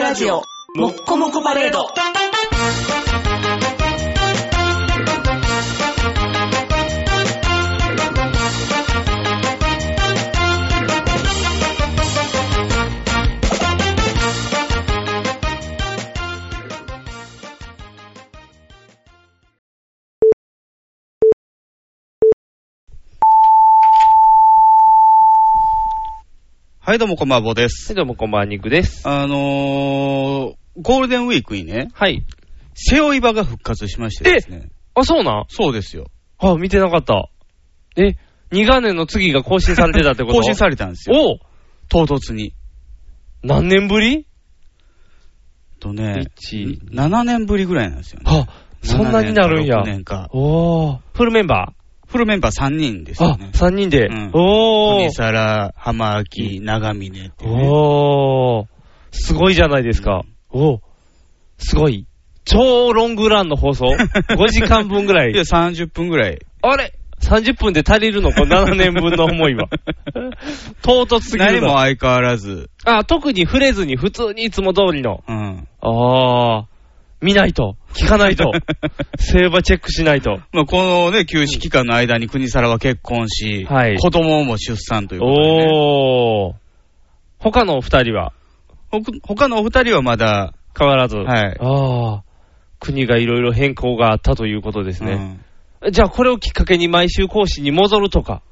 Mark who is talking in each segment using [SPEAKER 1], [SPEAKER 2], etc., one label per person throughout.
[SPEAKER 1] ラジオ、もっこもこパレード。
[SPEAKER 2] はい、どうもこんばんは、ぼうです。
[SPEAKER 3] はい、どうもこんばんは、肉です。
[SPEAKER 2] あのー、ゴールデンウィークにね、
[SPEAKER 3] はい。
[SPEAKER 2] 背負い場が復活しましてですね。
[SPEAKER 3] あ、そうなん
[SPEAKER 2] そうですよ。
[SPEAKER 3] あ、見てなかった。え、二ガ年の次が更新されてたってこと
[SPEAKER 2] 更新されたんですよ。
[SPEAKER 3] おう
[SPEAKER 2] 唐突に。
[SPEAKER 3] 何年ぶり
[SPEAKER 2] とね、
[SPEAKER 3] 一
[SPEAKER 2] 7年ぶりぐらいなんですよね。
[SPEAKER 3] あ、そんなになるんや
[SPEAKER 2] 7。年か6年か。
[SPEAKER 3] おー。フルメンバ
[SPEAKER 2] フルメンバー3人です
[SPEAKER 3] ー
[SPEAKER 2] よ
[SPEAKER 3] あ
[SPEAKER 2] ね、。
[SPEAKER 3] 三人で。
[SPEAKER 2] うん
[SPEAKER 3] お
[SPEAKER 2] 富
[SPEAKER 3] ー。
[SPEAKER 2] 皿、浜明、長峰っていうね、
[SPEAKER 3] おー。すごいじゃないですか。おー。すごい。超ロングランの 放送 ?5 時間分ぐらい
[SPEAKER 2] で、。30分ぐらい。
[SPEAKER 3] あれ ?30 分で足りるのこの7年分の思い は。唐突すぎ
[SPEAKER 2] 何
[SPEAKER 3] るの
[SPEAKER 2] も。相変わらず。
[SPEAKER 3] あ、特に触れずに普通にいつも通りの。
[SPEAKER 2] うん。
[SPEAKER 3] ああ、見ないと、聞 かないと、セーバーチェックしないと。
[SPEAKER 2] まあ、このね、休止期間の間に国皿は結婚し、
[SPEAKER 3] はい
[SPEAKER 2] 子供も出産ということで、ね。
[SPEAKER 3] おー。他のお二人は
[SPEAKER 2] ほく他のお二人はまだ、
[SPEAKER 3] 変わらず。
[SPEAKER 2] はい
[SPEAKER 3] ああ、国がいろいろ変更があったということです
[SPEAKER 2] う
[SPEAKER 3] ね。
[SPEAKER 2] ん
[SPEAKER 3] じゃあこれをきっかけに毎週講師に戻るとか。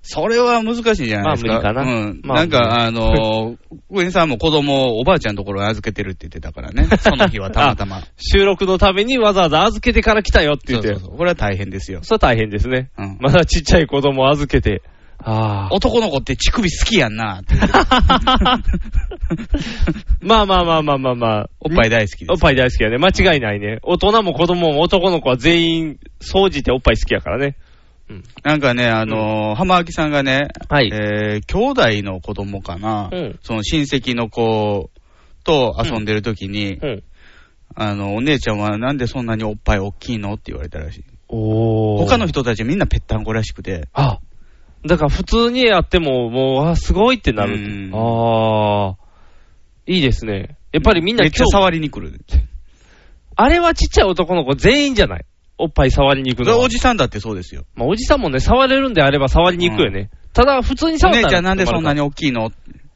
[SPEAKER 2] それは難しいんじゃないですか。
[SPEAKER 3] まあ無理かな
[SPEAKER 2] うん。
[SPEAKER 3] まあ
[SPEAKER 2] なんか、あのー、上さんも子供をおばあちゃんのところに預けてるって言ってたから ね。その日はたまたま。
[SPEAKER 3] 収録のためにわざわざ預けてから来たよって言って。
[SPEAKER 2] そ
[SPEAKER 3] そう
[SPEAKER 2] そうそうこれは大変ですよ。
[SPEAKER 3] れは大変ですね。
[SPEAKER 2] うん
[SPEAKER 3] まだちっちゃい子供預けて。ああ。
[SPEAKER 2] 男の子って乳首好きやんなって。
[SPEAKER 3] まあまあまあまあまあまあ。
[SPEAKER 2] おっぱい大好きで
[SPEAKER 3] おっ
[SPEAKER 2] す。
[SPEAKER 3] ぱい大好きやね。間違いないね。大人も子供も男の子は全員、総じておっぱい好きやからね。
[SPEAKER 2] なんかね、あのー、浜明さんがね、
[SPEAKER 3] はい
[SPEAKER 2] えー、兄弟の子供かな、
[SPEAKER 3] うん
[SPEAKER 2] その親戚の子と遊んでる時に、
[SPEAKER 3] うん。
[SPEAKER 2] あの、お姉ちゃんはなんでそんなにおっぱい大きいのって言われたらしい。
[SPEAKER 3] お
[SPEAKER 2] 他の人たちみんなぺったんこらしくて、
[SPEAKER 3] あ、だから普通にやっても、もう、あ、すごいってなるって
[SPEAKER 2] うん
[SPEAKER 3] ああ、いいですね。やっぱりみんな
[SPEAKER 2] めっちゃ
[SPEAKER 3] 興味
[SPEAKER 2] 触りに来る。
[SPEAKER 3] あれはちっちゃい男の子全員じゃない。おっぱい触りに行くのは。
[SPEAKER 2] おじさんだってそうですよ。
[SPEAKER 3] まあおじさんもね、触れるんであれば触りに行くよね。ただ、普通に
[SPEAKER 2] お
[SPEAKER 3] 触った
[SPEAKER 2] 姉
[SPEAKER 3] ら
[SPEAKER 2] ちゃんなんでそんな
[SPEAKER 3] に。
[SPEAKER 2] に大きいの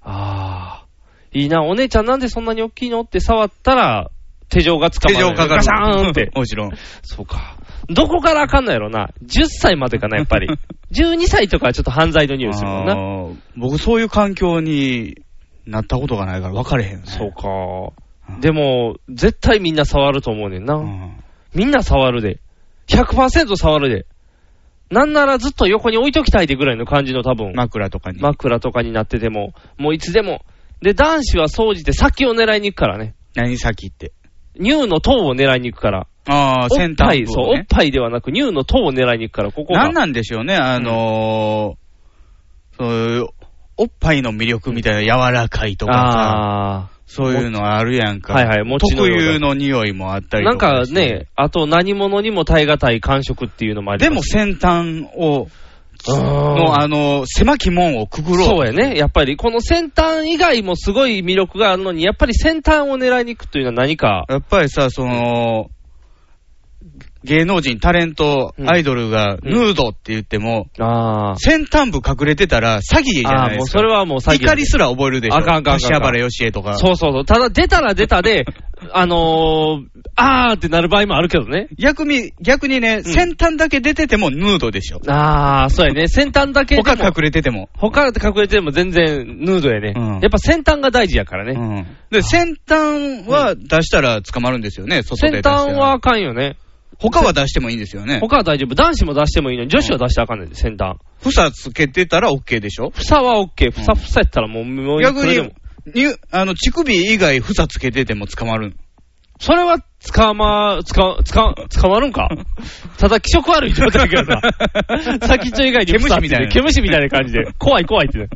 [SPEAKER 3] ああ、いいな。お姉ちゃんなんでそんなに大きいのって触ったら、手錠が捕ま
[SPEAKER 2] 手
[SPEAKER 3] るよ
[SPEAKER 2] 錠
[SPEAKER 3] ね。
[SPEAKER 2] かかる。
[SPEAKER 3] ガシャーンって
[SPEAKER 2] 。もちろん。
[SPEAKER 3] そうか。どこからあかんのやろな。10歳までかな、やっ ぱり。12歳とかはちょっと犯罪の匂いするもん
[SPEAKER 2] あ
[SPEAKER 3] な。
[SPEAKER 2] ー僕そういう環境になったことがないから分かれへんよね。
[SPEAKER 3] そう
[SPEAKER 2] う
[SPEAKER 3] か。
[SPEAKER 2] ん
[SPEAKER 3] でも、絶対みんな触ると思うねんな。
[SPEAKER 2] うん
[SPEAKER 3] みんな触るで。100%触るで。なんならずっと横に置いときたいでぐらいの感じの多分、
[SPEAKER 2] 枕とかに。
[SPEAKER 3] 枕とかになってても、もういつでも。で、男子は総じて先を狙いに行くからね。
[SPEAKER 2] 何先って。
[SPEAKER 3] 乳の塔を狙いに行くから。
[SPEAKER 2] ああ、
[SPEAKER 3] おっ
[SPEAKER 2] 先
[SPEAKER 3] ぱ
[SPEAKER 2] 端
[SPEAKER 3] い、
[SPEAKER 2] 部
[SPEAKER 3] そう、
[SPEAKER 2] を
[SPEAKER 3] おっ
[SPEAKER 2] ね。
[SPEAKER 3] ぱいではなく乳の塔を狙いに行くから、ここが。
[SPEAKER 2] 何なんでしょうね、あのー、そういう、おっぱいの魅力みたいな柔らかいとかさ、
[SPEAKER 3] ああ。
[SPEAKER 2] そういうのあるやんか。
[SPEAKER 3] はいはい餅の
[SPEAKER 2] 特
[SPEAKER 3] ような
[SPEAKER 2] 有の匂いもあったり
[SPEAKER 3] な
[SPEAKER 2] と
[SPEAKER 3] ん
[SPEAKER 2] か。
[SPEAKER 3] かね、、あと何者にも耐え難い感触っていうのもあり
[SPEAKER 2] で
[SPEAKER 3] ま
[SPEAKER 2] も
[SPEAKER 3] す
[SPEAKER 2] 先端を、
[SPEAKER 3] も
[SPEAKER 2] の、あの、狭き門をくぐろう。
[SPEAKER 3] そうやね。やっぱり、この先端以外もすごい魅力があるのに、やっぱり先端を狙いに行くというのは何か、
[SPEAKER 2] やっぱりさ、その、芸能人、タレント、
[SPEAKER 3] うん
[SPEAKER 2] アイドルが
[SPEAKER 3] うん
[SPEAKER 2] ヌードって言っても、
[SPEAKER 3] あ
[SPEAKER 2] 先端部隠れてたら詐欺じゃ
[SPEAKER 3] あ
[SPEAKER 2] ない
[SPEAKER 3] ー、も
[SPEAKER 2] で
[SPEAKER 3] う
[SPEAKER 2] す
[SPEAKER 3] そ
[SPEAKER 2] か。
[SPEAKER 3] れはもう詐欺や
[SPEAKER 2] 怒
[SPEAKER 3] ね
[SPEAKER 2] りすら覚えるでしょ。
[SPEAKER 3] あかんあかんあかん
[SPEAKER 2] 柏原芳恵とか。
[SPEAKER 3] そうそうそう。ただ、出たら出た で、あのー、あーってなる場合もあるけどね。
[SPEAKER 2] 逆に、逆にね、先端だけ出ててもヌードでしょ。
[SPEAKER 3] ああ、そうやね。先端だけでも
[SPEAKER 2] 他隠れてても。
[SPEAKER 3] 他って隠れても全然ヌードやね。
[SPEAKER 2] うん
[SPEAKER 3] やっぱ先端が大事やからね。
[SPEAKER 2] うんで、先端は出したら捕まるんですよね、外で出し
[SPEAKER 3] 先
[SPEAKER 2] たら。
[SPEAKER 3] 端はあかんよね。
[SPEAKER 2] 他は出してもいいんですよね。
[SPEAKER 3] 他は大丈夫。男子も出してもいいのに、女子は出してあかんねん、先端。
[SPEAKER 2] 房つけてたら OK でしょ。
[SPEAKER 3] 房は OK。房、房やったらもう、もうい
[SPEAKER 2] 逆
[SPEAKER 3] くらでも
[SPEAKER 2] に、にあの、乳首以外房つけてても捕まる。
[SPEAKER 3] それは捕ま、捕、捕、捕ま るんかただ気色悪い状態やからさ。先っちょ以外に
[SPEAKER 2] 毛虫
[SPEAKER 3] 草って
[SPEAKER 2] みたいな
[SPEAKER 3] 毛虫みたいな感 じで。怖い怖いってね。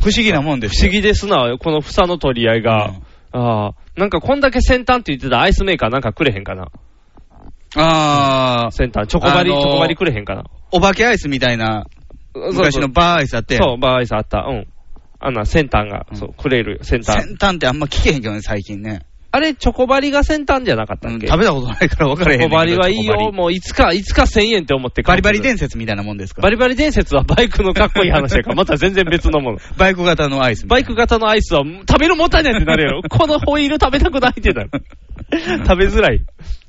[SPEAKER 2] 不思議なもんです
[SPEAKER 3] 不
[SPEAKER 2] よ。
[SPEAKER 3] 思議ですな、この房の取り合い
[SPEAKER 2] うん
[SPEAKER 3] が。ああ。なんかこんだけ先端って言ってたアイスメーカーなんかくれへんかな。
[SPEAKER 2] あー、
[SPEAKER 3] 先端。チョコバリ、
[SPEAKER 2] あのー
[SPEAKER 3] チョコバリくれへんかな。
[SPEAKER 2] お化けアイスみたいな、昔のバーアイスあって、
[SPEAKER 3] そうそう、そう、バーアイスあった。うん。あの、先端が、
[SPEAKER 2] うん
[SPEAKER 3] そう、くれる先端。
[SPEAKER 2] 先端ってあんま聞けへんけどね、最近ね。
[SPEAKER 3] あれ、チョコバリが先端じゃなかった
[SPEAKER 2] う
[SPEAKER 3] っ
[SPEAKER 2] ん
[SPEAKER 3] け、
[SPEAKER 2] 食べたことないから分かれへんね
[SPEAKER 3] チョ
[SPEAKER 2] ん
[SPEAKER 3] コバ
[SPEAKER 2] け
[SPEAKER 3] リ
[SPEAKER 2] ど。
[SPEAKER 3] はいい
[SPEAKER 2] チョコ
[SPEAKER 3] よ、
[SPEAKER 2] バリ。
[SPEAKER 3] もういつか、いつか1000円って思って
[SPEAKER 2] バリバリ
[SPEAKER 3] 伝
[SPEAKER 2] 伝説みたいなもんですか
[SPEAKER 3] バリバリ伝説はバイクのかっこいい話やから、また全然 別のもの。
[SPEAKER 2] バイク型のアイスみた
[SPEAKER 3] バ
[SPEAKER 2] い
[SPEAKER 3] イ
[SPEAKER 2] な。
[SPEAKER 3] ク型のアイスは食べるもったいないってなる やろ。このホイール食べたくないってなる。食べづらい。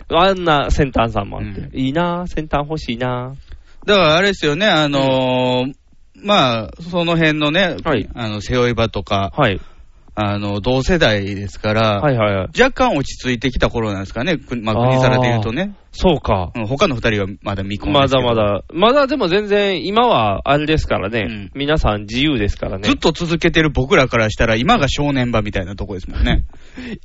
[SPEAKER 3] あんな先端さんもあって。
[SPEAKER 2] う
[SPEAKER 3] いいなぁ、先端欲しいな
[SPEAKER 2] だからあれですよね、あのーまあ、その辺のね、
[SPEAKER 3] はい
[SPEAKER 2] あの、背負い場とか
[SPEAKER 3] ぁ。、はい。
[SPEAKER 2] あの、同世代ですから、
[SPEAKER 3] はいはいはい。
[SPEAKER 2] 若干落ち着いてきた頃なんですかね、くまあ、国皿で言うとね、
[SPEAKER 3] そうか。
[SPEAKER 2] うん他の二人はまだ未婚
[SPEAKER 3] ま
[SPEAKER 2] ですけ
[SPEAKER 3] だ
[SPEAKER 2] ど
[SPEAKER 3] ま。だ。まだでも全然、今はあれですからね。
[SPEAKER 2] うん
[SPEAKER 3] 皆さん自由ですからね
[SPEAKER 2] ずっ。と続けてる僕らからしたら、今が正念場みたいなとこですもんね。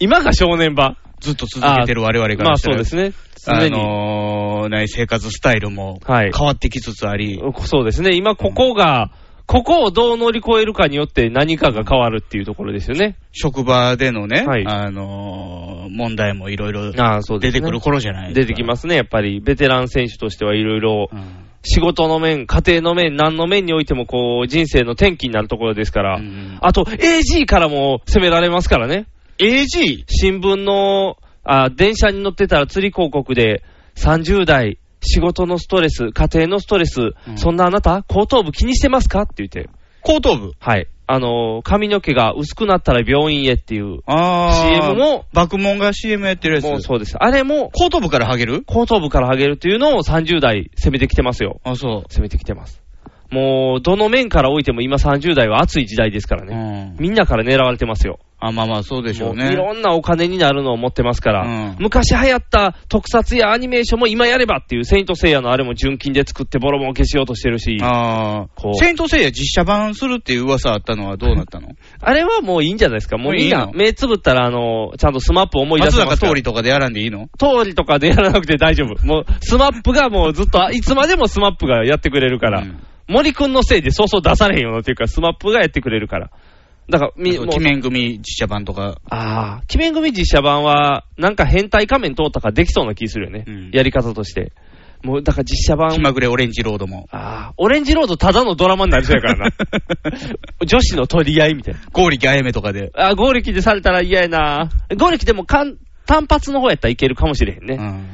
[SPEAKER 3] 今が少年場。
[SPEAKER 2] ずっと続けてる我々か
[SPEAKER 3] ま
[SPEAKER 2] ら
[SPEAKER 3] あ
[SPEAKER 2] した
[SPEAKER 3] そう
[SPEAKER 2] ら。
[SPEAKER 3] ですね。
[SPEAKER 2] あ
[SPEAKER 3] 常に。
[SPEAKER 2] のー、ない生活スタイルも
[SPEAKER 3] は
[SPEAKER 2] 変
[SPEAKER 3] い
[SPEAKER 2] わってきつつあり、
[SPEAKER 3] そうですね。今ここが、ここをどう乗り越えるかによって何かが変わるっていうところですよね。
[SPEAKER 2] 職場でのね、
[SPEAKER 3] はい
[SPEAKER 2] あのー、問題もいろいろ
[SPEAKER 3] ああ、そうで
[SPEAKER 2] 出
[SPEAKER 3] すね。
[SPEAKER 2] てくる頃じゃないで
[SPEAKER 3] 出
[SPEAKER 2] すか。
[SPEAKER 3] てきますね、やっぱり。ベテラン選手としてはいろいろ、
[SPEAKER 2] うん
[SPEAKER 3] 仕事の面、家庭の面、何の面においても、こう、人生の転機になるところですから。
[SPEAKER 2] うん
[SPEAKER 3] あと、AG からも攻められますからね。
[SPEAKER 2] AG?
[SPEAKER 3] 新聞の、あ、電車に乗ってたら釣り広告で、30代、仕事のストレス、家庭のストレス、
[SPEAKER 2] ん
[SPEAKER 3] そんなあなた、後頭部気にしてますかって言って。
[SPEAKER 2] 後頭部
[SPEAKER 3] はい。あのー髪の毛が薄くなったら病院へっていう。
[SPEAKER 2] あー
[SPEAKER 3] CM も
[SPEAKER 2] 爆問が CM やってるやつ。
[SPEAKER 3] もうそうです。あれも、
[SPEAKER 2] 後頭部からハゲる
[SPEAKER 3] 後頭部から上げるっていうのを30代攻めてきてますよ。
[SPEAKER 2] あ、そ
[SPEAKER 3] 攻めてきてます。もう、どの面からおいても今30代は熱い時代ですから
[SPEAKER 2] う。
[SPEAKER 3] ね。
[SPEAKER 2] うん
[SPEAKER 3] みんなから狙われてますよ。
[SPEAKER 2] あ、まあまあ、そうでしょう
[SPEAKER 3] もう
[SPEAKER 2] ね
[SPEAKER 3] い。ろんなお金になるのを持ってますから、
[SPEAKER 2] うん
[SPEAKER 3] 昔流行った特撮やアニメーションも今やればっていう、セイントセイヤのあれも純金で作ってボロ儲けしようとしてるし、あ
[SPEAKER 2] あ
[SPEAKER 3] こ
[SPEAKER 2] あ。
[SPEAKER 3] う
[SPEAKER 2] セイントセイヤ実写版するっていう噂あったのはどうなったの
[SPEAKER 3] れはもういいんじゃないですか。もうみん
[SPEAKER 2] いい
[SPEAKER 3] な
[SPEAKER 2] の
[SPEAKER 3] 目つぶったら、あの、ちゃんとスマップ思い出
[SPEAKER 2] 松
[SPEAKER 3] すます
[SPEAKER 2] 坂
[SPEAKER 3] から
[SPEAKER 2] 桃李とかでやらんでいいの
[SPEAKER 3] 通りとかでやらなくて大丈夫。もう、スマップがもうずっと、いつまでもスマップがやってくれるから。
[SPEAKER 2] うん
[SPEAKER 3] 森くんのせいでそうそう出されへんよなっていうか、スマップがやってくれるから。だから、み、もう
[SPEAKER 2] 鬼、面組実写版とか。
[SPEAKER 3] ああ、鬼面組実写版は、なんか変態仮面通ったかできそうな気するよね。
[SPEAKER 2] うん
[SPEAKER 3] やり方として。もう、だから実写
[SPEAKER 2] 気
[SPEAKER 3] 版、
[SPEAKER 2] まぐれオレンジロードも。
[SPEAKER 3] ああ、オレンジロードただのドラマになりそうやからな。 女子の取り合いみたいな。
[SPEAKER 2] 剛力あやめとかで。
[SPEAKER 3] あー合力でされたら嫌やな。合力でもかん単発の方やったらいけるかもしれへんね。
[SPEAKER 2] うん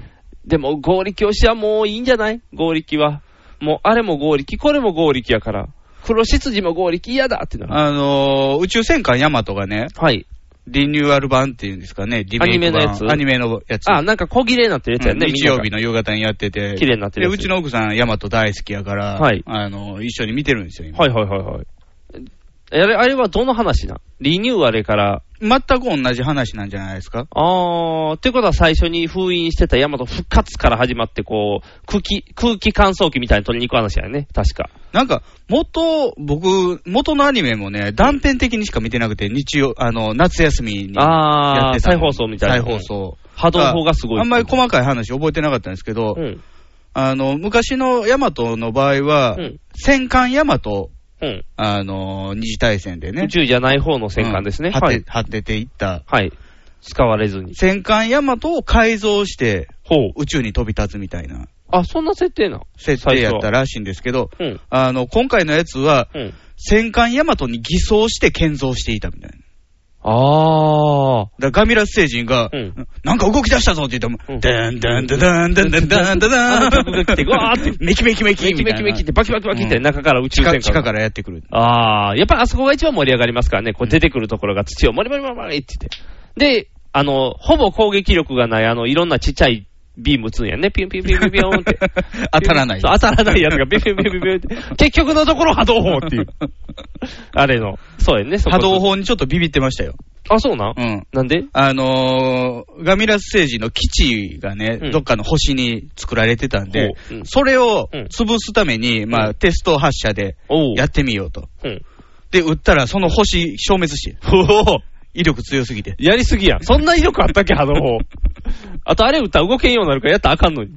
[SPEAKER 3] でも、合力推しはもういいんじゃない合力は。もう、あれも合力、これも合力やから。黒執事も合力嫌だってなる。
[SPEAKER 2] あのー、宇宙戦艦ヤマトがね、
[SPEAKER 3] はい。
[SPEAKER 2] リニューアル版っていうんですかね、リメイク版
[SPEAKER 3] アニメのやつ
[SPEAKER 2] アニメのやつ。
[SPEAKER 3] あ、なんか小切れになってるやつや
[SPEAKER 2] う
[SPEAKER 3] ね、
[SPEAKER 2] ん
[SPEAKER 3] みん
[SPEAKER 2] 日
[SPEAKER 3] なが
[SPEAKER 2] 曜日の夕方にやってて、
[SPEAKER 3] 綺麗になってるやつ
[SPEAKER 2] でうちの奥さん、ヤマト大好きやから、
[SPEAKER 3] はい
[SPEAKER 2] あのー一緒に見てるんですよ、今
[SPEAKER 3] はいはいはいはい。えあれ、あれはどの話なリニューアルから。
[SPEAKER 2] 全く同じ話なんじゃないですか。
[SPEAKER 3] あー、ってことは最初に封印してたヤマト復活から始まって、こう、空気、空気乾燥機みたいに取りに行く話やね、確か。
[SPEAKER 2] なんか、元、僕、元のアニメもね、断片的にしか見てなくて、日曜、あの、夏休みにや
[SPEAKER 3] あ
[SPEAKER 2] っ
[SPEAKER 3] ー、
[SPEAKER 2] てた
[SPEAKER 3] 再
[SPEAKER 2] の
[SPEAKER 3] 放送みたいな。
[SPEAKER 2] 再放。送。
[SPEAKER 3] 波動砲がすごい。
[SPEAKER 2] あんまり細かい話覚えてなかったんですけど、
[SPEAKER 3] うん。
[SPEAKER 2] あの、昔のヤマトの場合は、
[SPEAKER 3] うん。
[SPEAKER 2] 戦艦ヤマト、
[SPEAKER 3] うん。
[SPEAKER 2] あの、二次大戦でね、
[SPEAKER 3] 宇宙じゃない方の戦艦ですね。
[SPEAKER 2] うん
[SPEAKER 3] は
[SPEAKER 2] 果
[SPEAKER 3] い
[SPEAKER 2] て。果てていった、
[SPEAKER 3] はい。使われずに。
[SPEAKER 2] 戦艦ヤマトを改造して、
[SPEAKER 3] ほう。
[SPEAKER 2] 宇宙に飛び立つみたいな
[SPEAKER 3] あ、そんな設定なの
[SPEAKER 2] 設定やったらしいんですけど、
[SPEAKER 3] うん。
[SPEAKER 2] あの、今回のやつは、
[SPEAKER 3] うん。
[SPEAKER 2] 戦艦ヤマトに偽装して建造していたみたいな。
[SPEAKER 3] あー。
[SPEAKER 2] だからガミラス星人が、
[SPEAKER 3] うん
[SPEAKER 2] なんか動き出したぞって言って
[SPEAKER 3] う
[SPEAKER 2] も、
[SPEAKER 3] ん
[SPEAKER 2] ダンダンダダンダンダンダンダ
[SPEAKER 3] あ
[SPEAKER 2] ダ
[SPEAKER 3] の
[SPEAKER 2] ン
[SPEAKER 3] 曲が来てわーって
[SPEAKER 2] メキメキメキ
[SPEAKER 3] メキ
[SPEAKER 2] み
[SPEAKER 3] メ
[SPEAKER 2] た
[SPEAKER 3] キ
[SPEAKER 2] い
[SPEAKER 3] メキって
[SPEAKER 2] な。
[SPEAKER 3] バキバキバキって
[SPEAKER 2] うん
[SPEAKER 3] 中から宇宙
[SPEAKER 2] 地
[SPEAKER 3] 戦
[SPEAKER 2] 下
[SPEAKER 3] 艦。
[SPEAKER 2] 地下からやってくる。
[SPEAKER 3] ああ、やっぱりあそこが一番盛り上がりますからね、こう出てくるところが土をモリモリモリモリって言って。で、あの、ほぼ攻撃力がない、あの、いろんなちっちゃいビーム打つんやね。ピュンピュンピュンピュンピュンって。
[SPEAKER 2] 当たらない
[SPEAKER 3] そう当たらないやつがビュンビュンビュンビュンビュ ンって。結局のところ波動砲っていう。あれの。そうやね、そこ
[SPEAKER 2] 波動。砲にちょっとビビってましたよ。
[SPEAKER 3] あ、そうなん、
[SPEAKER 2] うん。
[SPEAKER 3] なんで
[SPEAKER 2] あのー、ガミラス星人の基地がね、
[SPEAKER 3] うん
[SPEAKER 2] どっかの星に作られてたんで、
[SPEAKER 3] ほううん
[SPEAKER 2] それを
[SPEAKER 3] うん
[SPEAKER 2] 潰すために、ま
[SPEAKER 3] う
[SPEAKER 2] あ、テスト発射で
[SPEAKER 3] おう。
[SPEAKER 2] やってみようと。
[SPEAKER 3] うん。
[SPEAKER 2] で、撃ったらその星消滅して、
[SPEAKER 3] おお
[SPEAKER 2] 威力強すぎて。
[SPEAKER 3] やりすぎや。そんな威力あったっけ、波動 砲。あと、あれ打ったら動けんようになるからやったらあかんのに。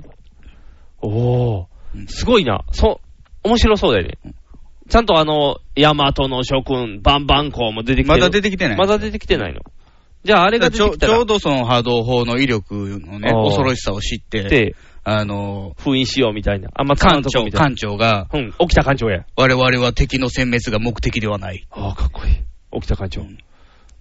[SPEAKER 3] おお
[SPEAKER 2] うん
[SPEAKER 3] すごいな。そう、面白そうだよね。ちゃんとあの、ヤマトの諸君、バンバン公も出てきてる。
[SPEAKER 2] まだ出
[SPEAKER 3] て
[SPEAKER 2] てきてない。
[SPEAKER 3] まだ出てきてないの。じゃあ、あれが出
[SPEAKER 2] ち
[SPEAKER 3] て
[SPEAKER 2] ょ
[SPEAKER 3] きた
[SPEAKER 2] ちょ
[SPEAKER 3] ら
[SPEAKER 2] う、どその波動砲の威力のね、
[SPEAKER 3] あー
[SPEAKER 2] 恐ろしさを知って、
[SPEAKER 3] で、
[SPEAKER 2] あの、
[SPEAKER 3] 封印しようみたいな。あんま
[SPEAKER 2] 艦
[SPEAKER 3] 監督
[SPEAKER 2] 長、
[SPEAKER 3] みたい
[SPEAKER 2] 艦長が、
[SPEAKER 3] な。うん、起きた艦長や。
[SPEAKER 2] 我々は敵の殲滅が目的ではない。
[SPEAKER 3] ああ、かっこいい。起きた艦長。
[SPEAKER 2] う
[SPEAKER 3] っ
[SPEAKER 2] ん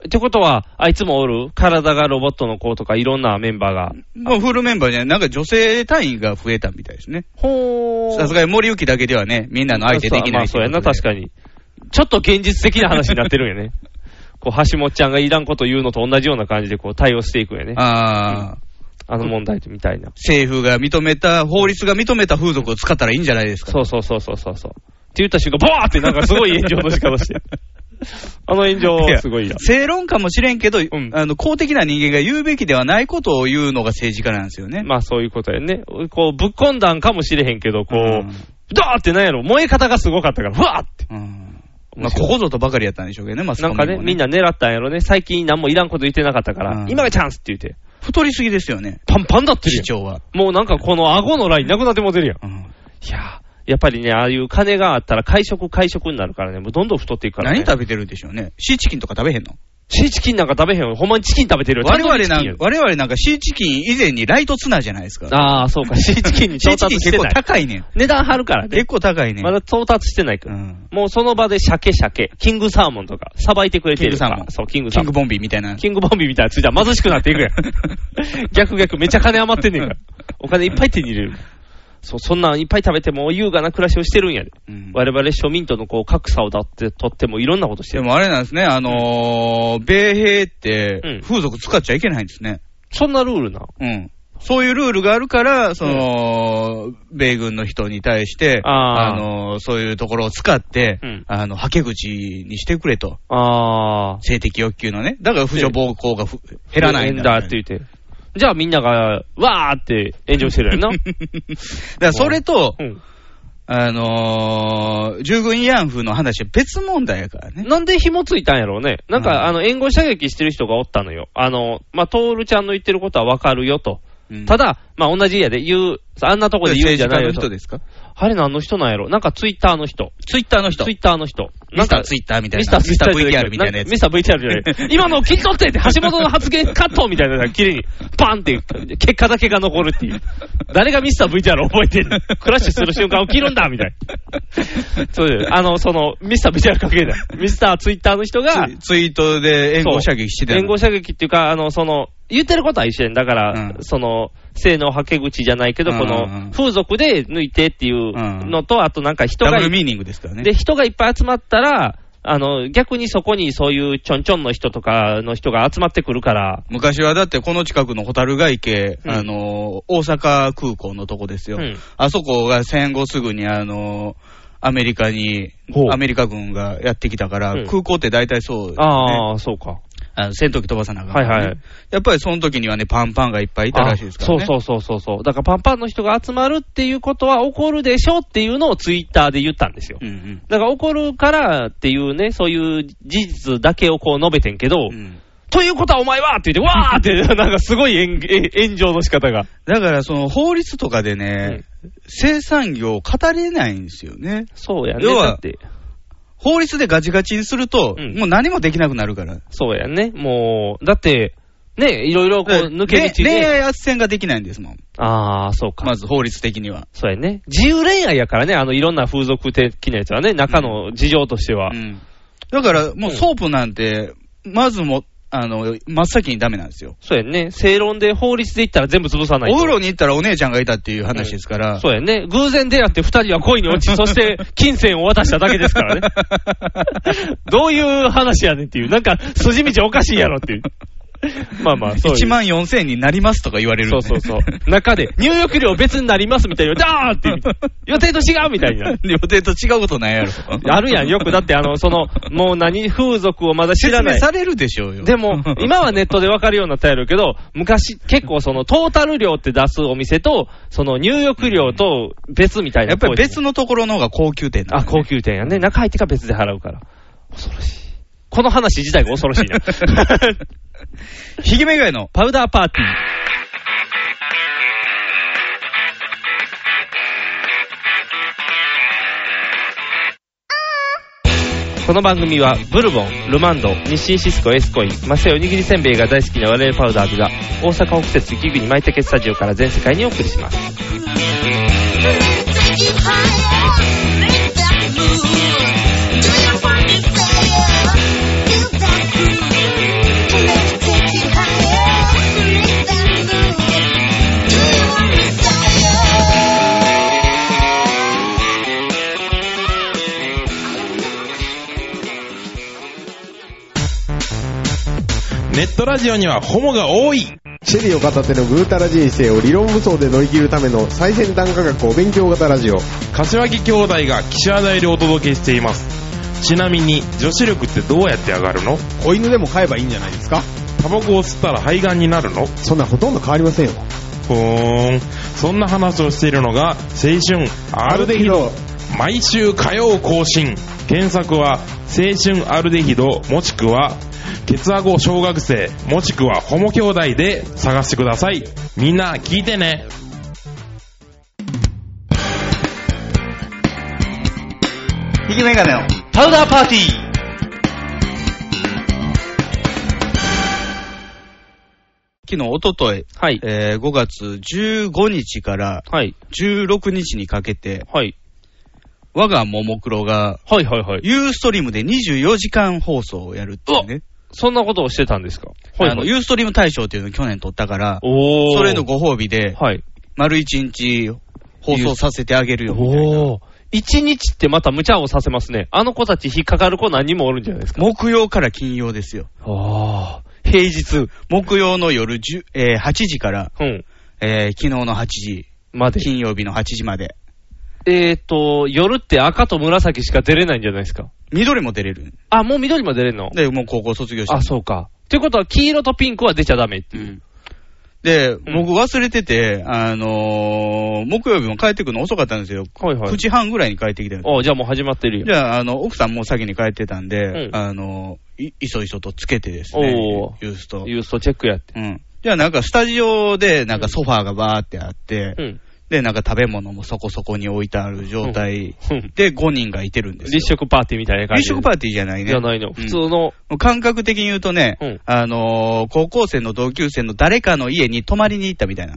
[SPEAKER 3] てことは、あいつもおる体がロボットの子とかいろんなメンバーが。
[SPEAKER 2] まあ、フルメンバーじゃない、なんか女性隊員が増えたみたいですね。
[SPEAKER 3] ほ
[SPEAKER 2] さすがに森行だけではね、みんなの相手できない
[SPEAKER 3] まあそうやな、
[SPEAKER 2] という
[SPEAKER 3] 確
[SPEAKER 2] こと
[SPEAKER 3] かに。ちょっと現実的な話になってるん やね。こう、橋本ちゃんがいらんこと言うのと同じような感じで、こう、対応していくんやね
[SPEAKER 2] で。ああ、
[SPEAKER 3] あの問題みたいな。
[SPEAKER 2] 政府が認めた、法律が認めた風俗を使ったらいいんじゃないですか。
[SPEAKER 3] そうそうそうそうそうそう。って言った瞬間、ボワーってなんかすごい炎上の仕方 して。あの炎上、すごいや。
[SPEAKER 2] 正論かもしれんけど、
[SPEAKER 3] ん
[SPEAKER 2] あの公的な人間が言うべきではないことを言うのが政治家なんですよね。
[SPEAKER 3] まあそういうことやね。こう、ぶっ込んだんかもしれへんけど、こ
[SPEAKER 2] う
[SPEAKER 3] う、
[SPEAKER 2] ん
[SPEAKER 3] ドーってなんやろ、燃え方がすごかったから、ふわーって。
[SPEAKER 2] うんまあ、ここぞとばかりやったんでしょうけどね、マスコ
[SPEAKER 3] なん
[SPEAKER 2] ミ
[SPEAKER 3] か
[SPEAKER 2] も、
[SPEAKER 3] ね、みんな狙ったんやろね。最近何もいらんこと言ってなかったから、
[SPEAKER 2] うん
[SPEAKER 3] 今がチャンスって言って。
[SPEAKER 2] 太りすぎですよね、
[SPEAKER 3] パンパンだってる
[SPEAKER 2] 市
[SPEAKER 3] やん
[SPEAKER 2] 長は。
[SPEAKER 3] もうなんかこの顎のラインなくなってもてるやん。
[SPEAKER 2] うん
[SPEAKER 3] いやー、やっぱりね、ああいう金があったら、会食、会食になるからね、もうどんどん太っていくから、ね。
[SPEAKER 2] 何食べてるんでしょうね。シーチキンとか食べへんの
[SPEAKER 3] シーチキンなんか食べへんよ。ほんまにチキン食べてるよ。
[SPEAKER 2] 我々
[SPEAKER 3] タンドリーチ
[SPEAKER 2] な
[SPEAKER 3] キンや
[SPEAKER 2] ん我々なんかシーチキン以前にライトツナじゃないですか。
[SPEAKER 3] ああ、そうか。シーチキン に
[SPEAKER 2] シー
[SPEAKER 3] 到
[SPEAKER 2] チキ
[SPEAKER 3] 達
[SPEAKER 2] ン
[SPEAKER 3] し
[SPEAKER 2] 結
[SPEAKER 3] て
[SPEAKER 2] 構
[SPEAKER 3] ない。
[SPEAKER 2] 高いねん。
[SPEAKER 3] 値段張るからね
[SPEAKER 2] 結。構高いねん。
[SPEAKER 3] まだ到達してないか
[SPEAKER 2] う
[SPEAKER 3] ら。
[SPEAKER 2] ん
[SPEAKER 3] もうその場で鮭鮭、キングサーモンとか、さばいてくれてるから。
[SPEAKER 2] キングサーモン
[SPEAKER 3] そう、キング
[SPEAKER 2] キ
[SPEAKER 3] サー
[SPEAKER 2] ン
[SPEAKER 3] モ
[SPEAKER 2] グ
[SPEAKER 3] ン。
[SPEAKER 2] ボンビーみたいな。
[SPEAKER 3] キングボンビーみたいなやつじゃ貧しくなっていくやん。 逆逆、めっちゃ金余ってんねんから。お金いっぱい手に入れる。そう、そんなんいっぱい食べても優雅な暮らしをしてるんやで。
[SPEAKER 2] うん
[SPEAKER 3] 我々庶民とのこう格差をだってとってもいろんなことして
[SPEAKER 2] で
[SPEAKER 3] る。
[SPEAKER 2] もあれなんですね、あのー米兵って
[SPEAKER 3] うん
[SPEAKER 2] 風俗使っちゃいけないんですね。
[SPEAKER 3] そんなルールな。
[SPEAKER 2] うん。そういうルールがあるから、その、米軍の人に対して、
[SPEAKER 3] あー
[SPEAKER 2] あのーそういうところを使って、
[SPEAKER 3] うん
[SPEAKER 2] あの、はけ口にしてくれと。
[SPEAKER 3] あー。
[SPEAKER 2] 性的欲求のね。だから、不助暴行がふ減らないんだ。
[SPEAKER 3] だって言って。じゃあみんなが、わーって炎上してるやんな。
[SPEAKER 2] だからそれと、
[SPEAKER 3] うん
[SPEAKER 2] あのー従軍慰安婦の話は別問題やからね。
[SPEAKER 3] なんで紐ついたんやろうね。な
[SPEAKER 2] う
[SPEAKER 3] ん
[SPEAKER 2] ん
[SPEAKER 3] か、あの、援護射撃してる人がおったのよ。あの、まあ、トールちゃんの言ってることはわかるよと。
[SPEAKER 2] うん
[SPEAKER 3] ただ、まあ、同じやで、言う、あんなとこで言うん
[SPEAKER 2] 政
[SPEAKER 3] じゃ
[SPEAKER 2] 治
[SPEAKER 3] な
[SPEAKER 2] 家
[SPEAKER 3] い
[SPEAKER 2] の
[SPEAKER 3] よと
[SPEAKER 2] 人。ですか
[SPEAKER 3] あれ何の人なんやろなんかツイッターの人。
[SPEAKER 2] ツイッターの人
[SPEAKER 3] ツイ。ッターの人。
[SPEAKER 2] ミ
[SPEAKER 3] なん
[SPEAKER 2] スタ
[SPEAKER 3] か
[SPEAKER 2] ーツイッターみたいな。
[SPEAKER 3] ミスターツイッターじゃな
[SPEAKER 2] VR みたいなやつ
[SPEAKER 3] ミ。スター VTR じゃない。今のを切り取ってって、橋本の発言カットみたいなのが綺麗に、パンって、結果だけが残るっていう。誰がミスター VTR を覚えてるクラッシュする瞬間を切るんだみたいな。そうです。あの、その、ミスター VTR かけた。ミスターツイッターの人が、
[SPEAKER 2] ツイツイートで援護射撃してた
[SPEAKER 3] 連
[SPEAKER 2] の
[SPEAKER 3] 合射撃っていうか、あの、その、言ってることは一緒やん。だから、
[SPEAKER 2] うん
[SPEAKER 3] その、性のはけ口じゃないけど、
[SPEAKER 2] うん
[SPEAKER 3] こ
[SPEAKER 2] うんう
[SPEAKER 3] の
[SPEAKER 2] ん、
[SPEAKER 3] 風俗で抜いてっていうのと、あとなんか人
[SPEAKER 2] ダブ
[SPEAKER 3] がい
[SPEAKER 2] ルミーニングですからね。
[SPEAKER 3] で、人がいっぱい集まったら、あの、逆にそこにそういうちょんちょんの人とかの人が集まってくるから、
[SPEAKER 2] 昔はだってこの近くのホタル街池、
[SPEAKER 3] うん
[SPEAKER 2] あのー、大阪空港のとこですよ。
[SPEAKER 3] うん
[SPEAKER 2] あそこが戦後すぐにあのー、アメリカに
[SPEAKER 3] ほう、
[SPEAKER 2] アメリカ軍がやってきたから、
[SPEAKER 3] うん
[SPEAKER 2] 空港って大体そうですね。
[SPEAKER 3] ああ、そうか。
[SPEAKER 2] あの戦闘機飛ばさなあかんからね
[SPEAKER 3] はいはい
[SPEAKER 2] やっぱりその時にはね、パンパンがいっぱいいたらしいですからね。
[SPEAKER 3] あそうそうそうそうそう。だからパンパンの人が集まるっていうことは起こるでしょっていうのをツイッターで言ったんですよ。
[SPEAKER 2] うんうん。
[SPEAKER 3] だから起こるからっていうね、そういう事実だけをこう述べてんけど、
[SPEAKER 2] うん
[SPEAKER 3] ということはお前はって言って、わーって、なんかすごい炎え炎上の仕方が。
[SPEAKER 2] だから、その法律とかでね、生産業を語れないんですよね。
[SPEAKER 3] そうやね。
[SPEAKER 2] 要は
[SPEAKER 3] だって
[SPEAKER 2] 法律でガチガチにすると、
[SPEAKER 3] うん
[SPEAKER 2] もう何もできなくなるから。
[SPEAKER 3] そうやね。もう、だって、ね、いろいろこう抜け道で。
[SPEAKER 2] れ恋愛斡旋ができないんですもん。
[SPEAKER 3] ああ、そうか。
[SPEAKER 2] まず法律的には。
[SPEAKER 3] そうやね。自由恋愛やからね、あの、いろんな風俗的なやつはね、中の事情としては。
[SPEAKER 2] うんだから、もう
[SPEAKER 3] うん
[SPEAKER 2] ソープなんて、まずも、あの、真っ先にダメなんですよ。
[SPEAKER 3] そうやね。正論で法律で言ったら全部潰さない
[SPEAKER 2] お
[SPEAKER 3] と。
[SPEAKER 2] 風呂に行ったらお姉ちゃんがいたっていう話ですから。
[SPEAKER 3] そうやね。偶然出会って二人は恋に 落ち、そして金銭を渡しただけですからね。 どういう話やねんっていう。なんか、筋道おかしいやろっていう。まあまあ、そういう。
[SPEAKER 2] 1万4000円になりますとか言われるん
[SPEAKER 3] そ
[SPEAKER 2] で
[SPEAKER 3] うそうそう。中で、入浴料別になりますみたいな。ダーっていう。予定と違うみたいな。
[SPEAKER 2] 予定と違うことないやろ。
[SPEAKER 3] あるやん。よくだって、あの、その、もう何、風俗をまだ知
[SPEAKER 2] 説
[SPEAKER 3] らな
[SPEAKER 2] 明
[SPEAKER 3] い。
[SPEAKER 2] されるでしょうよ。
[SPEAKER 3] でも、今はネットで分かるようになったやろうけど、昔、結構そのトータル料って出すお店と、その入浴料と別みたいな。
[SPEAKER 2] やっぱり別のところの方が高級店な
[SPEAKER 3] あ、
[SPEAKER 2] んだ
[SPEAKER 3] 高級店やね。中入ってから別で払うから。恐ろしい。この話自体が恐ろしい な。
[SPEAKER 2] ひげめがいの。
[SPEAKER 3] パウダーパーティー。この番組はブルボン、ルマンド、日清シスコ、エスコイン、マセオおにぎりせんべいが大好きな我々パウダーズが大阪北節雪国舞竹スタジオから全世界にお送りします。
[SPEAKER 4] ネットラジオにはホモが多い
[SPEAKER 5] シェリーを片手のぐうたら人生を理論武装で乗り切るための最先端科学お勉強型ラジオ
[SPEAKER 4] 柏木兄弟が岸和田よりお届けしていますちなみに女子力ってどうやって上がるの
[SPEAKER 5] 子犬でも飼えばいいんじゃないですか
[SPEAKER 4] タバコを吸ったら肺がんになるの
[SPEAKER 5] そんなほとんど変わりませんよ
[SPEAKER 4] ふーんそんな話をしているのが青春アルデヒド毎週火曜更新検索は青春アルデヒドもしくはケツアゴ小学生もしくはホモ兄弟で探してくださいみんな聞いてね
[SPEAKER 2] 引きメガネのパウダーパーティー。昨日、おととい、
[SPEAKER 3] はい。
[SPEAKER 2] えー5月15日から
[SPEAKER 3] はい。
[SPEAKER 2] 16日にかけて、
[SPEAKER 3] はい。
[SPEAKER 2] 我がももクロが、
[SPEAKER 3] はいはいはい。
[SPEAKER 2] ユーストリームで24時間放送をやるっていうね。
[SPEAKER 3] そんなことをしてたんですか
[SPEAKER 2] あの、ユーストリーム大賞っていうのを去年取ったから、
[SPEAKER 3] おー。
[SPEAKER 2] それのご褒美で、
[SPEAKER 3] はい。
[SPEAKER 2] 丸1日放送させてあげるよみたいな。
[SPEAKER 3] おー。一日ってまた無茶をさせますね。あの子たち引っかかる子何人もおるんじゃないですか。
[SPEAKER 2] 木曜から金曜ですよ。
[SPEAKER 3] あー。平日。
[SPEAKER 2] 木曜の夜10、えー8時から、
[SPEAKER 3] うん。
[SPEAKER 2] えー昨日の8時、
[SPEAKER 3] まで。
[SPEAKER 2] 金曜日の8時まで。
[SPEAKER 3] えーと、夜って赤と紫しか出れないんじゃないですか。
[SPEAKER 2] 緑も出れる。
[SPEAKER 3] あ、もう緑も出れんの
[SPEAKER 2] で、もう高校卒業して
[SPEAKER 3] あ、。そうか。ということは、黄色とピンクは出ちゃダメって
[SPEAKER 2] う
[SPEAKER 3] いう。
[SPEAKER 2] んで、僕忘れてて、あのー木曜日も帰ってくるの遅かったんですよ。
[SPEAKER 3] はいはい
[SPEAKER 2] 9。時半ぐらいに帰ってきたんです
[SPEAKER 3] あ、じゃあもう始まってる
[SPEAKER 2] じ
[SPEAKER 3] よ。
[SPEAKER 2] ゃあ、あの、奥さんもう先に帰ってたんで、
[SPEAKER 3] うん
[SPEAKER 2] あの、い、いそいそとつけてですね
[SPEAKER 3] お、ー
[SPEAKER 2] ユースと。
[SPEAKER 3] ユーストチェックやって。
[SPEAKER 2] うん。じゃあ、なんかスタジオで、なんかソファーがバーってあって、
[SPEAKER 3] うん。
[SPEAKER 2] で、なんか食べ物もそこそこに置いてある状態
[SPEAKER 3] うん
[SPEAKER 2] で5人がいてるんですよ。
[SPEAKER 3] 立食パーティーみたいな感じ
[SPEAKER 2] 立
[SPEAKER 3] で。
[SPEAKER 2] 食パーティーじゃないね。
[SPEAKER 3] じゃないの。普通の。
[SPEAKER 2] うん感覚的に言うとね、
[SPEAKER 3] うん
[SPEAKER 2] あのー高校生の同級生の誰かの家に泊まりに行ったみたいな。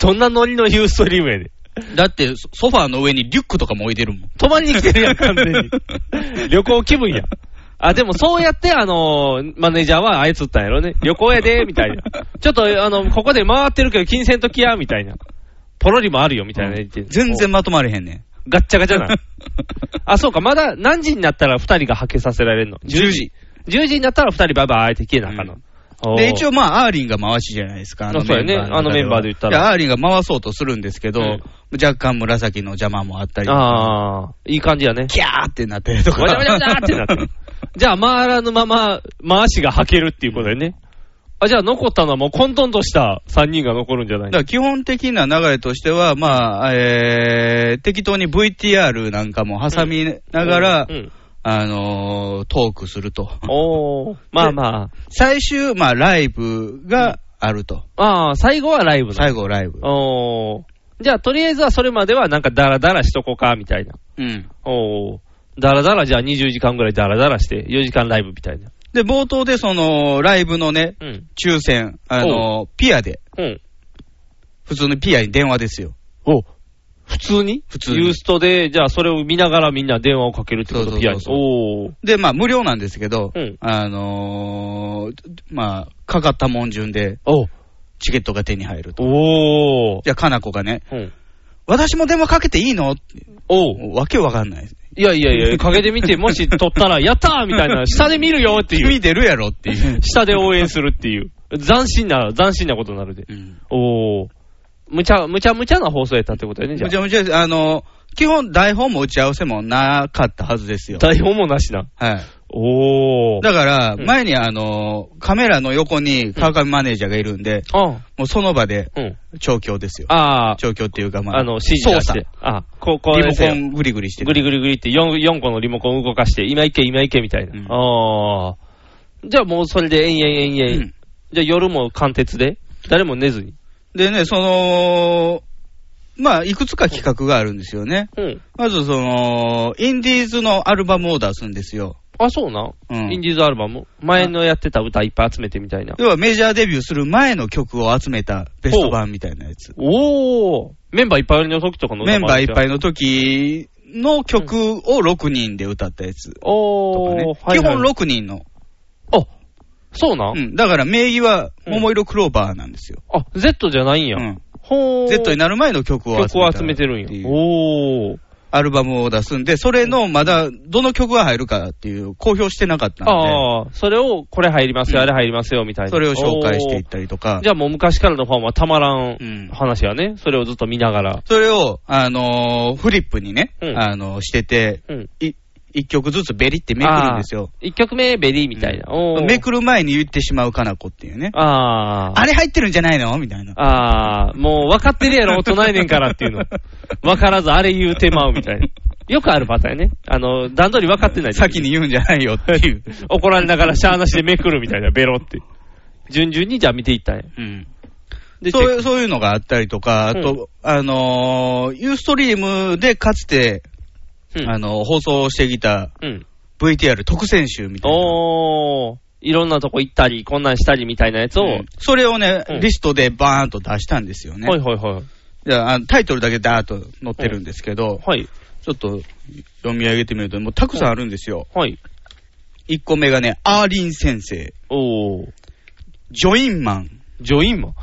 [SPEAKER 3] どんなノリのユーストリームやで。
[SPEAKER 2] だって、ソソファーの上にリュックとかも置いてるもん。
[SPEAKER 3] 泊まりに来てるやん、完全に。 旅行気分や。あ、でもそうやって、あのーマネージャーは操ったんやろね。旅行やで、みたいな。ちょっと、あの、ここで回ってるけど、金銭ときや、みたいな。ポロリもあるよ、みたいな言って。
[SPEAKER 2] 全然まとまれへんねん。
[SPEAKER 3] ガッチャガチ ャな。あ、そうか、まだ何時になったら二人が派遣させられるの
[SPEAKER 2] 10時。
[SPEAKER 3] ?10 時になったら二人バイバイって消えなあかんの。おー
[SPEAKER 2] で、一応まあ、アーリンが回しじゃないですか。
[SPEAKER 3] あそうやね
[SPEAKER 2] 中は
[SPEAKER 3] あのメンバーで言ったら
[SPEAKER 2] いやアーリンが回そうとするんですけど、
[SPEAKER 3] うん
[SPEAKER 2] 若干紫の邪魔もあったりとか、
[SPEAKER 3] ああ、いい感じやね。
[SPEAKER 2] キャーってなったりとか。
[SPEAKER 3] わちゃわちゃわちゃって なってる。じゃあ、回らぬまま、回しが吐けるっていうことだよね。あ、じゃあ、残ったのはもう混沌とした3人が残るんじゃな
[SPEAKER 2] だ
[SPEAKER 3] い
[SPEAKER 2] から基本的な流れとしては、まあ、えー、適当に VTR なんかも挟みながら、
[SPEAKER 3] うんうん
[SPEAKER 2] あのートークすると。
[SPEAKER 3] おー、まあま
[SPEAKER 2] 最終、まあ、ライブがあると。
[SPEAKER 3] あ。ああ、最後はライブだ。
[SPEAKER 2] 最後、ライブ。
[SPEAKER 3] おー。じゃあ、とりあえずはそれまではなんかダラダラしとこうか、みたいな。
[SPEAKER 2] うん。
[SPEAKER 3] おー。ダラダラ、じゃあ20時間ぐらいダラダラして、4時間ライブみたいな。
[SPEAKER 2] で、冒頭で、その、ライブのね、
[SPEAKER 3] うん。
[SPEAKER 2] 抽選、あのーピアで、
[SPEAKER 3] うん。
[SPEAKER 2] 普通のピアに電話ですよ。
[SPEAKER 3] お普通に
[SPEAKER 2] 普通に
[SPEAKER 3] ユーストで、じゃあそれを見ながらみんな電話をかけるってこ
[SPEAKER 2] そ
[SPEAKER 3] と、
[SPEAKER 2] うそう
[SPEAKER 3] ピ
[SPEAKER 2] そ
[SPEAKER 3] アに
[SPEAKER 2] う。そう
[SPEAKER 3] おー。
[SPEAKER 2] で、まあ、無料なんですけど、
[SPEAKER 3] うん
[SPEAKER 2] あのーまあ、かかったもん順で、
[SPEAKER 3] お
[SPEAKER 2] チケットが手に入ると。
[SPEAKER 3] おー。
[SPEAKER 2] じゃあ、かなこがね、
[SPEAKER 3] うん。
[SPEAKER 2] 私も電話かけていいのって
[SPEAKER 3] おう
[SPEAKER 2] わけわかんない。
[SPEAKER 3] いやいやいや、陰で見て、もし撮ったら、やったーみたいな、下で 見るよっていう。
[SPEAKER 2] 君出るやろって いう。
[SPEAKER 3] 下で応援するっていう。斬新な、斬新なことになるで。
[SPEAKER 2] うん
[SPEAKER 3] おー。むちゃ、むちゃむちゃな放送やったってことやね、じゃ
[SPEAKER 2] むち
[SPEAKER 3] あ。
[SPEAKER 2] ゃむちゃ、あのー基本台本も打ち合わせもなかったはずですよ。
[SPEAKER 3] 台本もなしな。
[SPEAKER 2] はい。
[SPEAKER 3] おー。
[SPEAKER 2] だから、
[SPEAKER 3] うん
[SPEAKER 2] 前にあのーカメラの横に川上マネージャーがいるんで、
[SPEAKER 3] あ、
[SPEAKER 2] もうその場で
[SPEAKER 3] うん。
[SPEAKER 2] 調教ですよ。
[SPEAKER 3] あー、
[SPEAKER 2] 調教っていうか、まあ、
[SPEAKER 3] あの、指示出し
[SPEAKER 2] 操
[SPEAKER 3] て。あ、こう、こう
[SPEAKER 2] リ
[SPEAKER 3] や
[SPEAKER 2] モ
[SPEAKER 3] って
[SPEAKER 2] コングリグリして
[SPEAKER 3] グ
[SPEAKER 2] る。
[SPEAKER 3] リグリグリって 4, 4個のリモコン動かして、今行け、今行けみたいな。
[SPEAKER 2] うん
[SPEAKER 3] あー。じゃあもうそれで延々延々。
[SPEAKER 2] うん
[SPEAKER 3] じゃあ夜も貫徹で、誰も寝ずに。
[SPEAKER 2] でね、その、まあ、いくつか企画があるんですよね。
[SPEAKER 3] うん。
[SPEAKER 2] まず、その、インディーズのアルバムを出すんですよ。
[SPEAKER 3] あ、そうな。
[SPEAKER 2] うん
[SPEAKER 3] インディーズアルバム前のやってた歌いっぱい集めてみたいな。
[SPEAKER 2] 要はメジャーデビューする前の曲を集めたベスト版みたいなやつ。
[SPEAKER 3] おーメンバーいっぱいの時とかの
[SPEAKER 2] メンバーいっぱ
[SPEAKER 3] い。
[SPEAKER 2] いの時の曲を6人で歌ったやつ。とか
[SPEAKER 3] おー、
[SPEAKER 2] ね
[SPEAKER 3] はい
[SPEAKER 2] 基
[SPEAKER 3] はい
[SPEAKER 2] 本6人の。
[SPEAKER 3] あ、そうなん、
[SPEAKER 2] うん。だから名義は、桃色クローバーなんですよ。
[SPEAKER 3] あ、Z じゃないんや。
[SPEAKER 2] うん。
[SPEAKER 3] ほー。
[SPEAKER 2] Z になる前の曲を集めた
[SPEAKER 3] 曲を集めてるん
[SPEAKER 2] ってい
[SPEAKER 3] や。
[SPEAKER 2] う
[SPEAKER 3] おー。
[SPEAKER 2] アルバムを出すんで、それのまだ、どの曲が入るかっていう、公表してなかったんで、
[SPEAKER 3] ああ、それを、これ入ります
[SPEAKER 2] う
[SPEAKER 3] よ、
[SPEAKER 2] ん
[SPEAKER 3] あれ入りますよ、みたいな。
[SPEAKER 2] それを紹介していったりと
[SPEAKER 3] お
[SPEAKER 2] か
[SPEAKER 3] ーじ、ゃあもう昔からのファンはたまら
[SPEAKER 2] うんん
[SPEAKER 3] 話やね。それをずっと見ながら。
[SPEAKER 2] それを、あのーフリップにね、
[SPEAKER 3] うん
[SPEAKER 2] あのーしてて、
[SPEAKER 3] うん。
[SPEAKER 2] い一曲ずつベリってめくるんですよ。
[SPEAKER 3] 一曲目、ベリーみたいな。おー
[SPEAKER 2] めくる前に言ってしまうかな子っていうね。
[SPEAKER 3] ああ。
[SPEAKER 2] あれ入ってるんじゃないのみたいな。
[SPEAKER 3] ああ、もう分かってるや ろ、大人やねんからっていうの。分からず、あれ言うてまう みたいな。よくあるパターンやね。あの、段取り分かってない。
[SPEAKER 2] 先に言うんじゃないよって いう。
[SPEAKER 3] 怒られながらしゃーなしでめくるみたいな、ベロって。順々にじゃあ見ていったんや。
[SPEAKER 2] うん
[SPEAKER 3] で、
[SPEAKER 2] そう
[SPEAKER 3] チェッ
[SPEAKER 2] いう、そういうのがあったりとか、あと、あのー、ユーストリームでかつて、
[SPEAKER 3] ク
[SPEAKER 2] あの、放送してきた
[SPEAKER 3] うん。うん。
[SPEAKER 2] VTR 特選集みたいな。
[SPEAKER 3] おー、いろんなとこ行ったり、こんなんしたりみたいなやつを。
[SPEAKER 2] うんそれをね、
[SPEAKER 3] うん
[SPEAKER 2] リストでバーンと出したんですよね。
[SPEAKER 3] はいはいはい。
[SPEAKER 2] じゃああのタイトルだけダーッと載ってるんですけど、
[SPEAKER 3] はい。
[SPEAKER 2] ちょっと読み上げてみると、もうたくさんあるんですよ。
[SPEAKER 3] はい。
[SPEAKER 2] 1個目がね、アーリン先生、
[SPEAKER 3] おー、
[SPEAKER 2] ジョインマン、
[SPEAKER 3] ジョインマン。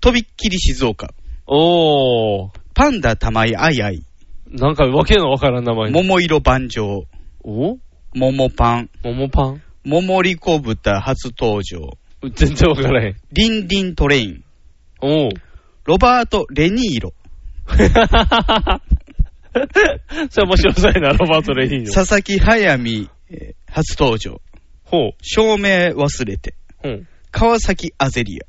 [SPEAKER 2] とびっきり静岡、
[SPEAKER 3] おー、
[SPEAKER 2] パンダ玉井アイアイ、
[SPEAKER 3] なんかわけのわからん名前。
[SPEAKER 2] 桃色万丈、
[SPEAKER 3] お
[SPEAKER 2] 桃パン、
[SPEAKER 3] 桃パン
[SPEAKER 2] 桃リコ豚初登場、
[SPEAKER 3] 全然わからへん。
[SPEAKER 2] リンリントレイン、
[SPEAKER 3] おう。
[SPEAKER 2] ロバート・レニーロ、
[SPEAKER 3] それ面白そうやな、ロバート・レインの。
[SPEAKER 2] 佐々木早見、えー初登場、
[SPEAKER 3] ほう。
[SPEAKER 2] 照明忘れて、
[SPEAKER 3] ほう。
[SPEAKER 2] 川崎アゼリア、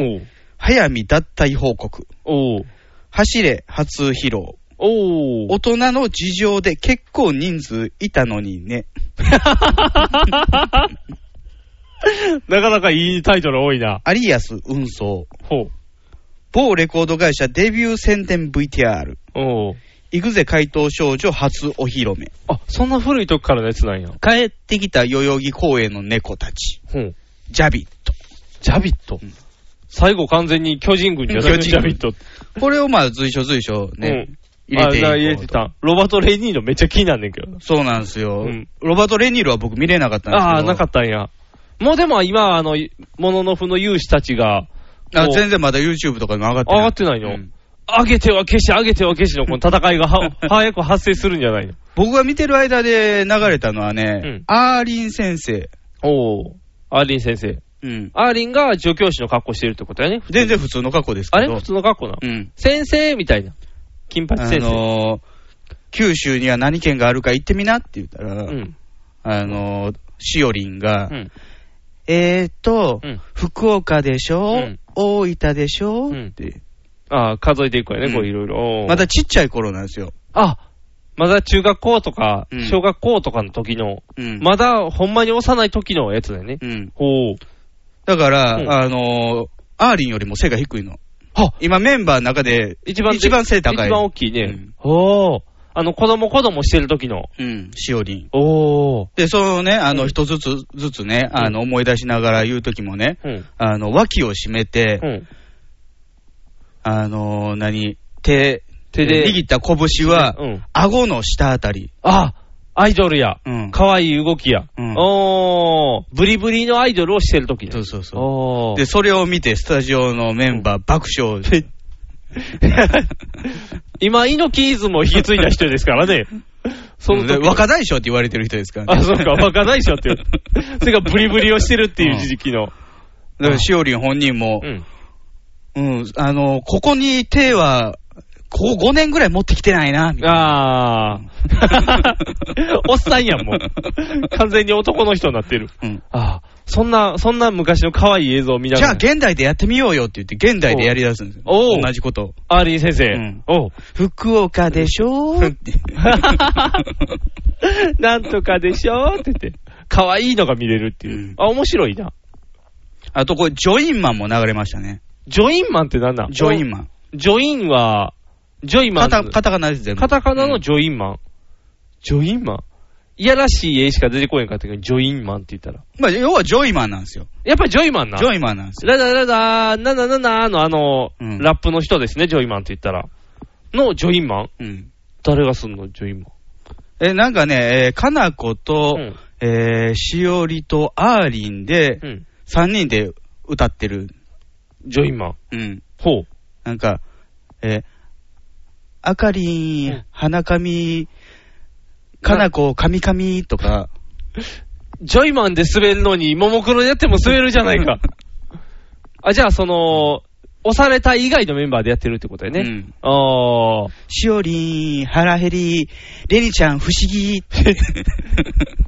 [SPEAKER 3] おう。
[SPEAKER 2] 早見脱退報告、
[SPEAKER 3] おう。
[SPEAKER 2] 走れ初披露、
[SPEAKER 3] おう。
[SPEAKER 2] 大人の事情で結構人数いたのにね、
[SPEAKER 3] なかなかいいタイトル多いな。
[SPEAKER 2] アリアス運送、
[SPEAKER 3] ほう。
[SPEAKER 2] 某レコード会社デビュー宣伝 VTR、
[SPEAKER 3] おう。
[SPEAKER 2] イグゼ怪盗少女初お披露目、
[SPEAKER 3] あ、そんな古い時からのやつなんや。
[SPEAKER 2] 帰ってきた代々木公園の猫たち、
[SPEAKER 3] ほう。
[SPEAKER 2] ジャビット。
[SPEAKER 3] ジャビット。最後完全に巨人軍じゃな
[SPEAKER 2] 巨
[SPEAKER 3] い
[SPEAKER 2] 人軍
[SPEAKER 3] ジャビット。
[SPEAKER 2] これをまあ随所随所ね、
[SPEAKER 3] うん。
[SPEAKER 2] 入れていこうと
[SPEAKER 3] あ入れてた。ロバート・レイニーのめっちゃ気になんねんけど。
[SPEAKER 2] そうなんですよ、
[SPEAKER 3] うん
[SPEAKER 2] ロバート・レニールは僕見れなかったんですけど。
[SPEAKER 3] ああー、なか
[SPEAKER 2] っ
[SPEAKER 3] ったんや。もうでも今、あの、もののふの勇士たちが、こう
[SPEAKER 2] 全然まだ YouTube とかにも上がってない。
[SPEAKER 3] 上がってないの
[SPEAKER 2] うん
[SPEAKER 3] 上げては消し、上げては消 しのこの戦いがは早く発生するんじゃないの
[SPEAKER 2] 僕が見てる間で流れたのはね、
[SPEAKER 3] うん
[SPEAKER 2] アーリン先生。
[SPEAKER 3] おお、アーリン先生。
[SPEAKER 2] うん。
[SPEAKER 3] アーリンが助教師の格好してるってことやね。
[SPEAKER 2] 全然普通の過去です
[SPEAKER 3] あ
[SPEAKER 2] け
[SPEAKER 3] れ
[SPEAKER 2] ど。
[SPEAKER 3] 普通の格好なの、
[SPEAKER 2] うん。
[SPEAKER 3] 先生みたいな。金八
[SPEAKER 2] あ
[SPEAKER 3] 先生。
[SPEAKER 2] のー九州には何県があるか行ってみなって言ったら、
[SPEAKER 3] うん。
[SPEAKER 2] あのーしおりんが、
[SPEAKER 3] うん。
[SPEAKER 2] えーと、
[SPEAKER 3] うん
[SPEAKER 2] 福岡でしょ、
[SPEAKER 3] うん
[SPEAKER 2] 大分でしょ、
[SPEAKER 3] うん
[SPEAKER 2] って、
[SPEAKER 3] ああ、数えていくわよね、
[SPEAKER 2] うん
[SPEAKER 3] こういろいろ。おー
[SPEAKER 2] まだ、ちっちゃい頃なんですよ。
[SPEAKER 3] あまだ中学校とか
[SPEAKER 2] うん、
[SPEAKER 3] 小学校とかの時の、
[SPEAKER 2] うん。
[SPEAKER 3] まだほんまに幼い時のやつだよね。
[SPEAKER 2] うん。
[SPEAKER 3] おお。
[SPEAKER 2] だから、
[SPEAKER 3] うん
[SPEAKER 2] あのーアーリンよりも背が低いの。
[SPEAKER 3] は
[SPEAKER 2] 今メンバーの中で、
[SPEAKER 3] 一番で、
[SPEAKER 2] 一番背高い
[SPEAKER 3] 一番大きいね。おお。あの、子供子供してる時の。
[SPEAKER 2] うん、しおりん。
[SPEAKER 3] おお。
[SPEAKER 2] で、そのね、あ
[SPEAKER 3] う
[SPEAKER 2] の、
[SPEAKER 3] ん
[SPEAKER 2] 一つずつ、ずつね、あの、思い出しながら言うときもね、
[SPEAKER 3] うん。
[SPEAKER 2] あの、脇を締めて、
[SPEAKER 3] うん。
[SPEAKER 2] あのー、何、手、
[SPEAKER 3] 手で
[SPEAKER 2] 握った拳は、
[SPEAKER 3] うん。
[SPEAKER 2] 顎の下あたり。
[SPEAKER 3] あ、アイドルや。
[SPEAKER 2] うん。
[SPEAKER 3] 可愛い動きや。
[SPEAKER 2] うん
[SPEAKER 3] おー、ブリブリのアイドルをしてるとき
[SPEAKER 2] そうそうそ
[SPEAKER 3] お
[SPEAKER 2] う。
[SPEAKER 3] ー
[SPEAKER 2] で、。それを見て、スタジオのメンバー爆笑。
[SPEAKER 3] 今、猪木イズムを引き継いだ人ですからね。その
[SPEAKER 2] で
[SPEAKER 3] 時
[SPEAKER 2] 若大将って言われてる人ですからね。
[SPEAKER 3] あ、そうか、若大将って言う。それがブリブリをしてるっていう時期の。
[SPEAKER 2] だから、しおりん本人も
[SPEAKER 3] う、ん。
[SPEAKER 2] うん、あの、ここに手は、ここ5年ぐらい持ってきてないな、みたいな。
[SPEAKER 3] あー。 おっさんやん、もう。完全に男の人になってる。
[SPEAKER 2] うん
[SPEAKER 3] あー。そんな、そんな昔の可愛い映像を見な
[SPEAKER 2] じゃあ
[SPEAKER 3] がら。
[SPEAKER 2] 現代でやってみようよって言って、現代でやり出すんですよ。
[SPEAKER 3] おう
[SPEAKER 2] 同じことを。
[SPEAKER 3] アーリン先生。
[SPEAKER 2] うん
[SPEAKER 3] おう。
[SPEAKER 2] 福岡でしょーって。。
[SPEAKER 3] なんとかでしょって言って、可愛いのが見れるっていううんあ、面白いな。
[SPEAKER 2] あとこれ、ジョインマンも流れましたね。
[SPEAKER 3] ジョインマンって何なん
[SPEAKER 2] ジョインマン。
[SPEAKER 3] ジョインは、ジョイマン。
[SPEAKER 2] カタカタカナです全部
[SPEAKER 3] カタカナのジョインマン。ジョインマンいやらしい絵しか出てこへんかったけど、ジョインマンって言ったら。
[SPEAKER 2] まあ、要はジョイマンなんですよ。
[SPEAKER 3] やっぱりジョイマンな。
[SPEAKER 2] ジョイマンなんですよ。
[SPEAKER 3] ラダラダー、ナナナナーのあの、
[SPEAKER 2] うん
[SPEAKER 3] ラップの人ですね、ジョイマンって言ったら。のジョインマン
[SPEAKER 2] うん。
[SPEAKER 3] 誰がすんの、ジョインマ
[SPEAKER 2] え、なんかね、えーかなこ
[SPEAKER 3] ン。
[SPEAKER 2] と、
[SPEAKER 3] うん。
[SPEAKER 2] えーしおりとあーりんで、
[SPEAKER 3] うん。
[SPEAKER 2] 3人で歌ってる。
[SPEAKER 3] ジョインマン。
[SPEAKER 2] うん。
[SPEAKER 3] ほう。
[SPEAKER 2] なんか、えーあかり
[SPEAKER 3] うんん、
[SPEAKER 2] 花神、かなこ、かみかみとか、
[SPEAKER 3] ジョイマンで滑るのに、ももクロでやっても滑るじゃない か。あ、じゃあ、その、押された以外のメンバーでやってるってことやね。
[SPEAKER 2] うん
[SPEAKER 3] ああ。
[SPEAKER 2] しおりん、腹減り、れにちゃん、不思 議。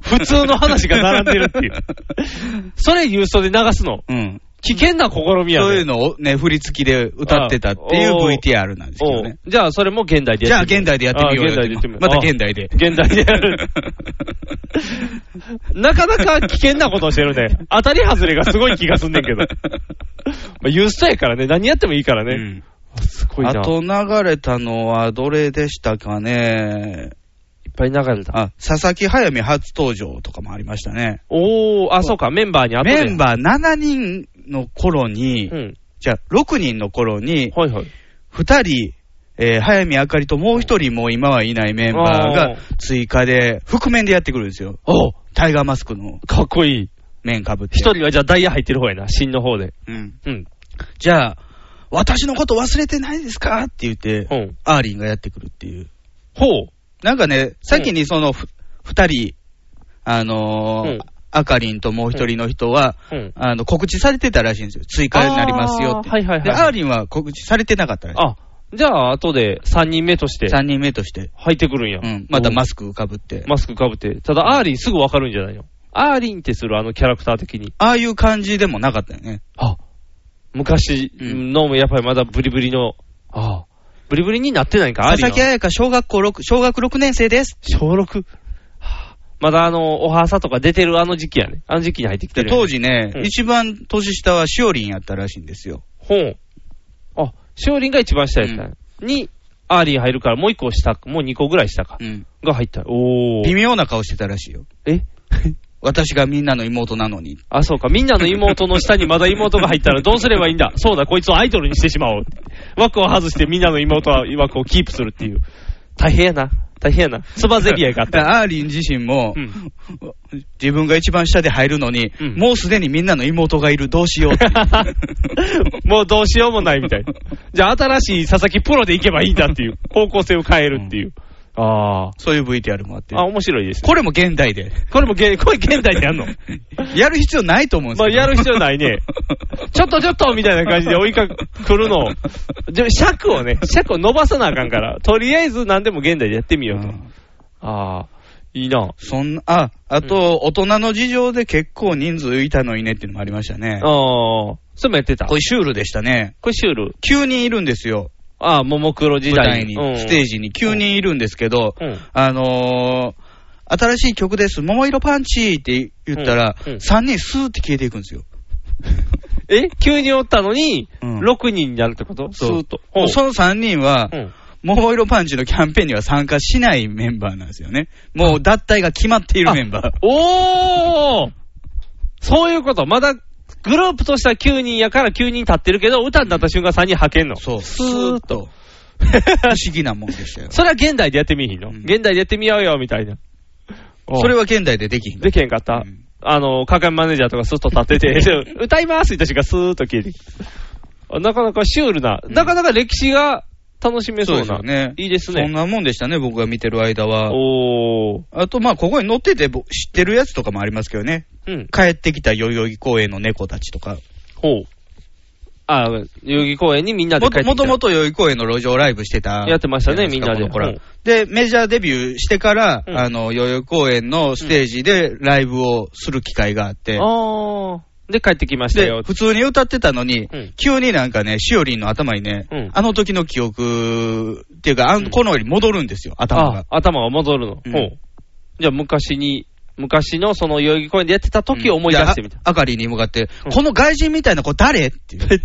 [SPEAKER 3] 普通の話が並んでるって いう。それユーストで流すの。
[SPEAKER 2] うん。
[SPEAKER 3] 危険な試みやね。
[SPEAKER 2] そういうのをね、振り付きで歌ってたってい
[SPEAKER 3] あ
[SPEAKER 2] う
[SPEAKER 3] おー
[SPEAKER 2] VTR なんですけどね。
[SPEAKER 3] おうじゃあ、それも現代で
[SPEAKER 2] じゃあ
[SPEAKER 3] やってみ
[SPEAKER 2] 現代でやってみようよ。
[SPEAKER 3] ああ現代でやってみよう
[SPEAKER 2] また現代で。
[SPEAKER 3] 現代でやる。 なかなか危険なことをしてるね。当たり外れがすごい気がすんね んけど。まあ、ユーストやからね、何やってもいいから
[SPEAKER 2] う
[SPEAKER 3] ね。
[SPEAKER 2] ん
[SPEAKER 3] すごいな。
[SPEAKER 2] あと流れたのはどれでしたかね。
[SPEAKER 3] いっぱい流れた。
[SPEAKER 2] あ、佐々木早見初登場とかもありましたね。
[SPEAKER 3] おー、あ、そうか、メンバーに後で。
[SPEAKER 2] メンバー7人の頃に、
[SPEAKER 3] うん。
[SPEAKER 2] じゃあ6人の頃に、
[SPEAKER 3] はいはい。
[SPEAKER 2] 2人、えー早見あかりともう1人もう今はいないメンバー
[SPEAKER 3] あ
[SPEAKER 2] が追加で、覆面でやってくるんですよ。
[SPEAKER 3] おう
[SPEAKER 2] タイガーマスクの
[SPEAKER 3] かっこいい。
[SPEAKER 2] 面かぶって。
[SPEAKER 3] 一人はじゃあダイヤ入ってる方やな、芯の方で。
[SPEAKER 2] うん。
[SPEAKER 3] うん。
[SPEAKER 2] じゃあ、私のこと忘れてないですかって言って、
[SPEAKER 3] うん。
[SPEAKER 2] アーリンがやってくるっていう。
[SPEAKER 3] ほ
[SPEAKER 2] なんかね、先にそのふ二人、あのー
[SPEAKER 3] うん
[SPEAKER 2] あかりんともう一人の人は、
[SPEAKER 3] う。うん。
[SPEAKER 2] あの告知されてたらしいんですよ。追加になりますよって。
[SPEAKER 3] あーはいはいはい
[SPEAKER 2] で、アーリンは告知されてなかったらしい。
[SPEAKER 3] あ、じゃあ、後で3人目として
[SPEAKER 2] 3人目として。
[SPEAKER 3] 入ってくるんや。
[SPEAKER 2] うん。またマスクかぶって。
[SPEAKER 3] マスクかぶって。ただ、アーリンすぐわかるんじゃないのアーリンってする、あのキャラクター的に。
[SPEAKER 2] ああいう感じでもなかったよね。
[SPEAKER 3] あ昔の、やっぱりまだブリブリの、あブリブリになってないんか、アー
[SPEAKER 2] 佐
[SPEAKER 3] リン
[SPEAKER 2] 々木
[SPEAKER 3] は。
[SPEAKER 2] 彩香小学校6、小学6年生です。
[SPEAKER 3] 小 6? まだあの、おはさとか出てるあの時期やね。あの時期に入ってきて
[SPEAKER 2] で
[SPEAKER 3] る、
[SPEAKER 2] 当。時ね、
[SPEAKER 3] うん
[SPEAKER 2] 一番年下はしおりんやったらしいんですよ。
[SPEAKER 3] ほう。あ、シオリンが一番下やったんや、に、アーリン入るから、もう一個下、もう二個ぐらい下か。
[SPEAKER 2] うん。
[SPEAKER 3] が入った。お
[SPEAKER 2] 微
[SPEAKER 3] ー。
[SPEAKER 2] 妙な顔してたらしいよ。
[SPEAKER 3] え
[SPEAKER 2] 私がみんなの妹なのに。
[SPEAKER 3] あ、そうか。みんなの妹の下にまだ妹が入ったらどうすればいいんだ。 そうだ、こいつをアイドルにしてしまおう。枠を外してみんなの妹は枠をキープするっていう。大変やな。大変やな。つばぜり合いがあっ
[SPEAKER 2] だか
[SPEAKER 3] た。
[SPEAKER 2] らアーリン自身も、
[SPEAKER 3] うん
[SPEAKER 2] 自分が一番下で入るのに、
[SPEAKER 3] うん
[SPEAKER 2] もうすでにみんなの妹がいる、どう しようって。
[SPEAKER 3] もうどうしようもないみたいな。じゃあ新しい佐々木プロで行けばいいんだっていう。方向性を変えるっていう。あ
[SPEAKER 2] そういう VTR もあって
[SPEAKER 3] あ。あ、。面白いですね。
[SPEAKER 2] これも現代 で。
[SPEAKER 3] これもげ、これ現代で やんの
[SPEAKER 2] やる必要ないと思うんです
[SPEAKER 3] まあ
[SPEAKER 2] けど
[SPEAKER 3] や る必要ない ね。ちょっとちょっとみたいな感じで追いかくる のを、じゃ尺をね、尺を伸ばさなあかんから、とりあえず何でも現代でやってみようと。
[SPEAKER 2] うん
[SPEAKER 3] ああ、いいな。
[SPEAKER 2] そんな、あ、あと、大人の事情で結構人数いたのいねっていうのもありましたね
[SPEAKER 3] ああ。、それもやってた。
[SPEAKER 2] こ
[SPEAKER 3] こ
[SPEAKER 2] れシュールでしたね。
[SPEAKER 3] れシュール。
[SPEAKER 2] 9人いるんですよ。
[SPEAKER 3] ああ、ももクロ時
[SPEAKER 2] 舞
[SPEAKER 3] 代
[SPEAKER 2] 台
[SPEAKER 3] に。
[SPEAKER 2] に、
[SPEAKER 3] うん
[SPEAKER 2] ステージに9人いるんですけど、
[SPEAKER 3] うん
[SPEAKER 2] あのー、新しい曲です、桃色パンチって言ったら、
[SPEAKER 3] うんうん
[SPEAKER 2] 3人スーって消えていくんですよ。
[SPEAKER 3] え急におったのに、
[SPEAKER 2] うん
[SPEAKER 3] 6人になるってことス
[SPEAKER 2] そう
[SPEAKER 3] ーッと。
[SPEAKER 2] もう
[SPEAKER 3] う
[SPEAKER 2] その3人は
[SPEAKER 3] う、ん。
[SPEAKER 2] 桃色パンチのキャンペーンには参加しないメンバーなんですよね。もう脱退が決まっているメンバ
[SPEAKER 3] おーそういうこと。まだ、グループとしては9人やから9人立ってるけど、歌になった瞬間3人派遣の
[SPEAKER 2] ー。。そう、ス
[SPEAKER 3] ー
[SPEAKER 2] ー
[SPEAKER 3] ッ
[SPEAKER 2] ッと。不思議なもんでしたよ。
[SPEAKER 3] それは現代でやってみひんの、
[SPEAKER 2] うん
[SPEAKER 3] 現代でやってみようよ、みたいな。
[SPEAKER 2] それ
[SPEAKER 3] は
[SPEAKER 2] は現代でできひんか
[SPEAKER 3] で
[SPEAKER 2] っ
[SPEAKER 3] きへんかった、
[SPEAKER 2] うん
[SPEAKER 3] あの、かマネージャーとかスッと立ってて、 歌いますって人がスーッと消えてあなかなかシュールな、
[SPEAKER 2] ん
[SPEAKER 3] なかなか歴史が楽し
[SPEAKER 2] た。
[SPEAKER 3] めそう
[SPEAKER 2] そう
[SPEAKER 3] な。
[SPEAKER 2] ですよね。
[SPEAKER 3] いいです
[SPEAKER 2] そん
[SPEAKER 3] ね。
[SPEAKER 2] なもんでしたね、僕が見てる間は。
[SPEAKER 3] おー。
[SPEAKER 2] あと、まあ、ここに載ってて僕知ってるやつとかもありますけどね。
[SPEAKER 3] うん。
[SPEAKER 2] 帰ってきた代々木公園の猫たちとか。
[SPEAKER 3] ほう。あ、代々木公園にみんなで
[SPEAKER 2] も
[SPEAKER 3] 帰って
[SPEAKER 2] と
[SPEAKER 3] きた
[SPEAKER 2] もともと代々木公園の路上ライブしてた。
[SPEAKER 3] やってましたね
[SPEAKER 2] じゃいす
[SPEAKER 3] みんなで
[SPEAKER 2] かこの頃
[SPEAKER 3] うん
[SPEAKER 2] で、メジャーデビューしてから、
[SPEAKER 3] うん
[SPEAKER 2] あの、代々木公園のステージでライブをする機会があって、
[SPEAKER 3] あー。で、帰ってきました
[SPEAKER 2] で
[SPEAKER 3] よ、。
[SPEAKER 2] 普通に歌ってたのに、
[SPEAKER 3] うん
[SPEAKER 2] 急になんかね、しおりんの頭にね、
[SPEAKER 3] うん
[SPEAKER 2] あの時の記憶っていうか、あ
[SPEAKER 3] うん
[SPEAKER 2] んこのより戻るんですよ、頭
[SPEAKER 3] あ
[SPEAKER 2] が。
[SPEAKER 3] 頭が戻るの。
[SPEAKER 2] うん
[SPEAKER 3] ほう。じゃあ、昔に、昔のその代々木公園でやってた時を思い出してみた
[SPEAKER 2] う。んでああかりに向かって、
[SPEAKER 3] うん
[SPEAKER 2] この外人みたいな子誰っていう。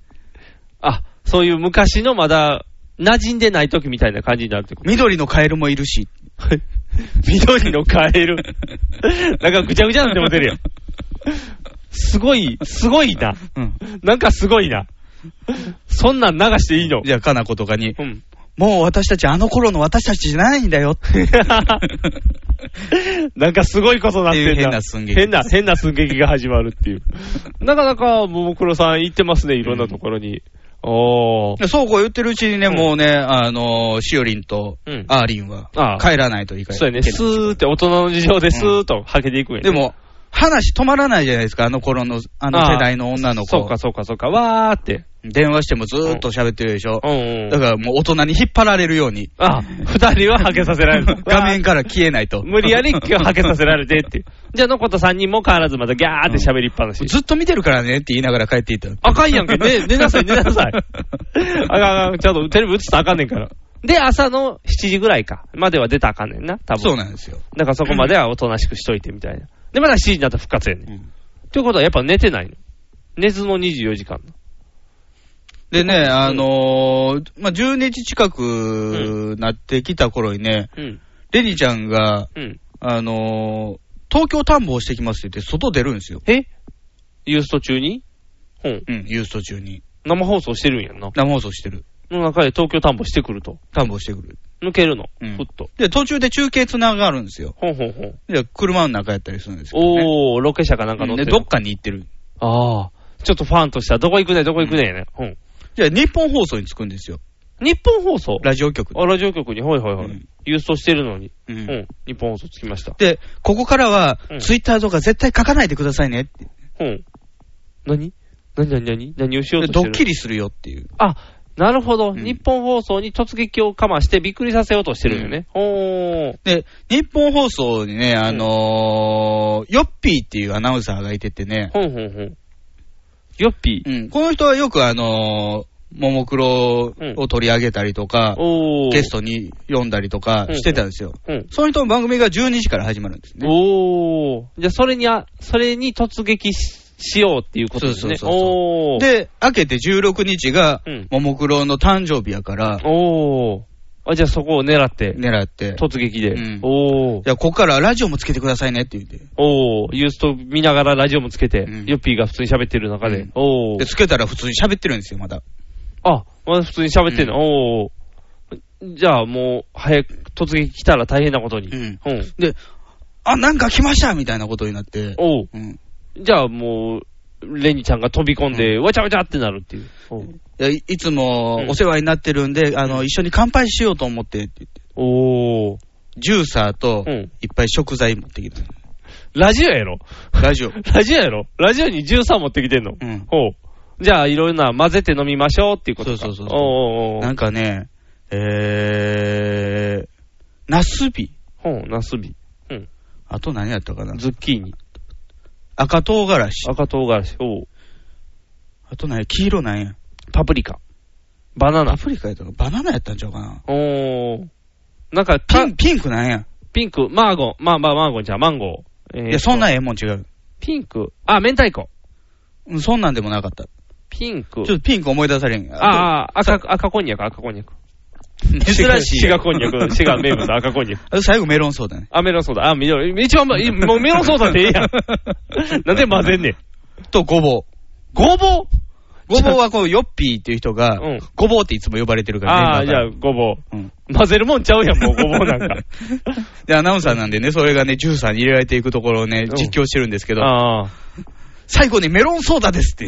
[SPEAKER 3] あ、そういう昔のまだ馴染んでない時みたいな感じになるってこと
[SPEAKER 2] 緑のカエルもいるし。
[SPEAKER 3] 緑のカエル。なんかぐちゃぐちゃなんても出るよ。すごい、すごいな。
[SPEAKER 2] うん。
[SPEAKER 3] なんかすごいな。そんなん流していいの。
[SPEAKER 2] じゃあ、かな子とかに、
[SPEAKER 3] うん。
[SPEAKER 2] もう私たち、あの頃の私たちじゃないんだよっ て。
[SPEAKER 3] なんかすごいことになってんだ。
[SPEAKER 2] っていう変な寸劇
[SPEAKER 3] 変な、変な寸劇が始まるっていう。なかなか、ももクロさん行ってますね、いろんなところに。おー。
[SPEAKER 2] そうこう言ってるうちにね、
[SPEAKER 3] うん
[SPEAKER 2] もうね、あのー、しおりんと
[SPEAKER 3] うん
[SPEAKER 2] あーりんは
[SPEAKER 3] ああ
[SPEAKER 2] 帰らないといいから。
[SPEAKER 3] そうやね、スーって大人の事情でスーっとはけていくんや
[SPEAKER 2] で、
[SPEAKER 3] ね
[SPEAKER 2] も、話止まらないじゃないですか、あの頃の、あの世代の女の子。
[SPEAKER 3] そうかそうかそうか、わーって。
[SPEAKER 2] 電話してもずーっと喋ってるでしょ
[SPEAKER 3] う。ん、うん。
[SPEAKER 2] だからもう大人に引っ張られるように。。
[SPEAKER 3] あ、二人ははけさせられる
[SPEAKER 2] 画面から消えないと。
[SPEAKER 3] 無理やり今日はけさせられて って。じゃあ残った三人も変わらずまたギャーって喋りっぱなし。
[SPEAKER 2] ずっと見てるからねって言いながら帰っていったの。
[SPEAKER 3] あかんやんけ。 ね、寝なさい、寝なさい。あかんあかん、ちゃんとテレビ映したらあかんねんから。で、朝の7時ぐらいか。までは出たらあかんねんな、多分。
[SPEAKER 2] そうなんですよ。
[SPEAKER 3] だからそこまではおとなしくしといてみたいな。で、まだ7時になったら復活やねん。
[SPEAKER 2] うん
[SPEAKER 3] ということはやっぱ寝てないの。寝ずの24時間の。
[SPEAKER 2] でね、あのーまあ、10日近くなってきた頃にね、
[SPEAKER 3] うん。
[SPEAKER 2] レニちゃんが、
[SPEAKER 3] うん。
[SPEAKER 2] あのー東京探訪してきますって言って、外出るんですよ。
[SPEAKER 3] えユースト中にうん。
[SPEAKER 2] うん、ユースト中に。
[SPEAKER 3] 生放送してるんやんな。
[SPEAKER 2] 生放送してる。
[SPEAKER 3] の中で東京探訪してくると。
[SPEAKER 2] 探訪してくる。
[SPEAKER 3] 抜けるの。
[SPEAKER 2] うん
[SPEAKER 3] ふっと。
[SPEAKER 2] で、途中で中継つながるんですよ。
[SPEAKER 3] ほんほんほん。
[SPEAKER 2] で、車の中やったりするんですけど、ね。
[SPEAKER 3] おー、ロケ車かなんか乗
[SPEAKER 2] う
[SPEAKER 3] っ
[SPEAKER 2] ん
[SPEAKER 3] て
[SPEAKER 2] で、
[SPEAKER 3] る。
[SPEAKER 2] どっかに行ってる。
[SPEAKER 3] ああ。ちょっとファンとしては、どこ行くねどこ行くねやね。うん。
[SPEAKER 2] じゃあ、日本放送に着くんですよ。
[SPEAKER 3] 日本放送
[SPEAKER 2] ラジオ局に。
[SPEAKER 3] あ、ラジオ局に、はいはいは
[SPEAKER 2] う
[SPEAKER 3] い
[SPEAKER 2] ん。
[SPEAKER 3] 郵送してるのに。
[SPEAKER 2] う
[SPEAKER 3] うんん。日本放送つきました。
[SPEAKER 2] で、ここからは
[SPEAKER 3] う、ん
[SPEAKER 2] ツイッターとか絶対書かないでくださいねって。
[SPEAKER 3] うん。何何何何何をしよう
[SPEAKER 2] で
[SPEAKER 3] と
[SPEAKER 2] ド
[SPEAKER 3] してる
[SPEAKER 2] ッキリするよっていう。
[SPEAKER 3] あ、なるほど。
[SPEAKER 2] ん
[SPEAKER 3] 日本放送に突撃をかましてびっくりさせようとしてるんよね。おー。
[SPEAKER 2] で、日本放送にね、あのーヨッピーっていうアナウンサーがいててね、
[SPEAKER 3] ほんほんほん。よっぴー。
[SPEAKER 2] うん、この人はよくあのーももクロを取り上げたりとか、
[SPEAKER 3] おー。
[SPEAKER 2] ゲストに読んだりとかしてたんですよ。
[SPEAKER 3] うん。
[SPEAKER 2] その人の番組が12時から始まるんですね。
[SPEAKER 3] おー。じゃあ、それにあ、それに突撃ししようっていうことですね。
[SPEAKER 2] そうそうそうそう
[SPEAKER 3] おー。、
[SPEAKER 2] で、明けて16日が
[SPEAKER 3] うん、
[SPEAKER 2] ももクロの誕生日やから、
[SPEAKER 3] おー。あ、じゃあそこを狙って、
[SPEAKER 2] 狙って、
[SPEAKER 3] 突撃で。
[SPEAKER 2] うん
[SPEAKER 3] おー
[SPEAKER 2] じ。ゃあ、ここからラジオもつけてくださいねって言って、
[SPEAKER 3] おー、ユースト見ながらラジオもつけて、
[SPEAKER 2] うん
[SPEAKER 3] ヨッピーが普通に喋ってる中で、
[SPEAKER 2] うん
[SPEAKER 3] お
[SPEAKER 2] で
[SPEAKER 3] ー。
[SPEAKER 2] つけたら普通に喋ってるんですよ、まだ。
[SPEAKER 3] あ、まあ、普通に喋ってんの、おー。じゃあもう、早く突撃来たら大変なことに。
[SPEAKER 2] うん
[SPEAKER 3] うん。
[SPEAKER 2] で、あ、なんか来ましたみたいなことになって、
[SPEAKER 3] おう
[SPEAKER 2] うん、
[SPEAKER 3] じゃあもう、レニちゃんが飛び込んで、わちゃわちゃってなるっていう。おう
[SPEAKER 2] いやいいつも
[SPEAKER 3] うん
[SPEAKER 2] お世話になってるんで、あの、一緒に乾杯しようと思ってって言って、
[SPEAKER 3] おー。
[SPEAKER 2] ジューサーと
[SPEAKER 3] うん
[SPEAKER 2] いっぱい食材持ってきた。
[SPEAKER 3] ラジオやろ
[SPEAKER 2] ラジオ。
[SPEAKER 3] ラジオやろラジオに13持ってきてんの、
[SPEAKER 2] うん
[SPEAKER 3] ほう。じゃあ、いろんな混ぜて飲みましょうっていうことか。
[SPEAKER 2] そうそうそうそう
[SPEAKER 3] おうおうおう
[SPEAKER 2] なんかね、えー、ナスビ
[SPEAKER 3] ほう、ナスビ。うん。
[SPEAKER 2] あと何やったかな
[SPEAKER 3] ズッキーニ。
[SPEAKER 2] 赤唐辛子。
[SPEAKER 3] 赤唐辛子。おう。
[SPEAKER 2] あと何や黄色なんや
[SPEAKER 3] パプリカ。バナナ
[SPEAKER 2] パ。プリカやったかバナナやったんちゃうかな
[SPEAKER 3] おー。なんか、
[SPEAKER 2] ピ
[SPEAKER 3] ピン
[SPEAKER 2] ン、ピンクなんや
[SPEAKER 3] ピンク、マーゴン、まあまあ、マーゴンじゃん、マンゴー。えー
[SPEAKER 2] いや、そんなんええもん違う。
[SPEAKER 3] ピンク、あ、明太子。
[SPEAKER 2] うんそんなんでもなかった。ち
[SPEAKER 3] ピンク
[SPEAKER 2] ょっ。とピンク思い出されん。 あ
[SPEAKER 3] ああ、赤、赤こんにゃく、赤こんにゃく。
[SPEAKER 2] 珍しい。
[SPEAKER 3] 滋賀こんにゃく、滋賀名物、赤こんにゃく。
[SPEAKER 2] あ最後メロンソーダね。
[SPEAKER 3] あ、メロンソーダ。あ、緑。一番ま、いもうメロンソーダでええやん。 なんで混 ぜんねん。
[SPEAKER 2] と、ごぼう。
[SPEAKER 3] ごぼ
[SPEAKER 2] ごぼうはこう、ヨッピーっていう人が
[SPEAKER 3] うん、
[SPEAKER 2] ごぼうっていつも呼ばれてる
[SPEAKER 3] う
[SPEAKER 2] から
[SPEAKER 3] あ
[SPEAKER 2] ね。
[SPEAKER 3] あ、
[SPEAKER 2] 今
[SPEAKER 3] じ
[SPEAKER 2] か
[SPEAKER 3] ゃ
[SPEAKER 2] ら
[SPEAKER 3] あ、ごぼ
[SPEAKER 2] うん
[SPEAKER 3] う。混ぜるもんちゃうやん、もうごぼう なんか。
[SPEAKER 2] で、アナウンサーなんでね、それがね、ジューサーに入れられていくところをね
[SPEAKER 3] う、ん
[SPEAKER 2] 実況してるんですけど、
[SPEAKER 3] ああ。
[SPEAKER 2] 最後にメロンソーダです って。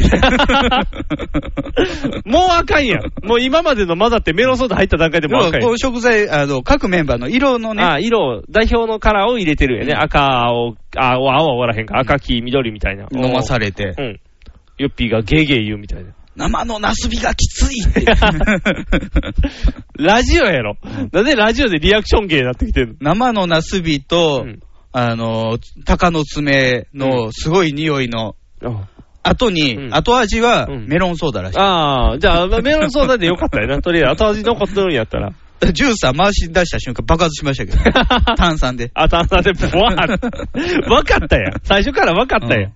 [SPEAKER 3] もうあかんやん。もう今までの混ざってメロンソーダ入った段階で
[SPEAKER 2] で
[SPEAKER 3] もう
[SPEAKER 2] も
[SPEAKER 3] あかんや
[SPEAKER 2] こ
[SPEAKER 3] ん
[SPEAKER 2] う。食材、あの、各メンバーの色の
[SPEAKER 3] あ
[SPEAKER 2] ね、
[SPEAKER 3] あ、色を、代表のカラーを入れてるよね。
[SPEAKER 2] うん
[SPEAKER 3] 赤、青、青、青はおらへんか。赤、黄、緑みたいな。
[SPEAKER 2] 飲まさ
[SPEAKER 3] れ
[SPEAKER 2] れて、
[SPEAKER 3] うん。ヨッピーがゲーゲー言うみ たいな。
[SPEAKER 2] 生のナスビがきつ いって。
[SPEAKER 3] ラジオやろ。なんでラジオでリアクションゲーになってきてる
[SPEAKER 2] 生のナスビ
[SPEAKER 3] の
[SPEAKER 2] と、
[SPEAKER 3] うん
[SPEAKER 2] あの、鷹の爪のすごい匂いの
[SPEAKER 3] あ
[SPEAKER 2] 後に、
[SPEAKER 3] うん
[SPEAKER 2] 後味は
[SPEAKER 3] うん
[SPEAKER 2] メロンソーダらしい。
[SPEAKER 3] ああ、じゃあ、メロンソーダでよかったよな。とりあえず、後味残ってるんやったら。
[SPEAKER 2] ジューサー回し出した瞬間爆発し ましたけど、 炭酸で。
[SPEAKER 3] あ、炭酸でブワー って。わかったやん。最初からわかったやん。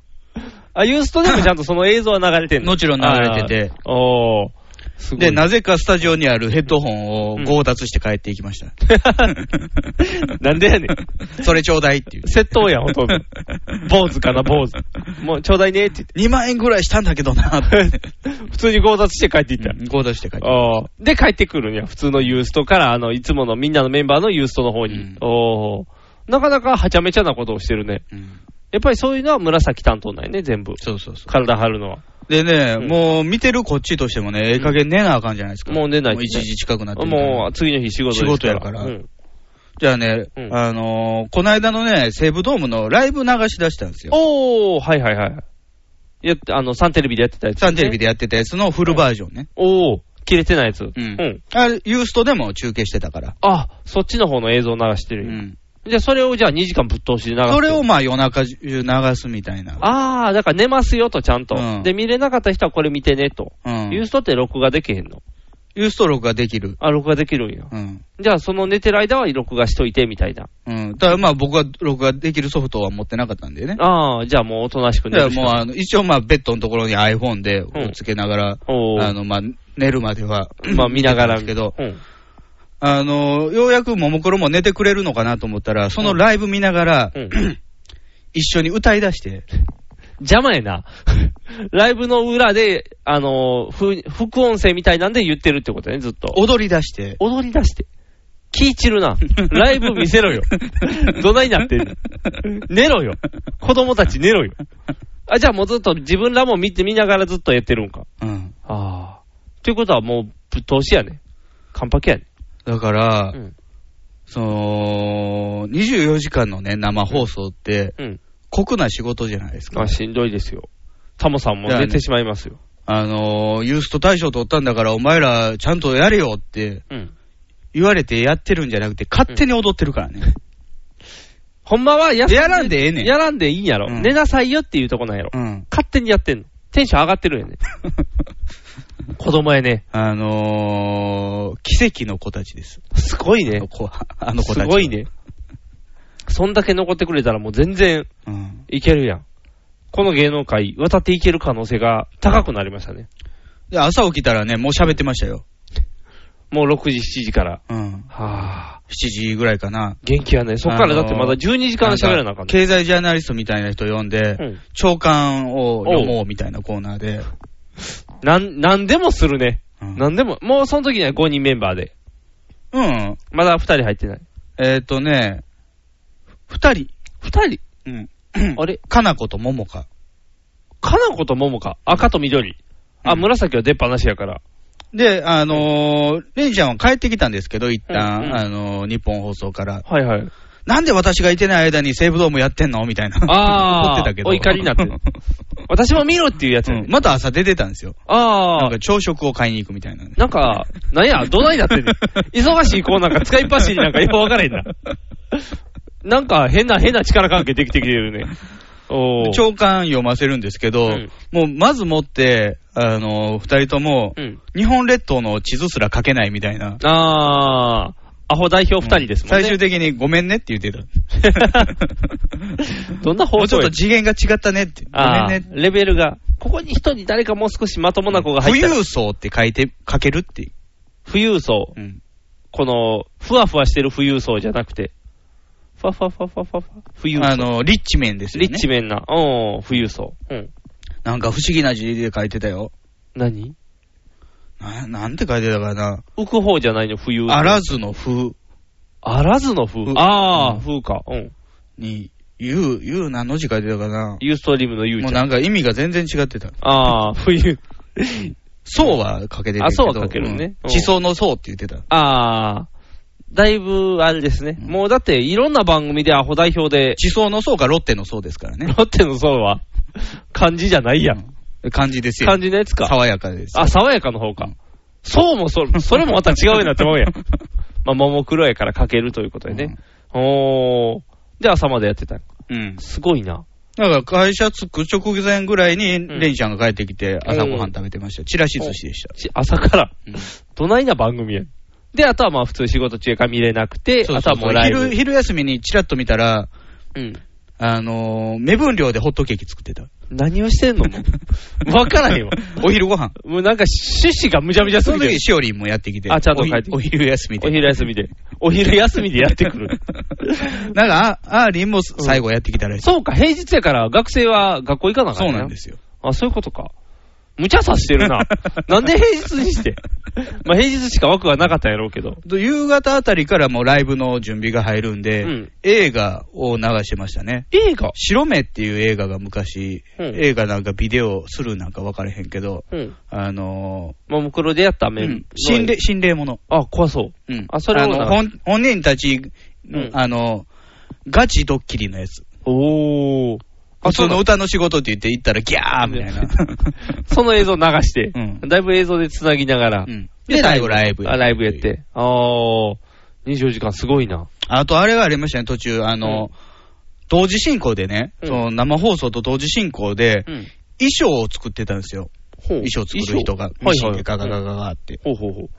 [SPEAKER 3] あ、ユーストでもちゃんとその映像は流れてんの
[SPEAKER 2] もちろん流れてて。
[SPEAKER 3] あーおー。すごい
[SPEAKER 2] で、 なぜかスタジオにあるヘッドホンを強奪して帰っていきました。
[SPEAKER 3] なんでやねん。
[SPEAKER 2] それちょうだいっていう。
[SPEAKER 3] 窃盗やん、ほとんど。坊主かな、坊主。もう、ちょうだいねって
[SPEAKER 2] 2万円ぐらいしたんだけどな って
[SPEAKER 3] 言って。 普通に強奪して帰っていった。
[SPEAKER 2] 強奪して帰って。
[SPEAKER 3] ああで、帰ってくるには、普通のユーストから、あの、いつものみんなのメンバーのユーストの方に。
[SPEAKER 2] うん
[SPEAKER 3] おーなかなかはちゃめちゃなことをしてるね。
[SPEAKER 2] うん
[SPEAKER 3] やっぱりそういうのは紫担当なんやね、全部。
[SPEAKER 2] そうそうそ
[SPEAKER 3] 体張るのは。
[SPEAKER 2] う。でね、
[SPEAKER 3] うん
[SPEAKER 2] もう見てるこっちとしてもね、ええ加減寝なあかんじゃないですか。
[SPEAKER 3] もう寝ない
[SPEAKER 2] もう1時近くなってるから
[SPEAKER 3] もう、次の日仕事ですから
[SPEAKER 2] 仕事やから
[SPEAKER 3] うん
[SPEAKER 2] じゃあね、
[SPEAKER 3] うん
[SPEAKER 2] あのーこの間のね、西武ドームのライブ流し出したんですよ。
[SPEAKER 3] おー、はいはいはい。やって、あの、サンテレビでやってたやつ、
[SPEAKER 2] サンテレビで。やってたやつのフルバージョンね。
[SPEAKER 3] おー、切れてないやつ。
[SPEAKER 2] うん。あれ、ユーストでも中継してたから。
[SPEAKER 3] あ、そっちの方の映像流して
[SPEAKER 2] う
[SPEAKER 3] る。
[SPEAKER 2] ん。
[SPEAKER 3] じゃあ、それをじゃあ2時間ぶっ通しで流す。
[SPEAKER 2] それをまあ夜中中流すみたいな。
[SPEAKER 3] あー、だから寝ますよと、ちゃんと、
[SPEAKER 2] うん
[SPEAKER 3] で、見れなかった人はこれ見てねと。
[SPEAKER 2] うん。
[SPEAKER 3] ユーストって録画できへんの
[SPEAKER 2] ユースト録ができる。
[SPEAKER 3] あ、録画できるんや。
[SPEAKER 2] うん。
[SPEAKER 3] じゃあ、その寝てる間は録画しといて、みたいな。
[SPEAKER 2] うん。ただまあ僕は録画できるソフトは持ってなかったんでね。
[SPEAKER 3] あー、じゃあもうおとなしく寝
[SPEAKER 2] だから
[SPEAKER 3] るしか
[SPEAKER 2] もうあの、一応まあベッドのところに iPhone で
[SPEAKER 3] ん
[SPEAKER 2] くっつけながら、
[SPEAKER 3] おー
[SPEAKER 2] あのまあ寝るまでは、
[SPEAKER 3] まあ見ながら
[SPEAKER 2] 見てたんですけど、
[SPEAKER 3] うん。
[SPEAKER 2] あの、ようやくももクロも寝てくれるのかなと思ったら、そのライブ見ながら、
[SPEAKER 3] うん
[SPEAKER 2] 一緒に歌い出して、
[SPEAKER 3] 邪魔やな。 ライブの裏で、あのーふ副音声みたいなんで言ってるってことね、ずっと。
[SPEAKER 2] 踊り出して、
[SPEAKER 3] 踊り出して。聞い散るな。ライブ見せろ よ。どないなってんの寝ろよ。子供たち寝ろよ。あ、じゃあもうずっと自分らも見て、見ながらずっとやってるんか。
[SPEAKER 2] うん。
[SPEAKER 3] ああ。ということはもうぶっ通しやね。完璧やね。
[SPEAKER 2] だから、
[SPEAKER 3] うん。
[SPEAKER 2] その、24時間のね、生放送って、
[SPEAKER 3] うん。
[SPEAKER 2] 酷な仕事じゃないですか
[SPEAKER 3] あ、。しんどいですよ。タモさんも
[SPEAKER 2] だよね
[SPEAKER 3] 寝てしまいますよ。
[SPEAKER 2] あのー、ユースト大賞取ったんだから、お前らちゃんとやれよって
[SPEAKER 3] うん。
[SPEAKER 2] 言われてやってるんじゃなくて、勝手に踊ってるからね。
[SPEAKER 3] ほんまはや
[SPEAKER 2] やらんでええねん
[SPEAKER 3] やらんでいいんやろ。
[SPEAKER 2] うん
[SPEAKER 3] 寝なさいよっていうとこなんやろ。
[SPEAKER 2] うん。
[SPEAKER 3] 勝手にやってんの。テンション上がってるんやね。子供やね。
[SPEAKER 2] あのー、奇跡の子たちです。
[SPEAKER 3] すごい
[SPEAKER 2] あ
[SPEAKER 3] ね
[SPEAKER 2] の。子はあの子た
[SPEAKER 3] す
[SPEAKER 2] ち。
[SPEAKER 3] ごい。ね。そんだけ残ってくれたらもう全然
[SPEAKER 2] うん。
[SPEAKER 3] いけるやん。この芸能界、渡っていける可能性が高くなりましたね。
[SPEAKER 2] で、朝起きたらね、もう喋ってましたよ。
[SPEAKER 3] もう6時、7時から。
[SPEAKER 2] うん。
[SPEAKER 3] はぁ、
[SPEAKER 2] 7時ぐらいかな。
[SPEAKER 3] 元気やね。そっからだってまだ12時間喋らなあかんね
[SPEAKER 2] 経済ジャーナリストみたいな人呼んで、
[SPEAKER 3] うん
[SPEAKER 2] 長官を読もうみたいなコーナーで。
[SPEAKER 3] なん、なんでもするね。
[SPEAKER 2] うん
[SPEAKER 3] なんでも。もうその時には5人メンバーで。
[SPEAKER 2] うん。
[SPEAKER 3] まだ2人入ってない。
[SPEAKER 2] えっ、とね、二人。
[SPEAKER 3] 2人
[SPEAKER 2] うん。
[SPEAKER 3] あれ
[SPEAKER 2] かなことももか。
[SPEAKER 3] かなことももか。赤と緑。あ、
[SPEAKER 2] うん
[SPEAKER 3] 紫は出っ放しやから。
[SPEAKER 2] で、あのー、レンちゃんは帰ってきたんですけど、一旦、
[SPEAKER 3] うんうん
[SPEAKER 2] あのー日本放送から。
[SPEAKER 3] はいはい。
[SPEAKER 2] なんで私がいてない間に西武ドームやってんのみたいな。
[SPEAKER 3] あー
[SPEAKER 2] 怒ってたけど。
[SPEAKER 3] お怒りに なってる私も見ろっていうやつ、
[SPEAKER 2] うんまた朝出てたんですよ。
[SPEAKER 3] あ
[SPEAKER 2] な
[SPEAKER 3] あ
[SPEAKER 2] んか、朝食を買いに行くみたいなね。
[SPEAKER 3] なんか、なんや、どないなってんねん忙しい子なんか使いっ走りなんかよくわからへんな。なんか変な、変な力関係できてきてるね。おー。
[SPEAKER 2] 長官読ませるんですけど、
[SPEAKER 3] うん
[SPEAKER 2] もうまず持って、あのー、二人とも、
[SPEAKER 3] うん。
[SPEAKER 2] 日本列島の地図すら書けないみたいな。
[SPEAKER 3] あー、アホ代表二人ですもんね。
[SPEAKER 2] 最終的にごめんねって言ってた。
[SPEAKER 3] どんな
[SPEAKER 2] も
[SPEAKER 3] 放
[SPEAKER 2] うちょっ
[SPEAKER 3] 送や
[SPEAKER 2] と次元が違ったねって。ごめ
[SPEAKER 3] あ
[SPEAKER 2] んねっ
[SPEAKER 3] ー
[SPEAKER 2] て。
[SPEAKER 3] レベルが。ここに一人誰かもう少しまともな子が入
[SPEAKER 2] 富
[SPEAKER 3] ったら。
[SPEAKER 2] 裕層って書いて、書けるっていう。
[SPEAKER 3] 富裕層。
[SPEAKER 2] うん。
[SPEAKER 3] この、ふわふわしてる富裕層じゃなくて。ふわふわふわふわふわ。富裕層。
[SPEAKER 2] あの、リッチメンですよね。
[SPEAKER 3] リッチメンな。うん、富裕層。うん。
[SPEAKER 2] なんか不思議な字で書いてたよ。
[SPEAKER 3] 何
[SPEAKER 2] ななんて書いてたかな。
[SPEAKER 3] 浮く方じゃないの、富裕層。
[SPEAKER 2] あらずの風
[SPEAKER 3] あらずの風
[SPEAKER 2] う。
[SPEAKER 3] ああ、
[SPEAKER 2] うん
[SPEAKER 3] 風か。うん。
[SPEAKER 2] に、ゆう、ゆう何の字書いてたかな。
[SPEAKER 3] ユーストリームのユー
[SPEAKER 2] もう
[SPEAKER 3] ちゃ。
[SPEAKER 2] なんんか意味が全然違ってた。
[SPEAKER 3] ああ、冬。
[SPEAKER 2] そうは書けてたけど。
[SPEAKER 3] あそうは書けるね
[SPEAKER 2] う
[SPEAKER 3] うんん
[SPEAKER 2] 地層の層って言ってた。
[SPEAKER 3] ああ、だいぶ、あれですね。
[SPEAKER 2] うん
[SPEAKER 3] もうだって、いろんな番組でアホ代表で、
[SPEAKER 2] 地層の層がロッテの層ですからね。
[SPEAKER 3] ロッテの層は、漢字じゃないやん。
[SPEAKER 2] うん感じですよ
[SPEAKER 3] 漢。字のやつか。
[SPEAKER 2] 爽やかです。
[SPEAKER 3] あ、爽やかの方か
[SPEAKER 2] うん。
[SPEAKER 3] そうもそれ、それもまた違うようになってま うやん。まあ、ももクロやから書けるということでね。おー。で、朝までやってた。
[SPEAKER 2] うん。
[SPEAKER 3] すごいな。
[SPEAKER 2] だから会社着く直前ぐらいに、
[SPEAKER 3] ん
[SPEAKER 2] レンちゃんが帰ってきて朝ごはん食べてました。チラシ寿司でした。
[SPEAKER 3] ち朝から。
[SPEAKER 2] うん
[SPEAKER 3] どないな番組やん。で、あとはまあ、普通仕事中やから見れなくて、
[SPEAKER 2] そう
[SPEAKER 3] あ
[SPEAKER 2] そ
[SPEAKER 3] と
[SPEAKER 2] うそ
[SPEAKER 3] はも
[SPEAKER 2] う
[SPEAKER 3] うライ
[SPEAKER 2] 昼
[SPEAKER 3] ブ。
[SPEAKER 2] 昼休みにチラッと見たら、
[SPEAKER 3] うん
[SPEAKER 2] あのー目分量でホットケーキ作ってた。
[SPEAKER 3] 何を してんのもう。わからへんわ。
[SPEAKER 2] お昼ご飯。
[SPEAKER 3] もうなんか趣旨がむちゃむちゃす
[SPEAKER 2] そ
[SPEAKER 3] ぎ
[SPEAKER 2] の
[SPEAKER 3] て
[SPEAKER 2] 時、。しおりんもやってきて。
[SPEAKER 3] あちゃんと帰って
[SPEAKER 2] お昼お昼休み
[SPEAKER 3] お
[SPEAKER 2] で。
[SPEAKER 3] 昼休みで。お昼休みでやってく る。
[SPEAKER 2] なんか、ああーりんも最後やってきたらしい。
[SPEAKER 3] そうか、平日やから学生は学校行かなあか
[SPEAKER 2] そうなん
[SPEAKER 3] す
[SPEAKER 2] ですよ。
[SPEAKER 3] あ、そういうことか。無茶さしてる な。なんで平日にして。まあ平日しか枠がなかったんやろうけど。
[SPEAKER 2] と夕方あたりからもうライブの準備が入るんで、
[SPEAKER 3] うん
[SPEAKER 2] 映画を流してましたね。
[SPEAKER 3] 映画
[SPEAKER 2] 白目っていう映画が昔、
[SPEAKER 3] うん
[SPEAKER 2] 映画なんかビデオするなんか分からへんけど、
[SPEAKER 3] うん。
[SPEAKER 2] あの
[SPEAKER 3] ももクロでやった
[SPEAKER 2] ー、うん
[SPEAKER 3] 面。
[SPEAKER 2] 心霊、心霊もの。
[SPEAKER 3] あ、怖そう。
[SPEAKER 2] うん
[SPEAKER 3] あそれを
[SPEAKER 2] あ
[SPEAKER 3] な
[SPEAKER 2] の、本本人たち、
[SPEAKER 3] うん
[SPEAKER 2] あの、ガチドッキリのやつ。
[SPEAKER 3] おー。あ、
[SPEAKER 2] 普
[SPEAKER 3] そ
[SPEAKER 2] 通の
[SPEAKER 3] の、
[SPEAKER 2] 歌の仕事って言って行ったらギャーみ たいな。
[SPEAKER 3] その映像流して、
[SPEAKER 2] うん
[SPEAKER 3] だいぶ映像で繋ぎながら、
[SPEAKER 2] うんで、最後ライブ。
[SPEAKER 3] あ、ライブやっ。て。あー、24時間すごいな。
[SPEAKER 2] あと、あれがありましたね、途中。あの、同時進行でね、
[SPEAKER 3] うん
[SPEAKER 2] その生放送と同時進行で、
[SPEAKER 3] うん。
[SPEAKER 2] 衣装を作ってたんですよ。
[SPEAKER 3] ほう
[SPEAKER 2] 衣装作る人が。
[SPEAKER 3] 衣
[SPEAKER 2] ミ
[SPEAKER 3] 装
[SPEAKER 2] シ
[SPEAKER 3] は
[SPEAKER 2] ン
[SPEAKER 3] いは
[SPEAKER 2] で
[SPEAKER 3] い。
[SPEAKER 2] ガガガガガって。
[SPEAKER 3] ほうほうほう。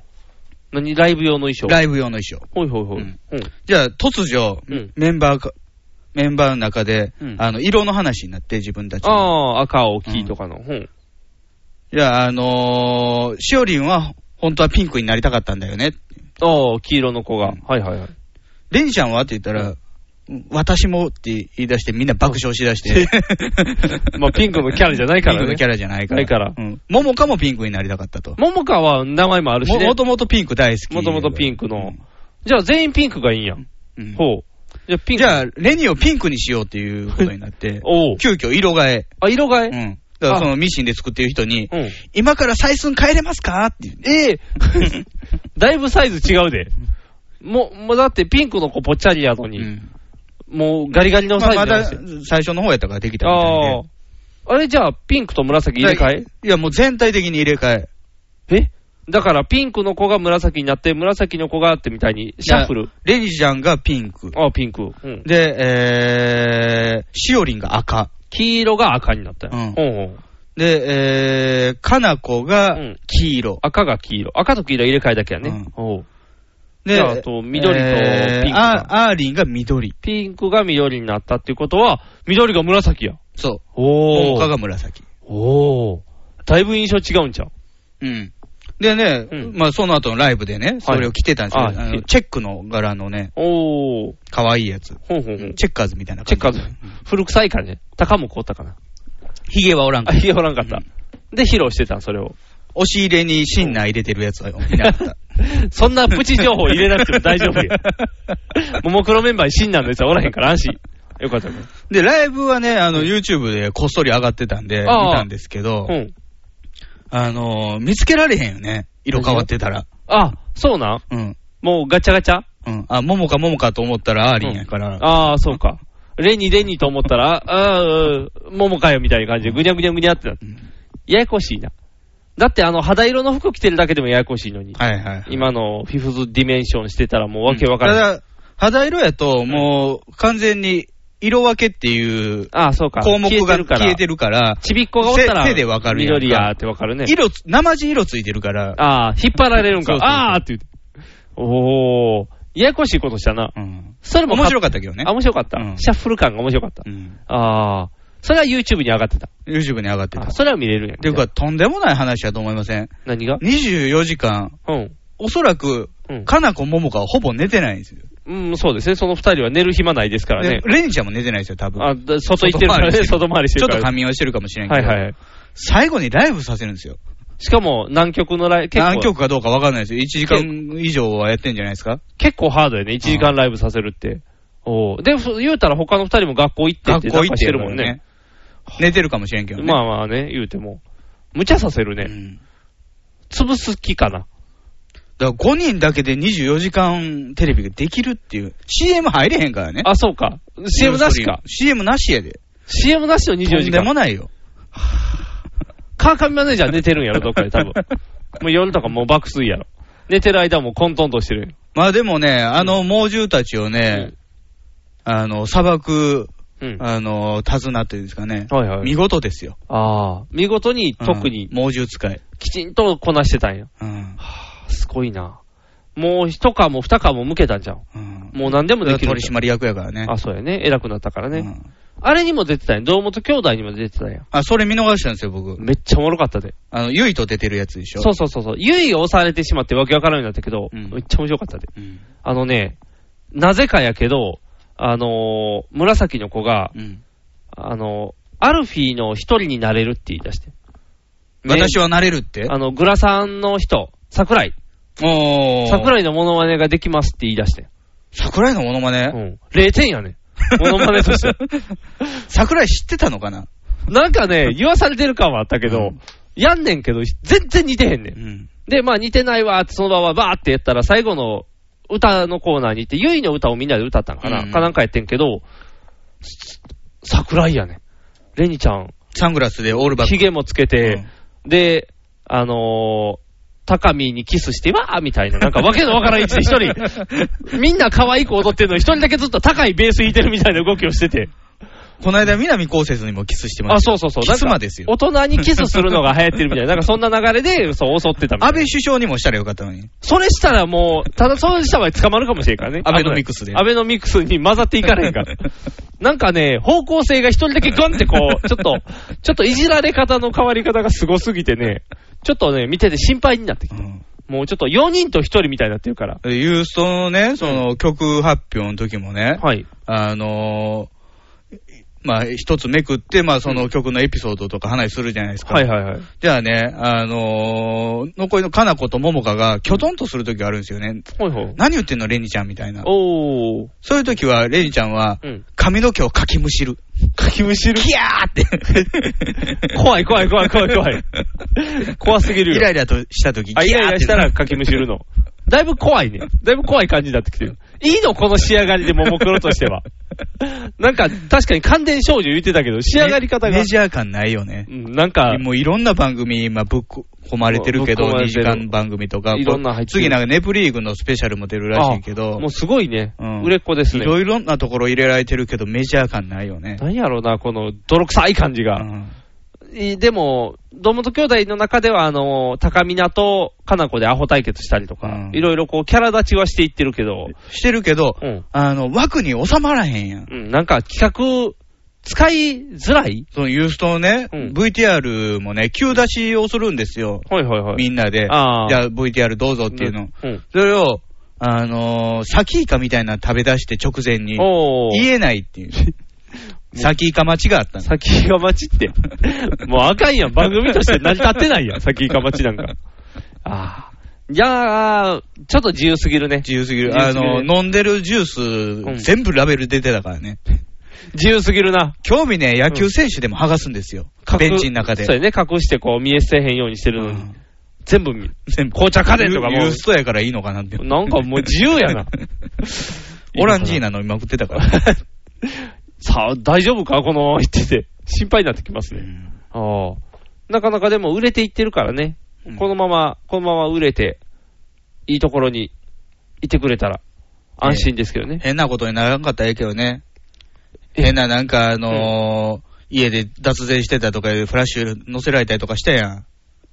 [SPEAKER 3] 何ライブ用の衣装
[SPEAKER 2] ライブ用の衣装。
[SPEAKER 3] ほいほいほい。
[SPEAKER 2] うん
[SPEAKER 3] うん
[SPEAKER 2] じゃあ、突如、
[SPEAKER 3] うん
[SPEAKER 2] メンバーか、メンバーの中で、
[SPEAKER 3] うん
[SPEAKER 2] あの、色の話になって、自分たちの。
[SPEAKER 3] ああ、赤、青、黄とかの。うん。
[SPEAKER 2] じゃあ、あのーしおりんは、本当はピンクになりたかったんだよね。
[SPEAKER 3] ああ、黄色の子が。
[SPEAKER 2] うん
[SPEAKER 3] はいはいはい。
[SPEAKER 2] レンちゃんはって言ったら、うん私もって言い出して、みんな爆笑しだして。
[SPEAKER 3] まあ、ピンクのキャラじゃないか
[SPEAKER 2] ピン
[SPEAKER 3] ら
[SPEAKER 2] ク
[SPEAKER 3] ね
[SPEAKER 2] のキ。ャラじゃないから。
[SPEAKER 3] ないから
[SPEAKER 2] うん。ももかもピンクになりたかったと。
[SPEAKER 3] ももかは名前もあるし
[SPEAKER 2] も
[SPEAKER 3] ね。
[SPEAKER 2] もともとピンク大好き。
[SPEAKER 3] もともとピンクの。じゃあ全員ピンクがいいんや。
[SPEAKER 2] うん。うん
[SPEAKER 3] ほう。じゃあピンク。
[SPEAKER 2] じゃあ、レニをピンクにしようっていうことになって、
[SPEAKER 3] おう。
[SPEAKER 2] 急遽色替え。
[SPEAKER 3] あ、色替
[SPEAKER 2] う
[SPEAKER 3] え
[SPEAKER 2] ん。だからそのミシンで作ってる人に、
[SPEAKER 3] うん。
[SPEAKER 2] 今から採寸変えれますかって言
[SPEAKER 3] ええ だいぶサイズ違うで。もう、もうだってピンクの子ぽっちゃりやの
[SPEAKER 2] う
[SPEAKER 3] に、
[SPEAKER 2] うん。
[SPEAKER 3] もうガリガリのサ
[SPEAKER 2] ま
[SPEAKER 3] イ
[SPEAKER 2] あ
[SPEAKER 3] ズ
[SPEAKER 2] ま
[SPEAKER 3] だ
[SPEAKER 2] だ
[SPEAKER 3] し。
[SPEAKER 2] 最初の方やったからできたみたい
[SPEAKER 3] ああ。あれじゃあピンクと紫
[SPEAKER 2] で。
[SPEAKER 3] 入れ替
[SPEAKER 2] えいや、もう全体的に入れ替え。
[SPEAKER 3] ええだからピンクの子が紫になって、紫の子があってみたいに、シャッフル。
[SPEAKER 2] レニちゃんがピンク。
[SPEAKER 3] ああ、ピンク。うん。
[SPEAKER 2] で、えー、しおりんが赤。
[SPEAKER 3] 黄色が赤になったよ。
[SPEAKER 2] うん
[SPEAKER 3] うんうん
[SPEAKER 2] で、えー、かなこが
[SPEAKER 3] うん
[SPEAKER 2] 黄色。
[SPEAKER 3] 赤が黄色。赤と黄色入れ替えだけやね。
[SPEAKER 2] うん
[SPEAKER 3] おう
[SPEAKER 2] で、
[SPEAKER 3] じゃああと緑と
[SPEAKER 2] えー
[SPEAKER 3] ピンクが
[SPEAKER 2] あアーリンが緑。
[SPEAKER 3] ピンクが緑になったっていうことは、緑が紫や。
[SPEAKER 2] そう。
[SPEAKER 3] お
[SPEAKER 2] 他が紫。
[SPEAKER 3] おお。だいぶ印象違うんちゃう
[SPEAKER 2] うん。でね、
[SPEAKER 3] うん
[SPEAKER 2] まあその後のライブでね、それを着てたんですよ。
[SPEAKER 3] はいあ
[SPEAKER 2] あ
[SPEAKER 3] 着
[SPEAKER 2] の
[SPEAKER 3] て
[SPEAKER 2] チェックの柄のね、
[SPEAKER 3] おお。
[SPEAKER 2] 可愛いやつ。
[SPEAKER 3] ほんほんほん。
[SPEAKER 2] チェッカーズみたいな
[SPEAKER 3] チェ
[SPEAKER 2] 感
[SPEAKER 3] ッ
[SPEAKER 2] じ。
[SPEAKER 3] カーズ。古臭いからね。高も凍ったかな。
[SPEAKER 2] ヒゲはおらん
[SPEAKER 3] あ、
[SPEAKER 2] から。
[SPEAKER 3] ひげおらんかった。で、披露してた、それを。
[SPEAKER 2] 押し入れにシンナー入れてる やつはいなかった。
[SPEAKER 3] そんなプチ情報入れなくても大丈 夫よ。 ももクロメンバーに真なんのやつはおらへんから安心。よかったよかっ
[SPEAKER 2] で、ライブはね、あの、YouTube でこっそり上がってたんで、見
[SPEAKER 3] ああ
[SPEAKER 2] たんですけど
[SPEAKER 3] た。う、ん。
[SPEAKER 2] あの、見つけられへんよね。色変わってたら。
[SPEAKER 3] あ、そうなん
[SPEAKER 2] うん。
[SPEAKER 3] もうガチャガチャ
[SPEAKER 2] うん。あ、ももかももかと思ったらアーリンやから。
[SPEAKER 3] ああ、そうか。レニーレニーと思ったら、ああー、ももかよみたいな感じで、ぐにゃぐにゃぐにゃってなって。ややこしいな。だってあの肌色の服着てるだけでもややこしいのに。
[SPEAKER 2] はいはい。
[SPEAKER 3] 今のフィフスディメンションしてたらもうわけわからない。
[SPEAKER 2] ただ、肌色やと、もう、完全に、色分けっていう
[SPEAKER 3] ああ、そうか。
[SPEAKER 2] 項目が消えて
[SPEAKER 3] る。
[SPEAKER 2] るから、
[SPEAKER 3] ちびっこがおったら、
[SPEAKER 2] せせでわかるやんか
[SPEAKER 3] 緑やーってわかるね。
[SPEAKER 2] 色つ、生地色ついてるから、
[SPEAKER 3] ああ、引っ張られるんか。
[SPEAKER 2] そうそうそう
[SPEAKER 3] ああって言って。おー、ややこしいことしたな。
[SPEAKER 2] うん
[SPEAKER 3] それも
[SPEAKER 2] 面白か
[SPEAKER 3] か
[SPEAKER 2] ったけどね
[SPEAKER 3] あ、。面白かった
[SPEAKER 2] う。ん
[SPEAKER 3] シャッフル感が面白かった
[SPEAKER 2] う。ん
[SPEAKER 3] ああ、それは YouTube に上がってた。
[SPEAKER 2] YouTube に上がってた。っ
[SPEAKER 3] あそれは見れるんやん
[SPEAKER 2] ていうか、とんでもない話だと思いません
[SPEAKER 3] 何が
[SPEAKER 2] ?24 時間、
[SPEAKER 3] うん。
[SPEAKER 2] おそらく、
[SPEAKER 3] うん
[SPEAKER 2] かなこももかはほぼ寝てないんですよ。
[SPEAKER 3] うん、そうですね。その二人は寝る暇ないですから
[SPEAKER 2] で
[SPEAKER 3] ね。
[SPEAKER 2] レニちゃんも寝てないですよ、多分。
[SPEAKER 3] あ、だ外行ってるからね。外回りして
[SPEAKER 2] ちょ
[SPEAKER 3] る
[SPEAKER 2] っ
[SPEAKER 3] か
[SPEAKER 2] と
[SPEAKER 3] ら。
[SPEAKER 2] 仮眠はしてるかもしれんけ
[SPEAKER 3] はい
[SPEAKER 2] ど、
[SPEAKER 3] はい。
[SPEAKER 2] 最後にライブさせるんですよ。
[SPEAKER 3] しかも、南極のライブ、結構、
[SPEAKER 2] 何曲かどうかわかんないですよ。1時間以上はやってんじゃないですか
[SPEAKER 3] 結構ハードやね。1時間ライブさせるって。おうで、ふ言うたら他の二人も学校行ってって
[SPEAKER 2] 学校
[SPEAKER 3] なん
[SPEAKER 2] 行
[SPEAKER 3] か
[SPEAKER 2] っ
[SPEAKER 3] して
[SPEAKER 2] て
[SPEAKER 3] る
[SPEAKER 2] るも
[SPEAKER 3] もん
[SPEAKER 2] ん
[SPEAKER 3] ね
[SPEAKER 2] ね。。寝てるかもしれんけどね。
[SPEAKER 3] まあまあね、言うても。無茶させる
[SPEAKER 2] う
[SPEAKER 3] ね。
[SPEAKER 2] ん
[SPEAKER 3] 潰す気かな。
[SPEAKER 2] だから5人だけで24時間テレビができるっていう、CM 入れへんからね。
[SPEAKER 3] あ、そうか。CM なしか。
[SPEAKER 2] CM なしやで。
[SPEAKER 3] CM なしの
[SPEAKER 2] と
[SPEAKER 3] 24
[SPEAKER 2] ん
[SPEAKER 3] 時
[SPEAKER 2] でも
[SPEAKER 3] 間。
[SPEAKER 2] ないよ。
[SPEAKER 3] 川上マネージャー寝てるんやろ、どっかで多分。もう夜とかもう爆睡やろ。寝てる間も混沌としてる。
[SPEAKER 2] まあでもね、あの猛獣たちをね、あの、砂漠、
[SPEAKER 3] うん。
[SPEAKER 2] あの、手綱というんですかね。
[SPEAKER 3] はいはい
[SPEAKER 2] 見事ですよ。
[SPEAKER 3] ああ。見事に、特
[SPEAKER 2] う
[SPEAKER 3] に
[SPEAKER 2] ん、猛獣使い。
[SPEAKER 3] きちんとこなしてたんや。
[SPEAKER 2] うん。
[SPEAKER 3] すごいな。もう一かも二かも向けたんじゃん。
[SPEAKER 2] うん
[SPEAKER 3] もう何でもできるん
[SPEAKER 2] 取
[SPEAKER 3] じゃん。
[SPEAKER 2] 締役やからね。
[SPEAKER 3] あ、そうやね。偉くなったからね。
[SPEAKER 2] うん
[SPEAKER 3] あれにも出てたんや。堂本兄弟にも出てたんや。
[SPEAKER 2] あ、それ見逃したんですよ、僕。
[SPEAKER 3] めっちゃおもろかったで。
[SPEAKER 2] あの、ゆいと出てるやつでしょ。
[SPEAKER 3] そうそうそうそう。ゆいを押されてしまってわけわからんようになったけど、
[SPEAKER 2] うん
[SPEAKER 3] めっちゃ面白かったで。
[SPEAKER 2] うん。
[SPEAKER 3] あのね、なぜかやけど、あのー紫の子が、
[SPEAKER 2] うん。
[SPEAKER 3] あのーアルフィーの一人になれるって言い出して。
[SPEAKER 2] 私はなれるって
[SPEAKER 3] あの、グラさんの人、桜井。
[SPEAKER 2] おー。
[SPEAKER 3] 桜井のモノマネができますって言い出して。
[SPEAKER 2] 桜井のモノマ
[SPEAKER 3] う
[SPEAKER 2] ネ
[SPEAKER 3] ん。0点やね。モノマネと して。
[SPEAKER 2] 桜井知ってたのかな
[SPEAKER 3] なんかね、言わされてる感はあったけど、
[SPEAKER 2] うん
[SPEAKER 3] やんねんけど、全然似てへんね。
[SPEAKER 2] うんん。
[SPEAKER 3] で、まあ似てないわって、そのままバーってやったら、最後の歌のコーナーに行って、ゆいの歌をみんなで歌ったんかな、
[SPEAKER 2] うん
[SPEAKER 3] かなんかやってんけど、す桜井やね。レニちゃん、
[SPEAKER 2] サングラスでオールバック。
[SPEAKER 3] ヒゲもつけて、で、あのー、高見にキスして、わーみたいな、なんかわけのわからん位置で一 人、みんな可愛く踊ってるのに、一人だけずっと高いベース弾いてるみたいな動きをしてて。
[SPEAKER 2] この間、南こうせつにもキスしてま
[SPEAKER 3] あ、
[SPEAKER 2] した。
[SPEAKER 3] そうそうそう。
[SPEAKER 2] キスマですよ
[SPEAKER 3] なんか大人にキスするのが流行ってるみたいな。なんかそんな流れで、そう、襲ってたみたい
[SPEAKER 2] 安
[SPEAKER 3] な。
[SPEAKER 2] 倍首相にもしたらよかったの に。
[SPEAKER 3] それしたらもう、ただそれした場合捕まるかもしれんからね。
[SPEAKER 2] アベノミクスで
[SPEAKER 3] 危ないアベノミクスに混ざっていかれへんから。なんかね、方向性が一人だけガンってこう、ちょっと、ちょっといじられ方の変わり方がすごすぎてね、ちょっとね、見てて心配になってき
[SPEAKER 2] う
[SPEAKER 3] た。
[SPEAKER 2] ん。
[SPEAKER 3] もうちょっと4人と1人みたいになってるから。
[SPEAKER 2] でユーストのね、その曲発表の時もね、
[SPEAKER 3] はい。
[SPEAKER 2] あのーまあ、一つめくって、まあ、その曲のエピソードとか話するじゃないですか。
[SPEAKER 3] はいはいはい。
[SPEAKER 2] じゃあね、あのー残りのかなことももかが、きょとんとするときがあるんですよね。
[SPEAKER 3] ほいほい。
[SPEAKER 2] 何言ってんの、レニちゃんみたいな。
[SPEAKER 3] おー。
[SPEAKER 2] そういうときは、レニちゃんは、
[SPEAKER 3] うん。
[SPEAKER 2] 髪の毛をかきむしる。
[SPEAKER 3] かきむしる。
[SPEAKER 2] キャーって。
[SPEAKER 3] 怖い怖い怖い怖い怖い。怖すぎるよ
[SPEAKER 2] イライラとしたとき、
[SPEAKER 3] あ、イライラしたら
[SPEAKER 2] か
[SPEAKER 3] かきむし るの。だいぶ怖いね。だいぶ怖い感じになってきてる。いいのこの仕上がりで、ももクロとして は。なんか、確かに感電少女言ってたけど、仕上がり方が
[SPEAKER 2] メ。ジャー感ないよね
[SPEAKER 3] う。んなんか、
[SPEAKER 2] もういろんな番組、今、ぶっこ込まれてるけど、
[SPEAKER 3] ぶっ込ま
[SPEAKER 2] 2
[SPEAKER 3] れて
[SPEAKER 2] 時
[SPEAKER 3] る
[SPEAKER 2] 間番組とか、
[SPEAKER 3] いろんな入ってる
[SPEAKER 2] 次なんかネプリーグのスペシャルも出るらしいけど、
[SPEAKER 3] もうすごいね。
[SPEAKER 2] うん
[SPEAKER 3] 売れっ子です
[SPEAKER 2] い
[SPEAKER 3] ね。
[SPEAKER 2] ろいろなところ入れられてるけど、メジャー感ないよね。
[SPEAKER 3] 何やろうな、この泥臭い感じ
[SPEAKER 2] う
[SPEAKER 3] が。
[SPEAKER 2] ん
[SPEAKER 3] いでも、堂本兄弟の中では、あの、高見菜とかなこでアホ対決したりとか、
[SPEAKER 2] うん
[SPEAKER 3] いろいろこう、キャラ立ちはしていってるけど、
[SPEAKER 2] してるけど、
[SPEAKER 3] うん
[SPEAKER 2] あの、枠に収まらへんやん。
[SPEAKER 3] うん、なんか企画、使いづらい
[SPEAKER 2] そのユーストのね、
[SPEAKER 3] うん
[SPEAKER 2] VTR もね、急出しをするんですよ。
[SPEAKER 3] はいはいはい。
[SPEAKER 2] みんなで。じ
[SPEAKER 3] あー
[SPEAKER 2] ゃあ VTR どうぞっていうの。
[SPEAKER 3] うん。
[SPEAKER 2] それを、あのー、サキイカみたいなの食べ出して直前に、
[SPEAKER 3] おー。
[SPEAKER 2] 言えないって いう。 サキイカ待ちがあったの。
[SPEAKER 3] 先が待ちって。 もうあかんやん。番組として成り立って ないやん。先が待ちなんか。ああ。いやー、ちょっと自由すぎるね。
[SPEAKER 2] 自由すぎる。
[SPEAKER 3] 自由
[SPEAKER 2] あ
[SPEAKER 3] すぎる
[SPEAKER 2] の、飲んでるジュース、
[SPEAKER 3] ん
[SPEAKER 2] 全部ラベル出てたからね。
[SPEAKER 3] 自由すぎるな。
[SPEAKER 2] 興味ね、野球選手でも剥がすんですよ。
[SPEAKER 3] 隠
[SPEAKER 2] ベンチの中で。
[SPEAKER 3] そうやね。隠してこう見えせえへんようにしてるのに。
[SPEAKER 2] うん
[SPEAKER 3] 全部見
[SPEAKER 2] 全部
[SPEAKER 3] 紅茶家電とかも
[SPEAKER 2] ユユーストやからいいのかなって。
[SPEAKER 3] なんかもう自由 やな。
[SPEAKER 2] オランジーナ飲みまくってたから。
[SPEAKER 3] さあ、大丈夫かこの、言ってて。心配になってきます
[SPEAKER 2] う
[SPEAKER 3] ね。
[SPEAKER 2] ん
[SPEAKER 3] ああ。なかなかでも売れていってるからね。
[SPEAKER 2] うん
[SPEAKER 3] このまま、このまま売れて、いいところにいてくれたら、安心ですけどね。
[SPEAKER 2] 変なことにならんかったらええけどね。
[SPEAKER 3] え
[SPEAKER 2] 変ななんかあのー家で脱税してたとかいうフラッシュ乗せられたりとかしたやん。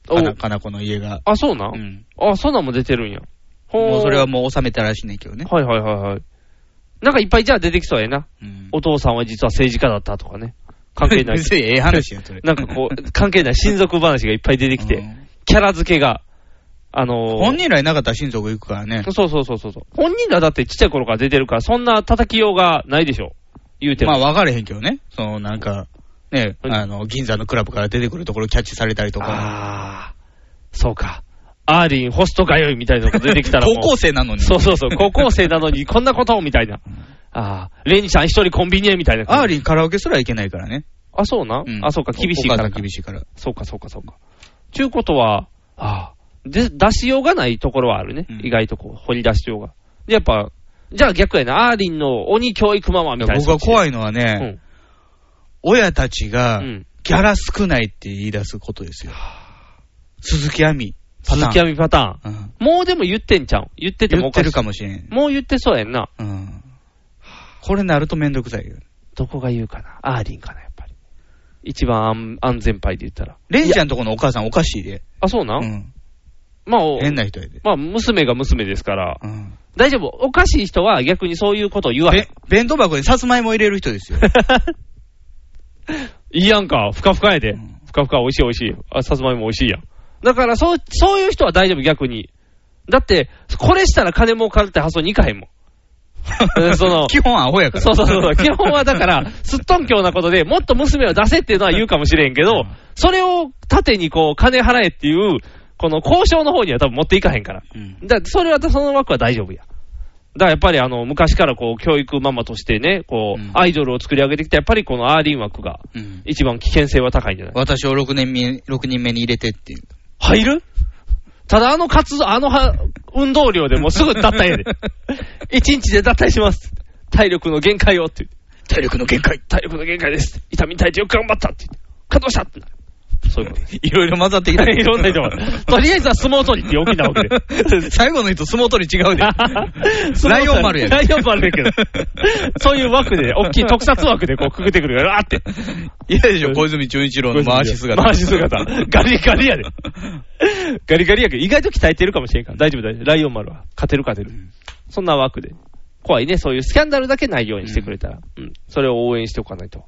[SPEAKER 2] かな
[SPEAKER 3] お
[SPEAKER 2] かなこの家が。
[SPEAKER 3] あ、そうなん、
[SPEAKER 2] うん。
[SPEAKER 3] あ、そうなんも出てるんや。ほー
[SPEAKER 2] もうそれはもう収めたらしいねんけどね。
[SPEAKER 3] はいはいはいはい。なんかいっぱいじゃあ出てきそうやな。
[SPEAKER 2] うん
[SPEAKER 3] お父さんは実は政治家だったとかね。関係ない。
[SPEAKER 2] 別にええ話やん、そ れ。
[SPEAKER 3] なんかこう、関係ない親族話がいっぱい出てき
[SPEAKER 2] う
[SPEAKER 3] て、
[SPEAKER 2] ん
[SPEAKER 3] キャラ付けが、あのー
[SPEAKER 2] 本人らいなかったら親族行くからね。
[SPEAKER 3] そうそうそうそうそう。本人らだってちっちゃい頃から出てるから、そんな叩きようがないでしょ。言うても。
[SPEAKER 2] まあ分かれへんけどね。そのなんか、ね、
[SPEAKER 3] うん
[SPEAKER 2] あの、銀座のクラブから出てくるところキャッチされたりとか。
[SPEAKER 3] ああー、そうか。アーリン、ホストがよいみたいなのが出てきたらも
[SPEAKER 2] 高
[SPEAKER 3] う。
[SPEAKER 2] 校生なのに。
[SPEAKER 3] そうそうそう。高校生なのにこんなことをみたいな。ああ、レニちゃん一人コンビニへみたいな。
[SPEAKER 2] アーリンカラオケすら行けないからね。
[SPEAKER 3] あ、そうな、
[SPEAKER 2] うん
[SPEAKER 3] あ、そうか、厳しいか
[SPEAKER 2] お
[SPEAKER 3] ら
[SPEAKER 2] 母さん厳しいから。
[SPEAKER 3] そうか、そうか、そうか。ちゅうことは、ああ、で、出しようがないところはあるね。
[SPEAKER 2] うん
[SPEAKER 3] 意外とこう、掘り出しようが。で、やっぱ、じゃあ逆やな、アーリンの鬼教育ママみたいな。
[SPEAKER 2] 僕が怖
[SPEAKER 3] い。
[SPEAKER 2] いのは
[SPEAKER 3] う
[SPEAKER 2] ね、
[SPEAKER 3] ん。
[SPEAKER 2] 親たち
[SPEAKER 3] う
[SPEAKER 2] が
[SPEAKER 3] ん。
[SPEAKER 2] ギャラ少ないって言い出すことですよ。鈴木亜美。
[SPEAKER 3] 鈴木亜美パタ
[SPEAKER 2] 美。うん
[SPEAKER 3] ーン。もうでも言ってんちゃうん。言ってても
[SPEAKER 2] 言
[SPEAKER 3] お
[SPEAKER 2] って
[SPEAKER 3] かし
[SPEAKER 2] る
[SPEAKER 3] い。
[SPEAKER 2] かもしれん。
[SPEAKER 3] もう言ってそうやんな。
[SPEAKER 2] うん。これなるとめんどくさいよ。
[SPEAKER 3] どこが言うかな。アーリンかな、やっぱり。一番安安全牌で言ったら。
[SPEAKER 2] レンちゃんとこのお母さんおかしいで。
[SPEAKER 3] あ、そうな、
[SPEAKER 2] うん。
[SPEAKER 3] まあ、お
[SPEAKER 2] 変な人やで。
[SPEAKER 3] まあ、娘が娘ですから、
[SPEAKER 2] うん。
[SPEAKER 3] 大丈夫。おかしい人は逆にそういうことを言わへん
[SPEAKER 2] べ。弁当箱にさつまいも入れる人 ですよ。
[SPEAKER 3] いいやんか、ふかふかやで
[SPEAKER 2] うん。
[SPEAKER 3] ふかふか、美味しい美味しい。あ、さつまいも美味しいやん。だから、そう、そういう人は大丈夫、逆に。だって、これしたら金儲かるって発想にいかへんもん。えその
[SPEAKER 2] 基本アホやから。
[SPEAKER 3] そうそう そうそう。基本はだから、すっとんきょうなことで、もっと娘を出せっていうのは言うかもしれんけど、それを盾にこう、金払えっていう、この交渉の方には多分持っていかへんから。
[SPEAKER 2] うん。
[SPEAKER 3] だそれは、その枠は大丈夫や。だからやっぱりあの昔からこう教育ママとしてね、こう
[SPEAKER 2] うん
[SPEAKER 3] アイドルを作り上げてきた、やっぱりこのアーリン枠が
[SPEAKER 2] うん。
[SPEAKER 3] 一番危険性は高いんじゃない
[SPEAKER 2] 私を6年目、六人目に入れてっていう。
[SPEAKER 3] 入るただあの活動、あのは運動量でもうすぐ脱退や で。一日で脱退します。体力の限界をって。
[SPEAKER 2] 体力の限界。
[SPEAKER 3] 体力の限界です。痛みに耐えてよく頑張ったって。稼働したってなる。そういうことです。
[SPEAKER 2] いろ いろ混ざってきた。
[SPEAKER 3] いろんな人が。とりあえずは相撲取りっていう大きなわけ で。。
[SPEAKER 2] 最後の人、相撲取り違う でライオン丸や
[SPEAKER 3] ラ
[SPEAKER 2] で。
[SPEAKER 3] イオン丸やけど。そういう枠で、大きい特撮枠でこうくぐってくるから、わーって。
[SPEAKER 2] 嫌でしょ、小泉純一郎の回し姿。
[SPEAKER 3] 回 し姿。ガリガリやで。ガリガリやけど、意外と鍛えてるかもしれんから。大丈夫大丈夫。ライオン丸は。勝てる勝てる。そんな枠で。怖いね。そういうスキャンダルだけないようにしてくれたら。うん。それを応援しておかないと。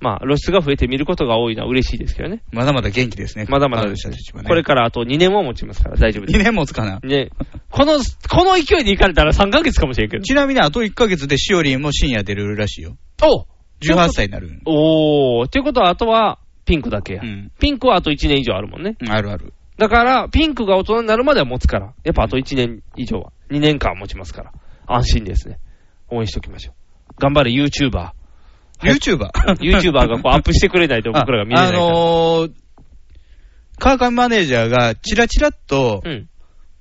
[SPEAKER 3] まあ、露出が増えて見ることが多いのは嬉しいですけどね。
[SPEAKER 2] まだまだ元気ですね。
[SPEAKER 3] まだまだ
[SPEAKER 2] 彼
[SPEAKER 3] です
[SPEAKER 2] 女たちはね
[SPEAKER 3] これからあと2年も持ちますから大丈夫で
[SPEAKER 2] 2
[SPEAKER 3] す。
[SPEAKER 2] 年もつかな。
[SPEAKER 3] ね。この、この勢いでいかれたら3ヶ月かもしれんけど。
[SPEAKER 2] ちなみにあと1ヶ月でしおりんも深夜出るらしいよ。
[SPEAKER 3] お
[SPEAKER 2] 18歳になる。
[SPEAKER 3] おー。ということは、あとは、ピンクだけや。
[SPEAKER 2] うん。
[SPEAKER 3] ピンクはあと1年以上あるもんね。
[SPEAKER 2] あるある。
[SPEAKER 3] だから、ピンクが大人になるまでは持つから。やっぱあと1年以上は。2年間は持ちますから。安心ですね。応援しておきましょう。頑張れ YouTuber。
[SPEAKER 2] YouTuber。
[SPEAKER 3] YouTuber がこうアップしてくれないと僕らが見れない
[SPEAKER 2] あ
[SPEAKER 3] か
[SPEAKER 2] あ
[SPEAKER 3] ら。
[SPEAKER 2] のー、川上マネージャーがチラチラっと
[SPEAKER 3] うん。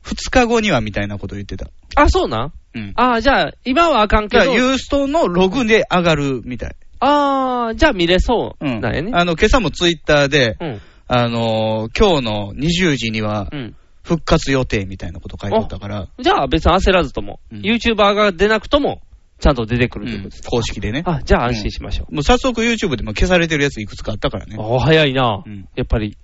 [SPEAKER 2] 2日後にはみたいなこと言ってた。
[SPEAKER 3] あ、そうなん
[SPEAKER 2] うん。
[SPEAKER 3] あーじゃあ、今はあかんけ
[SPEAKER 2] だ
[SPEAKER 3] ど
[SPEAKER 2] から、ユーストのログで上がるみたい。
[SPEAKER 3] あーじゃあ見れそ
[SPEAKER 2] う
[SPEAKER 3] うなん
[SPEAKER 2] ん。
[SPEAKER 3] やね。
[SPEAKER 2] あの、今朝もツイッターで、
[SPEAKER 3] うん。
[SPEAKER 2] あのー、今日の20時には
[SPEAKER 3] うん。
[SPEAKER 2] 復活予定みたいなこと書いてあったから、
[SPEAKER 3] じゃあ別に焦らずとも、
[SPEAKER 2] うん
[SPEAKER 3] YouTuber が出なくとも、ちゃんと出てく
[SPEAKER 2] う
[SPEAKER 3] るというこ
[SPEAKER 2] ん
[SPEAKER 3] とです。
[SPEAKER 2] 公式でね。
[SPEAKER 3] あ、じゃあ安心しましょう。
[SPEAKER 2] もう早速 YouTube でも消されてるやついくつかあったからね。
[SPEAKER 3] あ早いな、
[SPEAKER 2] うん
[SPEAKER 3] やっぱり。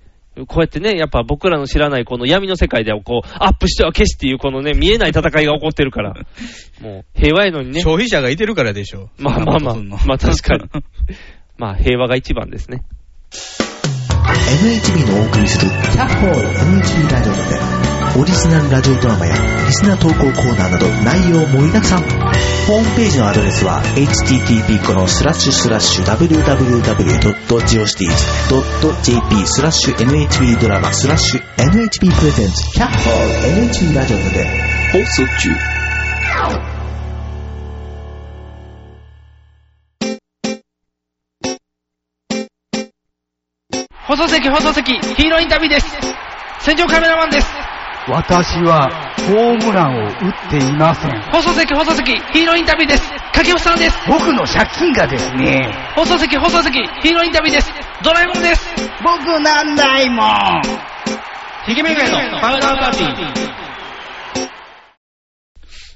[SPEAKER 3] こうやってね、やっぱ僕らの知らないこの闇の世界ではこう、アップしては消しっていうこのね、見えない戦いが起こってる から、もう平和やのにね。
[SPEAKER 2] 消費者がいてるからでしょ。
[SPEAKER 3] まあまあまあ
[SPEAKER 2] そんなことすんの
[SPEAKER 3] まあ確かにまあ平和が一番ですね。
[SPEAKER 6] NHB のお送りする「キャッホール NHB ラジオ」でオリジナルラジオドラマやリスナー投稿コーナーなど内容盛りだくさんホームページのアドレスは http このスラッシュスラッシュ www.geocities.jp スラッシュ NHB ドラマスラッシュ NHB プレゼンツキャッホール NHB ラジオで
[SPEAKER 1] 放送中。
[SPEAKER 3] 放送席、放送席、ヒーローインタビューです。戦場カメラマンです。
[SPEAKER 7] 私はホームランを打っていません。
[SPEAKER 3] 放送席、放送席、ヒーローインタビューです。掛布さんです。
[SPEAKER 7] 僕の借金がですね、
[SPEAKER 3] 放送席、放送席、ヒーローインタビューです。ドラえもんです。
[SPEAKER 7] 僕なんないもん。
[SPEAKER 3] ひげめがえのパウダーパーティー。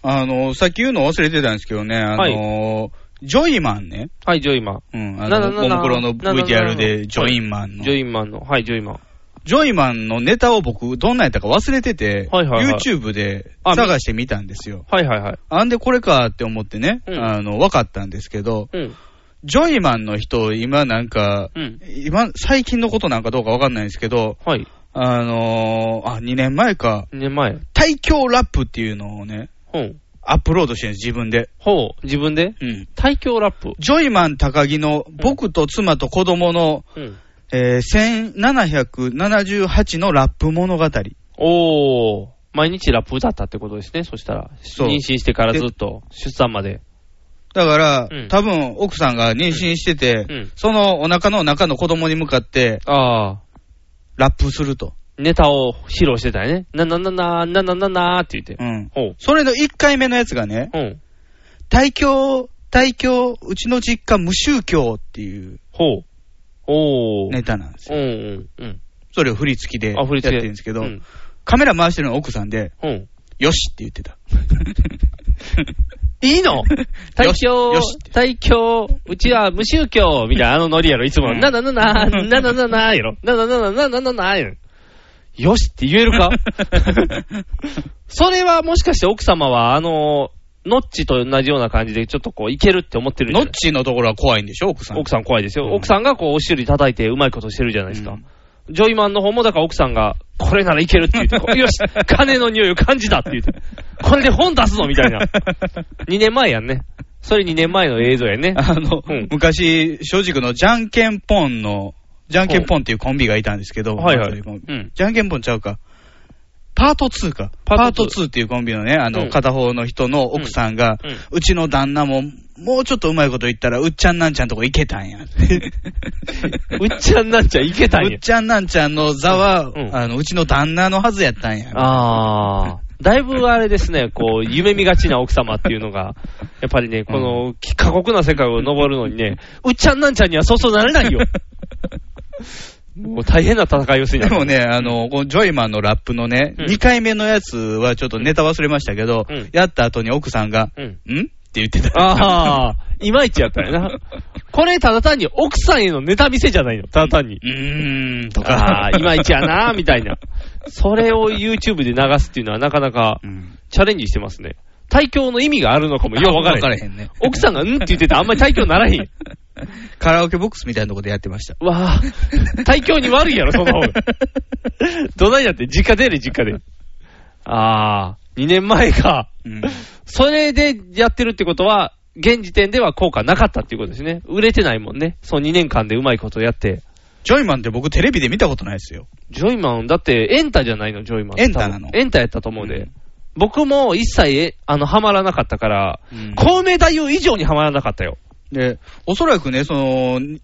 [SPEAKER 2] あの、さっき言うの忘れてたんですけどね、あの、ジョイマンね。
[SPEAKER 3] はい、ジョイマン。
[SPEAKER 2] うん、あ
[SPEAKER 3] なな
[SPEAKER 2] の、
[SPEAKER 3] な
[SPEAKER 2] ももクロの
[SPEAKER 3] ななな
[SPEAKER 2] VTR で、ジョイマンの。
[SPEAKER 3] ジョイマンの、はい、ジョイマン。
[SPEAKER 2] ジョイマンのネタを僕、どんなんやったか忘れてて、
[SPEAKER 3] はいはいはい
[SPEAKER 2] YouTube で
[SPEAKER 3] あ
[SPEAKER 2] 探してみたんですよ。
[SPEAKER 3] はいはいはい。
[SPEAKER 2] あんでこれかって思ってね、
[SPEAKER 3] うん
[SPEAKER 2] あの、分かったんですけど、
[SPEAKER 3] うん。
[SPEAKER 2] ジョイマンの人、今なんか、
[SPEAKER 3] うん。
[SPEAKER 2] 今、最近のことなんかどうか分かんないんですけど、
[SPEAKER 3] はい。
[SPEAKER 2] あのーあ、2年前か、
[SPEAKER 3] 2年前。
[SPEAKER 2] 対狂ラップっていうのをね、
[SPEAKER 3] ほう。
[SPEAKER 2] アップロードしてるんです、自分で。
[SPEAKER 3] ほう。自分で
[SPEAKER 2] うん。
[SPEAKER 3] 対狂ラップ。
[SPEAKER 2] ジョイマン高木の、僕と妻と子供の、
[SPEAKER 3] うん。
[SPEAKER 2] えー1778のラップ物語。
[SPEAKER 3] おー。毎日ラップ歌ったってことですね。そしたら。
[SPEAKER 2] そう
[SPEAKER 3] 妊娠してからずっと、出産まで。
[SPEAKER 2] だから、
[SPEAKER 3] うん
[SPEAKER 2] 多分奥さんが妊娠してて、
[SPEAKER 3] うんうん
[SPEAKER 2] そのお腹の中の子供に向かって
[SPEAKER 3] あ
[SPEAKER 2] ラップすると。
[SPEAKER 3] ー。ネタを披露してたよね。ななななななななーって言って
[SPEAKER 2] う。ん。
[SPEAKER 3] ほう。
[SPEAKER 2] それの1回目のやつがね、
[SPEAKER 3] うん。
[SPEAKER 2] 大教、大教、うちの実家無宗教っていう
[SPEAKER 3] ほう。おー。
[SPEAKER 2] ネタなんです
[SPEAKER 3] う
[SPEAKER 2] よ。
[SPEAKER 3] んうん
[SPEAKER 2] それを振り付きで
[SPEAKER 3] うん。
[SPEAKER 2] や
[SPEAKER 3] あ、
[SPEAKER 2] っ
[SPEAKER 3] 振り
[SPEAKER 2] て
[SPEAKER 3] 付け。
[SPEAKER 2] るんですけど、
[SPEAKER 3] うん。
[SPEAKER 2] カメラ回してるのは奥さんで、
[SPEAKER 3] うん。
[SPEAKER 2] よしって言って た。
[SPEAKER 3] いいの大教
[SPEAKER 2] よし、
[SPEAKER 3] 大教、うちは無宗教、みたいなあのノリやろ、いつも。
[SPEAKER 2] うん
[SPEAKER 3] なななな、ななななやろ。ななななななななやろ。よしって言えるか それはもしかして奥様は、あの、ノッチと同じような感じで、ちょっとこう、いけるって思ってるんじ ゃ
[SPEAKER 2] ノ
[SPEAKER 3] な
[SPEAKER 2] ッ
[SPEAKER 3] い
[SPEAKER 2] チのところは怖いんでしょ、奥さん。
[SPEAKER 3] 奥さん怖いですよ。
[SPEAKER 2] うん
[SPEAKER 3] 奥さんがこう、お尻叩いてうまいことしてるじゃないですか。
[SPEAKER 2] うん
[SPEAKER 3] ジョイマンの方も、だから奥さんが、これならいけるって言っ てこう、よし金の匂いを感じたって言って、これで本出すぞ みたいな。2年前やんね。それ2年前の映像や ね。
[SPEAKER 2] あの、
[SPEAKER 3] うん
[SPEAKER 2] 昔、正直のじゃんけんぽんの、じゃんけんぽんっていうコンビがいたんですけど、
[SPEAKER 3] はい
[SPEAKER 2] まあ
[SPEAKER 3] はい
[SPEAKER 2] とうコンビ
[SPEAKER 3] うん
[SPEAKER 2] じゃんけんぽんちゃうか。パート2か。
[SPEAKER 3] パ
[SPEAKER 2] パ
[SPEAKER 3] ー
[SPEAKER 2] ー
[SPEAKER 3] ト2
[SPEAKER 2] ト2っていうコンビのね、あの、
[SPEAKER 3] うん
[SPEAKER 2] 片方の人の奥さんが、
[SPEAKER 3] う
[SPEAKER 2] うん
[SPEAKER 3] うん
[SPEAKER 2] ちの旦那も、もうちょっとうまいこと言ったら、うっちゃんなんちゃんとこ行けたんや。
[SPEAKER 3] うっちゃんなんちゃんいけ たん
[SPEAKER 2] う
[SPEAKER 3] や
[SPEAKER 2] っ。ちゃんなんちゃんの座は、
[SPEAKER 3] うんうん
[SPEAKER 2] あのうちの旦那のはずやったんや。
[SPEAKER 3] ああ。だいぶあれですね、こう、夢見がちな奥様っていうのが、 やっぱりね、この過酷な世界を登るのにね、うっちゃんなんちゃんにはそうそうなれない よ。もう大変な戦いをする
[SPEAKER 2] で
[SPEAKER 3] な
[SPEAKER 2] もね、あの、このジョイマンのラップのね、
[SPEAKER 3] うん
[SPEAKER 2] 2回目のやつはちょっとネタ忘れましたけど、
[SPEAKER 3] うん
[SPEAKER 2] やった後に奥さんが、
[SPEAKER 3] うん。
[SPEAKER 2] んって言ってた。
[SPEAKER 3] ああ、いまいちやったよな。これただ単に奥さんへのネタ見せじゃないの、ただ単に。
[SPEAKER 2] うーん、と
[SPEAKER 3] あ
[SPEAKER 2] か。
[SPEAKER 3] あ、いまいちや な、みたいな。それを YouTube で流すっていうのはなかなか
[SPEAKER 2] うん。
[SPEAKER 3] チャレンジしてますね。対響の意味があるのかもよう分からへん。
[SPEAKER 2] へんね。
[SPEAKER 3] 奥さんがうんって言ってたらあんまり対響ならへん。
[SPEAKER 2] カラオケボックスみたいなとこでやってました。
[SPEAKER 3] わあ、体調に悪いやろ、その方が。 どないやって、実家出る、実家で。ああ、2年前か。
[SPEAKER 2] うん。
[SPEAKER 3] それでやってるってことは、現時点では効果なかったっていうことですね。売れてないもんね。そう2年間でうまいことやって。
[SPEAKER 2] ジョイマンって僕テレビで見たことないですよ。
[SPEAKER 3] ジョイマン、だってエンタじゃないの、ジョイマン。
[SPEAKER 2] エンタなの
[SPEAKER 3] 多分エンタやったと思うで。
[SPEAKER 2] うん
[SPEAKER 3] 僕も一切、えあの、ハマらなかったから、
[SPEAKER 2] うん
[SPEAKER 3] 孔明太夫以上にハマらなかったよ。
[SPEAKER 2] で、おそらくね、その、に、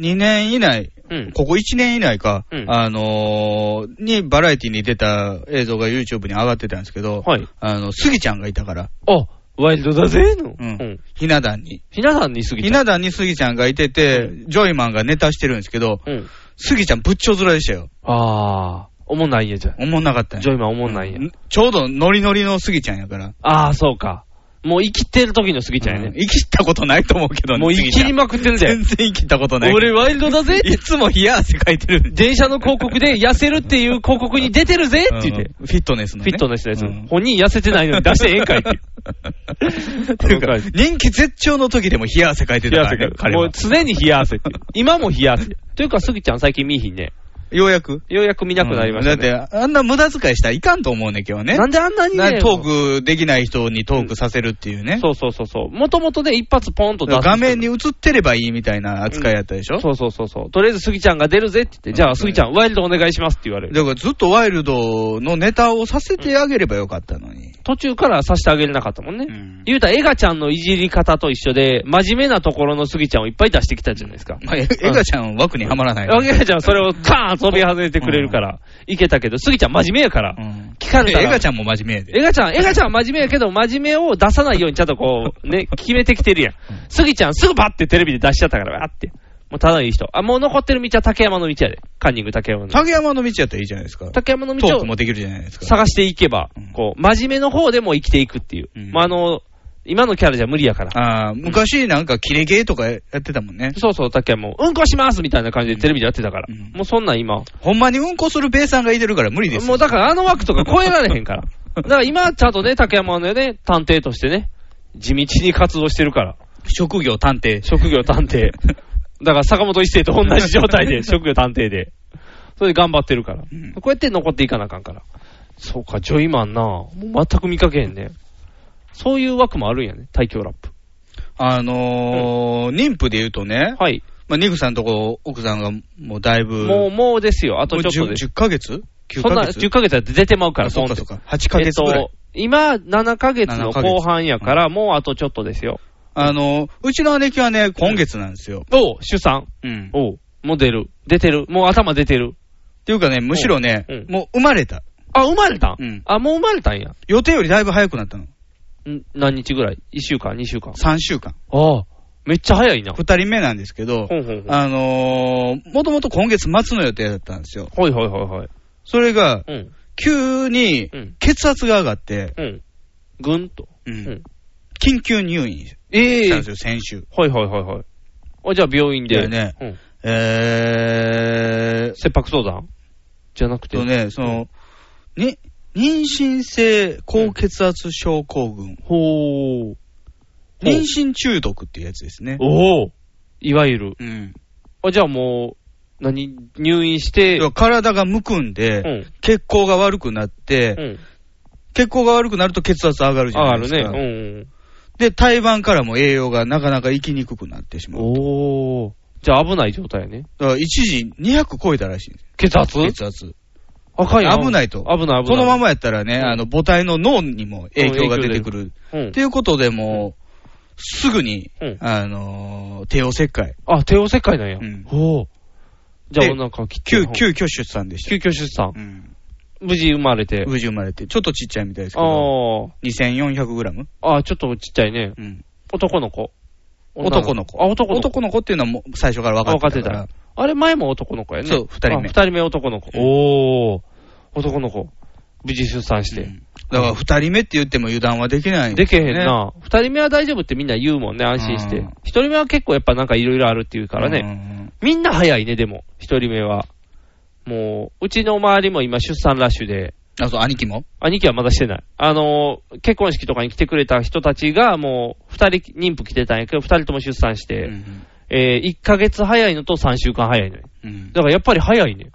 [SPEAKER 2] 2年以内、
[SPEAKER 3] うん。
[SPEAKER 2] ここ1年以内か、
[SPEAKER 3] うん
[SPEAKER 2] あのーにバラエティに出た映像が YouTube に上がってたんですけど、
[SPEAKER 3] はい
[SPEAKER 2] あの、スギちゃんがいたから、
[SPEAKER 3] あ、ワイルドだぜーの。
[SPEAKER 2] う
[SPEAKER 3] うんん。
[SPEAKER 2] ひな壇に。
[SPEAKER 3] ひなさんに過ぎ
[SPEAKER 2] ひ
[SPEAKER 3] ちゃ
[SPEAKER 2] な壇にスギちゃんがいてて、ジョイマンがネタしてるんですけど、
[SPEAKER 3] う。うん。
[SPEAKER 2] スギちゃんぶっちょ面でしたよ。
[SPEAKER 3] ああ、おもんないんやじゃん。
[SPEAKER 2] おもんなかったんや
[SPEAKER 3] ジョイマンおもんないんや。
[SPEAKER 2] ちょうどノリノリのスギちゃんやから。
[SPEAKER 3] ああ、そうか。もう生きてる時のスギちゃん
[SPEAKER 2] う
[SPEAKER 3] や
[SPEAKER 2] ん
[SPEAKER 3] ね。
[SPEAKER 2] 生きったことないと思うけどね。
[SPEAKER 3] もう生きりまくってんだよ
[SPEAKER 2] 全。然生きったことない。
[SPEAKER 3] 俺、ワイルドだぜって
[SPEAKER 2] いつも冷や汗かいてる。
[SPEAKER 3] 電車の広告で痩せるっていう広告に出てるぜって言って。
[SPEAKER 2] うんフィットネスの
[SPEAKER 3] フ
[SPEAKER 2] ね。
[SPEAKER 3] ィットネスのやつ
[SPEAKER 2] うん。
[SPEAKER 3] 本人痩せてないのに出してええんかいっていう。
[SPEAKER 2] っていうか、人気絶頂の時でも冷や汗かいて
[SPEAKER 3] 冷
[SPEAKER 2] た
[SPEAKER 3] や
[SPEAKER 2] か
[SPEAKER 3] 汗
[SPEAKER 2] らね、
[SPEAKER 3] か
[SPEAKER 2] 彼
[SPEAKER 3] もう
[SPEAKER 2] は。
[SPEAKER 3] 常に冷や汗っていう。今も冷や汗。というか、スギちゃん最近見いひんね。
[SPEAKER 2] ようやく。
[SPEAKER 3] ようやく見なくなりました、ね
[SPEAKER 2] うんだって、あんな無駄遣いしたらいかんと思うねんけどね。
[SPEAKER 3] なんであんなに
[SPEAKER 2] な
[SPEAKER 3] ね。
[SPEAKER 2] トークできない人にトークさせるっていうね。
[SPEAKER 3] そうそうそうそう。もともとね、一発ポンと出す。
[SPEAKER 2] 画面に映ってればいいみたいな扱いやったでしょ、
[SPEAKER 3] そうそうそうそう。とりあえずスギちゃんが出るぜって言って、じゃあスギちゃん、ワイルドお願いしますって言われる。
[SPEAKER 2] だからずっとワイルドのネタをさせてあげればよかったのに。
[SPEAKER 3] 途中からさしてあげれなかったもんね。
[SPEAKER 2] うん
[SPEAKER 3] 言うたら、エガちゃんのいじり方と一緒で、真面目なところのスギちゃんをいっぱい出してきたじゃないですか。
[SPEAKER 2] まあ、エガちゃんは枠にはまらない。
[SPEAKER 3] エガちゃんはそれをカーン飛び外れてくれるから、いけたけど、スギちゃん真面目やから
[SPEAKER 2] う、ん
[SPEAKER 3] 聞かれたら。
[SPEAKER 2] エガちゃんも真面目やで。
[SPEAKER 3] エガちゃん、エガちゃんは真面目やけど、真面目を出さないようにちゃんとこう、ね、決めてきてるやん。スギちゃんすぐバッてテレビで出しちゃったから、バッて。もうただいい人。あ、もう残ってる道は竹山の道やで。カンニング竹山の。
[SPEAKER 2] 竹山の道やったらいいじゃないですか。
[SPEAKER 3] 竹山の
[SPEAKER 2] ト
[SPEAKER 3] 道
[SPEAKER 2] ー
[SPEAKER 3] を
[SPEAKER 2] クもできるじゃないですか。
[SPEAKER 3] 探していけば
[SPEAKER 2] うん、
[SPEAKER 3] こう、真面目の方でも生きていくっていう。
[SPEAKER 2] うん
[SPEAKER 3] まあ、あの、今のキャラじゃ無理やから。
[SPEAKER 2] ああ、昔なんかキレゲーとかやってたもんね。
[SPEAKER 3] そうそう、竹山も、うんこしますみたいな感じでテレビでやってたから。
[SPEAKER 2] うん
[SPEAKER 3] もうそんなん今。
[SPEAKER 2] ほんまにうんこするベイさんがいてるから無理ですよ。
[SPEAKER 3] もうだからあの枠とか超えられへんから。だから今、ちゃんとね、竹山のね、探偵としてね、地道に活動してるから。
[SPEAKER 2] 職業探偵。
[SPEAKER 3] 職業探 偵。だから坂本一生と同じ状態で、職業探偵で。それで頑張ってるから。
[SPEAKER 2] ん
[SPEAKER 3] こうやって残っていかなあかんから。そうか、ジョイマンなもう全く見かけへんね。そういう枠もあるんやね、対響ラップ。
[SPEAKER 2] あのー、妊婦で言うとね、
[SPEAKER 3] はい。
[SPEAKER 2] まあ、ニクさんとこ奥さんがもうだいぶ、
[SPEAKER 3] もう、もうですよ。あと
[SPEAKER 2] もう
[SPEAKER 3] ちょっとです。
[SPEAKER 2] 10, 10ヶ月 ?9
[SPEAKER 3] そんな、
[SPEAKER 2] ヶ月
[SPEAKER 3] 10ヶ月は出てまうから、
[SPEAKER 2] あそう
[SPEAKER 3] ポ
[SPEAKER 2] か
[SPEAKER 3] ンって
[SPEAKER 2] そうか。8ヶ月ぐらい。
[SPEAKER 3] えっと、今、7ヶ月の
[SPEAKER 2] 7ヶ月
[SPEAKER 3] 後半やから、もうあとちょっとですよ。
[SPEAKER 2] あのー、うちの姉貴はね、今月なんですよ。
[SPEAKER 3] おう、主産。
[SPEAKER 2] うん。っ
[SPEAKER 3] おう、もう出る。出てる。もう頭出てる。
[SPEAKER 2] ていうかね、むしろね、
[SPEAKER 3] うん
[SPEAKER 2] もう生まれた。
[SPEAKER 3] あ、生まれたん、
[SPEAKER 2] うん
[SPEAKER 3] あ、もう生まれたんや。
[SPEAKER 2] 予定よりだいぶ早くなったの。
[SPEAKER 3] ん何日ぐらい ?1 週間 ?2 週間
[SPEAKER 2] 3週間。
[SPEAKER 3] ああ、めっちゃ早いな。
[SPEAKER 2] 2人目なんですけど、
[SPEAKER 3] ほんほんほん。は
[SPEAKER 2] あのー、もともと今月末の予定だったんですよ。
[SPEAKER 3] いはいはいはい。
[SPEAKER 2] それが、
[SPEAKER 3] うん。
[SPEAKER 2] 急に
[SPEAKER 3] うん
[SPEAKER 2] 血圧が上がって、
[SPEAKER 3] うん。ぐんと。
[SPEAKER 2] うん
[SPEAKER 3] うん
[SPEAKER 2] 緊急入院し
[SPEAKER 3] ええ
[SPEAKER 2] たんですよ、先週。
[SPEAKER 3] はいはいはいはい。あ、じゃあ病院で。
[SPEAKER 2] だよね
[SPEAKER 3] うん。
[SPEAKER 2] えー、
[SPEAKER 3] 切迫相談じゃなくて。
[SPEAKER 2] とね、その、ね、妊娠性高血圧症候群。
[SPEAKER 3] ほー。
[SPEAKER 2] 妊娠中毒っていうやつですね。
[SPEAKER 3] おおいわゆる。
[SPEAKER 2] うん。
[SPEAKER 3] あ、じゃあもう、何、入院して、
[SPEAKER 2] 要は体がむくんで、
[SPEAKER 3] うん。
[SPEAKER 2] 血行が悪くなって、
[SPEAKER 3] うん。
[SPEAKER 2] 血行が悪くなると血圧上がるじゃ
[SPEAKER 3] 上が
[SPEAKER 2] ないで
[SPEAKER 3] る
[SPEAKER 2] すか。
[SPEAKER 3] ね。
[SPEAKER 2] で、胎盤からも栄養がなかなか生きにくくなってし
[SPEAKER 3] うん。
[SPEAKER 2] まう。
[SPEAKER 3] おおじゃあ危ない状態やね。
[SPEAKER 2] だから一時200超えたらしいんです。
[SPEAKER 3] 血圧
[SPEAKER 2] 血圧。
[SPEAKER 3] 赤い
[SPEAKER 2] 危ないと
[SPEAKER 3] 危ない危ない。
[SPEAKER 2] このままやったらね、
[SPEAKER 3] うん
[SPEAKER 2] あの母体の脳にも影響が出てくる。
[SPEAKER 3] うん
[SPEAKER 2] って。いうことでもう、すぐに、
[SPEAKER 3] うん
[SPEAKER 2] あのー帝王切開。
[SPEAKER 3] あ、帝王切開なんや。
[SPEAKER 2] うん
[SPEAKER 3] おおじゃあ
[SPEAKER 2] で
[SPEAKER 3] お腹切って
[SPEAKER 2] 急、。急遽出産でした。
[SPEAKER 3] 急遽出産。
[SPEAKER 2] うん。
[SPEAKER 3] 無事生まれて。
[SPEAKER 2] 無事生まれて。ちょっとちっちゃいみたいですけ
[SPEAKER 3] あ
[SPEAKER 2] ど。
[SPEAKER 3] ー
[SPEAKER 2] 2400グラム
[SPEAKER 3] あー、ちょっとちっちゃいね。
[SPEAKER 2] うん。
[SPEAKER 3] 男の子。
[SPEAKER 2] 男の子。
[SPEAKER 3] あ、男の子。
[SPEAKER 2] 男の子っていうのはもう最初から分かってたから。
[SPEAKER 3] 分あれ前も男の子やね。
[SPEAKER 2] そう二人目
[SPEAKER 3] あ二人目男の子。おお男の子。無事出産し
[SPEAKER 2] う
[SPEAKER 3] て。
[SPEAKER 2] んだから二人目って言っても油断はできない、
[SPEAKER 3] でけへん。な。二人目は大丈夫ってみんな言うもんね、安心し
[SPEAKER 2] う
[SPEAKER 3] て
[SPEAKER 2] ん。
[SPEAKER 3] 一人目は結構やっぱなんかいろいろあるっていうからね。
[SPEAKER 2] ね。
[SPEAKER 3] みんな早いね、でも。一人目は。もう、うちの周りも今出産ラッシュで、
[SPEAKER 2] あ、そう、兄貴も
[SPEAKER 3] 兄貴はまだしてない。あのー、結婚式とかに来てくれた人たちがもう、二人、妊婦来てたんやけど、二人とも出産し
[SPEAKER 2] う
[SPEAKER 3] て、
[SPEAKER 2] ん
[SPEAKER 3] えー、1ヶ月早いのと3週間早いのよ。
[SPEAKER 2] うん
[SPEAKER 3] だからやっぱり早いね。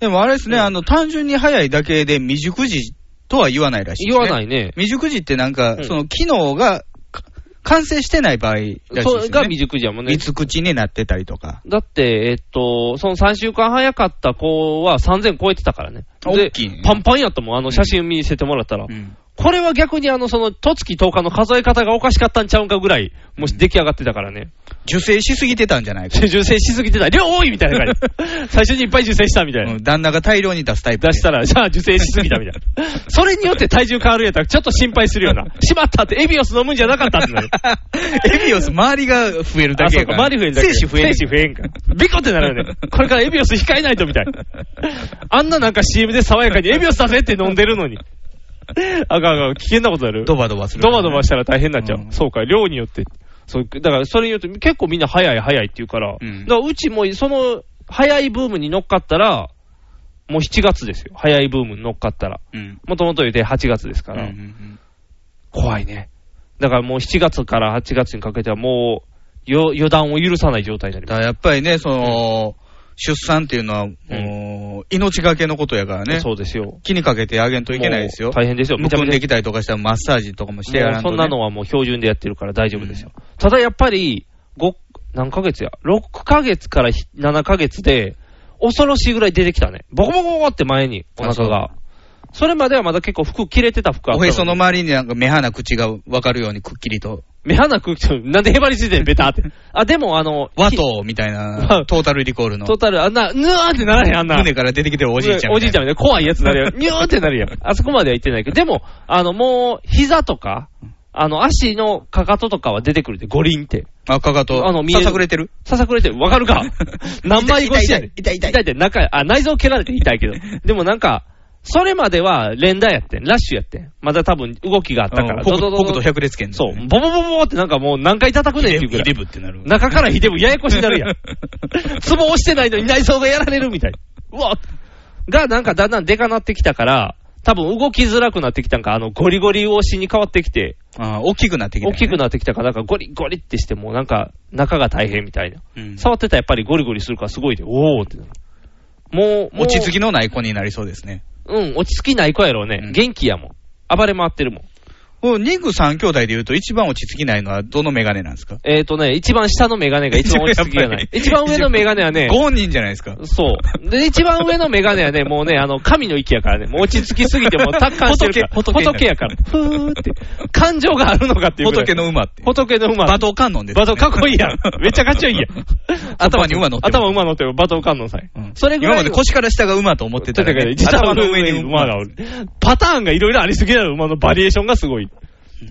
[SPEAKER 2] でもあれですね、あの、単純に早いだけで未熟児とは言わないらしい、。
[SPEAKER 3] 言わないいね。
[SPEAKER 2] 未熟児ってなん
[SPEAKER 3] う
[SPEAKER 2] か、
[SPEAKER 3] ん
[SPEAKER 2] その機能がか完成してない場合らしいです
[SPEAKER 3] そ
[SPEAKER 2] よ
[SPEAKER 3] れ
[SPEAKER 2] ね。
[SPEAKER 3] が未熟児やもんね
[SPEAKER 2] い。つ口になってたりとか。
[SPEAKER 3] だって、えっと、その3週間早かった子は3000超えてたからね。
[SPEAKER 2] 大きいね
[SPEAKER 3] で、パンパンやったもん、あの写真見せてもらったら。
[SPEAKER 2] うん
[SPEAKER 3] これは逆に、あの、その、とつき10日の数え方がおかしかったんちゃうんかぐらい、もし出来上がってたからね。
[SPEAKER 2] 受精しすぎてたんじゃないか。
[SPEAKER 3] 受精しすぎてた。量多いみたいな感 じ。最初にいっぱい受精したみたいな。
[SPEAKER 2] うん旦那が大量に出すタイプ。
[SPEAKER 3] 出したら、じゃあ受精しすぎたみたいな。それによって体重変わるんやったら、ちょっと心配するよ うな。しまったって、エビオス飲むんじゃなかったってなる。
[SPEAKER 2] エビオス、周りが増えるだ
[SPEAKER 3] あ、
[SPEAKER 2] け
[SPEAKER 3] そう
[SPEAKER 2] やか
[SPEAKER 3] か、
[SPEAKER 2] ら。
[SPEAKER 3] 周り増えんだけど。
[SPEAKER 2] 精子増える。
[SPEAKER 3] 精子増えんから。ビコってなるよね。これからエビオス控えないとみ たいな。あんななんか CM で爽やかにエビオスだぜって飲んでるのに。あかんあかん、危険なことある。
[SPEAKER 2] ドバドバする。
[SPEAKER 3] ドバドバしたら大変になっちゃう。
[SPEAKER 2] うん
[SPEAKER 3] そうか、量によって。そう、だからそれによって結構みんな早い早いって言うから、
[SPEAKER 2] う
[SPEAKER 3] うんだからうちもその早いブームに乗っかったら、もう7月ですよ。早いブームに乗っかったら。
[SPEAKER 2] うん。
[SPEAKER 3] もともと言うて8月です
[SPEAKER 2] う
[SPEAKER 3] か
[SPEAKER 2] んうんう
[SPEAKER 3] ら、
[SPEAKER 2] ん
[SPEAKER 3] 怖いね。だからもう7月から8月にかけてはもう、よ予断を許さない状態になり
[SPEAKER 2] だ
[SPEAKER 3] ま
[SPEAKER 2] からやっぱりね、その、出産っていうのは、もう、命がけのことやから
[SPEAKER 3] す。
[SPEAKER 2] ね。
[SPEAKER 3] そうですよ。
[SPEAKER 2] 気にかけてあげんといけないですよ。
[SPEAKER 3] もう大変ですよ。
[SPEAKER 2] む
[SPEAKER 3] めちゃ
[SPEAKER 2] く
[SPEAKER 3] め
[SPEAKER 2] ん
[SPEAKER 3] ちゃ
[SPEAKER 2] できたりとかしたらマッサージとかもしてや
[SPEAKER 3] も
[SPEAKER 2] ら
[SPEAKER 3] うん
[SPEAKER 2] と、ね。
[SPEAKER 3] そんなのはもう標準でやってるから大丈夫ですよ。ただやっぱり、5、何ヶ月や ?6 ヶ月から7ヶ月で、恐ろしいぐらい出てきたね。ボコボコボコって前に、お腹が。それまではまだ結構服切れてた服あった
[SPEAKER 2] お
[SPEAKER 3] に
[SPEAKER 2] へその周りになんか目鼻口が分かるようにくっきりと、
[SPEAKER 3] 目鼻く、ちょなんでへばりついてんベタって。あ、でもあの、
[SPEAKER 2] 和とみたい な、トータルリコール
[SPEAKER 3] き
[SPEAKER 2] の
[SPEAKER 3] トー、タル、あんな、ぬわーってならへん、あんな。
[SPEAKER 2] 胸から出てきてるおじいちゃん。
[SPEAKER 3] おじいちゃん
[SPEAKER 2] ん。
[SPEAKER 3] みたいな怖いやつになる やん。ニューってなるやん。あそこまでは行ってないけど、でも、あの、もう、膝とか、あの、足のかかととかは出てくるで、五輪って。
[SPEAKER 2] あ、かかと、
[SPEAKER 3] あの見え
[SPEAKER 2] さ
[SPEAKER 3] る
[SPEAKER 2] さくれてる
[SPEAKER 3] ささくれてる。わか るか何倍越しやねん。
[SPEAKER 2] 痛い痛い痛い痛い
[SPEAKER 3] 痛いって、中、あ、内臓蹴られて痛い けど。でもなんか、それまでは連打やってん。ラッシュやってん。まだ多分動きがあったから。
[SPEAKER 2] 北
[SPEAKER 3] ドドドド
[SPEAKER 2] 北斗百裂拳の。
[SPEAKER 3] そう。ボボボボボってなんかもう何回叩くねんっていうぐら
[SPEAKER 2] イレ
[SPEAKER 3] い。
[SPEAKER 2] ブってなる。
[SPEAKER 3] 中からひでぶややこしになる やん。ツボ押してないのに内臓がやられるみたい。うわがなんかだんだんでかなってきたから、多分動きづらくなってきたんか、あのゴリゴリ押しに変わってきて、
[SPEAKER 2] あ大きくなってきて、
[SPEAKER 3] 大きくなってきたから、なんかゴリゴリってしてもうなんか中が大変みたいな。
[SPEAKER 2] うん
[SPEAKER 3] 触ってたらやっぱりゴリゴリするからすごいで、おーってなる。もう、もう
[SPEAKER 2] 落ち着きのない子になりそうですね。
[SPEAKER 3] うん、落ち着きない子やろうね。
[SPEAKER 2] うん
[SPEAKER 3] 元気やもん。暴れ回ってるもん。
[SPEAKER 2] こうニグ三兄弟で言うと一番落ち着きないのはどのメガネなんですか
[SPEAKER 3] えっ、ー、とね、一番下のメガネが一番落ち着き がない。一番上のメガネはね、
[SPEAKER 2] 5人じゃないですか。
[SPEAKER 3] そう。で、一番上のメガネはね、もうね、あの、神の域やからね、もう落ち着きすぎてもう達観してるから。
[SPEAKER 2] 仏仏
[SPEAKER 3] やから。ふーって。感情があるのかっていうぐらい。
[SPEAKER 2] 仏の馬って。
[SPEAKER 3] 仏の馬。
[SPEAKER 2] 馬頭観音です、
[SPEAKER 3] 馬頭かっこいいやん。めっちゃかっちょいいやん。
[SPEAKER 2] 頭に馬乗ってる
[SPEAKER 3] 頭馬乗ってる。馬頭観音さんや。
[SPEAKER 2] うん
[SPEAKER 3] それぐらい
[SPEAKER 2] 今
[SPEAKER 3] は。
[SPEAKER 2] まで腰から下が馬と思ってたらね、
[SPEAKER 3] 実は
[SPEAKER 2] 頭
[SPEAKER 3] 馬の
[SPEAKER 2] の上
[SPEAKER 3] 上
[SPEAKER 2] に
[SPEAKER 3] に馬
[SPEAKER 2] 馬が
[SPEAKER 3] がおる。パターンがいろいろありすぎだろ、馬のバリエーションがすごい。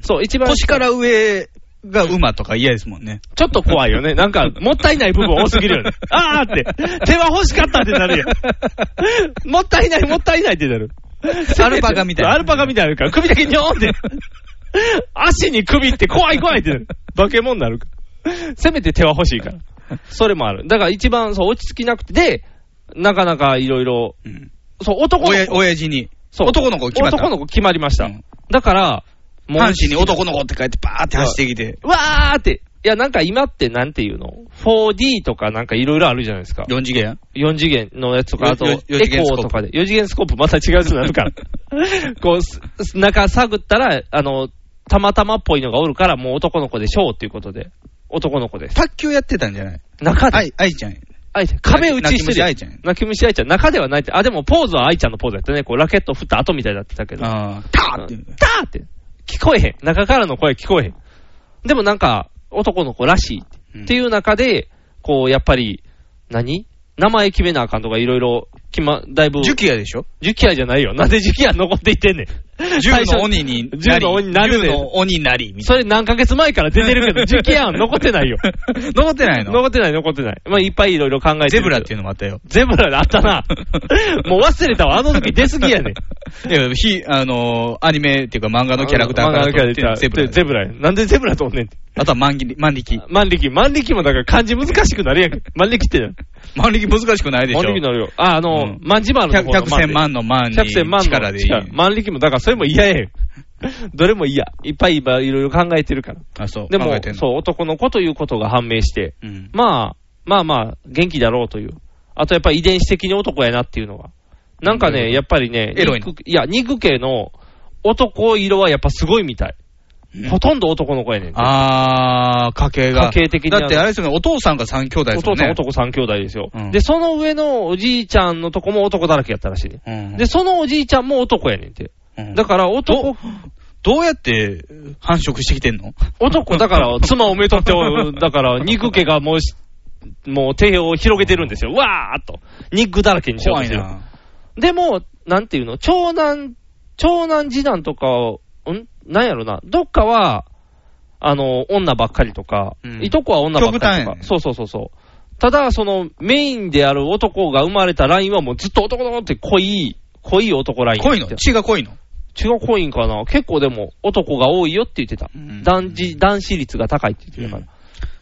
[SPEAKER 3] そう、一番。
[SPEAKER 2] 腰から上が馬とか嫌ですもんね。
[SPEAKER 3] ちょっと怖い よね。なんか、もったいない部分多すぎるよね。あーって。手は欲しかったって なるやん。もったいない、もったいないってなる。
[SPEAKER 2] アルパカみたいな
[SPEAKER 3] アルパカみたいになるから、首だけにょーんって。足に首って怖い怖いってなる。化け物になるから。せめて手は欲しいから。それもある。だから一番そう落ち着きなくて、で、なかなかいろいろ
[SPEAKER 2] うん
[SPEAKER 3] そう、男
[SPEAKER 2] お
[SPEAKER 3] の
[SPEAKER 2] や
[SPEAKER 3] 子。
[SPEAKER 2] 親父に。
[SPEAKER 3] そう
[SPEAKER 2] 男の子決まった
[SPEAKER 3] 男の子決まりました。
[SPEAKER 2] うん
[SPEAKER 3] だから、
[SPEAKER 2] 阪神に男の子って書いて、バーって走ってきて、
[SPEAKER 3] うわーって。いや、なんか今ってなんていうの ?4D とかなんかいろいろあるじゃないですか。
[SPEAKER 2] 4次元。
[SPEAKER 3] 4次元のやつとか、
[SPEAKER 2] よ
[SPEAKER 3] あと、エ
[SPEAKER 2] よ
[SPEAKER 3] コ
[SPEAKER 2] 四次元スコープ
[SPEAKER 3] ーとかで。4次元スコープまた違うやつにな るから。こうす、す中探ったら、あの、たまたまっぽいのがおるから、もう男の子でしょうっていうことで。男の子です。
[SPEAKER 2] 卓球やってたんじゃない
[SPEAKER 3] 中で、
[SPEAKER 2] 愛、愛ちゃん。
[SPEAKER 3] あいちゃん壁打ちしてるやん。
[SPEAKER 2] 泣き虫愛ちゃん
[SPEAKER 3] 泣き虫愛ちゃん。中ではないって。あ、でもポーズは愛ちゃんのポーズやったね。こう、ラケット振った後みたいになってたけど。
[SPEAKER 2] ああ、ターって
[SPEAKER 3] うん。ターって。聞こえへん。中からの声聞こえへん。でもなんか、男の子らしい。
[SPEAKER 2] うん
[SPEAKER 3] っていう中で、こう、やっぱり、何名前決めなあかんとかいろいろ、きま、だいぶ。
[SPEAKER 2] ジュキアでしょ
[SPEAKER 3] ジュキアじゃないよ。なんでジュキア残っていってんねん。
[SPEAKER 2] 銃
[SPEAKER 3] 最初
[SPEAKER 2] の鬼になり。
[SPEAKER 3] 銃の鬼になるね
[SPEAKER 2] 銃の鬼になり、みたい
[SPEAKER 3] それ何ヶ月前から出てるけど、ジュキアは残ってないよ。
[SPEAKER 2] な。 残ってないの
[SPEAKER 3] 残ってない、残ってない。まあ、いっぱいいろいろ考えてるけど。
[SPEAKER 2] ゼブラっていうのもあったよ。
[SPEAKER 3] ゼブラであった な。もう忘れたわ。あの時出すぎやねん。
[SPEAKER 2] いや、ひ、あのーアニメっていうか漫画のキャラクターか
[SPEAKER 3] 漫画
[SPEAKER 2] ら
[SPEAKER 3] のキャラ
[SPEAKER 2] 取
[SPEAKER 3] クタ
[SPEAKER 2] ってゼ
[SPEAKER 3] ー
[SPEAKER 2] ブラ。
[SPEAKER 3] ゼブラやなんでゼブラとおんねんって。
[SPEAKER 2] あとは万力、万力。
[SPEAKER 3] 万力、万力もだから漢字難しくなるやんけ。万力ってな。
[SPEAKER 2] 万力難しくないでしょ
[SPEAKER 3] 万力になるよ。あ、あの、
[SPEAKER 2] うん
[SPEAKER 3] 万字丸の
[SPEAKER 2] 百
[SPEAKER 3] 方の
[SPEAKER 2] 百千万の万に
[SPEAKER 3] 百千万の
[SPEAKER 2] 力でいい。
[SPEAKER 3] 力万力も、だからそれも嫌やよ。 どれも嫌。いっぱいいろいろ考えてるから。
[SPEAKER 2] あ、そう。
[SPEAKER 3] で
[SPEAKER 2] 考
[SPEAKER 3] も
[SPEAKER 2] えてん、の
[SPEAKER 3] そう、男の子ということが判明して、
[SPEAKER 2] うん。
[SPEAKER 3] まあ、まあまあ、元気だろうという。あとやっぱり遺伝子的に男やなっていうのが。なんか
[SPEAKER 2] うん
[SPEAKER 3] ね、やっぱりね、
[SPEAKER 2] エロいの
[SPEAKER 3] 肉いや、肉系の男色はやっぱすごいみたい。ほとんど男の子やねんて。
[SPEAKER 2] あー、家系が。
[SPEAKER 3] 家系的に
[SPEAKER 2] だ
[SPEAKER 3] ある
[SPEAKER 2] ってあれですよね、お父さんが三兄弟で
[SPEAKER 3] お
[SPEAKER 2] すよ
[SPEAKER 3] 父さん
[SPEAKER 2] ね。
[SPEAKER 3] 男3兄弟ですよ、
[SPEAKER 2] うん
[SPEAKER 3] で、その上のおじいちゃんのとこも男だらけやったらしいね。
[SPEAKER 2] うん
[SPEAKER 3] で、そのおじいちゃんも男やねんて。
[SPEAKER 2] うん
[SPEAKER 3] だから男
[SPEAKER 2] ど、どうやって繁殖してきてんの
[SPEAKER 3] 男だから妻をめとってお、だから肉毛がもうし、もう手を広げてるんですよ。わーっと。肉だらけにしようと
[SPEAKER 2] 怖
[SPEAKER 3] し
[SPEAKER 2] い
[SPEAKER 3] てる。
[SPEAKER 2] な。
[SPEAKER 3] でも、なんていうの、長男、長男次男とかを、んなんやろな、どっかは、あの、女ばっかりとか、
[SPEAKER 2] うん
[SPEAKER 3] いとこは女ばっ
[SPEAKER 2] 極端
[SPEAKER 3] かり
[SPEAKER 2] や
[SPEAKER 3] と
[SPEAKER 2] ね
[SPEAKER 3] か、そうそうそうそう。ただ、その、メインである男が生まれたラインはもうずっと男のって濃い、濃い男ライン。
[SPEAKER 2] 濃いの血が濃いの
[SPEAKER 3] 違う濃いんかな結構でも男が多いよって言ってた。
[SPEAKER 2] うん
[SPEAKER 3] 男児、男子率が高いって言ってたから。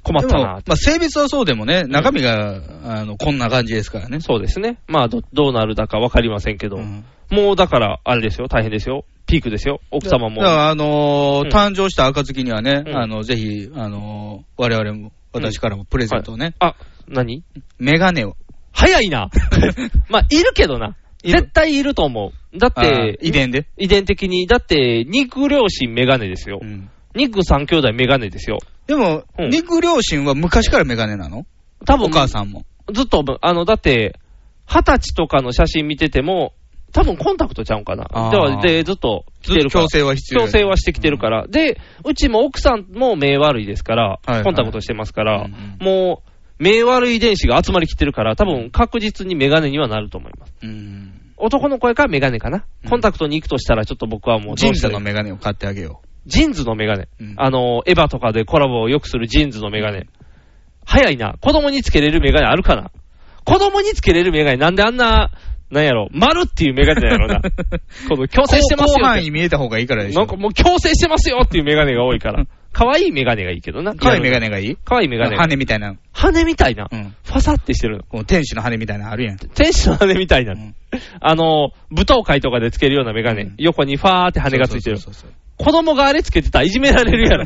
[SPEAKER 3] 困っ
[SPEAKER 2] で
[SPEAKER 3] た
[SPEAKER 2] も、
[SPEAKER 3] な
[SPEAKER 2] ま
[SPEAKER 3] って
[SPEAKER 2] あ、性別はそうでもね、中身が、あのこんな感じですからね。
[SPEAKER 3] そうですね。まあど、どうなるだかわかりませんけど。
[SPEAKER 2] うん
[SPEAKER 3] もうだから、あれですよ、大変ですよ。ピークですよ。奥様も
[SPEAKER 2] だか。ら、あのー
[SPEAKER 3] うん
[SPEAKER 2] 誕生した暁にはね、
[SPEAKER 3] うん
[SPEAKER 2] あの、ぜひ、あのー我々も、私からもプレゼントをね、
[SPEAKER 3] あ、何
[SPEAKER 2] メガネを。
[SPEAKER 3] 早いな。 まあ、いるけどな。
[SPEAKER 2] いる
[SPEAKER 3] 絶対いると思う。だっ
[SPEAKER 2] あー
[SPEAKER 3] て、
[SPEAKER 2] 遺伝で。
[SPEAKER 3] 遺伝的に、だって、肉両親メガネですよ
[SPEAKER 2] う。ん
[SPEAKER 3] 肉三兄弟メガネですよ。
[SPEAKER 2] でも、
[SPEAKER 3] うん
[SPEAKER 2] 肉両親は昔からメガネなの
[SPEAKER 3] 多分、
[SPEAKER 2] お母さんも。
[SPEAKER 3] ずっと、あの、だって、二十歳とかの写真見てても、多分コンタクトちゃうんかな。
[SPEAKER 2] あー
[SPEAKER 3] では、で、ずっと来てるから。
[SPEAKER 2] ずっと矯正は必要や
[SPEAKER 3] 矯正はしてきてるから。で、うちも奥さんも目悪いですから、
[SPEAKER 2] いはい
[SPEAKER 3] コンタクトしてますか
[SPEAKER 2] う
[SPEAKER 3] ら、
[SPEAKER 2] んうん
[SPEAKER 3] もう、目悪い遺伝子が集まりきてるから、多分確実にメガネにはなると思います。
[SPEAKER 2] うん。
[SPEAKER 3] 男の声かメガネかな。
[SPEAKER 2] うん
[SPEAKER 3] コンタクトに行くとしたら、ちょっと僕はもう
[SPEAKER 2] ジ
[SPEAKER 3] ど
[SPEAKER 2] ー
[SPEAKER 3] う
[SPEAKER 2] ン
[SPEAKER 3] した
[SPEAKER 2] ズ
[SPEAKER 3] らい
[SPEAKER 2] のメ
[SPEAKER 3] い、
[SPEAKER 2] ガネを買ってあげよ
[SPEAKER 3] ジーンズのメガネ。
[SPEAKER 2] うん
[SPEAKER 3] あの、エヴァとかでコラボをよくするジーンズのメガネ。早いな。子供につけれるメガネあるかな子供につけれるメガネ、なんであんな、なんやろ、丸っていうメガネなんやろ な。この強
[SPEAKER 2] う。
[SPEAKER 3] 制してますよ
[SPEAKER 2] 広範
[SPEAKER 3] っ
[SPEAKER 2] 囲見えた方がいいから
[SPEAKER 3] て。
[SPEAKER 2] でし
[SPEAKER 3] な
[SPEAKER 2] ょ
[SPEAKER 3] ん。かもう強制してますよっていうメガネが多いから。可愛いメガネがいいけどな。
[SPEAKER 2] 可愛いメガネがいい
[SPEAKER 3] 可愛いメガネ。
[SPEAKER 2] 羽みたいな。
[SPEAKER 3] 羽みたいな。
[SPEAKER 2] うん。
[SPEAKER 3] ファサってしてるの。
[SPEAKER 2] この天使の羽みたいなのあるやん。
[SPEAKER 3] 天使の羽みたいな。
[SPEAKER 2] うん
[SPEAKER 3] あの、舞踏会とかでつけるようなメガネ。
[SPEAKER 2] うん
[SPEAKER 3] 横にファーって羽がついてる。
[SPEAKER 2] そうそうそうそう
[SPEAKER 3] 子供があれつけてたらいじめられる やろ。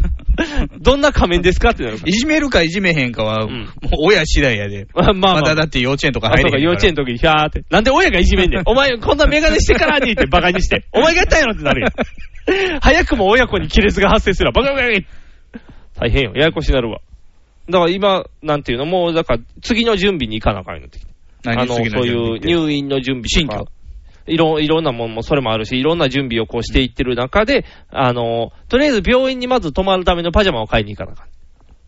[SPEAKER 3] どんな仮面ですかってなるか
[SPEAKER 2] いじめるかいじめへんかは、
[SPEAKER 3] うん
[SPEAKER 2] もう親次第やで。
[SPEAKER 3] ら。まあまあ
[SPEAKER 2] ま
[SPEAKER 3] まあ
[SPEAKER 2] だだ。って幼稚園とか
[SPEAKER 3] あ
[SPEAKER 2] 入
[SPEAKER 3] そ
[SPEAKER 2] れへ
[SPEAKER 3] う
[SPEAKER 2] か
[SPEAKER 3] んから幼稚園の時に、ひゃーって。なんで親がいじめん ねん。お前、こんなメガネしてからにってバカにして。お前がやったんやろってな るやん。早くも親子に亀裂が発生するわ。バカバカバカ大変よ。ややこしになるわ。だから今、なんていうの、もう、だから、次の準備に行かなあかんようになってきて。あ
[SPEAKER 2] 何
[SPEAKER 3] の、そう
[SPEAKER 2] 次の
[SPEAKER 3] いう
[SPEAKER 2] 準備って
[SPEAKER 3] 入院の準備と
[SPEAKER 2] 新
[SPEAKER 3] か。いろ、いろんなもんも、それもあるし、いろんな準備をこうしていってる中で、あの、とりあえず病院にまず泊まるためのパジャマを買いに行かなあかん。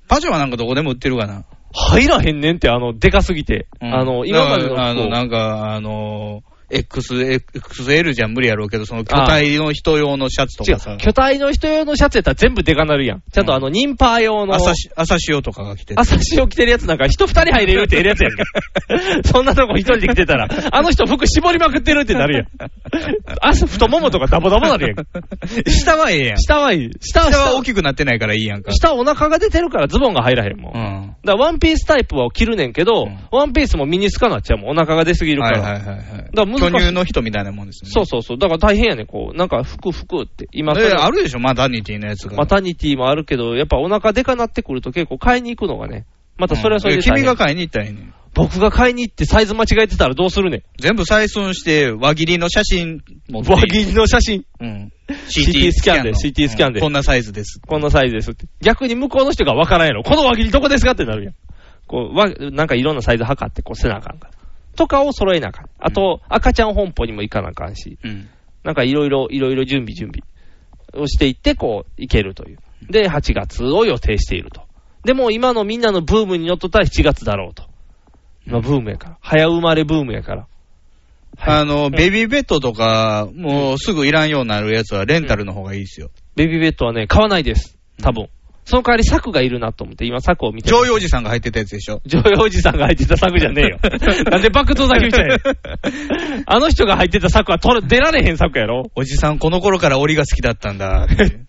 [SPEAKER 2] パジャマなんかどこでも売ってるかな。
[SPEAKER 3] 入らへんねんって、あの、でかすぎて。
[SPEAKER 2] うん
[SPEAKER 3] あの、今まで
[SPEAKER 2] だからあ
[SPEAKER 3] の
[SPEAKER 2] の、
[SPEAKER 3] こ
[SPEAKER 2] なんか、あの、X、XL じゃ無理やろうけど、その巨体の人用のシャツと
[SPEAKER 3] う、違
[SPEAKER 2] かさ
[SPEAKER 3] う、、巨体の人用のシャツやったら全部でかなるやん。ちゃんとあの、ニンパー用の。
[SPEAKER 2] 朝し朝潮とかが着てて
[SPEAKER 3] 朝潮着てるやつなんか人二人入れるってええやつやんか。 そんなとこ一人で着てたら、あの人服絞りまくってるってなるやん。朝、太ももとかダボダボなるやん。
[SPEAKER 2] 下はええやん。
[SPEAKER 3] 下はいい。下は
[SPEAKER 2] 下は大きくなってないからいいやんか。
[SPEAKER 3] 下お腹が出てるからズボンが入らへんもん。
[SPEAKER 2] う
[SPEAKER 3] だか
[SPEAKER 2] ん。
[SPEAKER 3] らワンピースタイプは着るねんけど、
[SPEAKER 2] うん
[SPEAKER 3] ワンピースもミニスカなっちゃうもん。お腹が出すぎるか
[SPEAKER 2] は
[SPEAKER 3] ら。
[SPEAKER 2] いはいはいはい。
[SPEAKER 3] だから難
[SPEAKER 2] 巨
[SPEAKER 3] し
[SPEAKER 2] 乳
[SPEAKER 3] い。
[SPEAKER 2] の人みたいなもんですね。
[SPEAKER 3] そうそうそう。だから大変やね、こう。なんか、服、服って。今
[SPEAKER 2] えあるでしょ、マダニティのやつが。
[SPEAKER 3] マタニティもあるけど、やっぱお腹でかなってくると結構買いに行くのがね。またそれはそれ
[SPEAKER 2] うん
[SPEAKER 3] で
[SPEAKER 2] いや
[SPEAKER 3] 大
[SPEAKER 2] 君
[SPEAKER 3] 変、
[SPEAKER 2] が買いに行ったらいいねん
[SPEAKER 3] 僕が買いに行ってサイズ間違えてたらどうするね
[SPEAKER 2] 全部採寸して、輪切りの写真持
[SPEAKER 3] ん。
[SPEAKER 2] っていい
[SPEAKER 3] 輪切りの写真。
[SPEAKER 2] うん。
[SPEAKER 3] CT スキャンで CT スキャンで
[SPEAKER 2] うんこんなサイズです。
[SPEAKER 3] こんなサイズですって。逆に向こうの人がわからんやろ。この輪切りどこですかってなるやん。こう、わ、なんかいろんなサイズ測って、こうせなあかんから。とかを揃えなあかん。あと、赤ちゃん本舗にも行かなあかんし、
[SPEAKER 2] うん。
[SPEAKER 3] なんかいろいろ、いろいろ準備準備をしていって、こう、行けるという。で、8月を予定していると。でも今のみんなのブームに乗っとったら7月だろうと。まあ、ブームやから。早生まれブームやから。はい
[SPEAKER 2] あの、ベビーベッドとか、もうすぐいらんようになるやつはレンタルの方がいいですよ。
[SPEAKER 3] ベビーベッドはね、買わないです。多分。その代わり柵がいるなと思って、今柵を見てます
[SPEAKER 2] 常用おじさんが入ってたやつでしょ。
[SPEAKER 3] ジョイおじさんが入ってた柵じゃねえよ。なんでバックトゥーザキューみたいな。あの人が入ってた柵は取れ出られへん柵やろ
[SPEAKER 2] おじさん、この頃から檻が好きだったんだって。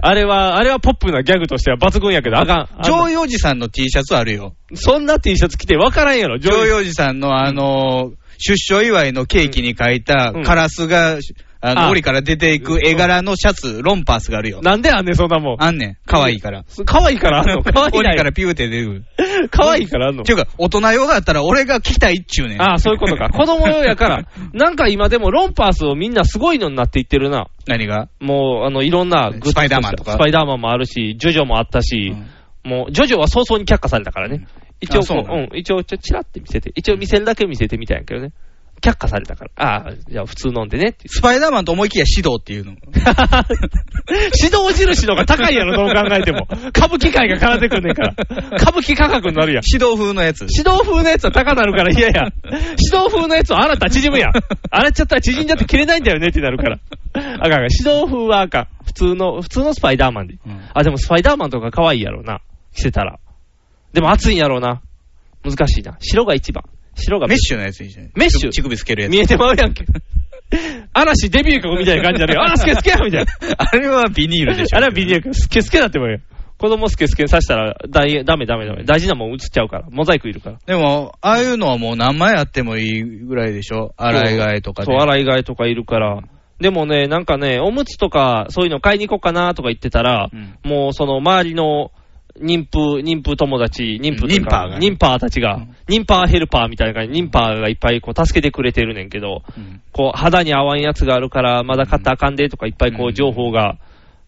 [SPEAKER 3] あれは、あれはポップなギャグとしては抜群やけど、あかん。
[SPEAKER 2] 常用おじさんの T シャツあるよ。
[SPEAKER 3] そんな T シャツ着て分からんやろ、ジ
[SPEAKER 2] 常
[SPEAKER 3] ョイ。
[SPEAKER 2] 用おじさんのあの、出所祝いのケーキに書いた
[SPEAKER 3] うん
[SPEAKER 2] カラスが、あの、
[SPEAKER 3] あ
[SPEAKER 2] 檻から出ていく絵柄のシャツ、ロンパースがあるよ。
[SPEAKER 3] なんであんねん、そんなもん。
[SPEAKER 2] あんねん。可愛いから。
[SPEAKER 3] 可愛いからあん の可愛い
[SPEAKER 2] 檻
[SPEAKER 3] な
[SPEAKER 2] から
[SPEAKER 3] い。
[SPEAKER 2] ピューって出てくる。
[SPEAKER 3] 可愛いからあんの
[SPEAKER 2] っていうか、大人用だったら俺が着たいっちゅうねん。
[SPEAKER 3] ああ、そういうことか。子供用 やから、なんか今でもロンパースをみんなすごいのになっていってるな。
[SPEAKER 2] 何が
[SPEAKER 3] もう、あの、いろんなグッズ
[SPEAKER 2] スパイダーマンとか
[SPEAKER 3] スパイダーマンもあるし、ジョジョもあったし、もう、ジョジョは早々に却下されたからね。一応
[SPEAKER 2] あそう
[SPEAKER 3] こ
[SPEAKER 2] な
[SPEAKER 3] う、うん、一応、ちょ、チラって見せて、一応見せるだけ見せてみたんやけどね。却下されたから。ああ、じゃあ普通飲んでねって
[SPEAKER 2] スパイダーマンと思いきや指導っていうの。
[SPEAKER 3] 言って。 指導印の方が高いやろ、どう考えても。歌舞伎界が絡んでくんねんから。歌舞伎価格になるやん。
[SPEAKER 2] 指導風のやつ。
[SPEAKER 3] 指導風のやつは高なるから嫌や。指導風のやつは洗ったら縮むやん。洗っちゃったら縮んじゃって切れないんだよねってなるから。あかんあかん。指導風はあかん。普通の、普通のスパイダーマンで。
[SPEAKER 2] うん
[SPEAKER 3] あ、でもスパイダーマンとか可愛いやろうな。着てたら。でも暑いんやろうな。難しいな。白が一番。白が
[SPEAKER 2] メッシュのやついいじゃない
[SPEAKER 3] メッシュ
[SPEAKER 2] 乳首つけるやつ。
[SPEAKER 3] 見えてまうやんけ。嵐デビュー曲みたいな感じになるよ。あー、スケスケやみたいな。
[SPEAKER 2] あれはビニールでしょ。
[SPEAKER 3] あれはビニールスケスケだってもうよ。子供スケスケさしたらだいダメダメダメ。大事なもん映っちゃうから。モザイクいるから。
[SPEAKER 2] でも、ああいうのはもう何枚あってもいいぐらいでしょ洗い替えとかで。
[SPEAKER 3] そう、洗い替えとかいるから。でもね、なんかね、おむつとか、そういうの買いに行こうかなとか言ってたら、
[SPEAKER 2] うん
[SPEAKER 3] もうその周りの妊婦、妊婦友達、妊婦とか、
[SPEAKER 2] うん妊パーがね
[SPEAKER 3] 妊パーたちが、
[SPEAKER 2] うん
[SPEAKER 3] 妊パーヘルパーみたいな感じで、妊パーがいっぱいこう助けてくれてるねんけど、
[SPEAKER 2] うん
[SPEAKER 3] こう肌に合わんやつがあるから、まだ買ったらあかんでとかいっぱいこ
[SPEAKER 2] う
[SPEAKER 3] うん情報が、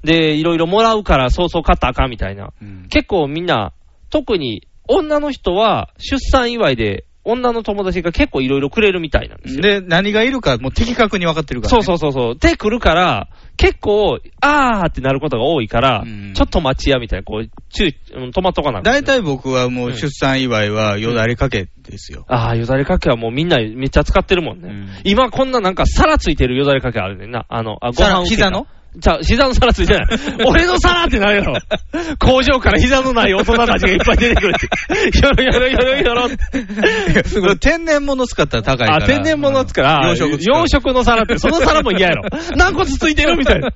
[SPEAKER 3] で、いろいろもらうから、そうそう買ったらあかんみたいな。
[SPEAKER 2] うん
[SPEAKER 3] 結構みんな、特に女の人は出産祝いで、女の友達が結構いろいろくれるみたいなんですよ。
[SPEAKER 2] で、何がいるかもう的確に分かってるから、
[SPEAKER 3] そうそうそうそう。で、来るから、結構、あーってなることが多いから、
[SPEAKER 2] うん
[SPEAKER 3] ちょっと待ちやみたいな、こう、ちゅううん、止まっとかな。
[SPEAKER 2] 大体僕はもう出産祝いはよだれかけですよ。
[SPEAKER 3] あー、よだれかけはもうみんなめっちゃ使ってるもんね。
[SPEAKER 2] うん
[SPEAKER 3] 今こんななんか皿ついてるよだれかけあるねんな。あの、あご
[SPEAKER 2] 皿
[SPEAKER 3] 飯受け
[SPEAKER 2] 膝 の
[SPEAKER 3] じゃあ、膝の皿つい てない。俺の皿ってなるやろ。工場から膝のない大人たちがいっぱい出てくる って。よろよろよろよろって。
[SPEAKER 2] すごい天然物使ったら高いから。
[SPEAKER 3] あ、天然物つから、
[SPEAKER 2] 養殖使う
[SPEAKER 3] 養殖の皿って、その皿も嫌 やろ。何個つついてるみたいな。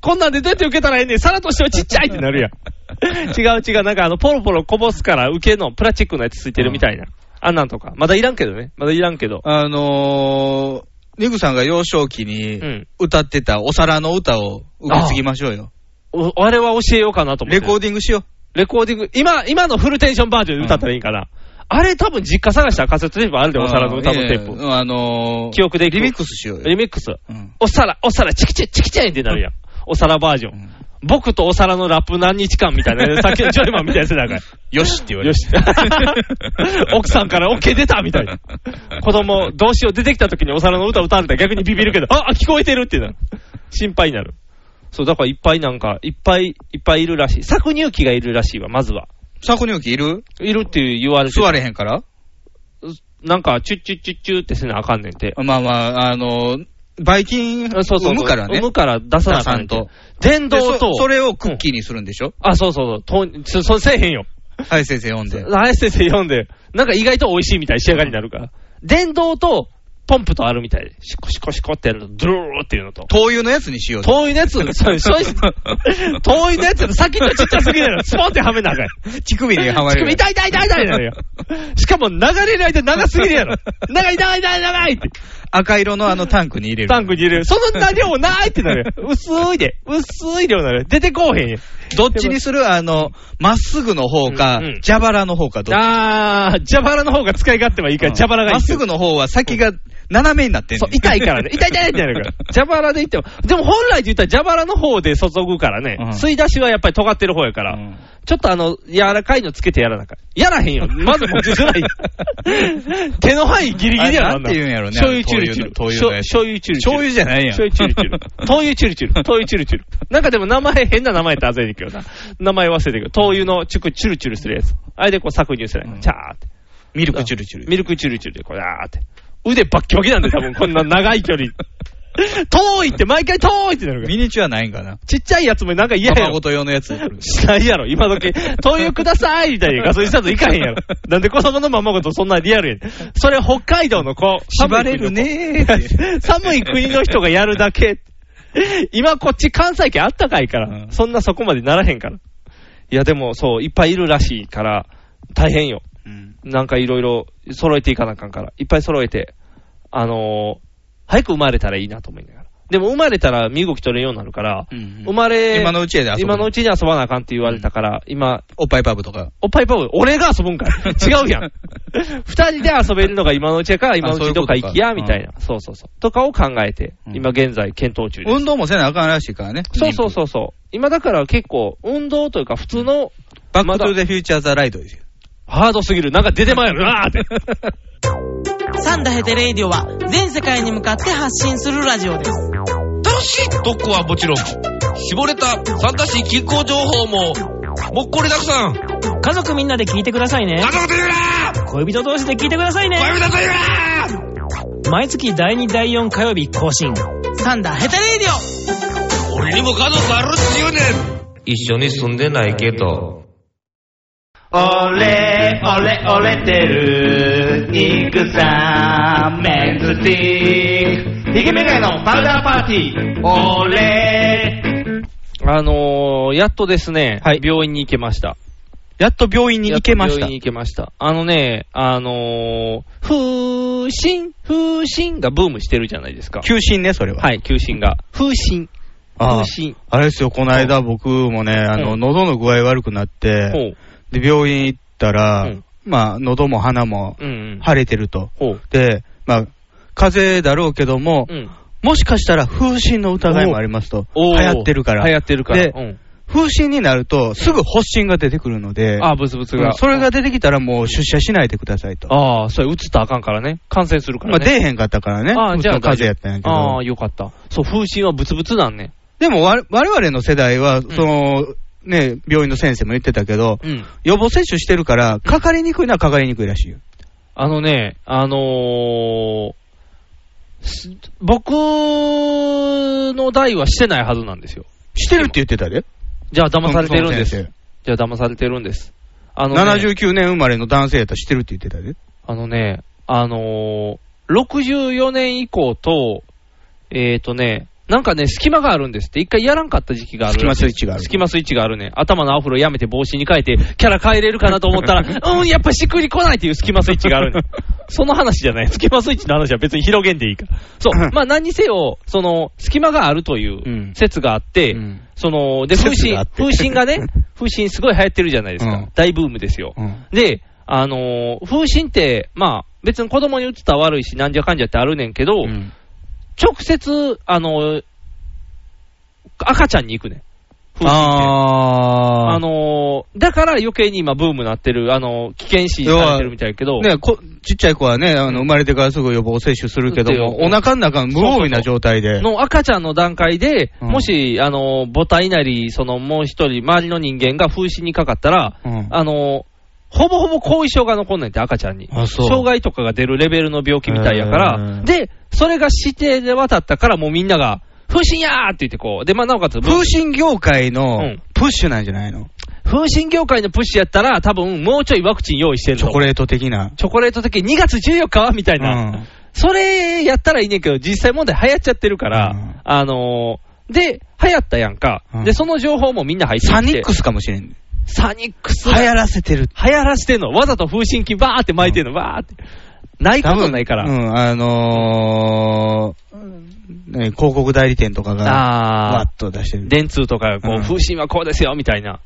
[SPEAKER 3] こんなんでどうやって受けたらええねん。皿としてはちっちゃいってなるやん。違う違う、なんかあの、ポロポロこぼすから受けのプラスチックのやつついてるみたいな。あんなんとか。まだいらんけどね。まだいらんけど。
[SPEAKER 2] あのー、ニグさんが幼少期
[SPEAKER 3] う
[SPEAKER 2] に
[SPEAKER 3] ん
[SPEAKER 2] 歌ってたお皿の歌を受け継ぎましょうよ。
[SPEAKER 3] おあれは教えようかなと思っ
[SPEAKER 2] レ
[SPEAKER 3] て。
[SPEAKER 2] コーディングしよ
[SPEAKER 3] レコーディング。今、今のフルテンションバージョンで歌ったらいいかな。あれ多分実家探したらカセットテープある
[SPEAKER 2] う。
[SPEAKER 3] で、お皿の歌
[SPEAKER 2] い
[SPEAKER 3] のテー
[SPEAKER 2] やいやあのー、
[SPEAKER 3] 記憶でいく
[SPEAKER 2] リミックスしよう
[SPEAKER 3] プ。
[SPEAKER 2] よ。
[SPEAKER 3] リミックス。
[SPEAKER 2] うん
[SPEAKER 3] お皿、お皿、チキチェ、チキチェンってなるやん。お皿バージョン。
[SPEAKER 2] うん
[SPEAKER 3] 僕とお皿のラップ何日間みたいな、 さっきのジョイマンみたいなやつだから。
[SPEAKER 2] よしって言われ
[SPEAKER 3] よ
[SPEAKER 2] る。
[SPEAKER 3] し。 奥さんから OK 出たみたいな。子供、どうしよう、出てきた時にお皿の歌歌われたら逆にビビるけど、あ、あ聞こえてるってなる。心配になる。そう、だからいっぱいなんか、いっぱいいっぱいいるらしい。搾乳機がいるらしいわ、まずは。
[SPEAKER 2] 作乳機いる
[SPEAKER 3] いるっていう言われてる
[SPEAKER 2] 座れへんから
[SPEAKER 3] なんか、チュッチュッチュッチュッってせなあかんねんて。
[SPEAKER 2] まあまあ、あのー、ばい菌
[SPEAKER 3] そうそうそう。
[SPEAKER 2] 産むからね。
[SPEAKER 3] 産むから出さなあかんねんて
[SPEAKER 2] 出さんと。
[SPEAKER 3] 電
[SPEAKER 2] で
[SPEAKER 3] 動
[SPEAKER 2] そ
[SPEAKER 3] と。
[SPEAKER 2] それをクッキーにするんでしょ、
[SPEAKER 3] あ、そうそうそうとん。そ、そ、せえへんよ。
[SPEAKER 2] はい、先生読んで。
[SPEAKER 3] 林先生読んで、なんか意外と美味しいみたいに仕上がりになるから。電動と、ポンプとあるみたいで、シコシコシコってやるの、ドゥルルルっていうのと。
[SPEAKER 2] 灯油のやつにしようよ。
[SPEAKER 3] 遠いのやつ、そうそう遠いのやつの先っちょちっちゃすぎるやろ。スポンってはめなあかん。
[SPEAKER 2] 乳首にはま
[SPEAKER 3] 乳
[SPEAKER 2] れる。
[SPEAKER 3] 首痛い痛い痛い痛いなのよ。しかも流れる間長すぎるやろ。長い長い長い長いって。
[SPEAKER 2] 赤色のあのタンクに入れる。
[SPEAKER 3] タンクに入れる。そんな量ないってなるよ。薄いで。薄い量になる。出てこうへんよ。
[SPEAKER 2] どっちにするあの、まっすぐの方か
[SPEAKER 3] うんうん、
[SPEAKER 2] 蛇腹の方か、どっち
[SPEAKER 3] あー、蛇腹の方が使い勝手はいいから、蛇腹がいい
[SPEAKER 2] まっ
[SPEAKER 3] です
[SPEAKER 2] す
[SPEAKER 3] よ
[SPEAKER 2] ぐの方は先が斜めになってん
[SPEAKER 3] そう、痛 いからね。痛い痛いってなるから。蛇腹で言っても。でも本来で言ったら蛇腹の方で注ぐからね。
[SPEAKER 2] うん
[SPEAKER 3] 吸い出しはやっぱり尖ってる方やから。
[SPEAKER 2] うん
[SPEAKER 3] ちょっとあの、柔らかいのつけてやらなあかん。やらへんよ。まず持ちづら い。手の範囲ギリギリやろ。
[SPEAKER 2] あれなんて言うんやろね
[SPEAKER 3] 醤油チュルチュル。
[SPEAKER 2] 灯油の灯油のやつ
[SPEAKER 3] 醤油チュルチュル。
[SPEAKER 2] 醤油じゃないやん
[SPEAKER 3] 醤油チュルチュ ル。灯油チュルチュル。灯油チュルチュル。なんかでも名前、変な名前ってあぜにけどな。名前忘れてるけど、灯油のチュクチュルチュルするやつ。あれでこう搾乳するや
[SPEAKER 2] うん
[SPEAKER 3] つ。チャーって。
[SPEAKER 2] ミルクチュルチュル。
[SPEAKER 3] ミルクチュルチュルで、これ、あーって。腕バッキバキなん で、多分こんな長い距離。遠いって、毎回遠いってなるから。
[SPEAKER 2] ミニチュアないんかな。
[SPEAKER 3] ちっちゃいやつもなんか嫌や
[SPEAKER 2] 卵
[SPEAKER 3] ろ。
[SPEAKER 2] と用のやつ。
[SPEAKER 3] しないやろ、今時。灯油くださいみたいにガソリンスタンド行かへ んやろ。なんで子供のままごとそんなリアルやねん。それ北海道の子。
[SPEAKER 2] 縛れるねーって。
[SPEAKER 3] 寒い国の人がやるだけ。今こっち関西圏あったかいから、
[SPEAKER 2] うん
[SPEAKER 3] そんなそこまでならへんから。いやでもそう、いっぱいいるらしいから、大変よ。
[SPEAKER 2] うん
[SPEAKER 3] なんかいろいろ揃えていかなあかんから、いっぱい揃えて、あのー早く生まれたらいいなと思いながら。でも生まれたら身動き取れんようになるから、
[SPEAKER 2] うん
[SPEAKER 3] 生まれ、
[SPEAKER 2] 今のうちやで遊ぶ
[SPEAKER 3] 今のうちに遊ばなあかんって言われたから、今、
[SPEAKER 2] おっぱいパブとか。
[SPEAKER 3] おっぱいパブ、俺が遊ぶ んかい。違うやん。二人で遊べるのが今のうちやから、今のうちどっか行き
[SPEAKER 2] あそ
[SPEAKER 3] や、
[SPEAKER 2] ういう
[SPEAKER 3] み
[SPEAKER 2] こと
[SPEAKER 3] た
[SPEAKER 2] か
[SPEAKER 3] いな。そうそうそう。とかを考えて、
[SPEAKER 2] うん
[SPEAKER 3] 今現在検討中です。
[SPEAKER 2] 運動もせなあかんらしいからね。
[SPEAKER 3] そうそうそうそう。今だから結構、運動というか普通の、
[SPEAKER 2] バックトゥーザフューチャーザライドですよ。
[SPEAKER 3] ハードすぎる。なんか出てまうやろなーって。
[SPEAKER 1] サンダヘテレイディオは全世界に向かって発信するラジオです。
[SPEAKER 8] 楽しい特攻はもちろん、絞れたサンタシー気候情報も、もっこりたくさん。
[SPEAKER 1] 家族みんなで聞いてくださいね
[SPEAKER 8] 家。族と言うな
[SPEAKER 1] 恋人同士で聞いてくださいね。
[SPEAKER 8] 恋人と言うな
[SPEAKER 1] 毎月第2第4火曜日更新。サンダヘテレイディオ
[SPEAKER 8] 俺にも家族あるっちゅうねん一緒に住んでないけど。
[SPEAKER 9] 俺、俺、俺てる、肉さん、メンズティー。ヒゲメガネのパウダーパーティー。俺、
[SPEAKER 3] あのー、やっとですね、病院に行けました。
[SPEAKER 2] やっと病院に行けまし
[SPEAKER 3] やっと病
[SPEAKER 2] た
[SPEAKER 3] 院に。行けました。あのね、あのー、風疹、風疹がブームしてるじゃないですか。
[SPEAKER 2] 休診ね、それは。
[SPEAKER 3] はい、休診が。風疹。
[SPEAKER 2] ああ
[SPEAKER 3] 風疹。
[SPEAKER 2] あれですよ、この間僕もね、あ
[SPEAKER 3] う
[SPEAKER 2] の、
[SPEAKER 3] ん
[SPEAKER 2] 喉の具合悪くなっ
[SPEAKER 3] ほ
[SPEAKER 2] て、
[SPEAKER 3] う。
[SPEAKER 2] で、病院行った
[SPEAKER 3] う
[SPEAKER 2] ら
[SPEAKER 3] ん、
[SPEAKER 2] まあ、喉も鼻も
[SPEAKER 3] うんうん。
[SPEAKER 2] 腫れてると。
[SPEAKER 3] ほう。
[SPEAKER 2] で、まあ、風邪だろうけども
[SPEAKER 3] う、ん。
[SPEAKER 2] もしかしたら風疹の疑いもありますと。流
[SPEAKER 3] おー
[SPEAKER 2] 行ってるから。
[SPEAKER 3] 流行ってるから。
[SPEAKER 2] で
[SPEAKER 3] うん。
[SPEAKER 2] 風疹になると、すぐ発疹が出てくるので、
[SPEAKER 3] あー、ブツブツ
[SPEAKER 2] う
[SPEAKER 3] が。
[SPEAKER 2] んそれが出てきたらもう出社しないでくださいと。
[SPEAKER 3] ああ、それ映ったらあかんからね。感染するか
[SPEAKER 2] まあ、
[SPEAKER 3] ら
[SPEAKER 2] 出
[SPEAKER 3] ね。
[SPEAKER 2] えへんかったからね。
[SPEAKER 3] ああ、じゃあ
[SPEAKER 2] その風邪やったんやけ
[SPEAKER 3] ああ、
[SPEAKER 2] ど。
[SPEAKER 3] よかった。そう、風疹はブツブツなんね。
[SPEAKER 2] でもわ、我々の世代は、そ
[SPEAKER 3] ん
[SPEAKER 2] の、ね、病院の先生も言ってたけど、
[SPEAKER 3] うん。
[SPEAKER 2] 予防接種してるから、かかりにくいのはかかりにくいらしいよ。
[SPEAKER 3] あのね、あのー、す僕の代はしてないはずなんですよ。
[SPEAKER 2] してるって言ってたで。
[SPEAKER 3] じゃあ騙されてるんで
[SPEAKER 2] そ
[SPEAKER 3] す
[SPEAKER 2] の。先
[SPEAKER 3] じゃあ騙されてるんです。あの
[SPEAKER 2] 生
[SPEAKER 3] ね、
[SPEAKER 2] 79年生まれの男性やったらしてるって言ってたで。
[SPEAKER 3] あのね、あのー、64年以降と、えっ、ー、とね、なんかね、隙間があるんですって。一回やらんかった時期がある。
[SPEAKER 2] 隙間スイッチがある
[SPEAKER 3] 隙間スイッチがあるね。頭のアフロやめて帽子に変えて、キャラ変えれるかなと思った ら、うん、やっぱしっくり来ないっていう隙間スイッチがある ね。その話じゃない。隙間スイッチの話は別に広げんでいいから。そう。まあ何にせよ、その、隙間があるという説があって、
[SPEAKER 2] うん
[SPEAKER 3] その、で、風
[SPEAKER 2] 説があ
[SPEAKER 3] 疹
[SPEAKER 2] っ、て
[SPEAKER 3] 風疹が ね、風疹すごい流行ってるじゃないですか。
[SPEAKER 2] うん
[SPEAKER 3] 大ブームですよ。
[SPEAKER 2] うん
[SPEAKER 3] で、あのー風疹って、まあ、別に子供に打つとは悪いし、なんじゃかんじゃってあるねんけど、
[SPEAKER 2] うん
[SPEAKER 3] 直接、あのー赤ちゃんに行くねん。風疹って。
[SPEAKER 2] あ
[SPEAKER 3] あ
[SPEAKER 2] あ
[SPEAKER 3] のーだから余計に今ブームなってる、あのー危険視されてるみたいやけど、
[SPEAKER 2] ね、こちっちゃい子はね、あの生まれてからすぐ予防接種するけども、
[SPEAKER 3] 打
[SPEAKER 2] お
[SPEAKER 3] ってよ
[SPEAKER 2] 腹の中無防備な状態で。
[SPEAKER 3] の赤ちゃんの段階で、
[SPEAKER 2] うん
[SPEAKER 3] もし、あのー母体なり、そのもう一人、周りの人間が風疹にかかったら、
[SPEAKER 2] うん
[SPEAKER 3] あのーほぼほぼ後遺症が残んねんって、赤ちゃんに。
[SPEAKER 2] あそう
[SPEAKER 3] 障害とかが出るレベルの病気みたいやか
[SPEAKER 2] へ
[SPEAKER 3] ら、
[SPEAKER 2] ー
[SPEAKER 3] で、それが指定で渡ったから、もうみんなが、風疹やーって言ってこう、で、まあ、なおかつ、
[SPEAKER 2] 風疹業界
[SPEAKER 3] う
[SPEAKER 2] の
[SPEAKER 3] ん
[SPEAKER 2] プッシュなんじゃないの、
[SPEAKER 3] 風疹業界のプッシュやったら、多分もうちょいワクチン用意してる
[SPEAKER 2] チョコ
[SPEAKER 3] レー
[SPEAKER 2] レート的な
[SPEAKER 3] ト。。チョコレート的に2月14日はみたいな。
[SPEAKER 2] うん
[SPEAKER 3] それやったらいいねんけど、実際問題流行っちゃってるから、
[SPEAKER 2] うん
[SPEAKER 3] あのーで、流行ったやんか、
[SPEAKER 2] うん
[SPEAKER 3] で、その情報もみんな入ってきて
[SPEAKER 2] サニックスかもしれん。
[SPEAKER 3] サニックス
[SPEAKER 2] 流行らせてる。
[SPEAKER 3] 流行らしてんの。わざと風神器バーって巻いてんの、バーって。ないことないから。
[SPEAKER 2] うん、あのー、ね広告代理店とかが、
[SPEAKER 3] あ
[SPEAKER 2] わ
[SPEAKER 3] あ
[SPEAKER 2] っ、と出してる。
[SPEAKER 3] 電通とかがこ
[SPEAKER 2] う
[SPEAKER 3] う、
[SPEAKER 2] ん
[SPEAKER 3] 風神はこうですよ、みたいな。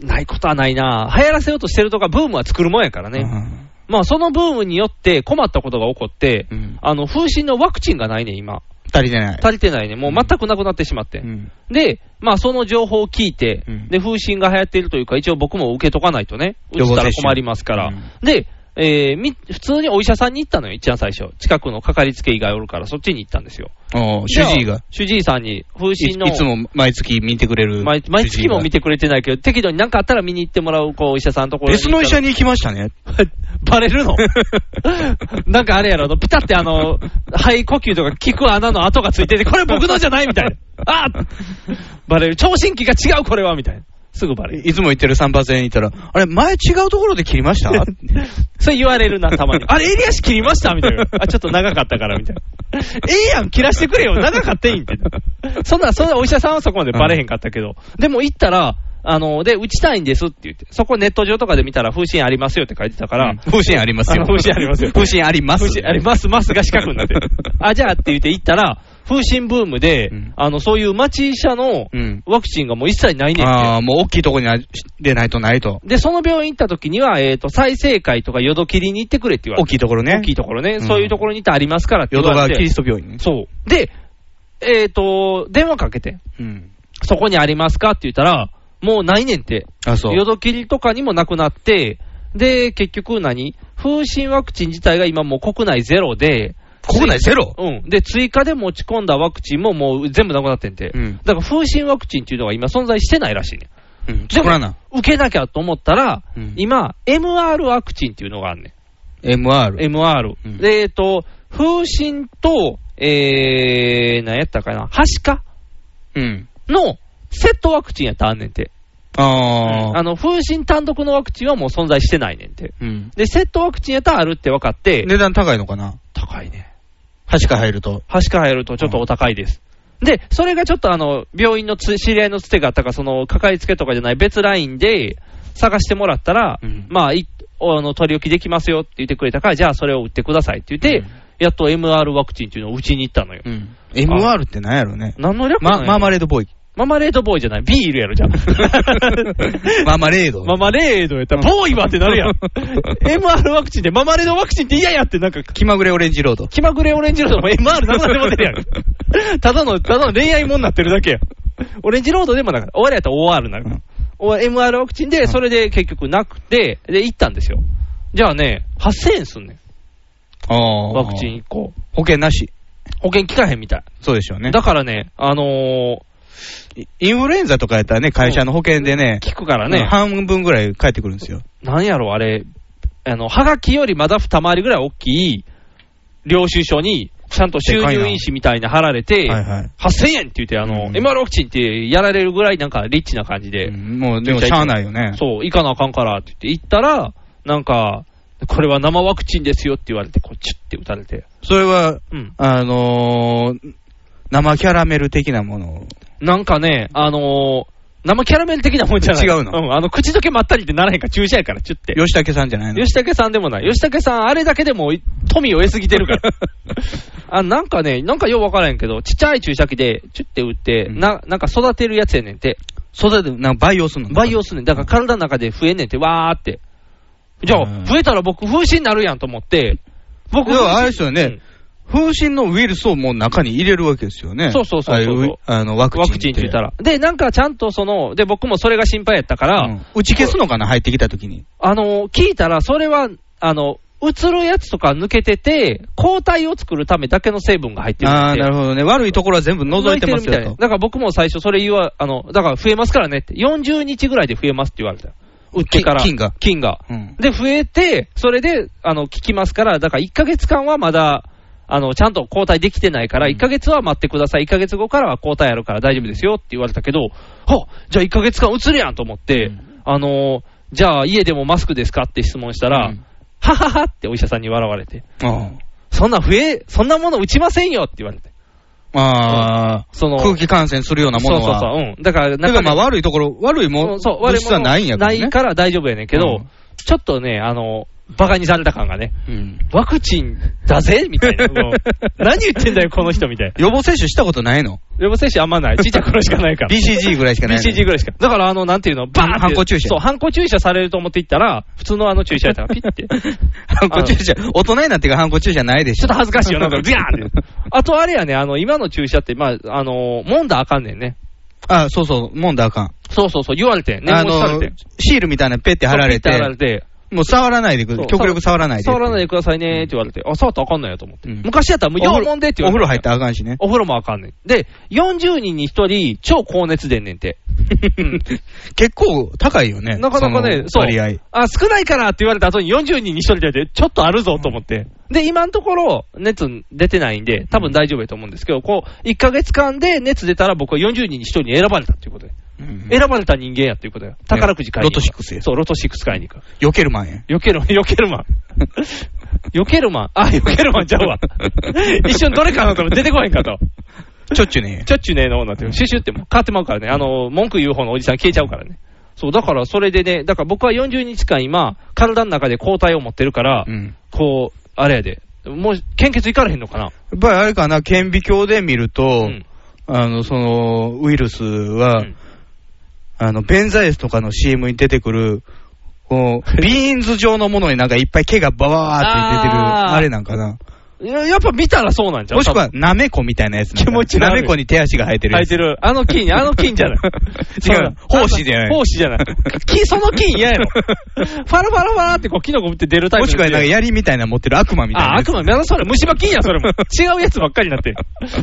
[SPEAKER 3] ないことはないな。流行らせようとしてるとか、ブームは作るもんやから
[SPEAKER 2] う
[SPEAKER 3] ね。
[SPEAKER 2] ん
[SPEAKER 3] まあ、そのブームによって困ったことが起こって
[SPEAKER 2] うん、
[SPEAKER 3] あの、風神のワクチンがないね、今。
[SPEAKER 2] 足りてない。
[SPEAKER 3] 足りてないね。もう全くなくなってしまって
[SPEAKER 2] う。ん
[SPEAKER 3] で、まあ、その情報を聞いて、
[SPEAKER 2] うん
[SPEAKER 3] で、風疹が流行っているというか、一応僕も受けとかないとね、う
[SPEAKER 2] 予
[SPEAKER 3] っ
[SPEAKER 2] 防接種
[SPEAKER 3] たら困りますから。
[SPEAKER 2] うん
[SPEAKER 3] で、えーみ、普通にお医者さんに行ったのよ、一番最初。近くのかかりつけ医がおるから、そっちに行ったんですよ。
[SPEAKER 2] おう主治医
[SPEAKER 3] じゃあ
[SPEAKER 2] が。。
[SPEAKER 3] 主治医さんに、風
[SPEAKER 2] い
[SPEAKER 3] 疹の。
[SPEAKER 2] いつも毎月見てくれる。
[SPEAKER 3] 毎毎月も見
[SPEAKER 2] て
[SPEAKER 3] てくれてないけど、適度に何かあったら見に行ってもらう、こう、お医者さんのところ
[SPEAKER 2] 別の医者
[SPEAKER 3] に
[SPEAKER 2] に行きましたね。
[SPEAKER 3] 行ったら。 バレ るのなんかあれやろ、あのピタってあの、肺呼吸とか効く穴の跡がついてて、これ僕のじゃないみたいな。あーバレる。聴診器が違う、これはみたいな。すぐバレる。
[SPEAKER 2] いつも行ってる散髪屋に行ったら、あれ、前違うところで切りました
[SPEAKER 3] それ言われるな、た まに。あれ、襟足切りましたみたいな。あ、ちょっと長かったから、みたいな。ええやん、切らしてくれよ。長かったいいんって。そんな、そんなお医者さんはそこまでバレへんかったけど。でも行ったら、あの、で、打ちたいんですって言って、そこネット上とかで見たら、風疹ありますよって書いてたから、
[SPEAKER 2] 風疹ありますよ。
[SPEAKER 3] あ風疹ありますよ
[SPEAKER 2] 風疹あります。
[SPEAKER 3] 風疹あります、ますが四角に なってる。あ、じゃあって言って行ったら、風疹ブームで、
[SPEAKER 2] うん
[SPEAKER 3] あの、そういう町医者の
[SPEAKER 2] うん
[SPEAKER 3] ワクチンがもう一切ないねんって。
[SPEAKER 2] ああ、もう大きいとこになでないとないと。
[SPEAKER 3] で、その病院行った時には、えっ、と、再生会とか淀切りに行ってくれって言われ
[SPEAKER 2] 大
[SPEAKER 3] て。
[SPEAKER 2] きいところね。
[SPEAKER 3] 大きいところね、
[SPEAKER 2] ん
[SPEAKER 3] そういうところに行ってありますからって言
[SPEAKER 2] 淀
[SPEAKER 3] わ
[SPEAKER 2] 川
[SPEAKER 3] れ
[SPEAKER 2] キリ
[SPEAKER 3] て、
[SPEAKER 2] スト病院ね。
[SPEAKER 3] そう。で、えっ、と、電話かけて、
[SPEAKER 2] うん。
[SPEAKER 3] そこにありますかって言ったら、もうないねんって、
[SPEAKER 2] あ、そう。
[SPEAKER 3] 淀切りとかにもなくなって、で、結局何、風疹ワクチン自体が今もう国内ゼロで、
[SPEAKER 2] 国内ゼロ
[SPEAKER 3] うん、で、追加で持ち込んだワクチンももう全部なくなってんて、
[SPEAKER 2] うん
[SPEAKER 3] だから風疹ワクチンっていうのが今、存在してないらしいねん。
[SPEAKER 2] うん。
[SPEAKER 3] で
[SPEAKER 2] 作らな
[SPEAKER 3] も。、受けなきゃと思ったら、
[SPEAKER 2] うん
[SPEAKER 3] 今、MR ワクチンっていうのがあんねん。
[SPEAKER 2] MR。
[SPEAKER 3] MR。
[SPEAKER 2] うん
[SPEAKER 3] で、えっと、風疹と、えー、何やったかな、はしか
[SPEAKER 2] うん。
[SPEAKER 3] のセットワクチンやったらあんねんて。
[SPEAKER 2] あ
[SPEAKER 3] あ
[SPEAKER 2] あ。
[SPEAKER 3] の、風疹単独のワクチンはもう存在してないねんて。
[SPEAKER 2] うん。
[SPEAKER 3] で、セットワクチンやったらあるって分かって、
[SPEAKER 2] 値段高いのかな
[SPEAKER 3] 高いね。
[SPEAKER 2] 端から入ると。
[SPEAKER 3] はしか入るとちょっとお高いです。で、それがちょっとあの、病院のつ知り合いのつてがあったか、その、かかりつけとかじゃない別ラインで探してもらったら、
[SPEAKER 2] うん
[SPEAKER 3] まあ、いあの取り置きできますよって言ってくれたから、じゃあそれを打ってくださいって言って、やっと MR ワクチンっていうのを打ちに行ったのよ。
[SPEAKER 2] うん。MR って何やろね。
[SPEAKER 3] 何の略な
[SPEAKER 2] ま、
[SPEAKER 3] んや
[SPEAKER 2] マーマレードボー イ。
[SPEAKER 3] ママレードボーイじゃない。ビールやろ、じゃ ん
[SPEAKER 2] マーマレード。
[SPEAKER 3] ママレードやったら、ボーイはってなるやん。MR ワクチンで、ママレードワクチンって嫌やって、なんか、
[SPEAKER 2] 気まぐれオレンジロード。
[SPEAKER 3] 気まぐれオレンジロードも MR なくなってもてるや ん。ただの、ただの恋愛もんになってるだけやん。オレンジロードでもなんか、終わりやったら OR になるから。お MR ワクチンで、それで結局なくて、で、行ったんですよ。じゃあね、8000円すんねん。
[SPEAKER 2] ああ。
[SPEAKER 3] ワクチン。1個。
[SPEAKER 2] 保険なし。
[SPEAKER 3] 保険効かへんみたい。
[SPEAKER 2] そうでしょうね。
[SPEAKER 3] だからね、あの
[SPEAKER 2] イインフルエンザとかやったらね、会社の保険でね
[SPEAKER 3] ー、効くからね。
[SPEAKER 2] 半分ぐらい返ってくるんですよ。
[SPEAKER 3] なんやろ、あれ、あの、はがきよりまだ二回りぐらい大きい領収書に、ちゃんと収入印紙みたいな貼られて、
[SPEAKER 2] はいはい
[SPEAKER 3] 8000円って言って、あの、
[SPEAKER 2] うん
[SPEAKER 3] MR ワクチンってやられるぐらいなんかリッチな感じで、
[SPEAKER 2] うんもうでもしゃあないよね。
[SPEAKER 3] そう、行かなあかんからって言って行ったら、なんか、これは生ワクチンですよって言われて、こう、チュッて打たれて、
[SPEAKER 2] それは、
[SPEAKER 3] うん。
[SPEAKER 2] あのー、生キャラメル的なものを。
[SPEAKER 3] なんかね、あのー生キャラメル的なもんじゃない。
[SPEAKER 2] 違うの
[SPEAKER 3] ん、あの、口どけまったりってならへんから、注射やから、チュッて。
[SPEAKER 2] 吉武さんじゃないの
[SPEAKER 3] 吉武さんでもない。吉武さん、あれだけでもい富を得すぎて るから。あなんかね、なんかよう分からへんけど、ちっちゃい注射器で、チュッて打って、
[SPEAKER 2] うん
[SPEAKER 3] な、なんか育てるやつやねんて、
[SPEAKER 2] 育てて、なんか培養するの
[SPEAKER 3] 培養すんねん。だから体の中で増えんねんて、わーって。じゃあ
[SPEAKER 2] うん、
[SPEAKER 3] 増えたら僕、風疹になるやんと思って、僕、
[SPEAKER 2] いやあれ
[SPEAKER 3] 風
[SPEAKER 2] で
[SPEAKER 3] 疹
[SPEAKER 2] すよね、風疹のウイルスをもう中に入れるわけですよね。
[SPEAKER 3] そうそうそうそう
[SPEAKER 2] ああいあの、ワクチン。
[SPEAKER 3] ワクチンって言った。ら。で、なんかちゃんとその、で、僕もそれが心配やったから、
[SPEAKER 2] うん打ち消すのかな、入ってきたときに。
[SPEAKER 3] あの、聞いたら、それは、あの、うつるやつとか抜けてて、抗体を作るためだけの成分が入ってるん
[SPEAKER 2] あ
[SPEAKER 3] だっ
[SPEAKER 2] あ、
[SPEAKER 3] て
[SPEAKER 2] なるほどね。悪いところは全部覗いてます
[SPEAKER 3] みたい
[SPEAKER 2] よ
[SPEAKER 3] なだ
[SPEAKER 2] と。
[SPEAKER 3] から僕も最初、それ言わ、あの、だから増えますからねって、40日ぐらいで増えますって言われた。売ってから。
[SPEAKER 2] き菌が
[SPEAKER 3] 菌が。
[SPEAKER 2] うん
[SPEAKER 3] で、増えて、それで、あの、効きますから、だから1ヶ月間はまだ、あの、ちゃんと抗体できてないから、1ヶ月は待ってください。1ヶ月後からは抗体あるから大丈夫ですよって言われたけど、はっじゃあ1ヶ月間移るやんと思って、あの、じゃあ家でもマスクですかって質問したら、
[SPEAKER 2] うん
[SPEAKER 3] はははってお医者さんに笑われて、
[SPEAKER 2] うん
[SPEAKER 3] そんな増え、そんなもの打ちませんよって言われて。
[SPEAKER 2] ああ、
[SPEAKER 3] その
[SPEAKER 2] 空気感染するようなものは。
[SPEAKER 3] そうそうそう、うん。だか
[SPEAKER 2] だ
[SPEAKER 3] ら、な
[SPEAKER 2] からまあ悪いところ、悪いも
[SPEAKER 3] そう、
[SPEAKER 2] 物質はないんやけどね。
[SPEAKER 3] ないから大丈夫やねんけど、
[SPEAKER 2] うん
[SPEAKER 3] ちょっとね、あの、バカにされた感がね。
[SPEAKER 2] うん。
[SPEAKER 3] ワクチンだぜみた いな。もう何言ってんだよ、この人みたいな。
[SPEAKER 2] 予防接種したことないの
[SPEAKER 3] 予防接種あんまない。ちっちゃい頃しかないから。
[SPEAKER 2] ?BCG ぐらいしかないの。
[SPEAKER 3] BCG ぐらいしか。だから、あの、なんていうの、バーンって
[SPEAKER 2] ハンコ注射
[SPEAKER 3] そう、ハンコ注射されると思って行ったら、普通のあの注射や ったら、ピッて。
[SPEAKER 2] ハンコ注射、大人になってからハンコ注射ないでし
[SPEAKER 3] ち
[SPEAKER 2] ょ
[SPEAKER 3] ょっと。恥ずかしい よ、なんか、ビャーンって。あと、あれやね、あの、今の注射って、まあ、あの、もんだらあかんねんね。
[SPEAKER 2] あ、そうそう、もんだらあかん。
[SPEAKER 3] そうそうそう、言われてん。
[SPEAKER 2] あ
[SPEAKER 3] 念押しされてん。
[SPEAKER 2] シールみたいなのペッて貼られて
[SPEAKER 3] そうピッ、貼られて。
[SPEAKER 2] もう触らないでく
[SPEAKER 3] そう
[SPEAKER 2] だ極力触らないで。
[SPEAKER 3] 触らないでくださいねって言われて、あ、触ったらあかんないやと思って。
[SPEAKER 2] うん
[SPEAKER 3] 昔やったらもう、
[SPEAKER 2] お風
[SPEAKER 3] よ
[SPEAKER 2] 呂
[SPEAKER 3] うもんでって
[SPEAKER 2] お
[SPEAKER 3] 言わ
[SPEAKER 2] 風
[SPEAKER 3] れて。
[SPEAKER 2] 呂入ったらあかんしね。
[SPEAKER 3] お風呂もあかんねん。で、40人に1人、超高熱出んね んて。うん
[SPEAKER 2] 結構高いよね。
[SPEAKER 3] なかなかね、
[SPEAKER 2] そ
[SPEAKER 3] そ
[SPEAKER 2] の
[SPEAKER 3] う。
[SPEAKER 2] 割合。
[SPEAKER 3] あ、少ないからって言われた後に40人に1人出て、ちょっとあるぞと思って。で、今のところ、熱出てないんで、多分大丈夫やと思うんですけど、こう、1ヶ月間で熱出たら僕は40人に1人に選ばれたっていうことで。
[SPEAKER 2] うん
[SPEAKER 3] 選ばれた人間やっていうことや。宝くじ買いに行く。
[SPEAKER 2] ロト6や
[SPEAKER 3] そう、ロト6買いに行く。
[SPEAKER 2] 避ける万円。
[SPEAKER 3] よける、 よけるマン。よけるマン。あ、よけるマンちゃう わ。一瞬どれかなと思って出てこへんかと。
[SPEAKER 2] ちょっちゅね。
[SPEAKER 3] ちょっちゅうねえのなんて、シュシュってもう変わってまうからね、あの、文句言う方のおじさん消えちゃうからね。そう、だからそれでね、だから僕は40日間今、体の中で抗体を持ってるから、
[SPEAKER 2] うん。
[SPEAKER 3] こう、あれやで、もう献血いかれへんのかな。
[SPEAKER 2] やっぱりあれかな、顕微鏡で見る
[SPEAKER 3] う
[SPEAKER 2] と、
[SPEAKER 3] ん。
[SPEAKER 2] あの、その、ウイルス
[SPEAKER 3] う
[SPEAKER 2] は、
[SPEAKER 3] ん
[SPEAKER 2] あの、ベンザエスとかの CM に出てくる、こ う、ビーンズ状のものになんかいっぱい毛がバワーって出てる、
[SPEAKER 3] あー
[SPEAKER 2] あれなんかな。
[SPEAKER 3] いややっぱ見たらそうなんじゃん。
[SPEAKER 2] もしくは、なめこみたいなやつなんだ。
[SPEAKER 3] 気持ち悪い
[SPEAKER 2] なめこに手足が生えて
[SPEAKER 3] 多
[SPEAKER 2] るや
[SPEAKER 3] 分、生え
[SPEAKER 2] つ。
[SPEAKER 3] てる。あの菌、あの菌 じゃな
[SPEAKER 2] 違
[SPEAKER 3] い。
[SPEAKER 2] う
[SPEAKER 3] そうだ
[SPEAKER 2] 胞子じゃない
[SPEAKER 3] 胞子じゃない。菌、その菌 嫌やろ。ファラファラファラってこう、キノコって出るタイ
[SPEAKER 2] も
[SPEAKER 3] プの
[SPEAKER 2] しくは、
[SPEAKER 3] 菌
[SPEAKER 2] なんか槍みたいなの持ってる悪魔みたいな
[SPEAKER 3] あ、
[SPEAKER 2] やつ。
[SPEAKER 3] 悪魔、まだそれ、虫歯菌や、そ れも。違うやつばっかりになってる。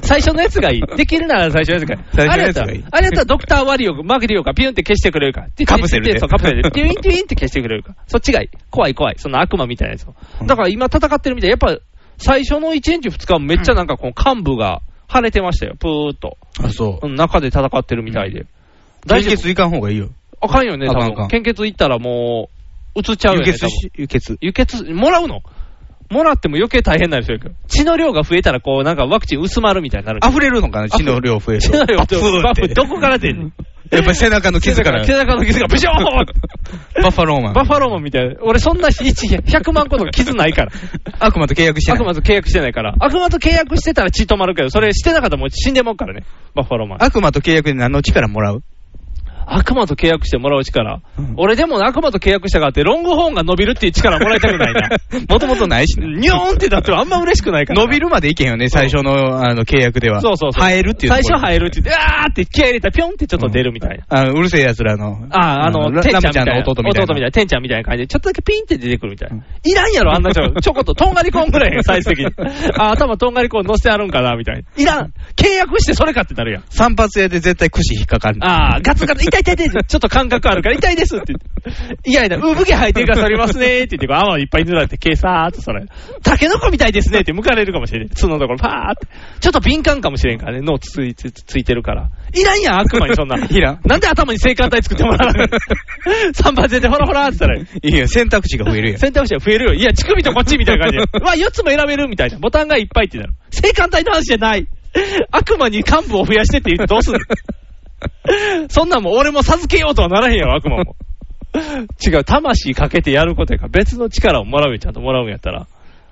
[SPEAKER 3] 最初のやつがいい。できるなら最初のやつがいい。
[SPEAKER 2] 最
[SPEAKER 3] あ
[SPEAKER 2] 初の
[SPEAKER 3] れやっ
[SPEAKER 2] やつ
[SPEAKER 3] た
[SPEAKER 2] が
[SPEAKER 3] ら
[SPEAKER 2] いい、
[SPEAKER 3] あれやったらドクターワリオが、マグリオがピュンって消してくれるから。
[SPEAKER 2] カプセルで
[SPEAKER 3] そう、カプセルで。ピュインピュインって消してくれるから。そっちがいい。怖い怖い。その悪魔みたいなやつを。だから今戦ってるみたい。やっぱ、最初の1日2日はめっちゃなんかこの幹部が腫れてましたよ。ぷーっと。
[SPEAKER 2] あ、そ
[SPEAKER 3] うん中で戦ってるみたいで。
[SPEAKER 2] う。
[SPEAKER 3] 大
[SPEAKER 2] 大
[SPEAKER 3] 丈夫
[SPEAKER 2] 血いかん方がいいよ。
[SPEAKER 3] あかんよね、多
[SPEAKER 2] あかんあか
[SPEAKER 3] 分。
[SPEAKER 2] ん
[SPEAKER 3] 献血行ったらもう、移っちゃうよ
[SPEAKER 2] 輸
[SPEAKER 3] ね。
[SPEAKER 2] 血し、輸血。
[SPEAKER 3] 輸血、もらうのもらっても余計大変なんですよ。血の量が増えたら、こう、なんかワクチン薄まるみたいになる。
[SPEAKER 2] 溢れるのかな血の量増える
[SPEAKER 3] 血
[SPEAKER 2] と。
[SPEAKER 3] の量
[SPEAKER 2] バツーンって
[SPEAKER 3] どこから出んの
[SPEAKER 2] やっぱり背中の傷から
[SPEAKER 3] 背。中の傷がブショーン
[SPEAKER 2] バッファローマン。
[SPEAKER 3] バッファローマンみたいな。俺そんな1、100万個とか傷な いから。
[SPEAKER 2] 悪魔と契約してない。
[SPEAKER 3] 悪魔と契約してないから。悪魔と契約してたら血止まるけど、それしてなかったらもう死んでもんからね。バッファローマン。
[SPEAKER 2] 悪魔と契約で何の力もらう
[SPEAKER 3] 悪魔と契約してもらう力。
[SPEAKER 2] うん
[SPEAKER 3] 俺でも悪魔と契約したからって、ロングホーンが伸びるっていう力もらいたくな いな。
[SPEAKER 2] もともとないしね。
[SPEAKER 3] ニョーンってだってあんま嬉しくないから な。
[SPEAKER 2] 伸びるまでいけへんよね、最初のあの契約では。
[SPEAKER 3] そうそうそう。
[SPEAKER 2] 生えるっていうとこ
[SPEAKER 3] 最
[SPEAKER 2] ろ。
[SPEAKER 3] 初生えるって言って、あーって気合入れたらピョンってちょっと出るみたいな。
[SPEAKER 2] あの、うるせえ奴らの。
[SPEAKER 3] あー、あの、
[SPEAKER 2] ラ
[SPEAKER 3] てんち
[SPEAKER 2] ラム
[SPEAKER 3] ゃんみ
[SPEAKER 2] ち
[SPEAKER 3] た
[SPEAKER 2] ゃ
[SPEAKER 3] い
[SPEAKER 2] ん
[SPEAKER 3] な。
[SPEAKER 2] の弟みたいな。
[SPEAKER 3] 弟みたいな、てんちゃんみたいな感じで、ちょっとだけピンって出てくるみたいな
[SPEAKER 2] うん。
[SPEAKER 3] いらんやろ、あんなちょ、ちょこっと、とんがりコーンぐらいやん、サイズ的に。 あー、頭とんがりコーン乗せてあるんかな、みたいな。いらん契約してそれかってなるやん。
[SPEAKER 2] 散髪屋で絶対櫛引っかかる。
[SPEAKER 3] あー、ガツガツ、痛い痛い痛い、ちょっと感覚あるから痛いですって言って。いやいや、産毛生えてるからそりますねって言って、泡いっぱい塗られて、毛さーっとそれ。タケノコみたいですねって向かれるかもしれん。角のところパーって。ちょっと敏感かもしれんからね、脳つついつついてるから。いらんやん、悪魔にそ んな。い
[SPEAKER 2] らん。
[SPEAKER 3] なんで頭に性感帯作ってもらわない ?3 番出てほらほらーって言ったら。
[SPEAKER 2] いや、選択肢が増えるやん。
[SPEAKER 3] 選択肢が増えるよ。いや、乳首とこっちみたいな感じで。うわ、4つも選べるみたいな。ボタンがいっぱいってなる。性感帯の話じゃない。悪魔に幹部を増やしてって言ってどうすんのそんなんもん俺も授けようとはならへんやろ、悪魔も。違う、魂かけてやることやから、別の力をもらうよ、ちゃんともらうんやったら。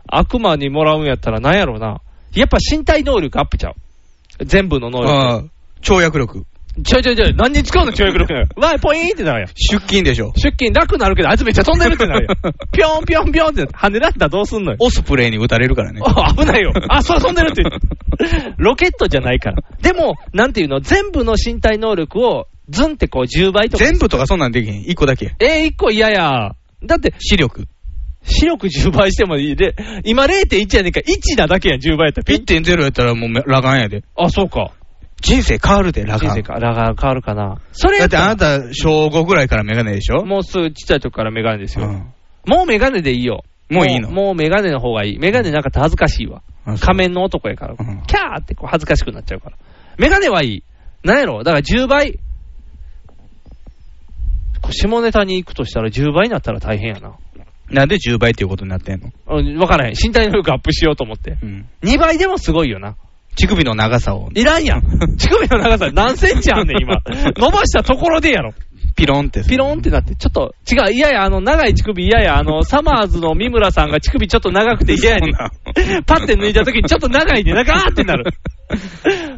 [SPEAKER 3] 悪魔にもらうんやったら、なんやろうな。やっぱ身体能力アップちゃう。全部の能力。
[SPEAKER 2] ああ、跳躍力。
[SPEAKER 3] ちょいちょいちょい、何に使うの、教育力なんか。わー、ポイーンってなるやん。
[SPEAKER 2] 出勤でしょ。
[SPEAKER 3] 出勤楽なるけど、あいつめっちゃ飛んでるってなるやん。 ぴょんぴょんぴょんって、跳ねらったらどうすんのよ。
[SPEAKER 2] オスプレイに撃たれるからね。
[SPEAKER 3] あ危ないよ。 あ、それ飛んでるって言う。ロケットじゃないから。 でも、なんていうの、全部の身体能力を、ズンってこう10倍とか。
[SPEAKER 2] 全部とかそんなんできへん。一個だけ。
[SPEAKER 3] えー、1個嫌や。だって、
[SPEAKER 2] 視力。
[SPEAKER 3] 視力10倍してもいいで、今0.1やねんから、1なだけやん、10倍やったら。ピッて。
[SPEAKER 2] 1.0やったらもう裸眼やで。
[SPEAKER 3] あ、そうか。
[SPEAKER 2] 人生変わるで、裸
[SPEAKER 3] 人生
[SPEAKER 2] 眼。
[SPEAKER 3] か、ラが変わるかな。それ
[SPEAKER 2] だ
[SPEAKER 3] や
[SPEAKER 2] っ
[SPEAKER 3] ってた
[SPEAKER 2] あ
[SPEAKER 3] ら
[SPEAKER 2] なた、小5ぐらいからメガネでしょ
[SPEAKER 3] もうすぐちっちゃい時からメガネです
[SPEAKER 2] う
[SPEAKER 3] よ。
[SPEAKER 2] ん
[SPEAKER 3] もうメガネでいいよ。
[SPEAKER 2] もういいの
[SPEAKER 3] もうもうメガネの方がいい。メガネなんか恥ずかしいわ。
[SPEAKER 2] あそう
[SPEAKER 3] 仮面の男やから、
[SPEAKER 2] うん
[SPEAKER 3] キャーってこう恥ずかしくなっちゃうから。メガネはいい。なんやろだから10倍。こう下ネタに行くとしたら10倍になったら大変やな。
[SPEAKER 2] なんで10倍っていうことになってんの
[SPEAKER 3] うんわからへん。身体能力アップしようと思って。
[SPEAKER 2] うん
[SPEAKER 3] 2倍でもすごいよな。
[SPEAKER 2] 乳首の長さを。
[SPEAKER 3] いらんやん。乳首の長さ何センチあんねん、今。伸ばしたところでやろ。
[SPEAKER 2] ピロンって。
[SPEAKER 3] ピローンってなって、ちょっと、違う、いやいや、あの、長い乳首、いやいや、あの、サマーズの三村さんが乳首ちょっと長くて、いやいや、パッて抜いた時にちょっと長いね、なんか、あーって なる。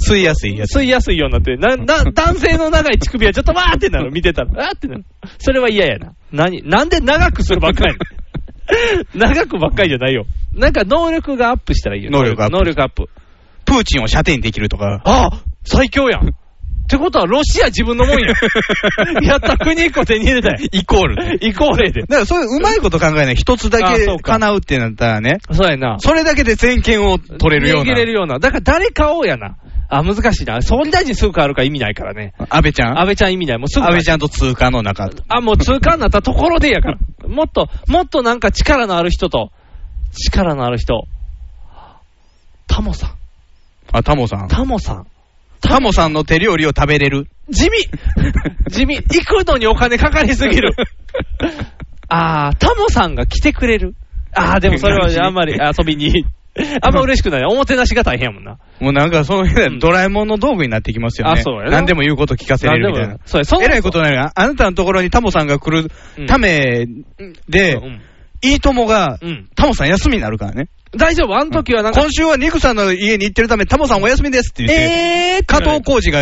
[SPEAKER 2] 吸いやすいやつ。
[SPEAKER 3] 吸いやすいようになっ て、な、な、男性の長い乳首はちょっとわーってなる、見てたら。わーってなる。それは嫌やな。何、なんで長くするばっかり 長くばっかりじゃないよ。なんか能力がアップしたらいいよ。
[SPEAKER 2] 能力アップ
[SPEAKER 3] 能力アップ。
[SPEAKER 2] プーチンを射程にできるとか。
[SPEAKER 3] ああ最強やん。ってことは、ロシア自分のもんや。 やった、国一個手に入れたよ。
[SPEAKER 2] イコールね。
[SPEAKER 3] イコールやで。
[SPEAKER 2] だからそういううまいこと考えない。一つだ
[SPEAKER 3] あ
[SPEAKER 2] け
[SPEAKER 3] そうか
[SPEAKER 2] 叶うってなったらね。
[SPEAKER 3] そうやな。
[SPEAKER 2] それだけで全権を取れるよう
[SPEAKER 3] 逃げれる
[SPEAKER 2] な。
[SPEAKER 3] ような。だから誰買おうやな。あ、難しいな。総理大臣すぐ変わるから意味ないからね。
[SPEAKER 2] 安倍ちゃん
[SPEAKER 3] 安
[SPEAKER 2] 安
[SPEAKER 3] 倍ちゃん意味ない。もうすぐ変わる
[SPEAKER 2] 倍ちゃんと通貨の中。
[SPEAKER 3] あ、もう通過になったところでやから。もっと、もっとなんか力のある人と、力のある人。タモさん。
[SPEAKER 2] あ、タモさん。
[SPEAKER 3] タモさん。
[SPEAKER 2] タモさんの手料理を食べれる。
[SPEAKER 3] 地味地味行くのにお金かかりすぎる。あー、タモさんが来てくれる。あー、でもそれ はあんまり遊びに。あんま嬉しくない。おもてなしが大変やもんな。
[SPEAKER 2] もうなんかそういううんドラえもんの道具になってきますよ
[SPEAKER 3] あ
[SPEAKER 2] ね。
[SPEAKER 3] そうやな
[SPEAKER 2] 何でも言うこと聞かせれるみたい
[SPEAKER 3] なん
[SPEAKER 2] な
[SPEAKER 3] でも。そうやそもそも
[SPEAKER 2] えらいことになるよあなたのところにタモさんが来るためで、
[SPEAKER 3] うん
[SPEAKER 2] いいともが
[SPEAKER 3] うん、
[SPEAKER 2] タモさん休みになるからね。
[SPEAKER 3] 大丈夫あの時はなんか
[SPEAKER 2] 今、週はニクさんの家に行ってるため、タモさんお休みですって言って、
[SPEAKER 3] えー、
[SPEAKER 2] 加藤浩次が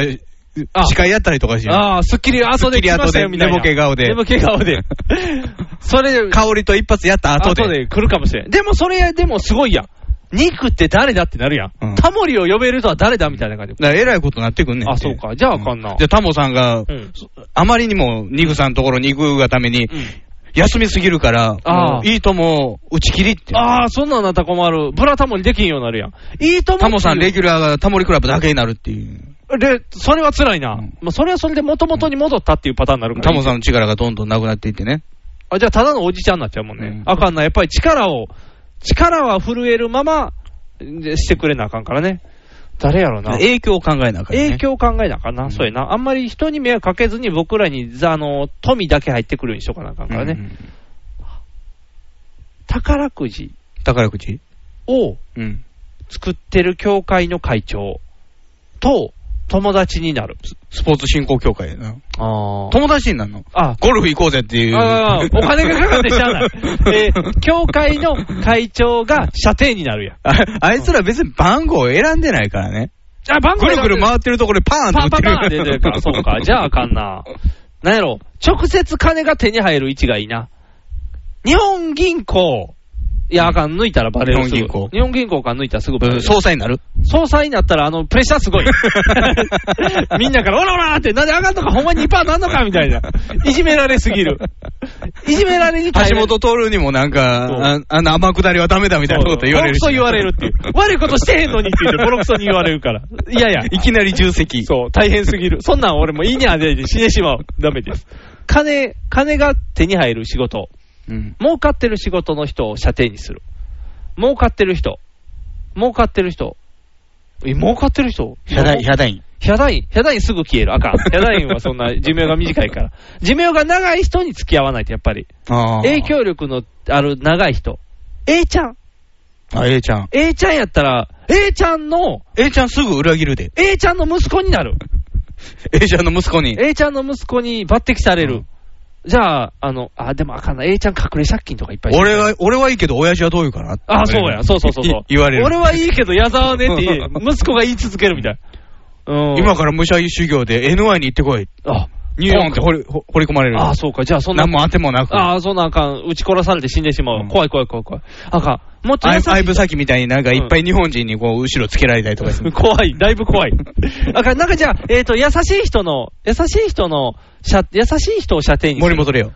[SPEAKER 3] あ
[SPEAKER 2] 司会やったりとかして、
[SPEAKER 3] ああ、スッキリ後で来ましたよ、みたいな。
[SPEAKER 2] スッキリ後で
[SPEAKER 3] 寝
[SPEAKER 2] 寝
[SPEAKER 3] ぼ
[SPEAKER 2] ぼ
[SPEAKER 3] け顔 で。それ、
[SPEAKER 2] 香りと一発やった後で。
[SPEAKER 3] 後で来るかもしれん。でもそれ、でもすごいやん。肉って誰だってなるやん。
[SPEAKER 2] うん
[SPEAKER 3] タモリを呼べるとは誰だみたいな感じ。
[SPEAKER 2] だからえらいことになってくんねんて
[SPEAKER 3] あそうかじゃああかんな
[SPEAKER 2] うじゃあタモさんが
[SPEAKER 3] うん、
[SPEAKER 2] あまりにもニクさんのところに行くがために、休みすぎるから、
[SPEAKER 3] あー
[SPEAKER 2] もういいとも打ち切りって。
[SPEAKER 3] ああ、そんなんなったら困る。ブラタモリできんようになるやん。いいともってい
[SPEAKER 2] タ
[SPEAKER 3] う。
[SPEAKER 2] モさん、レギュラーがタモリクラブだけになるっていう。
[SPEAKER 3] で、それは辛いな。
[SPEAKER 2] うん
[SPEAKER 3] まあ、それはそれで元々に戻ったっていうパターンになるから。
[SPEAKER 2] タモさんの力がどんどんなくなっていってね。
[SPEAKER 3] あ、じゃあただのおじちゃんになっちゃうもんね。
[SPEAKER 2] うん
[SPEAKER 3] あかんな。やっぱり力を、力は震えるまま、でしてくれなあかんからね。誰やろな。
[SPEAKER 2] 影響を考えなあかんね
[SPEAKER 3] 影響を考えなあかんな、そうやな。あんまり人に迷惑かけずに僕らに、ざあの、富だけ入ってくるようにしとかなあかんからね。
[SPEAKER 2] うんうん
[SPEAKER 3] 宝くじ
[SPEAKER 2] 宝くじ
[SPEAKER 3] を
[SPEAKER 2] うん。
[SPEAKER 3] 作ってる協会の会長と友達になる。
[SPEAKER 2] スポーツ振興協会やな。
[SPEAKER 3] あ
[SPEAKER 2] 友達になるの
[SPEAKER 3] あ。
[SPEAKER 2] ゴルフ行こうぜっていう。
[SPEAKER 3] ああ、お金がかかってしゃ あない。えー協会の会長が射程になるやん。
[SPEAKER 2] ああいつら別に番号を選んでないからね。
[SPEAKER 3] あ、番
[SPEAKER 2] ぐるぐる回ってるところでパーン
[SPEAKER 3] パン
[SPEAKER 2] と
[SPEAKER 3] パ
[SPEAKER 2] 打っ
[SPEAKER 3] ン
[SPEAKER 2] てる。
[SPEAKER 3] パンって出てるから、そうか。じゃああかんな。なんやろ、直接金が手に入る位置がいいな。日本銀行。いや、あかん、抜いたらバレる。
[SPEAKER 2] 日本銀行
[SPEAKER 3] すぐ日本銀行から抜いたらすぐバレる。
[SPEAKER 2] 総裁になる
[SPEAKER 3] 総裁になったら、あの、プレッシャーすごい。 みんなから、オラオラって、なんであかんのか、ほんまに2%なんのか、みたいな。いじめられすぎる。 いじめられに
[SPEAKER 2] 橋本徹にもなん
[SPEAKER 3] そう
[SPEAKER 2] か、ああの天下りはダメだみたいなこと言われるし。
[SPEAKER 3] ボロクソ言われるっていう。悪いことしてへんのにって言って、ボロクソに言われるから。いやいや、
[SPEAKER 2] いきなり重責。
[SPEAKER 3] そう、大変すぎる。そんなん俺もいいにゃで死んでしまう。ダメです。金、金が手に入る仕事。
[SPEAKER 2] うん。
[SPEAKER 3] 儲かってる仕事の人を射程にする。儲かってる人。儲かってる人。え、儲かってる人
[SPEAKER 2] ヒダイン。
[SPEAKER 3] ヒャダイン、ヒャダインすぐ消える。あかん。ヒャダインはそんな寿命が短いから。寿命が長い人に付き合わないと、やっぱり。
[SPEAKER 2] ああ。
[SPEAKER 3] 影。響力のある長い人。A ちゃん。
[SPEAKER 2] あ、A ちゃん。
[SPEAKER 3] A ちゃんやったら、A ちゃんの、
[SPEAKER 2] A ちゃんすぐ裏切るで。
[SPEAKER 3] A ちゃんの息子になる。
[SPEAKER 2] A ちゃんの息子に。
[SPEAKER 3] A ちゃんの息子に抜擢される。じゃあ、あの、あ、でもあかんな。A ちゃん隠れ借金とかいっぱいしてる
[SPEAKER 2] 俺は、俺はいいけど、親父はどういうかなって
[SPEAKER 3] あ、そうや。そうそうそうそう
[SPEAKER 2] い。言われる。
[SPEAKER 3] 俺はいいけど、矢沢ねって、息子が言い続けるみたいな。うん。
[SPEAKER 2] 今から武者修行で NY に行ってこい。
[SPEAKER 3] あ、
[SPEAKER 2] ニューヨンって掘り掘掘り込まれる。
[SPEAKER 3] あ、そうか。じゃあ、そんな
[SPEAKER 2] 何。も当てもなく。
[SPEAKER 3] ああ、そんなんあかん。撃ち殺されて死んでしまう。
[SPEAKER 2] うん
[SPEAKER 3] 怖い怖い怖い怖い。あかん。もっと優
[SPEAKER 2] 相
[SPEAKER 3] しい。
[SPEAKER 2] 武先みたいになんかいっぱい日本人にこう、後ろつけられたりとかする。
[SPEAKER 3] 怖い。だいぶ怖い。 あかん。なんかじゃあ、えっ、と、優しい人の、優しい人の、しゃ優しい人を射程にす
[SPEAKER 2] 森
[SPEAKER 3] る。
[SPEAKER 2] 本レオ。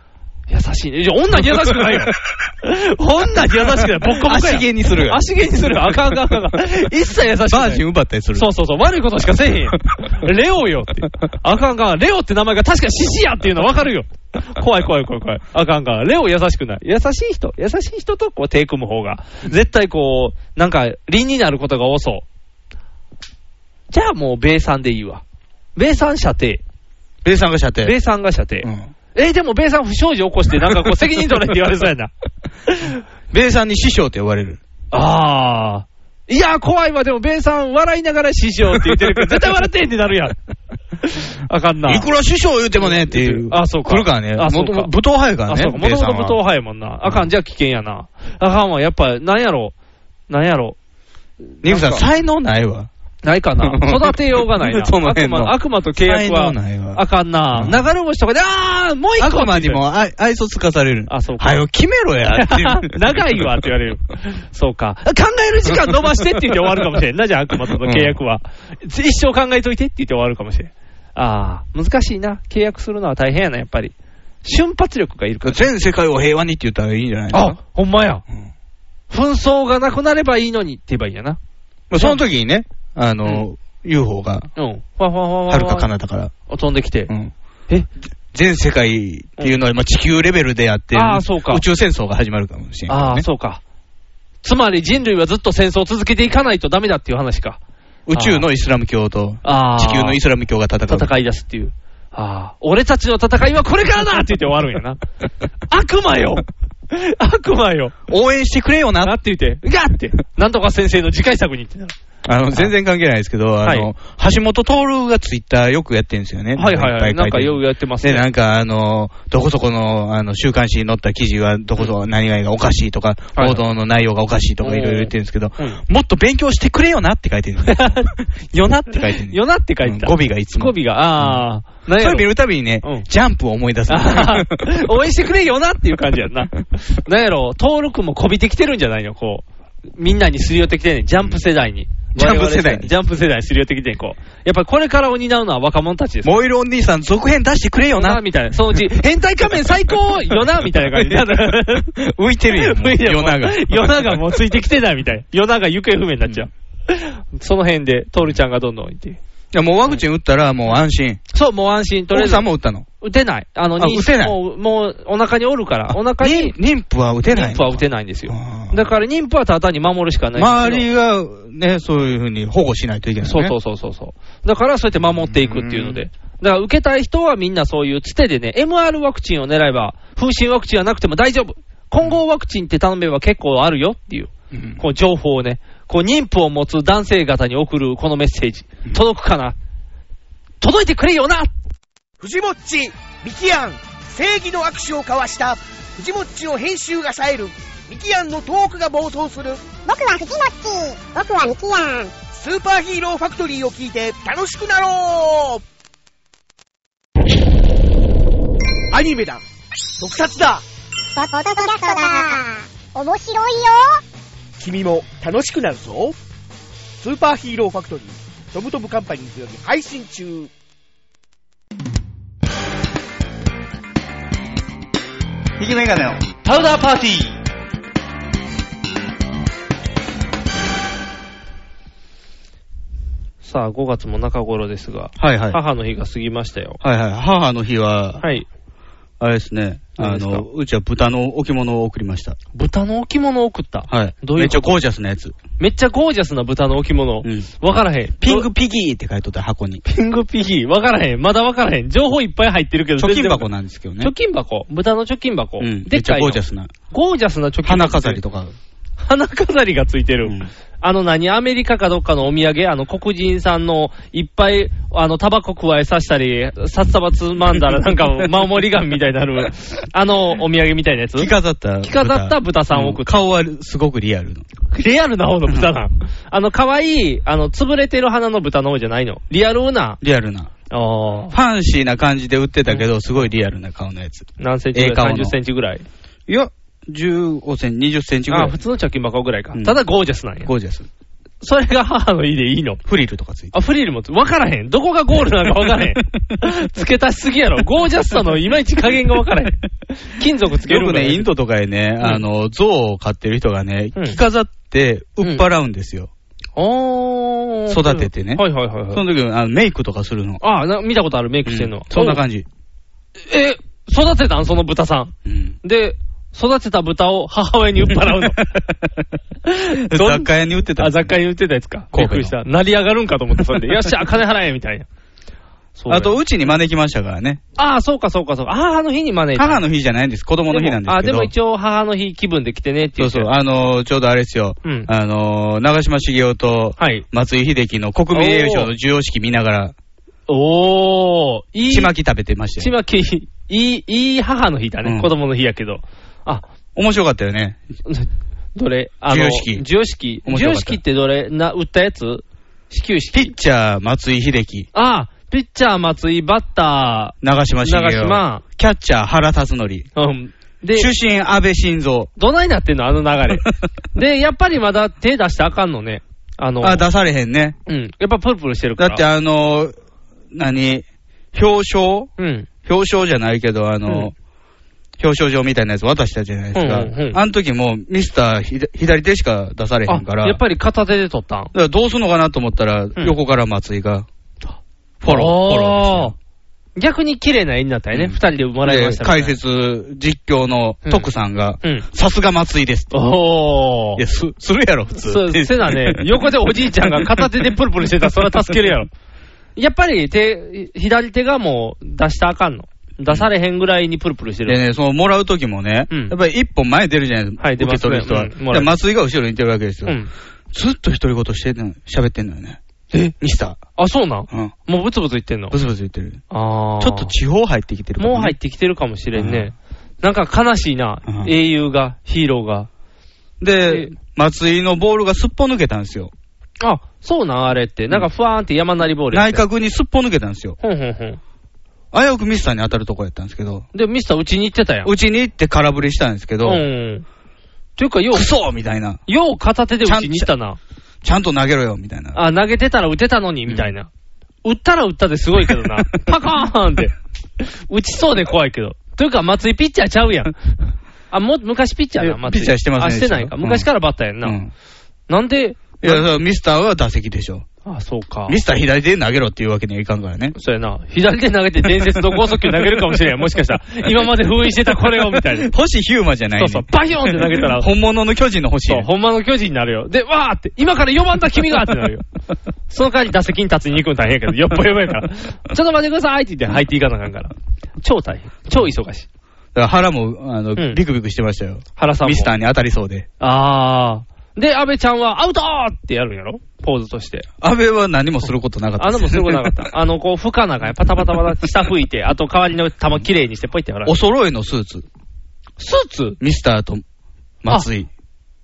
[SPEAKER 3] 優しいね。いや、女に優しく ないよ。女に優しくない。ボッコボコや。
[SPEAKER 2] 足毛にするよ
[SPEAKER 3] 足毛にするよ。あかんあかんあかん。一切優しくない。
[SPEAKER 2] バージン奪ったりする。
[SPEAKER 3] そうそうそう、悪いことしかせえへんよ。レオよって。あかんが、レオって名前が確かにシシやっていうのわかるよ。怖い怖い怖い怖い。あかんが、レオ優しくない。優しい人、優しい人とこう手組む方が、絶対こう、なんか、輪になることが多そう。じゃあもう、米さんでいいわ。米さん射程。
[SPEAKER 2] ベイさんが射程。
[SPEAKER 3] 米さんが射程。
[SPEAKER 2] うん
[SPEAKER 3] えーでも米さん不祥事起こして、な んかこう、責任取れって言われそうやな。
[SPEAKER 2] ベイさんに師匠って呼ばれる。
[SPEAKER 3] ああ。いやー、怖いわ。でも、ベイさん、笑いながら師匠って言ってるけど、絶対笑ってへんってなるやん。あかんな。
[SPEAKER 2] いくら師匠言うてもねっていう。
[SPEAKER 3] あ、そうか。
[SPEAKER 2] 来るからね。
[SPEAKER 3] あ、そう
[SPEAKER 2] もと
[SPEAKER 3] か
[SPEAKER 2] も。武闘派やから
[SPEAKER 3] あ、
[SPEAKER 2] ね。
[SPEAKER 3] そうか。もともと武闘
[SPEAKER 2] 派。
[SPEAKER 3] 派やもんな。あかん、じゃあ危険やな。あかんわ、やっぱ、なんやろ。なんやろ。
[SPEAKER 2] ニグさん、
[SPEAKER 3] なんか
[SPEAKER 2] 才能ないわ。
[SPEAKER 3] ない かな。育てようがないな。
[SPEAKER 2] その
[SPEAKER 3] 悪
[SPEAKER 2] 辺の
[SPEAKER 3] 魔、悪魔と契約
[SPEAKER 2] 才
[SPEAKER 3] は
[SPEAKER 2] 能ないわ
[SPEAKER 3] あかんな。
[SPEAKER 2] うん
[SPEAKER 3] 流れ星とかで、あー、もう一個
[SPEAKER 2] 悪魔にも愛愛想つかされる。
[SPEAKER 3] あそうか
[SPEAKER 2] はよ、決めろや っていう。
[SPEAKER 3] 長いわって言われ る。そうか。考える時間伸ばしてって言って終わるかもしれんな、じゃあ、悪魔との契約は。一生考えといてって言って終わるかもしれん。ああ、難しいな。契約するのは大変やな、やっぱり。瞬発力がいるから。
[SPEAKER 2] 全世界を平和にって言ったらいいんじゃない
[SPEAKER 3] あ、ほんまや
[SPEAKER 2] うん。
[SPEAKER 3] 紛争がなくなればいいのにって言えばいいんやな。
[SPEAKER 2] まあその時にね、あの、UFO が、
[SPEAKER 3] うん。ふわふわふわふわ。
[SPEAKER 2] はるか彼方から、
[SPEAKER 3] 飛んできて
[SPEAKER 2] う。ん
[SPEAKER 3] え
[SPEAKER 2] 全世界っていうのは、まあ地球レベルであって、
[SPEAKER 3] あーそうか
[SPEAKER 2] 宇宙戦争が始まるかもしれんけどね。
[SPEAKER 3] ああ、そうか。つまり人類はずっと戦争を続けていかないとダメだっていう話か。
[SPEAKER 2] 宇宙のイスラム教と、
[SPEAKER 3] ああ。
[SPEAKER 2] 地球のイスラム教が戦う。
[SPEAKER 3] 戦い出すっていう。ああ、俺たちの戦いはこれからだって言って終わるんやな。 悪魔よ悪魔よ
[SPEAKER 2] 応援してくれよな
[SPEAKER 3] なって言って、ガッって、なんとか先生の次回作にってなる。
[SPEAKER 2] あの、全然関係ないですけど、あ
[SPEAKER 3] は
[SPEAKER 2] の、橋本徹がツイッターよくやってるんですよね。
[SPEAKER 3] はいはいはい。
[SPEAKER 2] っぱ
[SPEAKER 3] な
[SPEAKER 2] 書
[SPEAKER 3] んか
[SPEAKER 2] て
[SPEAKER 3] ようやってます
[SPEAKER 2] で、
[SPEAKER 3] ね。
[SPEAKER 2] なんか、あの、どこそこの、あの、週刊誌に載った記事は、どこそこ何々がおかしいとか、
[SPEAKER 3] はい
[SPEAKER 2] 報道の内容がおかしいとか、いろいろ言ってるんですけど、
[SPEAKER 3] うん
[SPEAKER 2] もっと勉強してくれよなって書いてる。よなって書いてる。
[SPEAKER 3] よな って書いてた。
[SPEAKER 2] うん語尾がいつも
[SPEAKER 3] 語尾が、ああ、何
[SPEAKER 2] そ
[SPEAKER 3] や
[SPEAKER 2] れ見
[SPEAKER 3] ろ。
[SPEAKER 2] るたびにね、
[SPEAKER 3] うん
[SPEAKER 2] ジャンプを思い出 す。
[SPEAKER 3] あー応援してくれよなっていう感じやんな。なんやろ、登録もこびてきてるんじゃないのこう。みんなにすり寄ってきてんねんジャンプ世代に。
[SPEAKER 2] ジャンプ世代に
[SPEAKER 3] 我々ジャンプ世代にすり寄ってきてんこう。やっぱりこれからを担うのは若者たちです
[SPEAKER 2] モイルお兄さん続編出してくれよ
[SPEAKER 3] よな
[SPEAKER 2] な。
[SPEAKER 3] みたいな。そのうち、変態仮面最高よなみたいな感じで。
[SPEAKER 2] 浮いてるよもう
[SPEAKER 3] 浮いてる
[SPEAKER 2] よなが
[SPEAKER 3] よながもうついてきてないみ たいな。よなが行方不明になっちゃう。 その辺で、トールちゃんがどんどん行って。
[SPEAKER 2] いやもうワクチン打ったらもう安心。
[SPEAKER 3] そう、もう安心。とりあえ
[SPEAKER 2] 奥
[SPEAKER 3] ず
[SPEAKER 2] さん、も打ったの。
[SPEAKER 3] 打てない。あの、
[SPEAKER 2] あ
[SPEAKER 3] 妊娠
[SPEAKER 2] 打てない
[SPEAKER 3] もう、もう、お腹におるから。お腹に
[SPEAKER 2] 妊、妊婦は打てないの
[SPEAKER 3] 妊婦は打てないんですよ
[SPEAKER 2] あ。ー
[SPEAKER 3] だから妊婦はただ単に守るしかないんですよ。
[SPEAKER 2] 周りがね、そういうふうに保護しないといけない、ね。
[SPEAKER 3] そうそうそうそうそう。だからそうやって守っていくっていうので。だから受けたい人はみんなそういうつてでね、MR ワクチンを狙えば、風疹ワクチンはなくても大丈夫。混合ワクチンって頼めば結構あるよっていう、
[SPEAKER 2] うん
[SPEAKER 3] こう情報をね、こう妊婦を持つ男性方に送るこのメッセージ、届くかな届いてくれよな
[SPEAKER 10] 藤もっち、ミキアン、正義の握手を交わした、藤もっちの編集が冴える、ミキアンのトークが暴走する、
[SPEAKER 11] 僕はフジモッチ僕はミキヤン
[SPEAKER 10] スーパーヒーローファクトリーを聞いて楽しくなろうアニメだ特撮だ
[SPEAKER 11] ポッドキャストだ面白いよ
[SPEAKER 10] 君も楽しくなるぞスーパーヒーローファクトリー、トムトムカンパニーズより配信中
[SPEAKER 7] ひきメガネのパウダーパーティー
[SPEAKER 3] さあ、5月も中頃ですが、
[SPEAKER 2] はいはい。
[SPEAKER 3] 母の日が過ぎましたよ。
[SPEAKER 2] はいはい。母の日は、
[SPEAKER 3] はい。
[SPEAKER 2] あれですね、
[SPEAKER 3] 何
[SPEAKER 2] あ
[SPEAKER 3] ですか
[SPEAKER 2] の、うちは豚の置物を送りました。
[SPEAKER 3] 豚の置物を送った。
[SPEAKER 2] はい。
[SPEAKER 3] どうい
[SPEAKER 2] め
[SPEAKER 3] う
[SPEAKER 2] っちゃ
[SPEAKER 3] こと
[SPEAKER 2] ゴージャスなやつ。
[SPEAKER 3] めっちゃゴージャスな豚の置物。
[SPEAKER 2] うん
[SPEAKER 3] わからへん。
[SPEAKER 2] ピンクピギーって書いとった箱に。
[SPEAKER 3] ピングピヒー、わからへん。まだわからへん。情報いっぱい入ってるけど、
[SPEAKER 2] 貯金箱
[SPEAKER 3] ね。
[SPEAKER 2] なんですけどね
[SPEAKER 3] 貯。金箱。豚の貯金箱。
[SPEAKER 2] うん。め
[SPEAKER 3] で
[SPEAKER 2] っ
[SPEAKER 3] っ
[SPEAKER 2] ち
[SPEAKER 3] か
[SPEAKER 2] ゃ
[SPEAKER 3] いの。
[SPEAKER 2] ゴージャスな。
[SPEAKER 3] ゴージャスな貯金箱。
[SPEAKER 2] 花飾りとか。
[SPEAKER 3] 花飾りがついてる。
[SPEAKER 2] うん
[SPEAKER 3] あの何、アメリカかどっかのお土産、あの黒人さんのいっぱい、あの、タバコ加えさしたり、札束つまんだらなんか守り神みたいに なる、あのお土産みたいなやつ。
[SPEAKER 2] 着飾った。
[SPEAKER 3] 着飾った豚さんを送った
[SPEAKER 2] 顔はすごくリアルの。
[SPEAKER 3] リアルな方の豚なん。あの、可愛い、あの、潰れてる花の豚の方じゃないの。リアルな。
[SPEAKER 2] リアルな。
[SPEAKER 3] ああ
[SPEAKER 2] フ。ァンシーな感じで売ってたけど、すごいリアルな顔のやつ。
[SPEAKER 3] 何センチぐ
[SPEAKER 2] ええ
[SPEAKER 3] ら
[SPEAKER 2] 顔
[SPEAKER 3] い
[SPEAKER 2] の
[SPEAKER 3] ?30 センチぐらい。
[SPEAKER 2] いや、15センチ、20センチぐ
[SPEAKER 3] あ
[SPEAKER 2] ら
[SPEAKER 3] あ、普
[SPEAKER 2] い。
[SPEAKER 3] 通の貯金箱ぐらいか。
[SPEAKER 2] うん
[SPEAKER 3] ただゴージャスなんや。
[SPEAKER 2] ゴージャス。
[SPEAKER 3] それが母の家でいいの
[SPEAKER 2] フリルとかついて。
[SPEAKER 3] あ、フリルもつ、わからへん。どこがゴールなのかわ からへん。付け足しすぎやろ。ゴージャスさのいまいち加減がわからへん。金属つける
[SPEAKER 2] よ
[SPEAKER 3] ん
[SPEAKER 2] く
[SPEAKER 3] だ
[SPEAKER 2] ね、インドとかへね、
[SPEAKER 3] ん
[SPEAKER 2] あの、象を飼ってる人がね、
[SPEAKER 3] うん
[SPEAKER 2] 着飾って売っ払うんですよ。
[SPEAKER 3] おー。
[SPEAKER 2] 育ててね
[SPEAKER 3] はいはいはいは
[SPEAKER 2] そ
[SPEAKER 3] い。
[SPEAKER 2] の時あのメイクとかするの。
[SPEAKER 3] ああな、見たことあるメイクしてんの。
[SPEAKER 2] うんそんな感じ。
[SPEAKER 3] じ。え、育てたんその豚さん。
[SPEAKER 2] うん。
[SPEAKER 3] で、育てた豚を母親に売っ払うの。どん
[SPEAKER 2] 雑貨屋に売ってた。
[SPEAKER 3] あ、雑貨に売ってたやつか。
[SPEAKER 2] 神
[SPEAKER 3] び
[SPEAKER 2] 戸の
[SPEAKER 3] っくりした。成り上がるんかと思って、それで。よっしゃ、金払えみたいな。そうだよ
[SPEAKER 2] あと、うちに招きましたからね。
[SPEAKER 3] ああ、そうかそうかそうか。母の日に招いた。
[SPEAKER 2] 母の日じゃないんです。子供の日なんですけど。
[SPEAKER 3] あ、でも一応母の日気分で来てねって
[SPEAKER 2] そう
[SPEAKER 3] 言って。
[SPEAKER 2] そう。あのー、ちょうどあれですよ。
[SPEAKER 3] うん
[SPEAKER 2] あのー、長嶋茂雄と
[SPEAKER 3] はい。
[SPEAKER 2] 松井秀喜の国民栄誉賞の授与式見ながら、
[SPEAKER 3] おー、いい。
[SPEAKER 2] ちまき食べてました
[SPEAKER 3] ち
[SPEAKER 2] よ。
[SPEAKER 3] まき、いい、いい母の日だね、
[SPEAKER 2] うん
[SPEAKER 3] 子供の日やけど。あ、
[SPEAKER 2] 面白かったよね。
[SPEAKER 3] どれあ
[SPEAKER 2] 授与式
[SPEAKER 3] 授与式。
[SPEAKER 2] 面
[SPEAKER 3] 授
[SPEAKER 2] 白
[SPEAKER 3] 与
[SPEAKER 2] かった
[SPEAKER 3] 式ってどれな、売ったやつ始球式。
[SPEAKER 2] ピッチャー、松井秀喜、
[SPEAKER 3] あ、ピッチャー松井、バッタ
[SPEAKER 2] 長嶋茂
[SPEAKER 3] 長
[SPEAKER 2] 雄
[SPEAKER 3] 嶋、
[SPEAKER 2] キャッチャー、原辰徳、
[SPEAKER 3] ー、うん。で、
[SPEAKER 2] 主審、安倍晋三。
[SPEAKER 3] どないなってんのあの流 れ。で、やっぱりまだ手出したらあかんのね。あの、
[SPEAKER 2] あ、出されへんね。
[SPEAKER 3] うん。やっぱプルプルしてるか
[SPEAKER 2] だ
[SPEAKER 3] ら。
[SPEAKER 2] ってあの、何表彰
[SPEAKER 3] うん。
[SPEAKER 2] 表彰じゃないけど、あの、
[SPEAKER 3] うん
[SPEAKER 2] 表彰状みたいなやつ渡したじゃないですか。
[SPEAKER 3] うんうんうん
[SPEAKER 2] あの時もミスターひだ左手しか出されへんから、
[SPEAKER 3] あやっ
[SPEAKER 2] だか
[SPEAKER 3] ぱり片手で取ったん。
[SPEAKER 2] らどうすんのかなと思ったら、横から松井が、フォロー、フォローでした
[SPEAKER 3] おー逆に綺麗な絵になったよね。
[SPEAKER 2] うん
[SPEAKER 3] 二、人でもらいました
[SPEAKER 2] で
[SPEAKER 3] みたい
[SPEAKER 2] 解
[SPEAKER 3] な。
[SPEAKER 2] 説、実況の徳さんが
[SPEAKER 3] うんうん、
[SPEAKER 2] さすが松井ですって。
[SPEAKER 3] お
[SPEAKER 2] い
[SPEAKER 3] ー
[SPEAKER 2] や、。す、するやろ、普通。
[SPEAKER 3] そう、せ なね、横でおじいちゃんが片手でプルプルしてたら、それは助けるやろ。やっぱり手、左手がもう出したらあかんの。出されへんぐらいにプルプルして
[SPEAKER 2] で
[SPEAKER 3] る。
[SPEAKER 2] ね、そのもらう時もね、
[SPEAKER 3] うん
[SPEAKER 2] やっぱり一本前に出るじゃないですか。
[SPEAKER 3] はい出
[SPEAKER 2] 受
[SPEAKER 3] ま
[SPEAKER 2] け
[SPEAKER 3] すね
[SPEAKER 2] 取る人は。
[SPEAKER 3] うんも
[SPEAKER 2] で
[SPEAKER 3] らう
[SPEAKER 2] 松井が後ろにいてるわけです
[SPEAKER 3] う
[SPEAKER 2] よ。
[SPEAKER 3] ん。
[SPEAKER 2] ずっと独り言してんの、喋ってんのよね。
[SPEAKER 3] え
[SPEAKER 2] ミスタ
[SPEAKER 3] あ、そうなん
[SPEAKER 2] ー。うん。
[SPEAKER 3] もうブツブツ言ってんの
[SPEAKER 2] ブツブツ言ってる。
[SPEAKER 3] あー
[SPEAKER 2] ちょっと地方入ってきてる
[SPEAKER 3] もう入
[SPEAKER 2] っ
[SPEAKER 3] ってきてるかもしれんね。なんか悲しいな
[SPEAKER 2] う。ん
[SPEAKER 3] 英雄が、ヒーローが。
[SPEAKER 2] で、松井のボールがすっぽ抜けたんですよ。
[SPEAKER 3] あ、そうなん、あれって。なんかふわーんって山なりボールやっ
[SPEAKER 2] 内
[SPEAKER 3] て。
[SPEAKER 2] 角にすっぽ抜けたんですよ。
[SPEAKER 3] ほんほんほん。
[SPEAKER 2] 危うくミスターに当たるとこやったんですけど、
[SPEAKER 3] で、ミスターうちに行ってたやん。
[SPEAKER 2] うちに行って空振りしたんですけど、
[SPEAKER 3] うん。っていうか、よ
[SPEAKER 2] クソみたいな。
[SPEAKER 3] う、よう片手でうちに行ったな。
[SPEAKER 2] ちゃんと投げろよ、みたいな。
[SPEAKER 3] あ、投げてたら打てたのに、みたいな。打ったら打ったですごいけど な。パカーンって。打ちそうで怖いけど。というか、松井ピッチャーちゃうやん。あ、も、昔ピッチャーだ、
[SPEAKER 2] え
[SPEAKER 3] 松井。
[SPEAKER 2] ピッチャーしてません
[SPEAKER 3] あ、
[SPEAKER 2] で
[SPEAKER 3] し
[SPEAKER 2] した
[SPEAKER 3] てないか。
[SPEAKER 2] うん
[SPEAKER 3] 昔からバッターやんな。
[SPEAKER 2] うん
[SPEAKER 3] なんで、
[SPEAKER 2] いや、だからミスターは打席でしょ。
[SPEAKER 3] あ、そうか。
[SPEAKER 2] ミスター左手で投げろっていうわけにはいかんからね。
[SPEAKER 3] そうやな。左手投げて伝説の高速球投げるかもしれん。もしかした ら。今まで封印してたこれを、みたいな。
[SPEAKER 2] 星ヒューマじゃない、
[SPEAKER 3] そ
[SPEAKER 2] ね
[SPEAKER 3] う、そう、バヒョンって投げたら、
[SPEAKER 2] 本物の巨人の星
[SPEAKER 3] そ
[SPEAKER 2] や
[SPEAKER 3] う、ほんまの巨人になるよ。で、わーって、今から4番だ、君がってなる よ。その代わり打席に立ちに行くの大変やけど、よっぽよぼやから。 ちょっと待ってくださいって言って入っていかなあかんから。超大変。超忙しい。
[SPEAKER 2] だから腹も、あの、
[SPEAKER 3] ん
[SPEAKER 2] ビクビクしてましたよ。
[SPEAKER 3] 原さんも。
[SPEAKER 2] ミスターに当たりそうで。
[SPEAKER 3] あー。で、安倍ちゃんは、アウトーってやるんやろポーズとして。
[SPEAKER 2] 安倍は何もすることなかった。
[SPEAKER 3] あのもすごくなかっ た。あの、こう、負荷なんかねパタパタパタ、下吹いて、あ と代わりの球きれいにして、ポイってやる
[SPEAKER 2] お。揃いのスーツ。
[SPEAKER 3] スーツ
[SPEAKER 2] ミスターと松井。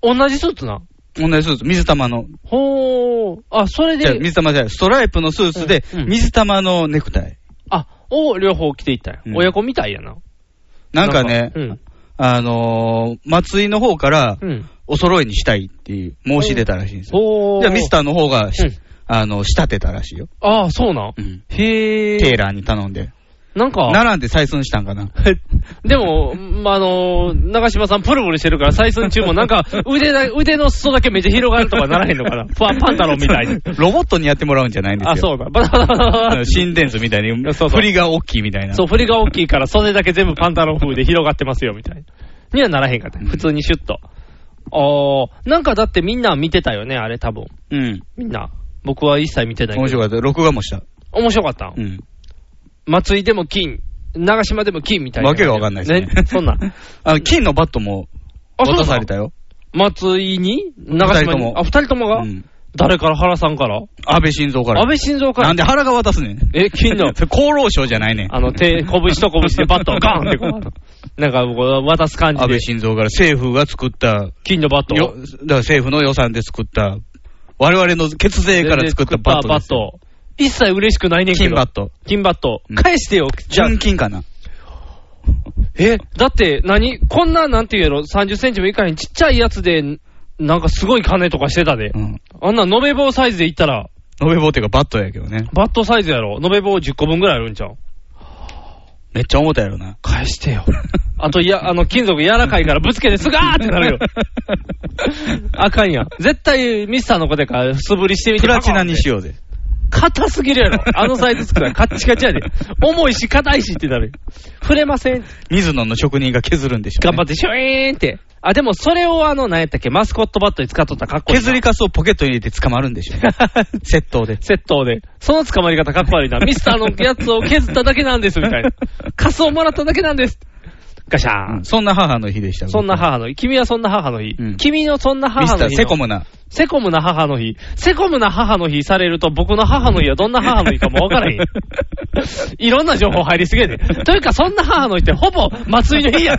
[SPEAKER 3] 同じスーツな。
[SPEAKER 2] 同じスーツ。水玉の。
[SPEAKER 3] ほー。あ、それ
[SPEAKER 2] じゃあ
[SPEAKER 3] で、
[SPEAKER 2] 水玉じゃない。ストライプのスーツで、
[SPEAKER 3] うんうん
[SPEAKER 2] 水玉のネクタイ。
[SPEAKER 3] あ、を両方着ていったんや
[SPEAKER 2] うん
[SPEAKER 3] 親子みたいやな。
[SPEAKER 2] なんかね、
[SPEAKER 3] うん。
[SPEAKER 2] あのー、松井の方から、
[SPEAKER 3] うん。
[SPEAKER 2] お揃いにしたいっていう申し出たらしいんですよ。
[SPEAKER 3] ほー。
[SPEAKER 2] じゃあミスターの方がし、
[SPEAKER 3] うん
[SPEAKER 2] あの、仕立てたらしいよ。
[SPEAKER 3] ああ、そうなん。
[SPEAKER 2] うん。
[SPEAKER 3] へえ。
[SPEAKER 2] テーラーに頼んで。
[SPEAKER 3] なんか、
[SPEAKER 2] 並んで採寸したんかな。
[SPEAKER 3] でも、まあ、あのー、長嶋さんプルプルしてるから、採寸中もなん か、腕だ、腕の裾だけめっちゃ広がるとかならへんのかな。パパンタロンみたいに。
[SPEAKER 2] ロボットにやってもらうんじゃないんですよ。
[SPEAKER 3] あ、そうだ。バタバタバタバタ
[SPEAKER 2] 心電図みたいに、
[SPEAKER 3] そうそ
[SPEAKER 2] 振
[SPEAKER 3] う
[SPEAKER 2] りが大きいみたいな。
[SPEAKER 3] そう、振りが大きいから、袖だけ全部パンタロン風で広がってますよ、みたいな。にはならへんかった。普通にシュッと。ああ、なんかだってみんな見てたよね、あれ多分。
[SPEAKER 2] うん。
[SPEAKER 3] みんな。僕は一切見てない
[SPEAKER 2] 面
[SPEAKER 3] けど。
[SPEAKER 2] 白かった。録画もした。
[SPEAKER 3] 面白かった。
[SPEAKER 2] うん。
[SPEAKER 3] 松井でも金、長島でも金みたいな。
[SPEAKER 2] わけがわかんないですね
[SPEAKER 3] そん なん。
[SPEAKER 2] あの金のバットも
[SPEAKER 3] あ、そう
[SPEAKER 2] 渡
[SPEAKER 3] な
[SPEAKER 2] さ
[SPEAKER 3] の
[SPEAKER 2] れたよ。
[SPEAKER 3] 松井に長
[SPEAKER 2] 二人
[SPEAKER 3] 島
[SPEAKER 2] と
[SPEAKER 3] に
[SPEAKER 2] も
[SPEAKER 3] あ、二人ともが、
[SPEAKER 2] うん
[SPEAKER 3] 誰から原さんから
[SPEAKER 2] 安倍晋三から。
[SPEAKER 3] 安倍晋三から
[SPEAKER 2] なんで腹が渡す ねん。、
[SPEAKER 3] え、金の
[SPEAKER 2] 厚労省じゃないねん。
[SPEAKER 3] あの、手、拳と拳でバットをガーンってこ う、なんかこう渡す感じ
[SPEAKER 2] 安
[SPEAKER 3] で
[SPEAKER 2] 倍、晋三から政府が作った、
[SPEAKER 3] 金のバット
[SPEAKER 2] よ
[SPEAKER 3] を。
[SPEAKER 2] だから政府の予算で作った、我々の血税から作ったバット
[SPEAKER 3] バ
[SPEAKER 2] で
[SPEAKER 3] ッ
[SPEAKER 2] すよ。
[SPEAKER 3] ト。一切嬉しくないねんけど。
[SPEAKER 2] 金バット。
[SPEAKER 3] 金バット。
[SPEAKER 2] うん
[SPEAKER 3] 返してよ。じゃあ
[SPEAKER 2] 純金かな。
[SPEAKER 3] え、だって何、こんな、なんて言うやろ、30センチもいかへんちっちゃいやつで、なんかすごい金とかしてたで。
[SPEAKER 2] うん。
[SPEAKER 3] あんな延べ棒サイズでいったら、
[SPEAKER 2] 延べ棒っていうかバットやけどね。
[SPEAKER 3] バットサイズやろ。延べ棒10個分ぐらいあるんちゃう
[SPEAKER 2] めっちゃ重たいやろな。
[SPEAKER 3] 返してよ。 あと、いや、あの、金属柔らかいからぶつけてすがーってなる よ。あかんやん。絶対、ミスターの子でから素振りしてみて。
[SPEAKER 2] プラチナにし
[SPEAKER 3] よ
[SPEAKER 2] ようぜ。
[SPEAKER 3] 硬すぎるやろ。あのサイズ作ったらカッチカチやで。重いし、硬いしってなるよ。触れません。
[SPEAKER 2] 水野の職人が削るんでしょう
[SPEAKER 3] 頑
[SPEAKER 2] ね、
[SPEAKER 3] 張って、シュイーンって。あ、でも、それをあの、何やったっけ、マスコットバットに使っとったらかっこいいな。
[SPEAKER 2] 削りカスをポケットに入れて捕まるんでし ょうね、窃盗で。
[SPEAKER 3] 窃盗で。その捕まり方 かっこ悪いな。ミスターのやつを削っただけなんです、みたいな。カスをもらっただけなんです。ガシャーン。
[SPEAKER 2] そんな母の日でした。
[SPEAKER 3] そんな母の日。君はそんな母の日。君のそんな母
[SPEAKER 2] ミスタ
[SPEAKER 3] の
[SPEAKER 2] ー
[SPEAKER 3] 日。
[SPEAKER 2] セコム。な。
[SPEAKER 3] セコムな母の日。セコムな母の日されると、僕の母の日はどんな母の日かもわからへん。 いろんな情報入りすぎやで。というか、そんな母の日ってほぼ祭り の日やん。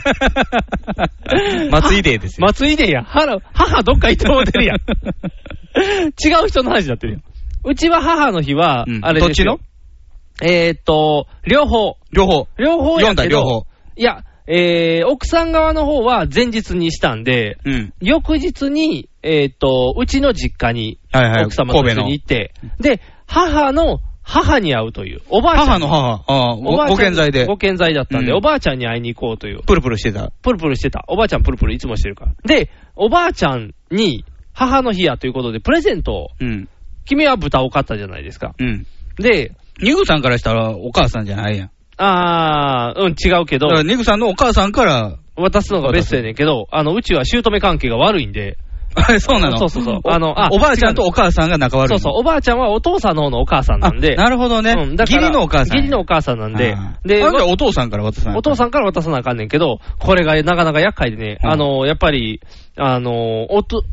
[SPEAKER 2] 松井デーですよ。
[SPEAKER 3] 祭りでや。母、母どっか行ってもうて るやん。違う人の話になってるよ。うちは母の日は、あれですよ。
[SPEAKER 2] どっ
[SPEAKER 3] えーっと、両方。
[SPEAKER 2] 両方。
[SPEAKER 3] 両方やけど
[SPEAKER 2] 読んだ両方。
[SPEAKER 3] いや、えー、奥さん側の方は前日にしたんで、
[SPEAKER 2] うん。
[SPEAKER 3] 翌日に、えーっと、うちの実家に、
[SPEAKER 2] はいはい。
[SPEAKER 3] 奥様と
[SPEAKER 2] 神
[SPEAKER 3] 一
[SPEAKER 2] 戸
[SPEAKER 3] 緒
[SPEAKER 2] の
[SPEAKER 3] に行。って、で、母の母に会うという、おばあちゃん。
[SPEAKER 2] 母の母。ああ、
[SPEAKER 3] おば
[SPEAKER 2] ご
[SPEAKER 3] あちゃん
[SPEAKER 2] ご健在で。
[SPEAKER 3] ご健在だったんで、
[SPEAKER 2] うん
[SPEAKER 3] おばあちゃんに会いに行こうという。
[SPEAKER 2] プルプルしてた。
[SPEAKER 3] プルプルしてた。おばあちゃんプルプルいつもしてるから。で、おばあちゃんに、母の日やということで、プレゼントを、
[SPEAKER 2] うん。
[SPEAKER 3] 君は豚を買ったじゃないですか。
[SPEAKER 2] うん。
[SPEAKER 3] で、
[SPEAKER 2] ニグさんからしたらお母さんじゃないやん。
[SPEAKER 3] あー、うん、違うけど
[SPEAKER 2] だか、らニグさんのお母さんから、
[SPEAKER 3] 渡すのがベストやねんけど、あの、うちは姑関係が悪いんで、
[SPEAKER 2] あれそうなの
[SPEAKER 3] そうそうそう
[SPEAKER 2] お
[SPEAKER 3] あのあ
[SPEAKER 2] おばあちゃんとお母さんが仲悪いの。
[SPEAKER 3] そうそう、おばあちゃんはお父さんの方のお母さんなんで、
[SPEAKER 2] なるほどね。
[SPEAKER 3] うんだか
[SPEAKER 2] 義
[SPEAKER 3] ら
[SPEAKER 2] 理のお母さん。
[SPEAKER 3] 義理のお母さんなんで
[SPEAKER 2] あ、ー
[SPEAKER 3] で、
[SPEAKER 2] なんでお父さんから渡さない
[SPEAKER 3] お父さんから渡さなあかんねんけど、これがなかなか厄介でね、
[SPEAKER 2] うん
[SPEAKER 3] あの、やっぱり、あの、おと、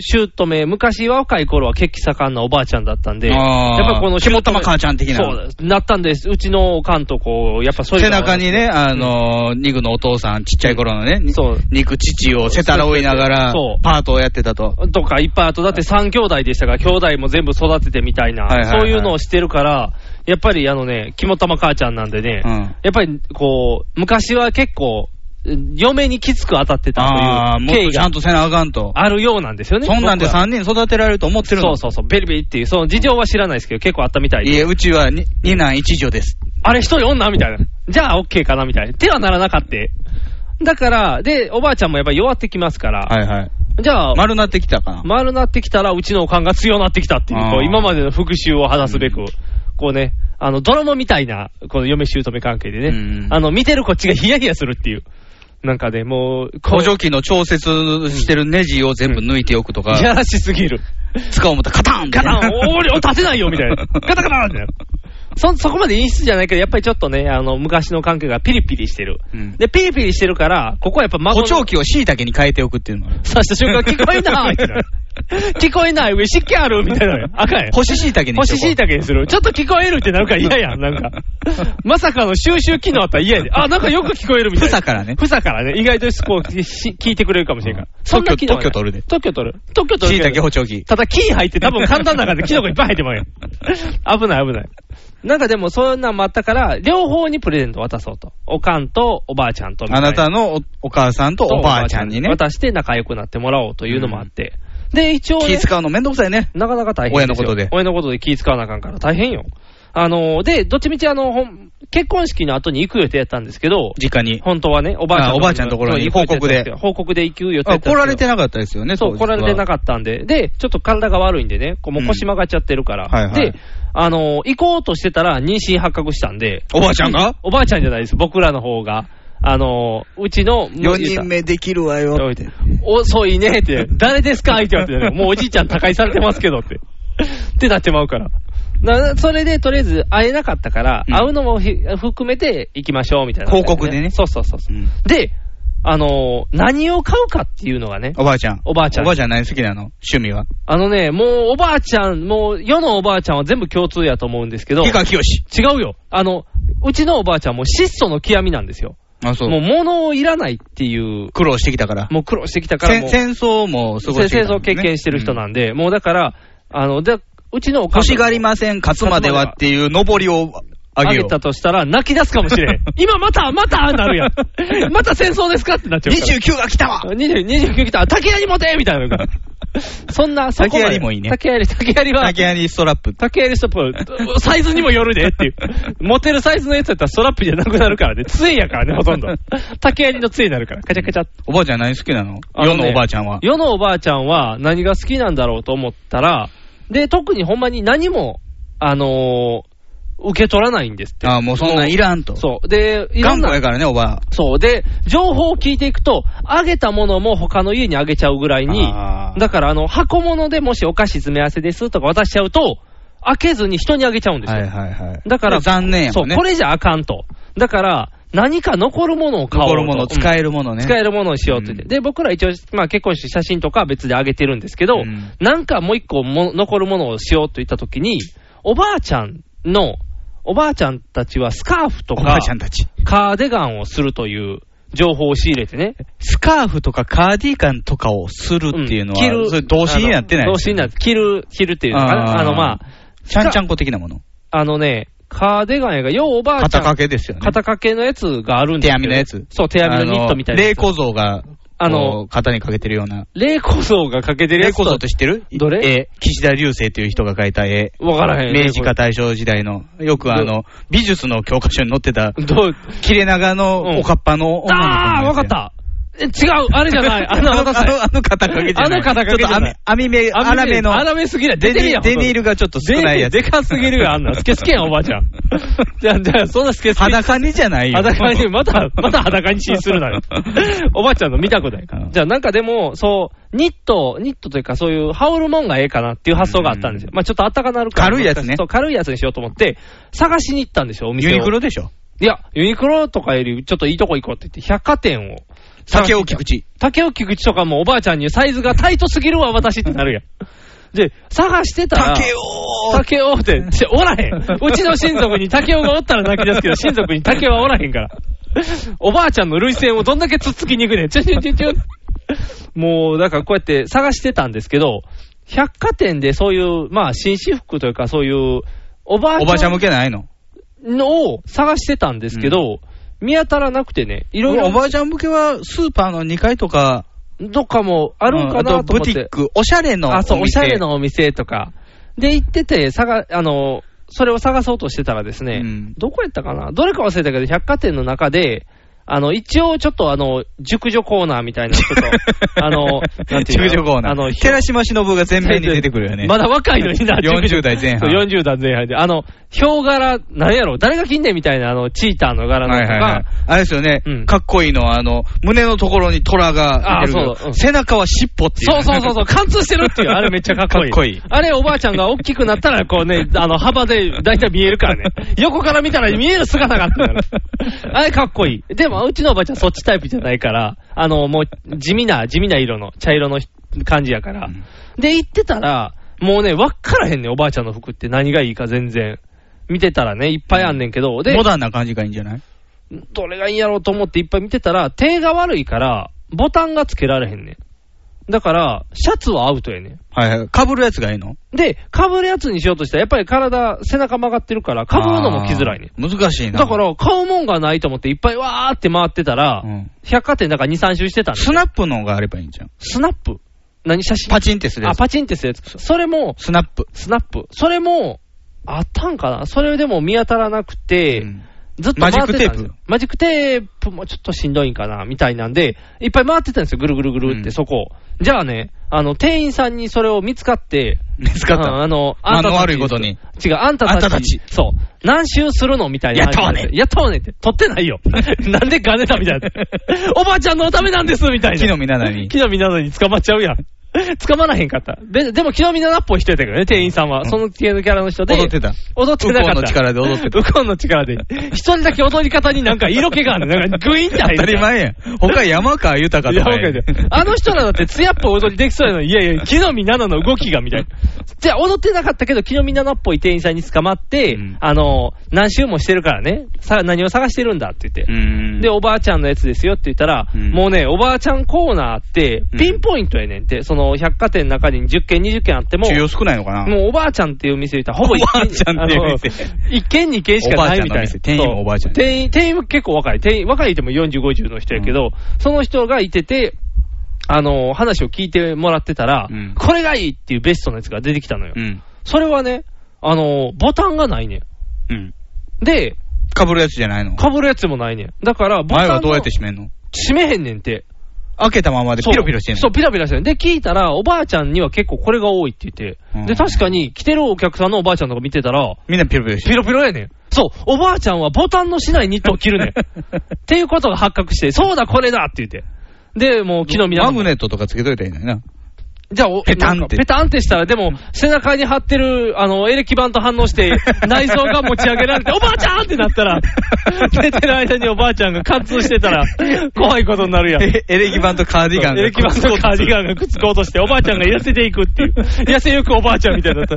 [SPEAKER 3] 姑、昔若い頃は血気盛んなおばあちゃんだったんで、やっ
[SPEAKER 2] あー
[SPEAKER 3] ぱりこの、
[SPEAKER 2] 肝玉母ちゃん的な
[SPEAKER 3] そうだ、なったんです。うちのおかんとこう、やっぱそういう
[SPEAKER 2] 背
[SPEAKER 3] のが
[SPEAKER 2] 中にね、あのー、ニグのお父さん、ちっちゃい頃のね、
[SPEAKER 3] そう
[SPEAKER 2] 肉父を背たら追いながら
[SPEAKER 3] そう、
[SPEAKER 2] パートをやってたと。
[SPEAKER 3] とかいっぱいあと、だって3兄弟でしたから、兄弟も全部育ててみたいな、
[SPEAKER 2] はいはいはい
[SPEAKER 3] そういうのをしてるから、やっぱりあのね、肝玉母ちゃんなんでね、
[SPEAKER 2] うん
[SPEAKER 3] やっぱりこう、昔は結構、嫁にきつく当たって
[SPEAKER 2] あ
[SPEAKER 3] た
[SPEAKER 2] あ、
[SPEAKER 3] と
[SPEAKER 2] も
[SPEAKER 3] い
[SPEAKER 2] っと
[SPEAKER 3] う経緯
[SPEAKER 2] ちゃ
[SPEAKER 3] が
[SPEAKER 2] んとせなあかんと。
[SPEAKER 3] あるようなんですよね。
[SPEAKER 2] そんなんで
[SPEAKER 3] 僕は
[SPEAKER 2] 3人育てられると思ってる
[SPEAKER 3] そ
[SPEAKER 2] の
[SPEAKER 3] うそうそう、ベリベリっていう、その事情は知らないですけど、結構あったみたい
[SPEAKER 2] いえ、
[SPEAKER 3] で、
[SPEAKER 2] うちはに二男一女です。
[SPEAKER 3] あれ、一人女みたいな、じゃあ OK かなみたいな、手はならなかった。だから、で、おばあちゃんもやっぱり弱ってきますから、
[SPEAKER 2] はいはい。
[SPEAKER 3] じゃあ、
[SPEAKER 2] 丸なってきたかな。
[SPEAKER 3] 丸なってきたら、うちのおかんが強なってきたっていう、
[SPEAKER 2] あー
[SPEAKER 3] こう今までの復讐を果たすべく、こうね、あの、ドラマみたいな、この嫁姑関係でね、
[SPEAKER 2] うん
[SPEAKER 3] あの、見てるこっちがヒヤヒヤするっていう。なんかね、もう、こ
[SPEAKER 2] 補
[SPEAKER 3] う
[SPEAKER 2] 助器の調節してるネジを全部抜いておくと
[SPEAKER 3] いや
[SPEAKER 2] か、
[SPEAKER 3] らしすぎる。
[SPEAKER 2] 使おう思ったらカタン
[SPEAKER 3] ガタン、おりを立てないよみたいな。ガタガタってなる。そ、そこまで演出じゃないけど、やっぱりちょっとね、あの、昔の関係がピリピリしてる。
[SPEAKER 2] うん
[SPEAKER 3] で、ピリピリしてるから、ここはやっぱ孫
[SPEAKER 2] 補
[SPEAKER 3] の
[SPEAKER 2] 聴器を椎茸に変えておくっていうの。
[SPEAKER 3] 刺した瞬間、聞こえない ってなる聞こえない上、湿気あるみたいな。あかんやん。
[SPEAKER 2] 干し椎茸にしとこう
[SPEAKER 3] 干し椎茸にする。ちょっと聞こえるってなるから嫌やん、 なんか。まさかの収集機能あったら嫌やで。あ、なんかよく聞こえるみたいな。
[SPEAKER 2] 房からね
[SPEAKER 3] ふさからね。意外とこう、し聞いてくれるかもしれんから。そんな機能はない
[SPEAKER 2] 特許特許取るで
[SPEAKER 3] 特許取る。特許取る
[SPEAKER 2] 椎
[SPEAKER 3] けど。
[SPEAKER 2] 茸補聴器。
[SPEAKER 3] ただ、木入って、多分簡単な中でキノコいっぱい入ってまう よ。危ない、危ない。なんかでも、そんなんもあったから、両方にプレゼント渡そうと。おかんとおばあちゃんとみたい
[SPEAKER 2] あなたのおお母さんとおばあちゃんにね。
[SPEAKER 3] 渡して仲良くなってもらおうというのもあって。で、一応、ね、
[SPEAKER 2] 気使うのめんどくさいね。
[SPEAKER 3] なかなか大変です
[SPEAKER 2] 親のこ
[SPEAKER 3] よ
[SPEAKER 2] とで
[SPEAKER 3] 親のことで気使わなあかんから大変よ。あのー、で、どっちみち、あの、ほん結婚式の後に行く予定やったんですけど、
[SPEAKER 2] 実家に。
[SPEAKER 3] 本当はね、おばあちゃん
[SPEAKER 2] あおばあちゃんのところに
[SPEAKER 3] そう行く予定やったんすよ報告で行く予定や
[SPEAKER 2] あ
[SPEAKER 3] ったんですけど
[SPEAKER 2] 来られてなかったですよね、
[SPEAKER 3] そう、来られてな
[SPEAKER 2] っ
[SPEAKER 3] かったんで、で、ちょっと体が悪いんでね、こうもう腰曲がっちゃってるから、
[SPEAKER 2] うんはいはい
[SPEAKER 3] で、あのー行こうとしてたら、妊娠発覚したんで、
[SPEAKER 2] おばあちゃんが
[SPEAKER 3] おばあちゃんじゃないです、僕らの方が、あのーうちの、
[SPEAKER 2] 4人目できるわよって。
[SPEAKER 3] 遅いねって、誰ですか相手はって言われて、もうおじいちゃん、他界されてますけどって、ってなってまうから。なそれでとりあえず会えなかったから、
[SPEAKER 2] うん
[SPEAKER 3] 会うのもひ含めて行きましょうみたいな、
[SPEAKER 2] 報告でね
[SPEAKER 3] そうそうそうそう。
[SPEAKER 2] うん
[SPEAKER 3] で、あのー何を買うかっていうのがね、
[SPEAKER 2] おばあちゃん。
[SPEAKER 3] おばあちゃん
[SPEAKER 2] おばあちゃん何好きなの趣味は。
[SPEAKER 3] あのね、もうおばあちゃん、もう世のおばあちゃんは全部共通やと思うんですけど、
[SPEAKER 2] 氷
[SPEAKER 3] 違
[SPEAKER 2] 川きよし。
[SPEAKER 3] うよ。あの、うちのおばあちゃんも質素の極みなんですよ。
[SPEAKER 2] あ、そう。
[SPEAKER 3] もう物をいらないっていう、
[SPEAKER 2] 苦労してきたから。
[SPEAKER 3] もう苦労してきたから
[SPEAKER 2] 戦
[SPEAKER 3] もう、
[SPEAKER 2] 戦争もすごい。
[SPEAKER 3] 戦争を経験してる人
[SPEAKER 2] ん
[SPEAKER 3] なんで、もうだから、あの、で、うちのおかん
[SPEAKER 2] 欲しがりません、勝つまではっていう上りをあ
[SPEAKER 3] あ
[SPEAKER 2] げ
[SPEAKER 3] げ
[SPEAKER 2] よう
[SPEAKER 3] た。としたら、泣き出すかもし れん。今また、また、なるやん。また戦争ですかってなっちゃうから。
[SPEAKER 2] 29が来たわ
[SPEAKER 3] 20 29来たら、竹槍持てみたいな のが。そんな、そこまで
[SPEAKER 2] 竹槍もいいね
[SPEAKER 3] 竹槍、 竹槍は、
[SPEAKER 2] 竹谷にストラップ。
[SPEAKER 3] 竹槍ストップ、サイズにもよるでっていう。持てるサイズのやつやったらストラップじゃなくなるからね。杖やからね、ほと んど。竹槍の杖になるから。カチャカチャ。
[SPEAKER 2] おばあちゃん何好きなの
[SPEAKER 3] あ
[SPEAKER 2] 世
[SPEAKER 3] ね
[SPEAKER 2] のおばあちゃんは。
[SPEAKER 3] 世のおばあちゃんは何が好きなんだろうと思ったら、で、特にほんまに何も、あのー受け取らないんですって。
[SPEAKER 2] あもうそんなんいらんと。
[SPEAKER 3] そう。で、いろ
[SPEAKER 2] 頑
[SPEAKER 3] ん
[SPEAKER 2] 固
[SPEAKER 3] な
[SPEAKER 2] や、からね、おばあ。
[SPEAKER 3] そう。で、情報を聞いていくと、あげたものも他の家にあげちゃうぐらいに
[SPEAKER 2] あ、ー
[SPEAKER 3] だから、あの、箱物でもしお菓子詰め合わせですとか渡しちゃうと、開けずに人にあげちゃうんですよ。
[SPEAKER 2] はいはいはい。
[SPEAKER 3] だから、
[SPEAKER 2] 残念やもんね。
[SPEAKER 3] そう、これじゃあかんと。だから、何か残るものを買おうと。
[SPEAKER 2] 残るもの、使えるものね。
[SPEAKER 3] 使えるものにしようって言って、で僕ら一応、まあ、結婚式、写真とかは別であげてるんですけど、
[SPEAKER 2] ん
[SPEAKER 3] なんかもう一個も残るものをしようと言ったときに、おばあちゃんの、おばあちゃんたちはスカーフと
[SPEAKER 2] おば
[SPEAKER 3] か
[SPEAKER 2] あちゃんたち。
[SPEAKER 3] カーデガンをするという情報を仕入れてね、
[SPEAKER 2] スカーフとかカーディガンとかをするっていうのは、
[SPEAKER 3] 着る
[SPEAKER 2] それ動詞になってない
[SPEAKER 3] あの動詞になって、着る、着るっていうのかな
[SPEAKER 2] あー
[SPEAKER 3] あのまあ、
[SPEAKER 2] ちゃんちゃんこ的なもの。
[SPEAKER 3] あのね、カーデガンやが、ようおばあちゃん。
[SPEAKER 2] 肩掛けですよね。
[SPEAKER 3] 肩掛けのやつがあるんで
[SPEAKER 2] 手
[SPEAKER 3] す
[SPEAKER 2] 編
[SPEAKER 3] けど
[SPEAKER 2] みのやつ。
[SPEAKER 3] そう、手編みのニットみたい
[SPEAKER 2] あ
[SPEAKER 3] な
[SPEAKER 2] の
[SPEAKER 3] や
[SPEAKER 2] 霊
[SPEAKER 3] つ。
[SPEAKER 2] 小僧が、
[SPEAKER 3] あ
[SPEAKER 2] あ
[SPEAKER 3] の
[SPEAKER 2] の、肩にかけてるような。
[SPEAKER 3] 霊小僧がかけてる
[SPEAKER 2] 霊
[SPEAKER 3] やつと。
[SPEAKER 2] 小僧って知ってる
[SPEAKER 3] どれ
[SPEAKER 2] 絵。岸田流星っていう人が描いた絵。
[SPEAKER 3] わからへん
[SPEAKER 2] 明治か大正時代の、よくあの、美術の教科書に載ってた、
[SPEAKER 3] どう、
[SPEAKER 2] 切れ長
[SPEAKER 3] うん
[SPEAKER 2] のおかっぱの女の子のやつや
[SPEAKER 3] ああ、わかった。え、違う、あれ じゃない。あの、
[SPEAKER 2] あの、
[SPEAKER 3] 私
[SPEAKER 2] あの、あの肩掛けじゃない。
[SPEAKER 3] あの肩掛けじゃない
[SPEAKER 2] ちょっと網、網目、
[SPEAKER 3] あ
[SPEAKER 2] 粗めの。
[SPEAKER 3] 荒めすぎるやん。出てるやん。
[SPEAKER 2] デニデニールがちょっと少ないやつ
[SPEAKER 3] ででかすぎるやん、あんな。スケスケやん、おばあちゃ ん。じゃあ、じゃあ、そんなスケスケ。
[SPEAKER 2] 裸にじゃないよ。
[SPEAKER 3] 裸に、また、また裸にシーンするな よ。おばあちゃんの見たことないか
[SPEAKER 2] う
[SPEAKER 3] ら。
[SPEAKER 2] ん
[SPEAKER 3] じゃあ、なんかでも、そう、ニット、ニットというか、そういう、羽織るもんがええかなっていう発想があったんですよ。まあちょっとあったかなるから。
[SPEAKER 2] 軽いやつね
[SPEAKER 3] そう、軽いやつにしようと思って、探しに行ったんですよ、お店を。
[SPEAKER 2] ユニクロでしょ。
[SPEAKER 3] いや、ユニクロとかより、ちょっといいとこ行こうって言って、百貨店を。
[SPEAKER 2] 竹を菊池。
[SPEAKER 3] 竹尾菊池とかもおばあちゃんにサイズがタイトすぎるわ、私って なるやん。で、探してたら、
[SPEAKER 2] 竹を
[SPEAKER 3] 竹尾って、ちおら へん。うちの親族に竹尾がおったら泣き出すけど、親族に竹尾はおらへんから。おばあちゃんの涙腺をどんだけつっつきに行くねん。ちょちょちょちょ。もう、だからこうやって探してたんですけど、百貨店でそういう、まあ、紳士服というか、そういう、おばあちゃん
[SPEAKER 2] おばあちゃん向けないの
[SPEAKER 3] のを探してたんですけど、見当たらなくてね、いろい
[SPEAKER 2] おば
[SPEAKER 3] ろ
[SPEAKER 2] あちゃん向けはスーパーの2階とか、
[SPEAKER 3] どっかもあるんか
[SPEAKER 2] うんあ
[SPEAKER 3] な
[SPEAKER 2] と
[SPEAKER 3] と思
[SPEAKER 2] ブ
[SPEAKER 3] って、
[SPEAKER 2] ティック、おしゃれのお店。
[SPEAKER 3] あそうおしゃれのお店とか、で行ってて探あの、それを探そうとしてたらですね、
[SPEAKER 2] うん
[SPEAKER 3] どこやったかな、どれか忘れたけど、百貨店の中で、あの一応、ちょっとあの熟女コーナーみたいな、ちょっ と、 あの、なんていうの
[SPEAKER 2] 熟女コーナ
[SPEAKER 3] あの
[SPEAKER 2] ー。寺島忍が前面に出てくるよね。
[SPEAKER 3] まだ若いのにな、
[SPEAKER 2] 40代前半
[SPEAKER 3] そう40代前半で、あの、ヒョウ柄、なんやろ、誰が着んねんみたいな、あの、チーターの柄の
[SPEAKER 2] は
[SPEAKER 3] と
[SPEAKER 2] い
[SPEAKER 3] か、
[SPEAKER 2] はいはい。あれですよね、
[SPEAKER 3] うん
[SPEAKER 2] かっこいいのは、あの、胸のところに虎が出てるけど
[SPEAKER 3] あそううん
[SPEAKER 2] 背中は尻尾っていう。
[SPEAKER 3] そうそうそう そう、貫通してるっていう、あれめっちゃかっこいい。
[SPEAKER 2] かっこいい
[SPEAKER 3] あれ、おばあちゃんが大きくなったら、こうね、あの、幅で大体見え るからね。横から見たら見える姿があってなる。あれかっこいい。でも、うちのおばあちゃんそっちタイプじゃないから、あの、もう地味な、地味な色の、茶色の感じやから。で、行ってたら、もうね、わっからへんねんおばあちゃんの服って何がいいか全然。見てたらね、いっぱいあんねん けど、で、
[SPEAKER 2] モダンな感じがいいんじゃない
[SPEAKER 3] どれがいいんやろうと思っていっぱい見てたら、手が悪いから、ボタンがつけられへんねん。だから、シャツはアウトやねん。
[SPEAKER 2] はいはい。かぶるやつがいいの
[SPEAKER 3] で、かぶるやつにしようとしたら、やっぱり体、背中曲がってるから、かぶるのも着づらいね
[SPEAKER 2] あー難しい
[SPEAKER 3] ん。
[SPEAKER 2] な。
[SPEAKER 3] だか、ら、買うもんがないと思って、いっぱいわーって回ってたら、
[SPEAKER 2] うん、
[SPEAKER 3] 百貨店だから2、3周してたんで、
[SPEAKER 2] スナップのがあればいいんじゃん。
[SPEAKER 3] スナップ。何写真
[SPEAKER 2] パチンってするや
[SPEAKER 3] あ、
[SPEAKER 2] つ。
[SPEAKER 3] パチンってするやつ。それも、
[SPEAKER 2] スナップ。
[SPEAKER 3] スナップ。それも、あったんかなそれでも見当たらなくて、
[SPEAKER 2] うん
[SPEAKER 3] ずっと回ってたんですよ
[SPEAKER 2] マジックテープ
[SPEAKER 3] マジックテープもちょっとしんどいんかな、みたいなんで、いっぱい回ってたんですよ、ぐるぐるぐるっ
[SPEAKER 2] う
[SPEAKER 3] て、
[SPEAKER 2] ん
[SPEAKER 3] そこを。じゃあね、あの、店員さんにそれを見つかって、
[SPEAKER 2] 見つかった。
[SPEAKER 3] うんあの、
[SPEAKER 2] 間
[SPEAKER 3] あんた
[SPEAKER 2] の
[SPEAKER 3] たち
[SPEAKER 2] 悪いことに。
[SPEAKER 3] 違う、あんたたち。
[SPEAKER 2] あんたたち
[SPEAKER 3] そう。何周するのみたいな。
[SPEAKER 2] やっとうね
[SPEAKER 3] やっとうねって。取ってな いよ。なんでガネだみたいな。おばあちゃんのおためなんですみたいな。
[SPEAKER 2] 木の実なのに
[SPEAKER 3] 木の実なのに捕まっちゃうやん。捕まらへんかった。で、でも木の実ななっぽい人やったけどね、店員さんは。
[SPEAKER 2] うん
[SPEAKER 3] その系のキャラの人で。
[SPEAKER 2] 踊ってた。
[SPEAKER 3] 踊ってなか
[SPEAKER 2] ウコンの
[SPEAKER 3] った。
[SPEAKER 2] 力で踊ってた
[SPEAKER 3] ウコンの力で。一人だけ踊り方になんか色気がある。なんかグイーンって入る。
[SPEAKER 2] 当たり前やん。他山川豊
[SPEAKER 3] い
[SPEAKER 2] と
[SPEAKER 3] や
[SPEAKER 2] か
[SPEAKER 3] わ
[SPEAKER 2] や
[SPEAKER 3] かるよあの人らだって、艶っぽい踊りできそうやのに、いや いや、木の実奈々の動きがみたいな。じゃあ、踊ってなかったけど、木の実奈々っぽい店員さんに捕まって、
[SPEAKER 2] うん
[SPEAKER 3] あの、何周もしてるからね、さ何を探してるんだって言って、
[SPEAKER 2] うん
[SPEAKER 3] で、おばあちゃんのやつですよって言ったら、
[SPEAKER 2] うん
[SPEAKER 3] もうね、おばあちゃんコーナーって、
[SPEAKER 2] うん
[SPEAKER 3] ピンポイントやねんって、その百貨店の中に10軒、20軒あっても、
[SPEAKER 2] 需要少ないのかな
[SPEAKER 3] もうおばあちゃんっていう店言ったら、ほぼ一軒
[SPEAKER 2] おばあちゃんっていう店
[SPEAKER 3] あの一軒二軒しかないみた
[SPEAKER 2] おば
[SPEAKER 3] い
[SPEAKER 2] あちゃんの店
[SPEAKER 3] な。
[SPEAKER 2] 店員もおばあちゃん
[SPEAKER 3] そう店員、店員は結構若い。店員、若いっても40、50の人やけど、その人がいてて、あの、話を聞いてもらってたら、
[SPEAKER 2] うん
[SPEAKER 3] これがいいっていうベストのやつが出てきたのよ。
[SPEAKER 2] うん。
[SPEAKER 3] それはね、あの、ボタンがないね
[SPEAKER 2] うん。
[SPEAKER 3] ん。で、
[SPEAKER 2] かぶるやつじゃないの
[SPEAKER 3] かぶるやつもないねん。だから、ボタン
[SPEAKER 2] 前
[SPEAKER 3] の
[SPEAKER 2] はどうやって閉めんの
[SPEAKER 3] 閉めへんねんて。
[SPEAKER 2] 開けたままでピロピロしてんの
[SPEAKER 3] そう、ピラピラしてる。で、聞いたら、おばあちゃんには結構これが多いって言って、
[SPEAKER 2] うん
[SPEAKER 3] で、確かに来てるお客さんのおばあちゃんとか見てたら、
[SPEAKER 2] みんなピロピロして
[SPEAKER 3] ピ
[SPEAKER 2] る。
[SPEAKER 3] ロピロやねん。そう、おばあちゃんはボタンのしないニットを着る ねん。っていうことが発覚して、そうだ、これだって言って。で、もう木の実な
[SPEAKER 2] マ
[SPEAKER 3] の
[SPEAKER 2] グネットとかつけといたらいいのにな。
[SPEAKER 3] じゃあ、お
[SPEAKER 2] ペタンって
[SPEAKER 3] ペタンってしたら、でも、背中に貼ってる、あの、エレキ板と反応 して、内臓が持ち上げられて、おばあちゃんってなったら、寝てる間におばあちゃんが貫通して たら、怖いことになるやん。
[SPEAKER 2] えエレキバンとカーディガンが
[SPEAKER 3] エレキ板とカーディガンがくっつこうとして、おばあちゃんが痩せていくっていう。痩せゆくおばあちゃんみたいになった。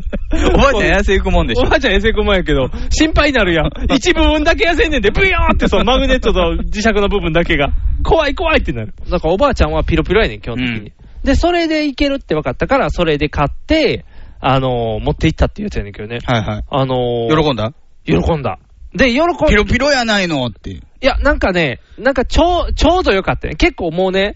[SPEAKER 2] おばあちゃん痩せいくもんでしょ
[SPEAKER 3] おばあちゃん痩せいくもんやけど、心配になるやん。一部分だけ痩せんねんで、ブヨーってそのマグネットと磁石の部分だけが、怖い怖いってなる。だからおばあちゃんはピロピロやねん、基本的に。で、それでいけるって分かったから、それで買って、あのー持っていったっていうやつやねんけどね。
[SPEAKER 2] はいはい。
[SPEAKER 3] あのー
[SPEAKER 2] 喜んだ
[SPEAKER 3] 喜んだ。で、喜んだ。
[SPEAKER 2] ピロピロやないのって。
[SPEAKER 3] いや、なんかね、なんかちょう、ちょうどよかったね。結構もうね、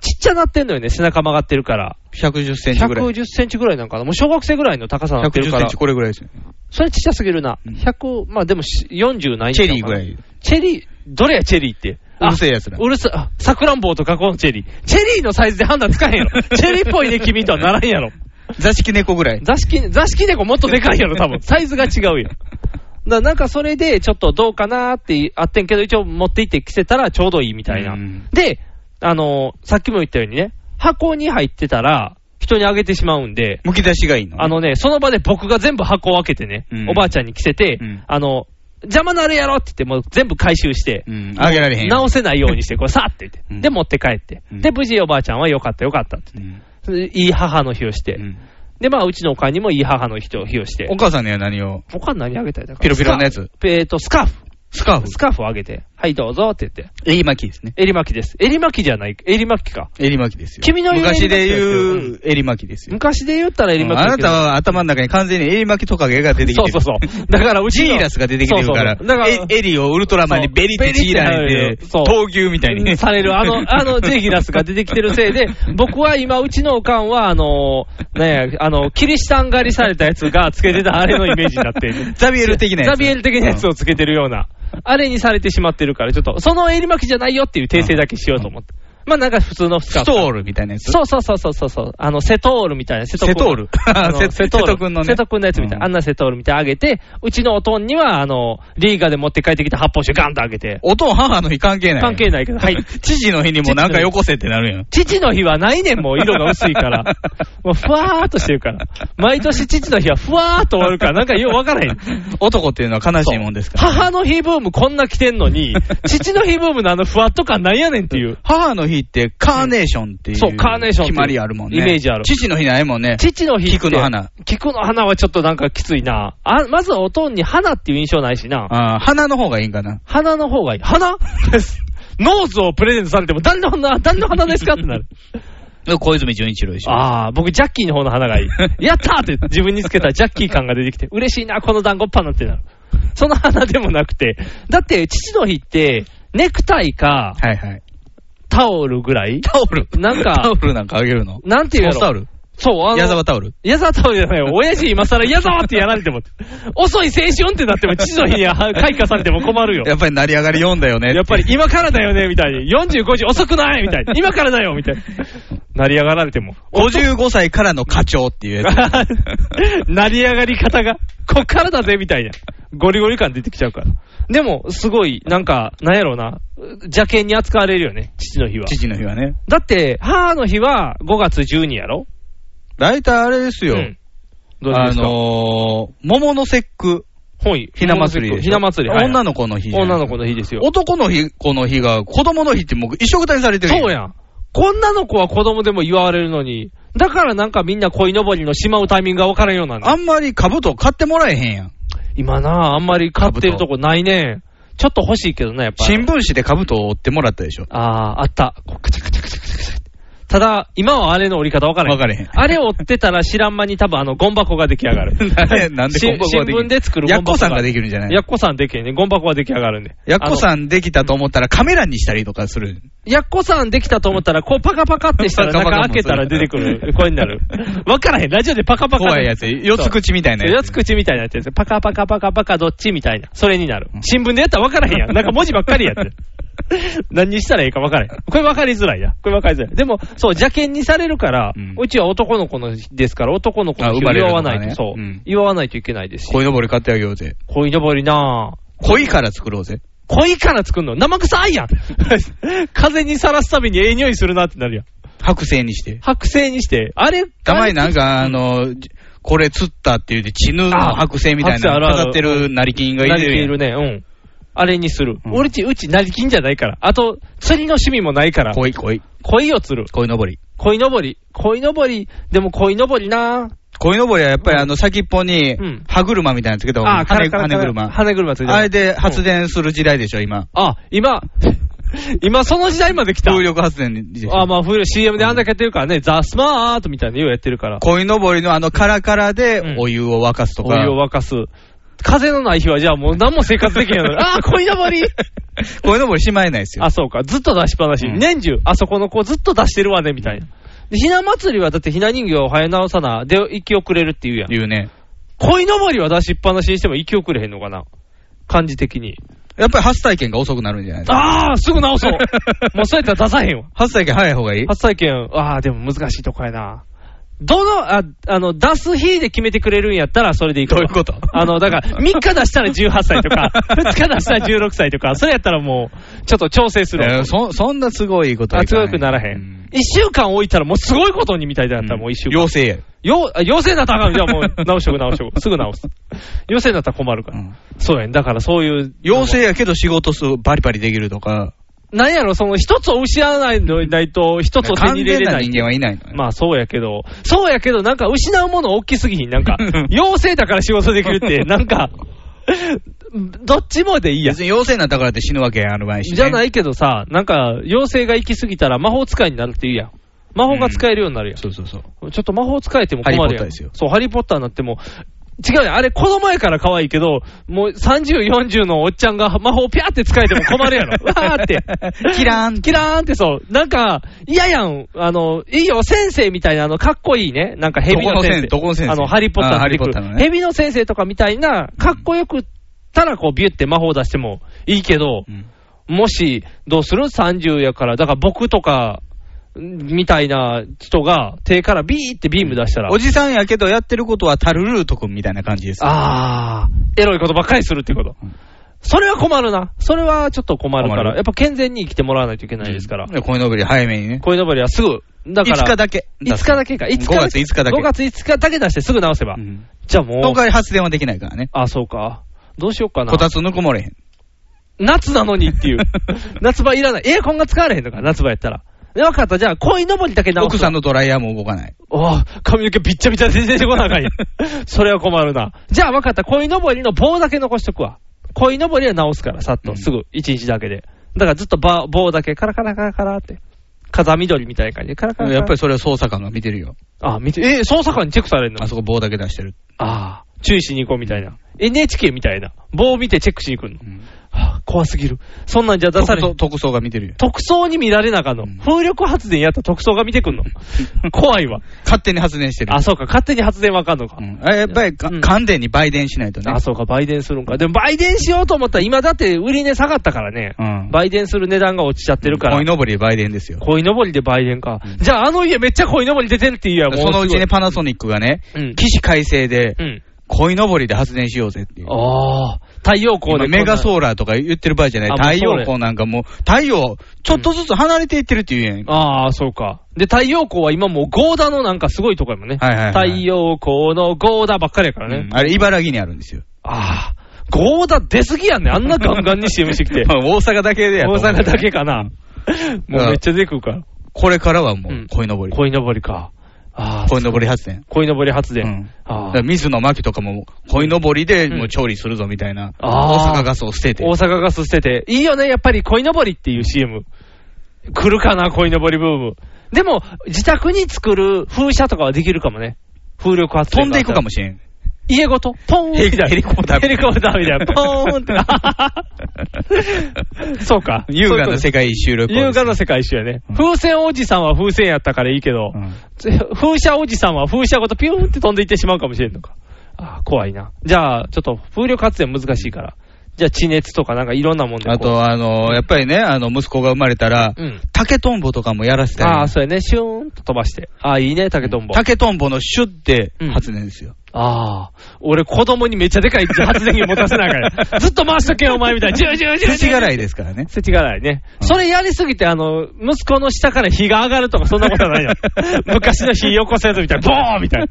[SPEAKER 3] ちっちゃなってんのよね、背中曲がってるから。
[SPEAKER 2] 110センチぐらい。
[SPEAKER 3] 110センチぐらいなんかな。もう小学生ぐらいの高さになってる
[SPEAKER 2] 110
[SPEAKER 3] か
[SPEAKER 2] セン
[SPEAKER 3] ら
[SPEAKER 2] チ。これぐらいですよね。
[SPEAKER 3] それちっちゃすぎるな。100、まあでもし40ないんち
[SPEAKER 2] チ
[SPEAKER 3] ゃ
[SPEAKER 2] ェリ
[SPEAKER 3] うかな
[SPEAKER 2] ーぐらい。
[SPEAKER 3] チェリー、どれやチェリーって。
[SPEAKER 2] うるせえやつら
[SPEAKER 3] あうるさ、あさくらんぼうと加工のチェリー。チェリーのサイズで判断つかへん やろ。チェリーっぽいね、君とはならんやろ。
[SPEAKER 2] 座敷猫ぐらい。
[SPEAKER 3] 座敷、座敷猫もっとでかいやろ、多分。サイズが違うよ。ななんかそれで、ちょっとどうかなーってあってんけど、一応持って行って着せたらちょうどいいみたいな。
[SPEAKER 2] うん
[SPEAKER 3] で、あのーさっきも言ったようにね、箱に入ってたら、人にあげてしまうんで、
[SPEAKER 2] むき出しがいいの。
[SPEAKER 3] あのね、その場で僕が全部箱を開けてね、
[SPEAKER 2] うん
[SPEAKER 3] おばあちゃんに着せて、
[SPEAKER 2] うん
[SPEAKER 3] あの、邪魔なあれやろって言って、もう全部回収して、
[SPEAKER 2] うんあげられへんよ
[SPEAKER 3] 直せないようにして、これさーって言って、
[SPEAKER 2] うん
[SPEAKER 3] で、持って帰って、
[SPEAKER 2] うん
[SPEAKER 3] で、無事おばあちゃんはよかったよかったって
[SPEAKER 2] うん
[SPEAKER 3] 言って、いい母の日をして、
[SPEAKER 2] うん
[SPEAKER 3] で、まあ、うちのおかんにもいい母の日を日をして
[SPEAKER 2] お、母さんには何を
[SPEAKER 3] おかん何あげたいだから
[SPEAKER 2] ピロピロのやつ。
[SPEAKER 3] スカえっ、と、スカーフ。
[SPEAKER 2] スカーフ
[SPEAKER 3] ス。カーフをあげて、はい、どうぞって言って、
[SPEAKER 2] 襟巻きですね。
[SPEAKER 3] 襟巻きです。襟巻きじゃない、襟巻きか。
[SPEAKER 2] 襟巻きですよ。
[SPEAKER 3] 君の言う
[SPEAKER 2] 昔で
[SPEAKER 3] 襟巻き
[SPEAKER 2] 言う襟巻きですよ。
[SPEAKER 3] 昔で言ったら襟巻き
[SPEAKER 2] あ
[SPEAKER 3] だ
[SPEAKER 2] な
[SPEAKER 3] けど
[SPEAKER 2] たは頭の中に完全に襟巻きトカゲが出てきて
[SPEAKER 3] そう
[SPEAKER 2] る。
[SPEAKER 3] そうそう。だからうち
[SPEAKER 2] ジ
[SPEAKER 3] の
[SPEAKER 2] ーラスが出てきてるから、
[SPEAKER 3] そうそうそうだから
[SPEAKER 2] えエリをウルトラマンにベリってジーラにして、
[SPEAKER 3] そう
[SPEAKER 2] 闘牛みたいにね。。
[SPEAKER 3] される、あの、あの、ジェギラスが出てきてるせいで、僕は今、うちのおかんは、あの、ねえあの、キリシタン狩りされたやつがつけてたあれのイメージになっている
[SPEAKER 2] ザビエル的なやつ。
[SPEAKER 3] ザビエル的なやつをつけてるような、あれにされてしまってるから、ちょっと、その襟巻きじゃないよっていう訂正だけしようと思って。まあなんか普通のスカ
[SPEAKER 2] ス
[SPEAKER 3] ーフ
[SPEAKER 2] ト。ールみたいなやつ。
[SPEAKER 3] そうそうそうそうそうそう、あの、セトールみたいな、セト
[SPEAKER 2] セ
[SPEAKER 3] 君
[SPEAKER 2] トール
[SPEAKER 3] あ の
[SPEAKER 2] セ
[SPEAKER 3] セトール
[SPEAKER 2] セト君のね
[SPEAKER 3] セト君のやつみたいな、
[SPEAKER 2] うん
[SPEAKER 3] あんなセトールみたいなのあげて、うちのおとんには、あの、リーガで持って帰ってきた発泡酒ガンとあげて、
[SPEAKER 2] おとん母の日関係ない。
[SPEAKER 3] 関係ないけどはい
[SPEAKER 2] 父の日にもなんかよこせってなるやん。
[SPEAKER 3] 父の日はないねん、もう色が薄い から。もうふわーっとしてるから。毎年父の日はふわーっと終わるから、なんか ようわからへん。
[SPEAKER 2] 男っていうのは悲しいもんですから。
[SPEAKER 3] 母の日ブームこんな来てんのに、父の日ブームのあのふわっと感なんやねんっていう。
[SPEAKER 2] 母の日ってカーネーションっていう。
[SPEAKER 3] そうカーネーションってい
[SPEAKER 2] 決
[SPEAKER 3] う
[SPEAKER 2] まりあるもんね。
[SPEAKER 3] イメージある
[SPEAKER 2] 父の日ないもんね。
[SPEAKER 3] 父の日って。
[SPEAKER 2] 菊の花。
[SPEAKER 3] 菊の花はちょっとなんかきついな。あ、まずはおとんに花っていう印象ないしな。
[SPEAKER 2] ああ、花の方がいいんかな。
[SPEAKER 3] 花の方がいい。花ノーズをプレゼントされても、誰の花、誰の花ですかってなる。
[SPEAKER 2] 小泉純一郎でしょ。
[SPEAKER 3] ああ、僕、ジャッキーの方の花が いい。やったーって自分につけたジャッキー感が出てきて、嬉しいな、この団子っ花ってなる。その花でもなくて、だって、父の日って、ネクタイか
[SPEAKER 2] はいはい。
[SPEAKER 3] タオルぐらい
[SPEAKER 2] タオル
[SPEAKER 3] なんか
[SPEAKER 2] タオルなんかあげるの
[SPEAKER 3] なんていうやろ
[SPEAKER 2] ソースタオル
[SPEAKER 3] そう、あの、
[SPEAKER 2] 矢沢タオル
[SPEAKER 3] 矢沢タオルじゃないよ。親父今更矢沢ってやられても、遅い青春ってなっても、父の日には開花されても困るよ。
[SPEAKER 2] やっぱり成り上がり4だよね。
[SPEAKER 3] やっぱり今からだよね、みたいに。45時遅くないみたいに。今からだよ、みたいに。成り上がられても。
[SPEAKER 2] 55歳からの課長っていうやつ。
[SPEAKER 3] 成り上がり方が、こっからだぜ、みたいな。ゴリゴリ感出てきちゃうから。でも、すごい、なんか、なんやろうな。邪険に扱われるよね、父の日は。
[SPEAKER 2] 父の日はね。
[SPEAKER 3] だって、母の日は5月12やろ
[SPEAKER 2] 大体あれですよ。
[SPEAKER 3] うんどうで
[SPEAKER 2] あ
[SPEAKER 3] すか、
[SPEAKER 2] のー、桃の節句、
[SPEAKER 3] 本意。
[SPEAKER 2] ひな祭りでし
[SPEAKER 3] ひ
[SPEAKER 2] ょ。
[SPEAKER 3] な祭り。はい
[SPEAKER 2] 女の子の日じゃない。
[SPEAKER 3] 女の子の日ですよ。
[SPEAKER 2] 男の日、子の日が、子供の日ってもう一緒くたにされてる。
[SPEAKER 3] そうやん。こんなの子は子供でも言われるのに。だからなんかみんな恋のぼりのしまうタイミングが分からんようなんだ
[SPEAKER 2] あんまり兜買ってもらえへんやん。
[SPEAKER 3] 今なあ、あんまり買ってるとこないね。ちょっと欲しいけどな、やっぱ。
[SPEAKER 2] 新聞紙で兜を折ってもらったでしょ。
[SPEAKER 3] ああー、あった。こうカチャカチャカチャカチャカチャってただ、今はあれの折り方分からへん。
[SPEAKER 2] 分からへん
[SPEAKER 3] あれ折ってたら知らん間に多分あの、ゴン箱が出来上がる。
[SPEAKER 2] あ れ なんでゴン箱ができる
[SPEAKER 3] し新聞で作るゴ
[SPEAKER 2] や
[SPEAKER 3] ン
[SPEAKER 2] っ
[SPEAKER 3] 箱
[SPEAKER 2] こさんができるんじゃない
[SPEAKER 3] やっこさんできへんね。ゴン箱が出来上がるんで。
[SPEAKER 2] やっこ
[SPEAKER 3] ん。
[SPEAKER 2] さんできたと思ったらカメラにしたりとかする。
[SPEAKER 3] やっこさんできたと思ったら、こうパカパカってしたら、
[SPEAKER 2] パカパ
[SPEAKER 3] 中
[SPEAKER 2] カ
[SPEAKER 3] 開けたら出てくる声になる。分からへん。ラジオでパカパカ。
[SPEAKER 2] 怖いやつ。四つ口みたいな
[SPEAKER 3] 四
[SPEAKER 2] や
[SPEAKER 3] つ
[SPEAKER 2] つ。
[SPEAKER 3] 口みたいなやつです。パカパカパカパカどっちみたいな。それになる。新聞でやったら分からへんやん。なんか文字ばっかり やって。何にしたらいいか分からへん。これ分かりづらいな。これ分かりづらい。でも、そう、邪険にされるから、
[SPEAKER 2] う
[SPEAKER 3] うんちは男の子の日ですから、男の子の
[SPEAKER 2] あ
[SPEAKER 3] 日
[SPEAKER 2] 生ま
[SPEAKER 3] を
[SPEAKER 2] れる
[SPEAKER 3] 祝
[SPEAKER 2] の
[SPEAKER 3] わ
[SPEAKER 2] が
[SPEAKER 3] ないと、
[SPEAKER 2] ね
[SPEAKER 3] そう、
[SPEAKER 2] うん
[SPEAKER 3] 祝わないといけないですし。
[SPEAKER 2] こいのぼり買ってあげようぜ。
[SPEAKER 3] 恋のぼりなぁ。
[SPEAKER 2] 恋から作ろうぜ。
[SPEAKER 3] 恋から作んの生臭いやん風にさらすたびにええ匂いするなってなるやん。
[SPEAKER 2] 白製にして。
[SPEAKER 3] 白製にして、あれ
[SPEAKER 2] たまになんか、あの、これ釣ったって言うて、血ぬの白製みたいなの飾ってる成金がい
[SPEAKER 3] なりき
[SPEAKER 2] る
[SPEAKER 3] い
[SPEAKER 2] やん
[SPEAKER 3] るね、うん。あれにする。俺ち、うち、なりきんじゃないから。あと、釣りの趣味もないから。
[SPEAKER 2] 恋、恋。
[SPEAKER 3] 鯉を釣る。
[SPEAKER 2] 鯉のぼり。
[SPEAKER 3] 鯉のぼり。鯉のぼり、でも鯉のぼりな
[SPEAKER 2] 鯉のぼりはやっぱりあの先っぽに
[SPEAKER 3] ん
[SPEAKER 2] 歯車みたいなのつけた方がいい
[SPEAKER 3] あカラ
[SPEAKER 2] 羽
[SPEAKER 3] カラ
[SPEAKER 2] 羽車。
[SPEAKER 3] 羽車ついてる
[SPEAKER 2] あれで発電する時代でしょ、今。
[SPEAKER 3] あ、今、 今その時代まで来た。
[SPEAKER 2] 風力発電でしょ。
[SPEAKER 3] あ、まあ、古い CM であんだけやってるからね、ザ・スマートみたいなようやってるから。
[SPEAKER 2] 鯉のぼりのあのカラカラでお湯を沸かすと
[SPEAKER 3] お
[SPEAKER 2] か。
[SPEAKER 3] 湯を沸かす。風のない日は、じゃあもう何も生活できない の。ああ、鯉のぼり
[SPEAKER 2] 鯉のぼりしまえないですよ。
[SPEAKER 3] あ、そうか。ずっと出しっぱなし。年中、あそこの子ずっと出してるわね、みたいな。で、ひな祭りはだってひな人形を早直さな、で、生き遅れるって言うやん。
[SPEAKER 2] 言うね。
[SPEAKER 3] 鯉のぼりは出しっぱなしにしても生き遅れへんのかな。感じ的に。
[SPEAKER 2] やっぱり発体験が遅くなるんじゃないですか。
[SPEAKER 3] ああ、すぐ直そう。 もうそうやったら出さへんわ。
[SPEAKER 2] 発体験早い方がいい
[SPEAKER 3] 初体験、ああ、でも難しいとこやな。どの、あ、あの、出す日で決めてくれるんやったら、それでいくわ
[SPEAKER 2] どういうこと
[SPEAKER 3] あの、だから、3日出したら18歳 とか、2日出したら16歳とか、それやったらもう、ちょっと調整する
[SPEAKER 2] え
[SPEAKER 3] わ
[SPEAKER 2] ー。そ、そんな都合いいことは
[SPEAKER 3] あ、
[SPEAKER 2] いか
[SPEAKER 3] 強くならへ。
[SPEAKER 2] うん
[SPEAKER 3] 1週間置いたら、もうすごいことにみたいだったら、もう1週間。
[SPEAKER 2] 妖精や。
[SPEAKER 3] よ、あ陽性になったらあかん。じゃあ もう、直しとく、直しとく。すぐ直す。陽性になったら困るから。
[SPEAKER 2] うん
[SPEAKER 3] そうやん。だからそういう。
[SPEAKER 2] 妖精やけど仕事すバリバリできるとか。
[SPEAKER 3] なんやろ、その一つを失わないのないと、一つを手に入れれな
[SPEAKER 2] 完
[SPEAKER 3] い
[SPEAKER 2] 全。人間はいないのよ。
[SPEAKER 3] まあそうやけど、そうやけど、なんか失うもの大きすぎひん、なんか、妖精だから仕事できる って、なんか、どっちもでいいや。
[SPEAKER 2] 別に妖精になったからって死ぬわけあるまいしね。
[SPEAKER 3] じゃないいけどさ、なんか、妖精が行き過ぎたら魔法使いになるって言うやん。魔法が使えるようになるやん。
[SPEAKER 2] そうそうそう。
[SPEAKER 3] ちょっと魔法使えても困るや
[SPEAKER 2] ハ
[SPEAKER 3] ん。
[SPEAKER 2] リーポッターですよ
[SPEAKER 3] そう、ハリーポッターになっても、違うね、あれ子供やから可愛いけど、もう30、40のおっちゃんが魔法ピャーって使えても困 るやろ。わーって。
[SPEAKER 2] キラーン
[SPEAKER 3] キラーンってそう。なんか、嫌やん。あの、いいよ、先生みたいな、あの、かっこいいね。なんか蛇
[SPEAKER 2] どこ
[SPEAKER 3] の先生。
[SPEAKER 2] の先どこの先生
[SPEAKER 3] あの、ハリーポッター
[SPEAKER 2] あー
[SPEAKER 3] に出てくる
[SPEAKER 2] ハリーポッターのね
[SPEAKER 3] 蛇の先生とかみたいな、かっこよくったら、こう、ビュって魔法出してもいいけど、
[SPEAKER 2] うん
[SPEAKER 3] もし、どうする ?30 やから。だから僕とか、みたいな人が手からビーってビーム出したら、
[SPEAKER 2] おじさんやけどやってることはタルルート君みたいな感じです。
[SPEAKER 3] あー、エロいことばっかりするってこと。それは困るな。それはちょっと困るか
[SPEAKER 2] 困
[SPEAKER 3] ら。
[SPEAKER 2] る
[SPEAKER 3] やっぱ健全に生きてもらわないといけないですから。
[SPEAKER 2] うん。こいのぼり早めにね。
[SPEAKER 3] こいのぼりはすぐ。だから。
[SPEAKER 2] 5日だけ。
[SPEAKER 3] 5日だけか。5
[SPEAKER 2] 5
[SPEAKER 3] 日
[SPEAKER 2] 月5日だけ。
[SPEAKER 3] 5月5日だけ出してすぐ直せば。
[SPEAKER 2] うん。
[SPEAKER 3] じゃあもう。
[SPEAKER 2] 東海発電はできないからね。
[SPEAKER 3] あ、そうか。どうしようかな
[SPEAKER 2] こ。たつぬくもれへん。
[SPEAKER 3] 夏なのにっ ていう。夏場いらない。エアコンが使われへんのか、夏場やったら。でわかった。じゃあ、鯉のぼりだけ直す。
[SPEAKER 2] 奥さんのドライヤーも動かない。
[SPEAKER 3] おぉ、髪の毛びっちゃびちゃで出てこなあかんやん。 それは困るな。じゃあ分かった。鯉のぼりの棒だけ残しとくわ。鯉のぼりは直すから、さっ
[SPEAKER 2] う
[SPEAKER 3] と、
[SPEAKER 2] ん
[SPEAKER 3] すぐ、一日だけで。だからずっとば棒だけ、カラカラカラカラって。風緑みたいな感じで、カラカラカラ。
[SPEAKER 2] やっぱりそれは捜査官が見てるよ。
[SPEAKER 3] あ、見て、えー、捜査官にチェックされるの
[SPEAKER 2] あそこ棒だけ出してる。
[SPEAKER 3] ああ、注意しに行こうみたいな。NHK みたいな。棒を見てチェックしに行くの。
[SPEAKER 2] うん
[SPEAKER 3] はあ、怖すぎる。そんなんじゃ出
[SPEAKER 2] 特
[SPEAKER 3] されへん
[SPEAKER 2] 捜特捜が見てるよ。
[SPEAKER 3] 特捜に見られなあかんの。
[SPEAKER 2] うん
[SPEAKER 3] 風力発電やったら特捜が見てくんの。怖いわ。
[SPEAKER 2] 勝手に発電してる。
[SPEAKER 3] あ、そうか。勝手に発電わかんのか。
[SPEAKER 2] うんあやっぱりか
[SPEAKER 3] うん
[SPEAKER 2] 乾電に売電しないとね。
[SPEAKER 3] あ、そうか。売電するんか。でも売電しようと思ったら今だって売り値下がったからね。
[SPEAKER 2] うん。
[SPEAKER 3] 売電する値段が落ちちゃってるから
[SPEAKER 2] 鯉。のぼり売電ですよ。
[SPEAKER 3] 鯉のぼりで売電か。じゃああの家めっちゃ鯉のぼり出てるって言うやも
[SPEAKER 2] そのうちね、
[SPEAKER 3] す
[SPEAKER 2] パナソニックがね、
[SPEAKER 3] ごいうん。
[SPEAKER 2] 起死回生で
[SPEAKER 3] う、ん。
[SPEAKER 2] 鯉のぼりで発電しようぜっていう。
[SPEAKER 3] ああ。太陽光
[SPEAKER 2] 今
[SPEAKER 3] で。
[SPEAKER 2] メガソーラーとか言ってる場合じゃな
[SPEAKER 3] あもう
[SPEAKER 2] い。太
[SPEAKER 3] そう
[SPEAKER 2] 陽
[SPEAKER 3] ね
[SPEAKER 2] 光なんかもう、太陽、ちょっとずつ離れていってるっていうやん。
[SPEAKER 3] ああ、そうか。で、太陽光は今もうゴーダのなんかすごいとこやもんね。
[SPEAKER 2] はいはいはい
[SPEAKER 3] 太陽光のゴーダばっかりやからね。
[SPEAKER 2] うんあれ、茨城にあるんですよ。。
[SPEAKER 3] ああ、ゴーダ出すぎやんね。あんなガンガンに CM してきて
[SPEAKER 2] まあ大阪だけでや
[SPEAKER 3] 大
[SPEAKER 2] と思う
[SPEAKER 3] 阪だけかな。もうめっちゃ出てくるから。
[SPEAKER 2] これからはも
[SPEAKER 3] うん
[SPEAKER 2] う、鯉のぼり。
[SPEAKER 3] 鯉のぼりか。ああ。
[SPEAKER 2] 鯉のぼり発電。
[SPEAKER 3] 鯉のぼり発電。
[SPEAKER 2] うんだ
[SPEAKER 3] あ
[SPEAKER 2] か
[SPEAKER 3] あ
[SPEAKER 2] ら水野真紀とかも、鯉のぼりでもう調理するぞみたいな。
[SPEAKER 3] あー
[SPEAKER 2] 大阪ガスを捨てて
[SPEAKER 3] 大。阪ガスしてて。いいよね、やっぱり鯉のぼりっていう CM。来るかな、鯉のぼりブーム。でも、自宅に作る風車とかはできるかもね。風力発電。
[SPEAKER 2] 飛んでいくかもしれん。
[SPEAKER 3] 家ごと、ポーンみたいな。
[SPEAKER 2] ヘリコプター
[SPEAKER 3] ヘリコプターみたいな。ポーン って。そうか。
[SPEAKER 2] 優雅な世
[SPEAKER 3] 界。
[SPEAKER 2] 界一周旅行。
[SPEAKER 3] 優雅な世界一周やね。
[SPEAKER 2] うん
[SPEAKER 3] 風船おじさんは風船やったからいいけど、
[SPEAKER 2] うん
[SPEAKER 3] 風車おじさんは風車ごとピュー ンって飛んでいってしまうかもしれんのか。あー怖いな。じゃあ、ちょっと風力発電難しいから、じゃあ地熱とかなんかいろんなもんでこう
[SPEAKER 2] あと、あのやっぱりね、あの、息子が生まれたら、
[SPEAKER 3] うん。
[SPEAKER 2] 竹とんぼとかもやらせたり。
[SPEAKER 3] ああ、そうやね。シューンと飛ばして。ああ、いいね、竹とんぼ。
[SPEAKER 2] 竹とんぼのシュって発電ですよ。
[SPEAKER 3] ああ。俺、子供にめっちゃでかい発電機持たせなあかん やずっと回しとけよ、お前みたいな。ジュージュージュージュー。
[SPEAKER 2] 土がらいですからね。
[SPEAKER 3] 世知辛いね。それやりすぎて、あの、息子の下から火が上がるとか、そんなことはないよ。 昔の火起こせずみたいな、ボーンみたいな。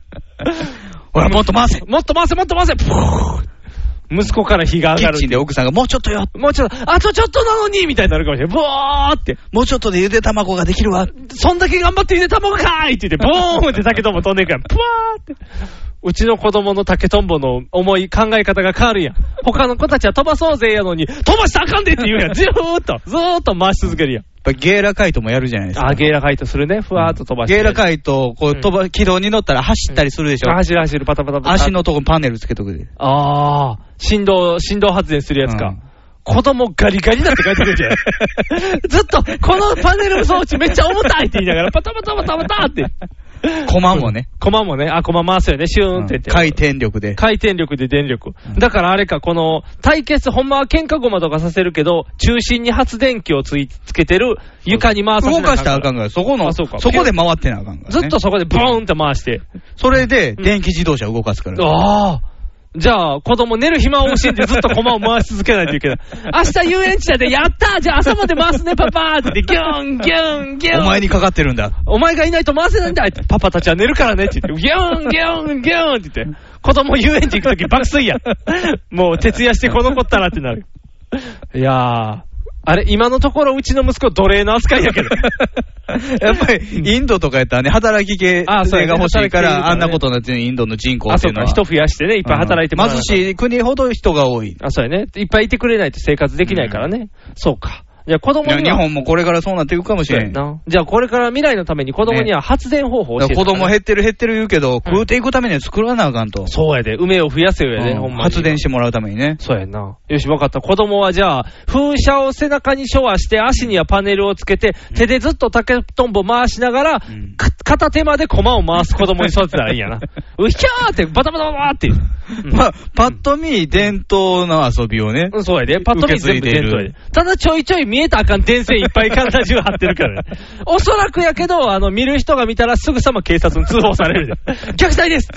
[SPEAKER 2] ほら、もっと回せ
[SPEAKER 3] もっと回せ、もっと回せ、プー息子から火が上
[SPEAKER 2] キ
[SPEAKER 3] が
[SPEAKER 2] ッ
[SPEAKER 3] る
[SPEAKER 2] チ。ンで奥さんがもうちょっとよ
[SPEAKER 3] もうちょっと、あとちょっとなのにみたいになるかもしれない。ボーって。
[SPEAKER 2] もうちょっとでゆで卵ができるわ。
[SPEAKER 3] そんだけ頑張ってゆで卵かーいって言って、ボーンって竹とんぼ飛んでいくから、プワーって。うちの子供の竹とんぼの思い、考え方が変わるやん。他の子たちは飛ばそうぜやのに、飛ばしたらあかんでって言うやん。ずーっと、ずーっと回し続けるやん。
[SPEAKER 2] やっぱゲーラカイトもやるじゃないですか。
[SPEAKER 3] あー、ゲーラカイトするね。ふわーっと飛ばして。
[SPEAKER 2] ゲーラカイト、こう、飛ば、軌道に乗ったら走ったりするでしょ。
[SPEAKER 3] あ走る走る、パタパタパタ。
[SPEAKER 2] 足。のとこにパネルつけとくで。
[SPEAKER 3] あー、振動、振動発電するやつか。
[SPEAKER 2] うん
[SPEAKER 3] 子供ガリガリだって書いてくるじゃん。 ずっと、このパネル装置めっちゃ重たいって言いながら、パタパタパタパタって。
[SPEAKER 2] コマもね。
[SPEAKER 3] コマもね、あ、コマ回すよね、シューンって
[SPEAKER 2] う
[SPEAKER 3] 言
[SPEAKER 2] ん
[SPEAKER 3] って。
[SPEAKER 2] 回転力で。
[SPEAKER 3] 回転力で電力。だからあれか、この、対決、ほんまは喧嘩ゴマとかさせるけど、中心に発電機をついつけてる床に回させ
[SPEAKER 2] 動
[SPEAKER 3] な
[SPEAKER 2] かしたらあかんから、そこの、
[SPEAKER 3] あ
[SPEAKER 2] そ
[SPEAKER 3] そうか
[SPEAKER 2] こで回ってなあかんから、ね。
[SPEAKER 3] ずっとそこでブーンって回して。
[SPEAKER 2] それで、電気自動車動かすから。
[SPEAKER 3] ああ。じゃあ、子供寝る暇を惜しんでずっと駒を回し続けないといけ ない。明日遊園地だで、やったーじゃあ朝まで回すね、パパーって言って、ギュン、ギュン、ギュン。
[SPEAKER 2] お前にかかってるんだ。
[SPEAKER 3] お前がいないと回せないんだってパパたちは寝るからねって言って、ギューン、ギューン、ギューンって言って、子供遊園地行くとき爆睡やん。もう徹夜してこの子ったらってなる。いやー、あれ、今のところうちの息子奴隷の扱いや けど。
[SPEAKER 2] やっぱ り、インドとかやったらね、働き系
[SPEAKER 3] あそうやね
[SPEAKER 2] が欲しいか
[SPEAKER 3] 働き系いるから
[SPEAKER 2] ら、
[SPEAKER 3] ね
[SPEAKER 2] あんなことになってるインドの人口っ
[SPEAKER 3] あ、
[SPEAKER 2] て
[SPEAKER 3] そ
[SPEAKER 2] いう
[SPEAKER 3] う
[SPEAKER 2] のは。
[SPEAKER 3] か、人増やしてね、いっぱい働いてもらわな
[SPEAKER 2] 貧
[SPEAKER 3] いと
[SPEAKER 2] しい国ほど人が多い。
[SPEAKER 3] あ、そうやね。いっぱいいてくれないと生活できないからね。そうか。じゃあ子供には。
[SPEAKER 2] 日本もこれからそうなっていくかもし
[SPEAKER 3] そう
[SPEAKER 2] れ
[SPEAKER 3] や
[SPEAKER 2] ん。
[SPEAKER 3] な。じゃあこれから未来のために子供には発電方法を
[SPEAKER 2] だ
[SPEAKER 3] 教え
[SPEAKER 2] から
[SPEAKER 3] て
[SPEAKER 2] 子供減
[SPEAKER 3] 減
[SPEAKER 2] ってる減ってる言うけど、食うていくためには作らなあかんと。
[SPEAKER 3] そうやで。梅を増やせよやで、
[SPEAKER 2] うん
[SPEAKER 3] ほんまに。
[SPEAKER 2] 発電してもらうためにね。
[SPEAKER 3] そうやな。よし、わかった。子供はじゃあ、風車を背中にショアして、足にはパネルをつけて、手でずっと竹とんぼ回しながら、
[SPEAKER 2] ん
[SPEAKER 3] か片手まで駒を回す子供に育てたらいい んやな。うひゃーって、バタバタバタって。うん
[SPEAKER 2] まあ、パッと見、伝統の遊びをね。
[SPEAKER 3] うん、そうやで。パッと見全部伝統や
[SPEAKER 2] 受け継いでい
[SPEAKER 3] で。ただちょいちょい見えたらあかん電線いっぱい体中張ってるからね。 おそらくやけど、あの、見る人が見たらすぐさま警察に通報さ れるで。虐待です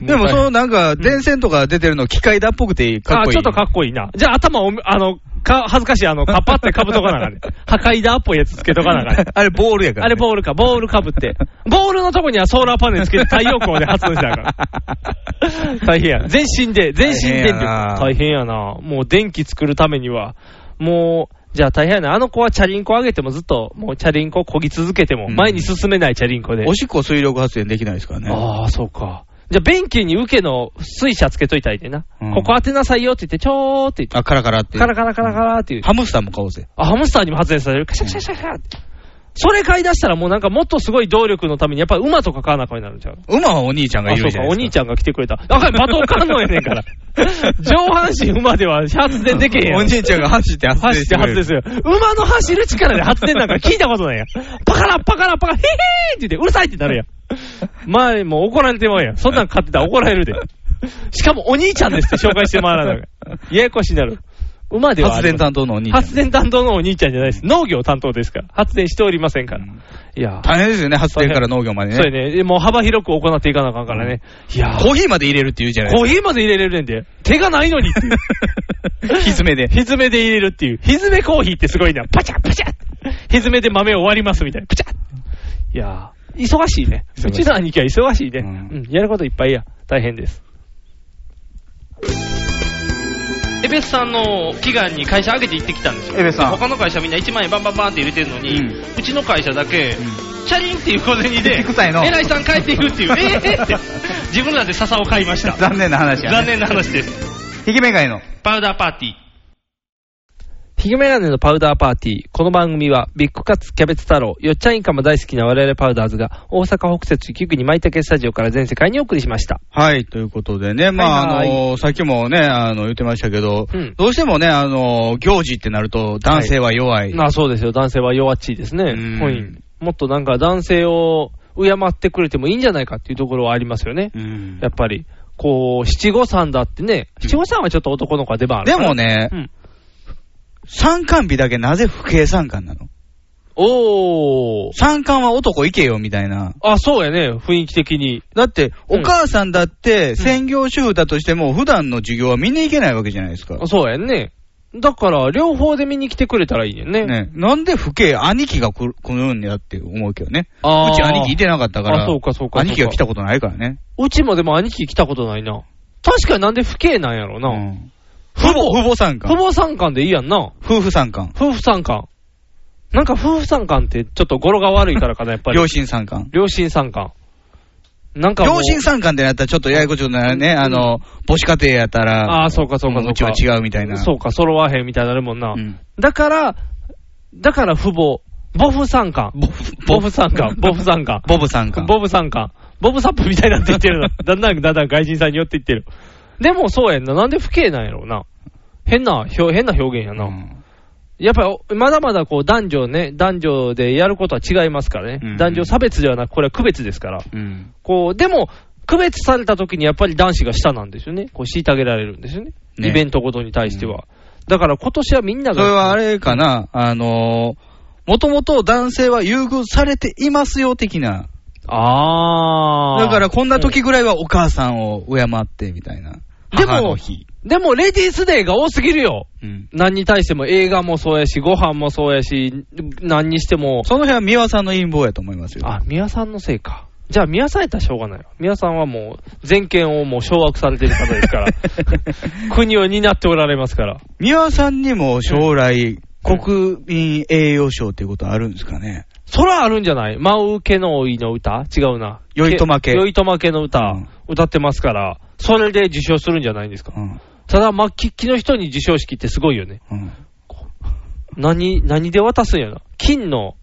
[SPEAKER 2] でも、そ
[SPEAKER 3] の
[SPEAKER 2] のなんか、電線とか出てるの、機械だっぽくてかっこいい。
[SPEAKER 3] あ、ちょっとかっこいいな。じゃあ頭を、あの、か、恥ずかしい、あの、カッパってかぶとかなあか んね。破壊だっぽいやつつけとかなあかんね。
[SPEAKER 2] あれ、ボールやから、
[SPEAKER 3] あれボールか、ボールかぶ って。ボールのとこにはソーラーパネルつけて太陽光で発電したらあかん。 大変や。全身で、全身電力。大
[SPEAKER 2] 大
[SPEAKER 3] 変やな。もう電気作るためには、もう、じゃあ大変やな。あの子はチャリンコ上げてもずっと、もうチャリンコ漕ぎ続けても、
[SPEAKER 2] うん
[SPEAKER 3] 前に進めないチャリンコで。
[SPEAKER 2] おしっこ水力発電できないですからね。
[SPEAKER 3] ああ、そうか。じゃあ、便器に受けの水車つけといたらいいでな。
[SPEAKER 2] うん
[SPEAKER 3] ここ当てなさいよって言って、ちょーって言って。
[SPEAKER 2] あ、カラカラって。
[SPEAKER 3] カラカラカラカラっていう。
[SPEAKER 2] ハムスターも買おうぜ。
[SPEAKER 3] あ、ハムスターにも発電される。カシャカシャカシャカシャって。それ買い出したらもうなんかもっとすごい動力のために、やっぱり馬とか買わなあかんようになるんちゃう
[SPEAKER 2] 馬はお兄ちゃんが
[SPEAKER 3] あ、
[SPEAKER 2] い
[SPEAKER 3] そ
[SPEAKER 2] る
[SPEAKER 3] う
[SPEAKER 2] じ
[SPEAKER 3] か
[SPEAKER 2] ゃ、ないですか。
[SPEAKER 3] お兄ちゃんが来てくれた。あかん、罵倒かんのやねんから。上半身馬では発電できへんやん。
[SPEAKER 2] お兄ちゃんが走って発電
[SPEAKER 3] 走って発電する。馬の走る力で発電なんか聞いたことないやん。パカラパカラパカラ、ヒヒーって言って、うるさいってなるやん。前もう怒られてまうやん。そんなん買ってたら怒られるで。しかもお兄ちゃんですって紹介して回らない。ややこしになる。馬ではあ
[SPEAKER 2] 発電
[SPEAKER 3] りません
[SPEAKER 2] 担当のお兄ちゃん。
[SPEAKER 3] 発電担当のお兄ちゃんじゃないです。農業担当ですから。発電しておりませんから。いやー
[SPEAKER 2] 大変ですよね、発電から農業まで
[SPEAKER 3] そうや
[SPEAKER 2] ね。
[SPEAKER 3] ね。もう幅広く行っていかなあかんからね。いやー
[SPEAKER 2] コーヒーまで入れるって言うじゃない
[SPEAKER 3] コーヒーまで入れれるねんで。手がないのにっていう。
[SPEAKER 2] ですか。ひずめで。
[SPEAKER 3] ひずめで入れるっていう。ひずめコーヒーってすごいな。パチャパチャひずめで豆を割りますみたいな。パチャいやー、忙しいね。
[SPEAKER 2] 忙しいう
[SPEAKER 3] ちの兄貴は忙しいね。
[SPEAKER 2] うん
[SPEAKER 3] うん。やることいっぱいや。大変です。エベスさんの祈願に会社上げて行ってきたんですよ。
[SPEAKER 2] エベさん
[SPEAKER 3] 他の会社みんな1万円バンバンバンって入れてるのに、う
[SPEAKER 2] うん
[SPEAKER 3] ちの会社だけ、チャリンって いう小銭で、
[SPEAKER 2] 臭いの
[SPEAKER 3] 偉いさん帰っていくっていう、えー って、自分らで笹を買い ました。
[SPEAKER 2] 残念な話や、
[SPEAKER 3] 残
[SPEAKER 2] ね。
[SPEAKER 3] 念な話です。
[SPEAKER 2] ひきめがいの。
[SPEAKER 8] パウダーパーティー。
[SPEAKER 3] ひげメガネのパウダーパーティー。この番組は、ビッグカツ、キャベツ太郎、よっちゃんイカも大好きな我々パウダーズが、大阪北節菊に舞茸スタジオから全世界にお送りしました。
[SPEAKER 2] はい、ということでね、まあ、
[SPEAKER 3] は
[SPEAKER 2] あ
[SPEAKER 3] いはい
[SPEAKER 2] の、さっきもね、あの、言ってましたけど、
[SPEAKER 3] うん
[SPEAKER 2] どうしてもね、あの、行事ってなると、男性は弱い。
[SPEAKER 3] あそうですよ。男性は弱っちいですね。
[SPEAKER 2] うん
[SPEAKER 3] はい。もっとなんか男性を敬ってくれてもいいんじゃないかっていうところはありますよね。
[SPEAKER 2] うん
[SPEAKER 3] やっぱり。こう、七五三だってね、七五三はちょっと男の子は出番ある
[SPEAKER 2] で
[SPEAKER 3] から
[SPEAKER 2] も、ね、
[SPEAKER 3] うん
[SPEAKER 2] 参観日だけなぜ不敬参観なの
[SPEAKER 3] おー、
[SPEAKER 2] 参観は男行けよみたいな。
[SPEAKER 3] あ、そうやね、雰囲気的に。
[SPEAKER 2] だって、
[SPEAKER 3] うん
[SPEAKER 2] お母さんだって、専業主婦だとしても、普段の授業は見に行けないわけじゃないですか。
[SPEAKER 3] あそうやんね。だから、両方で見に来てくれたらいいねんね。
[SPEAKER 2] ね、なんで父兄、兄貴が来る来るんやって思うけどね。
[SPEAKER 3] あー
[SPEAKER 2] うち兄貴いてなかったから、
[SPEAKER 3] あそうかそうかそうか
[SPEAKER 2] 兄貴が来たことないからね。
[SPEAKER 3] うちもでも兄貴来たことないな。確かになんで父兄なんやろうな。
[SPEAKER 2] うん父母、父母参
[SPEAKER 3] 父
[SPEAKER 2] 観。
[SPEAKER 3] 母参観でいいやんな。
[SPEAKER 2] 夫婦参観。
[SPEAKER 3] 夫婦参観。なんか夫婦参観ってちょっと語呂が悪いからかな、やっぱり。
[SPEAKER 2] 両親参観。
[SPEAKER 3] 両親参観。なんかもう
[SPEAKER 2] 両親参観ってなったらちょっとややこちょっとなね、あの、母子家庭やったら、
[SPEAKER 3] ああ、そうかそうかそう
[SPEAKER 2] うち
[SPEAKER 3] か。
[SPEAKER 2] は違うみたいな。
[SPEAKER 3] そうか、揃わへんみたいになるもんな。
[SPEAKER 2] うん
[SPEAKER 3] だから、だから父母、母父参観。
[SPEAKER 2] ボ
[SPEAKER 3] ボブ参 観、ボブ参観。
[SPEAKER 2] ボブ参観。
[SPEAKER 3] ボブ参観。ボブサップみたいになっていっ てるな。だんだんだんだん外人さんに寄っていってる。でもそうやんな。なんで不敬なんやろうな。変な表、変な表現やな。
[SPEAKER 2] うん
[SPEAKER 3] やっぱりお、まだまだこう男女ね、男女でやることは違いますからね。
[SPEAKER 2] うん
[SPEAKER 3] 男女差別ではなく、これは区別ですから。
[SPEAKER 2] うん。
[SPEAKER 3] こう、でも、区別された時にやっぱり男子が下なんですよね。こう、虐げられるんですよね。
[SPEAKER 2] ね
[SPEAKER 3] イベントごとに対しては。だから今年はみんな
[SPEAKER 2] それ
[SPEAKER 3] が、
[SPEAKER 2] はあれかな、あのもともと男性は優遇されていますよ的な。
[SPEAKER 3] あー。
[SPEAKER 2] だからこんな時ぐらいはお母さんを敬ってみたいな。
[SPEAKER 3] で
[SPEAKER 2] 母
[SPEAKER 3] も
[SPEAKER 2] の日。、
[SPEAKER 3] でもレディースデーが多すぎるよ。
[SPEAKER 2] うん
[SPEAKER 3] 何に対しても映画もそうやし、ご飯もそうやし、何にしても。
[SPEAKER 2] その辺は三輪さんの陰謀やと思いますよ。
[SPEAKER 3] あ、宮さんのせいか。じゃあ、宮さんやったらしょうがないよ。宮さんはもう、全権をもう掌握されてる方で すから。国を担っておられますから。
[SPEAKER 2] 三輪さんにも将来、国民栄誉賞っていうことあるんですかね。
[SPEAKER 3] そらあるんじゃない真受けの老いの歌違うな。
[SPEAKER 2] 頼朝家
[SPEAKER 3] よいとまけの歌、
[SPEAKER 2] うん
[SPEAKER 3] 歌ってますから、それで受賞するんじゃないんですか。
[SPEAKER 2] うん。
[SPEAKER 3] ただ、末期期の人に授賞式ってすごいよね。
[SPEAKER 2] うん。
[SPEAKER 3] 何、何で渡すんやな。金の、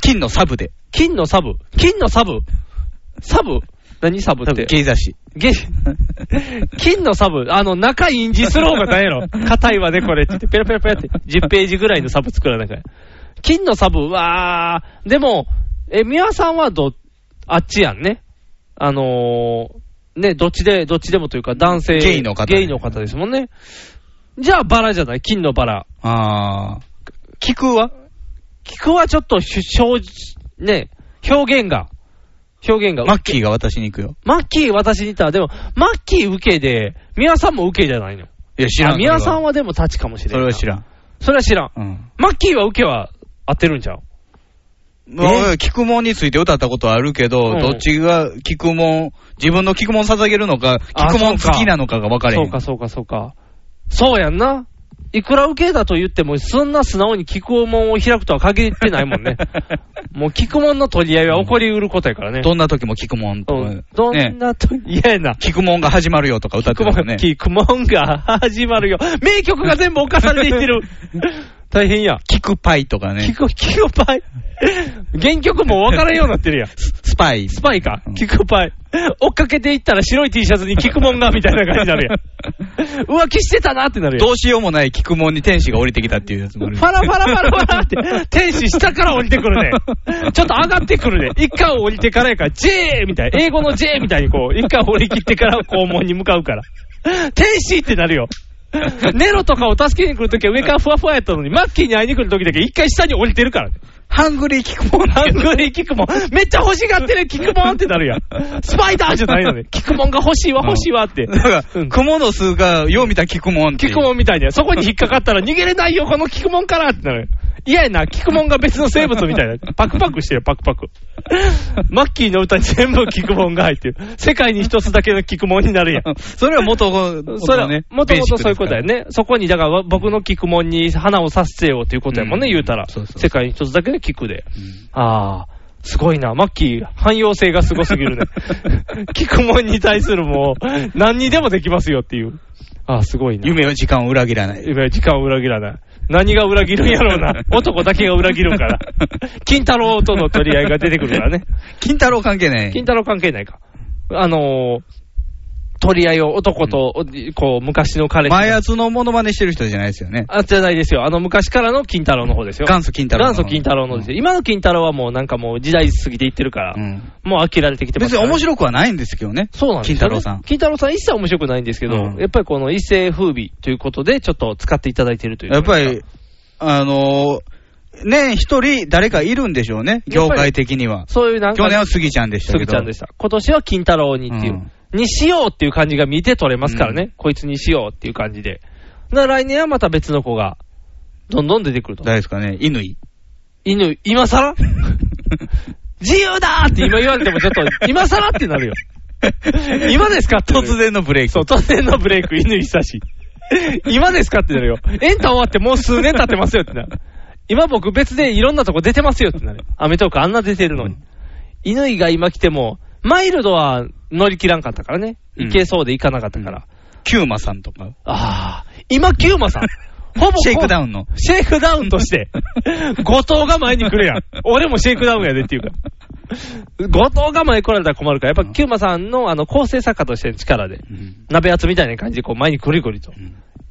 [SPEAKER 2] 金のサブで。
[SPEAKER 3] 金のサブ金のサブサブ何サブ
[SPEAKER 2] 多
[SPEAKER 3] っ
[SPEAKER 2] 分
[SPEAKER 3] て
[SPEAKER 2] 芸雑誌。
[SPEAKER 3] ゲ 金のサブ、あの、中印字する方が大変やろ。硬いわね、これって言って、ペラペラペラって、10ページぐらいのサブ作らなきゃ。金のサブ、わー、でも、え、宮さんはど、あっちやんね。あのー、ね、どっちで、どっちでもというか、男性、
[SPEAKER 2] ゲイの方
[SPEAKER 3] ゲイの方ですもんね。じゃあ、バラじゃない金のバラ。
[SPEAKER 2] ああ。菊は
[SPEAKER 3] 菊はちょっと主、表ね、表現が、表現が。
[SPEAKER 2] マッキーが渡しに行くよ。
[SPEAKER 3] マッキー私に言ったら、でも、マッキー受けで、宮さんも受けじゃないの。
[SPEAKER 2] いや、知らん。
[SPEAKER 3] あ宮さん
[SPEAKER 2] は。
[SPEAKER 3] はでも立ちかもしれん
[SPEAKER 2] そ
[SPEAKER 3] ない。
[SPEAKER 2] れは知らん。
[SPEAKER 3] それは知らん。
[SPEAKER 2] うん。
[SPEAKER 3] マッキーは受けは合ってるんちゃう
[SPEAKER 2] まあ、菊門について歌ったことはあるけど、
[SPEAKER 3] うん
[SPEAKER 2] どっちが菊門、自分の菊門捧げるのか、
[SPEAKER 3] あ
[SPEAKER 2] 菊門好きなのかが分かれへん。
[SPEAKER 3] そうか、そうか、そうか。そうやんな。いくら受けだと言っても、そんな素直に菊門を開くとは限ってないも んね。もう菊門の取り合いは起こりうることやからね。
[SPEAKER 2] どんな時も菊門と
[SPEAKER 3] うんどんなと、嫌やな。
[SPEAKER 2] 菊門が始まるよとか歌ってるよね。
[SPEAKER 3] 菊門が 始まるよ。名曲が全部侵されていってる。 大変や。
[SPEAKER 2] 菊パイとかね。
[SPEAKER 3] 菊、菊パイ。原曲も分からんようになってるやん。
[SPEAKER 2] スパイ。
[SPEAKER 3] スパイか
[SPEAKER 2] う。ん
[SPEAKER 3] キックパイ。追っかけていったら白い T シャツにキックモンが、みたいな感じになるや ん。浮気してたなってなるやん。
[SPEAKER 2] どうしようもない菊門に天使が降りてきたっていうやつもあ
[SPEAKER 3] フ
[SPEAKER 2] る。
[SPEAKER 3] ァラファラファラファラって、天使下から降りてくるね。ちょっと上がってくるね。一回降りてからやから、J! みたいな。英語の J! みたいにこう、一回降り切ってから肛門に向かうから。天使ってなるよ。ネロとかを助けに来るときは上からふわふわやったのに、マッキーに会いに来るときだけ一回下に降りてるからね。
[SPEAKER 2] ハングリー菊門
[SPEAKER 3] ハングリーキックモン。めっちゃ欲しがってるキックモンってなるやん。スパイダーじゃないのね。キックモンが欲しいわ、欲しいわって。
[SPEAKER 2] だから、
[SPEAKER 3] うん
[SPEAKER 2] 蜘蛛の巣がよう見た菊門って
[SPEAKER 3] キ
[SPEAKER 2] いう。
[SPEAKER 3] ックモンみたいな。そこに引っかかったら逃げれないよ、このキックモンからってなる。嫌やな、キックモンが別の生物みたいな。パクパクしてる、パクパク。マッキーの歌に全部キックモンが入ってる。世界に一つだけのキックモンになるやん。
[SPEAKER 2] それは元々
[SPEAKER 3] それは
[SPEAKER 2] ね、
[SPEAKER 3] もと
[SPEAKER 2] ベー
[SPEAKER 3] も
[SPEAKER 2] シッ
[SPEAKER 3] と
[SPEAKER 2] ク
[SPEAKER 3] そういうことや
[SPEAKER 2] です
[SPEAKER 3] ね。そこに、だから僕の菊門に花をさせようということやもんね、
[SPEAKER 2] うん
[SPEAKER 3] 言うたら。
[SPEAKER 2] そうそうそう
[SPEAKER 3] 世界に一つだけの菊で。
[SPEAKER 2] ん
[SPEAKER 3] ああ、すごいな。マッキー、汎用性がすごすぎ るね。菊門に対するもう、何にでもできますよっていう。ああ、すごい
[SPEAKER 2] から
[SPEAKER 3] な。
[SPEAKER 2] 夢は時間を裏切らない。
[SPEAKER 3] 今時間を裏切らない。何が裏切るんや ろうな。男だけが裏切るから。金太郎との取り合いが出てくるからね。
[SPEAKER 2] 金太郎関係ない。
[SPEAKER 3] 金太郎関係ないか。あのー、取り合いを男と、こう、昔の彼氏が
[SPEAKER 2] 前圧のモノマネしてる人じゃないですよね。
[SPEAKER 3] あ、じゃないですよ。あの、昔からの金太郎の方ですよ。
[SPEAKER 2] 元祖金太郎の
[SPEAKER 3] 元祖金太郎のですよ。今の金太郎はもうなんかもう時代過ぎていってるから、
[SPEAKER 2] うん。
[SPEAKER 3] もう飽きられてきてます
[SPEAKER 2] 別
[SPEAKER 3] か
[SPEAKER 2] に
[SPEAKER 3] ら。
[SPEAKER 2] 面白くはないんですけどね。
[SPEAKER 3] そうなんですよ、ね。
[SPEAKER 2] 金太郎さん。
[SPEAKER 3] 金太郎さん一切面白くないんですけど、
[SPEAKER 2] うん
[SPEAKER 3] やっぱりこの一世風靡ということで、ちょっと使っていただいてるという。
[SPEAKER 2] やっぱり、あのー、ね一人誰かいるんでしょうね、業界的には。
[SPEAKER 3] そういうなんか、
[SPEAKER 2] 去年は杉ちゃんでした
[SPEAKER 3] す
[SPEAKER 2] け
[SPEAKER 3] ぐ
[SPEAKER 2] ど。
[SPEAKER 3] ちゃんでした。今年は金太郎にっていう、にしようっていう感じが見て取れますからね、こいつにしようっていう感じで。だから来年はまた別の子が、どんどん出てくると。
[SPEAKER 2] 誰ですかね、乾。
[SPEAKER 3] 犬、今 更自由だーって今言われてもちょっと、今更ってなるよ。 今ですかってなる
[SPEAKER 2] 突然のブレイク。
[SPEAKER 3] そう、突然のブレイク、犬久し。今ですかってなるよ。エンタ終わってもう数年経ってますよってなる。今僕別でいろんなとこ出てますよってなる。アメトークあんな出てるのに。犬が今来ても、マイルドは乗り切らんかったからね。
[SPEAKER 2] うん
[SPEAKER 3] いけそうでいかなかったから。
[SPEAKER 2] キューマさんとか。
[SPEAKER 3] ああ、今、キューマ さん。ほぼ
[SPEAKER 2] シェイクダウンの。
[SPEAKER 3] シェイクダウンと して、後藤が前に来るやん。 俺もシェイクダウンやでっていうか。後藤が前に来られたら困るから、やっぱキューマさんのあの構成作家としての力で、
[SPEAKER 2] うん
[SPEAKER 3] 鍋厚みたいな感じでこう前にゴリゴリと。
[SPEAKER 2] ん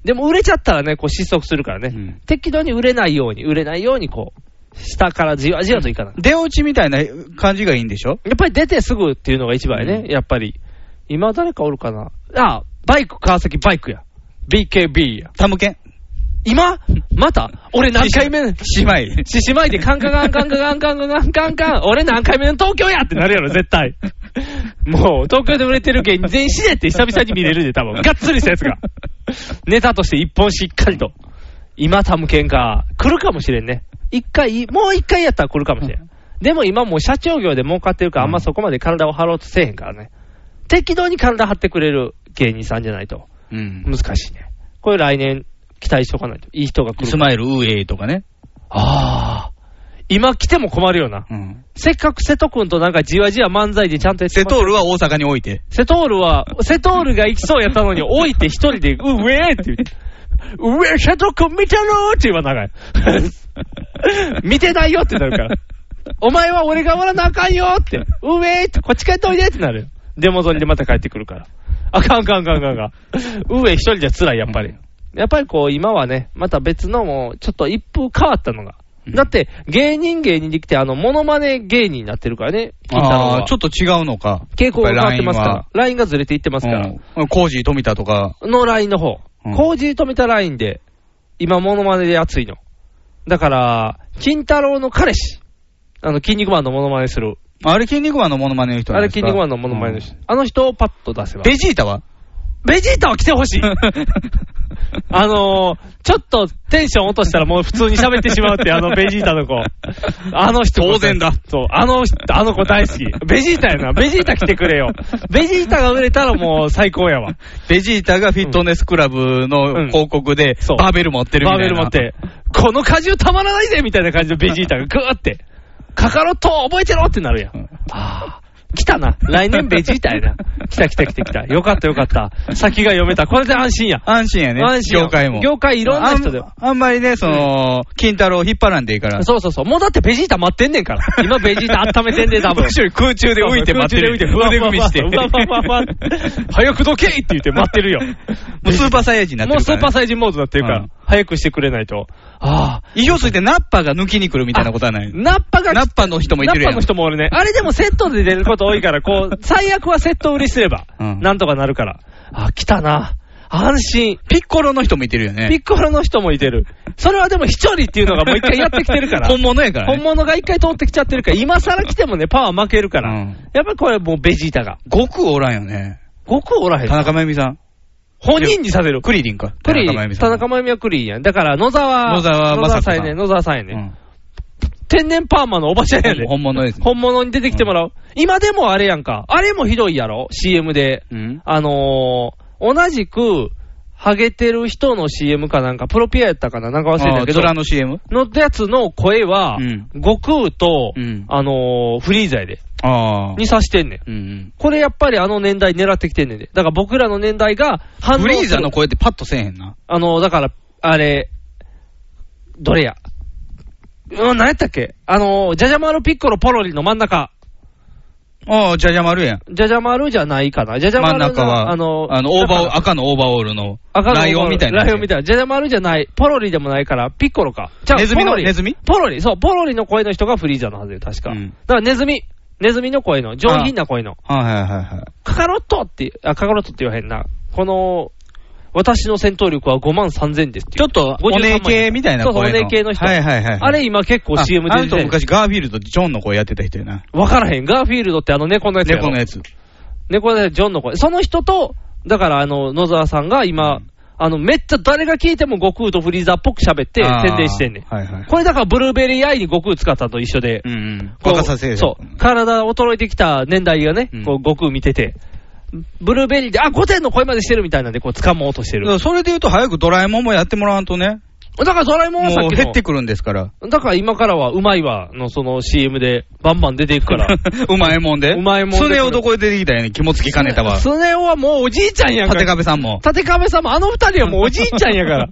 [SPEAKER 3] でも売れちゃったらね、こう失速するからね。
[SPEAKER 2] うん
[SPEAKER 3] 適度に売れないように、売れないようにこう、下からじわじわといかない。
[SPEAKER 2] 出落ちみたいな感じがいいんでしょ
[SPEAKER 3] やっぱり出てすぐっていうのが一番やね、
[SPEAKER 2] う
[SPEAKER 3] やっぱり。今誰かおるかなあ、バイク、川崎バイクや。BKB や。
[SPEAKER 2] タムケン。
[SPEAKER 3] 今また俺何回目
[SPEAKER 2] 姉妹。
[SPEAKER 3] 獅子舞でカンカンカンカンカンカンカンカンカンカン俺何回目の東京やってなるやろ、絶対。もう、東京で売れてる芸人全員死ねって久々に見れるで、多分。がっつりしたやつが。ネタとして一本しっかりと。今、タムケンか。来るかもしれんね。一回、もう一回やったら来るかもしれん。でも今もう社長業で儲かってるから、あんまそこまで体を張ろうとせえへんからね。適当に体張ってくれる芸人さんじゃないと。
[SPEAKER 2] うん。
[SPEAKER 3] 難しいね。これ来年期待しとかないと。いい人が来る。
[SPEAKER 2] スマイルウーエイとかね。
[SPEAKER 3] ああ。今来ても困るよな。
[SPEAKER 2] うん。
[SPEAKER 3] せっかく瀬戸くんとなんかじわじわ漫才でちゃんとやって
[SPEAKER 2] セ
[SPEAKER 3] ます
[SPEAKER 2] トールは大阪に置いて。
[SPEAKER 3] 瀬戸ールは、瀬戸ールが行きそうやったのに、置いて一人で、うえーって言って。うえー、瀬戸くん見てろーって言わ長い。 見てないよってなるから。お前は俺が終わらなあかんよーって。うえーって、こっち帰っておいでってなるよ。デモンでまた帰ってくるから。あかんあかんあかんあかんあかん。うえー一人じゃ辛い、やっぱり。やっぱりこう、今はね、また別のもう、ちょっと一風変わったのが。だって、芸人芸人できて、あの、モノマネ芸人になってるからね、金太郎
[SPEAKER 2] あ
[SPEAKER 3] は
[SPEAKER 2] あ、ちょっと違うのか。
[SPEAKER 3] 傾向が変わってますから
[SPEAKER 2] やっ、
[SPEAKER 3] ラインがずれていってます
[SPEAKER 2] ぱり
[SPEAKER 3] から、
[SPEAKER 2] ラインは。うん。コージー富田とか。
[SPEAKER 3] のラインの方
[SPEAKER 2] うん、
[SPEAKER 3] 工事止めたラインで、今、モノマネで熱いの。だから、金太郎の彼氏、あの、筋肉マンのモノマネする、
[SPEAKER 2] あれ、筋肉マンのモノマネの人
[SPEAKER 3] あ
[SPEAKER 2] なん
[SPEAKER 3] れ、
[SPEAKER 2] です
[SPEAKER 3] 筋
[SPEAKER 2] か
[SPEAKER 3] 肉マンのモノマネの人、あの人をパッと出せば。
[SPEAKER 2] ベジータは
[SPEAKER 3] ベジータは来てほしい あのー、ちょっとテンション落としたらもう普通に喋ってしまうって、あのベジータの子。あの人。
[SPEAKER 2] 当然だ。
[SPEAKER 3] そう、あの人、あの子大好き。ベジータやな。ベジータ来てくれよ。ベジータが売れたらもう最高やわ。
[SPEAKER 2] ベジータがフィットネスクラブの広告で
[SPEAKER 3] そう、
[SPEAKER 2] バーベル持ってるみ
[SPEAKER 3] バ
[SPEAKER 2] た
[SPEAKER 3] ー
[SPEAKER 2] いな。
[SPEAKER 3] ベル持って、この果汁たまらないぜみたいな感じのベジ ータがグーって、カカロット覚えてろってなるやん。
[SPEAKER 2] うん
[SPEAKER 3] あー来たな。来年ベジータ やな。来た来た来た来た。よかったよかった。先が読めた。これで安心や。
[SPEAKER 2] 安心やね。
[SPEAKER 3] 安心や
[SPEAKER 2] 業界も。
[SPEAKER 3] 業界いろんな人で
[SPEAKER 2] あんあんまりね、その、金太郎を引っ張らんでいいから。
[SPEAKER 3] そうそうそう。もうだってベジータ待ってんねんから。 今ベジータ温めてんねん、多分。
[SPEAKER 2] 後ろに空中で浮いて待ってる。
[SPEAKER 3] 空中で浮いて、ふわふ
[SPEAKER 2] 腕
[SPEAKER 3] わ
[SPEAKER 2] 組み して。
[SPEAKER 3] ふわふわふわふわ 早くどけいって言って待ってる よ。
[SPEAKER 2] もうスーパーサイヤ人になって
[SPEAKER 3] もう
[SPEAKER 2] る
[SPEAKER 3] ス
[SPEAKER 2] から、
[SPEAKER 3] ーパー
[SPEAKER 2] ーパー
[SPEAKER 3] サイジモードになってるから。
[SPEAKER 2] うん
[SPEAKER 3] 早くしてくれないと。ああ。
[SPEAKER 2] 意表ついてナッパが抜きに来るみたいなことはない。
[SPEAKER 3] ナッパが来て
[SPEAKER 2] ナッパの人もいてるやん
[SPEAKER 3] ナッパの人もおるね。あれでもセットで出ること多いから、こう、最悪はセット売りすれば、
[SPEAKER 2] うん
[SPEAKER 3] なんとかなるから。あ、来たな。安心。
[SPEAKER 2] ピッコロの人もいてるよね。
[SPEAKER 3] ピッコロの人もいてる。それはでも一人っていうのがもう一回やってきてるから。
[SPEAKER 2] 本物やから、ね。
[SPEAKER 3] 本物が一回通ってきちゃってるから、今更来てもね、パワー負けるから。
[SPEAKER 2] うん
[SPEAKER 3] やっぱりこれもうベジータが。
[SPEAKER 2] 悟空おらんよね。
[SPEAKER 3] 悟空おらへ
[SPEAKER 2] 田
[SPEAKER 3] ん。
[SPEAKER 2] 中真由美さん。
[SPEAKER 3] 本人にさせる。
[SPEAKER 2] クリリンか。
[SPEAKER 3] クリ
[SPEAKER 2] 田中真由美さ
[SPEAKER 3] 田
[SPEAKER 2] ん。
[SPEAKER 3] 中真由美はクリーンやん。だから野沢、
[SPEAKER 2] 野沢雅子
[SPEAKER 3] さ
[SPEAKER 2] さん
[SPEAKER 3] んやね。野沢さんやね。
[SPEAKER 2] うん
[SPEAKER 3] 天然パーマのおばちゃんやね。
[SPEAKER 2] 本物ですね
[SPEAKER 3] 本物に出てきてもらう。今でもあれやんか。あれもひどいやろ ?CM で。
[SPEAKER 2] うん
[SPEAKER 3] あのー、同じく、ハゲてる人の CM かなんか、プロピアやったかななんか忘れたけど、
[SPEAKER 2] あー虎の CM?
[SPEAKER 3] のやつの声は、
[SPEAKER 2] うん
[SPEAKER 3] 悟空と、
[SPEAKER 2] うん
[SPEAKER 3] あのー、フリーザやで、
[SPEAKER 2] ああ。
[SPEAKER 3] にさしてんねん。
[SPEAKER 2] うんうん。
[SPEAKER 3] これやっぱりあの年代狙ってきてんねんで。だから僕らの年代が反応す
[SPEAKER 2] フ
[SPEAKER 3] る
[SPEAKER 2] リーザの声ってパッとせえへんな。
[SPEAKER 3] あの、だから、あれ、どれや。うん、何やったっけあの、ジャジャマロピッコロポロリの真ん中。
[SPEAKER 2] ああ、じゃじゃ丸やん。
[SPEAKER 3] じゃじゃ丸じゃないかな。じゃじゃ
[SPEAKER 2] 真
[SPEAKER 3] 丸
[SPEAKER 2] ん
[SPEAKER 3] が
[SPEAKER 2] 中は、
[SPEAKER 3] あ
[SPEAKER 2] あ
[SPEAKER 3] の
[SPEAKER 2] の、、オーバーオー
[SPEAKER 3] 赤
[SPEAKER 2] 赤のオーバーオールの、
[SPEAKER 3] 赤の
[SPEAKER 2] ライオンみたいなやつ。
[SPEAKER 3] ライオンみたいな。じゃじゃ丸じゃない。ポロリでもないから、ピッコロか。じゃあ
[SPEAKER 2] ネズミの
[SPEAKER 3] ポロリ
[SPEAKER 2] ネズミ
[SPEAKER 3] ポロリ、そう、ポロリの声の人がフリーザのはずよ、確か。
[SPEAKER 2] うん
[SPEAKER 3] だからネズミ、ネズミの声の、上品な声の。
[SPEAKER 2] はいはいはいはい。
[SPEAKER 3] カカロットって、あ、カカロットって言わへんな。この、私の戦闘力は5万3000ですっ
[SPEAKER 2] ち
[SPEAKER 3] ていう。
[SPEAKER 2] ょっと、お姉系みたいな
[SPEAKER 3] そうそう、お
[SPEAKER 2] 声の。
[SPEAKER 3] 姉系の人。
[SPEAKER 2] はいはいはいはい。
[SPEAKER 3] あれ今結構 CM
[SPEAKER 2] ああ
[SPEAKER 3] で
[SPEAKER 2] の
[SPEAKER 3] 出て
[SPEAKER 2] 人
[SPEAKER 3] る。
[SPEAKER 2] 昔ガーフィールドでジョンの声やってた人やな。
[SPEAKER 3] わからへん。ガーフィールドってあの猫のやつやろ
[SPEAKER 2] 猫のやつ。
[SPEAKER 3] 猫のやつ、ジョンの声。その人と、だからあの、野沢さんが今、あの、めっちゃ誰が聞いても悟空とフリーザーっぽく喋って
[SPEAKER 2] あー
[SPEAKER 3] 宣伝してんねん。
[SPEAKER 2] はいはい。
[SPEAKER 3] これだからブルーベリーアイに悟空使ったと一緒で
[SPEAKER 2] う、んうん。
[SPEAKER 3] こう
[SPEAKER 2] 若させ
[SPEAKER 3] そう。体衰えてきた年代がね、
[SPEAKER 2] うん
[SPEAKER 3] こう悟空見てて、ブルーベリーで、あ、御殿の声までしてるみたいなんで、こう、掴もうとしてる。
[SPEAKER 2] それで言うと早くドラえもんもやってもらわんとね。
[SPEAKER 3] だからドラえもんはさっ
[SPEAKER 2] もう
[SPEAKER 3] き
[SPEAKER 2] 減って
[SPEAKER 3] の、
[SPEAKER 2] くるんですから。
[SPEAKER 3] だから今からは、うまいわのその CM で、バンバン出ていく から。
[SPEAKER 2] うまいもんで。
[SPEAKER 3] うまいもんで
[SPEAKER 2] スネ夫どこへ出てきたんやねん、肝付きかねたは。
[SPEAKER 3] スネ夫はもうおじいちゃんやんか
[SPEAKER 2] 立
[SPEAKER 3] ら。
[SPEAKER 2] 壁さんも。
[SPEAKER 3] 立壁さんも、あの二人はもうおじいちゃん やから。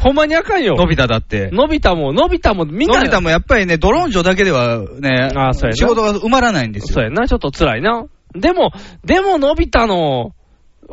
[SPEAKER 3] ほんまにあかんよ。
[SPEAKER 2] のび太だって。
[SPEAKER 3] のび太も、のび太も、みんな。
[SPEAKER 2] のび太もやっぱりね、ドローン上だけではね、
[SPEAKER 3] あーそうやな
[SPEAKER 2] 仕事が埋まらないんです
[SPEAKER 3] そう
[SPEAKER 2] よ。
[SPEAKER 3] やな、ちょっと辛いな。でも、でも、のび太の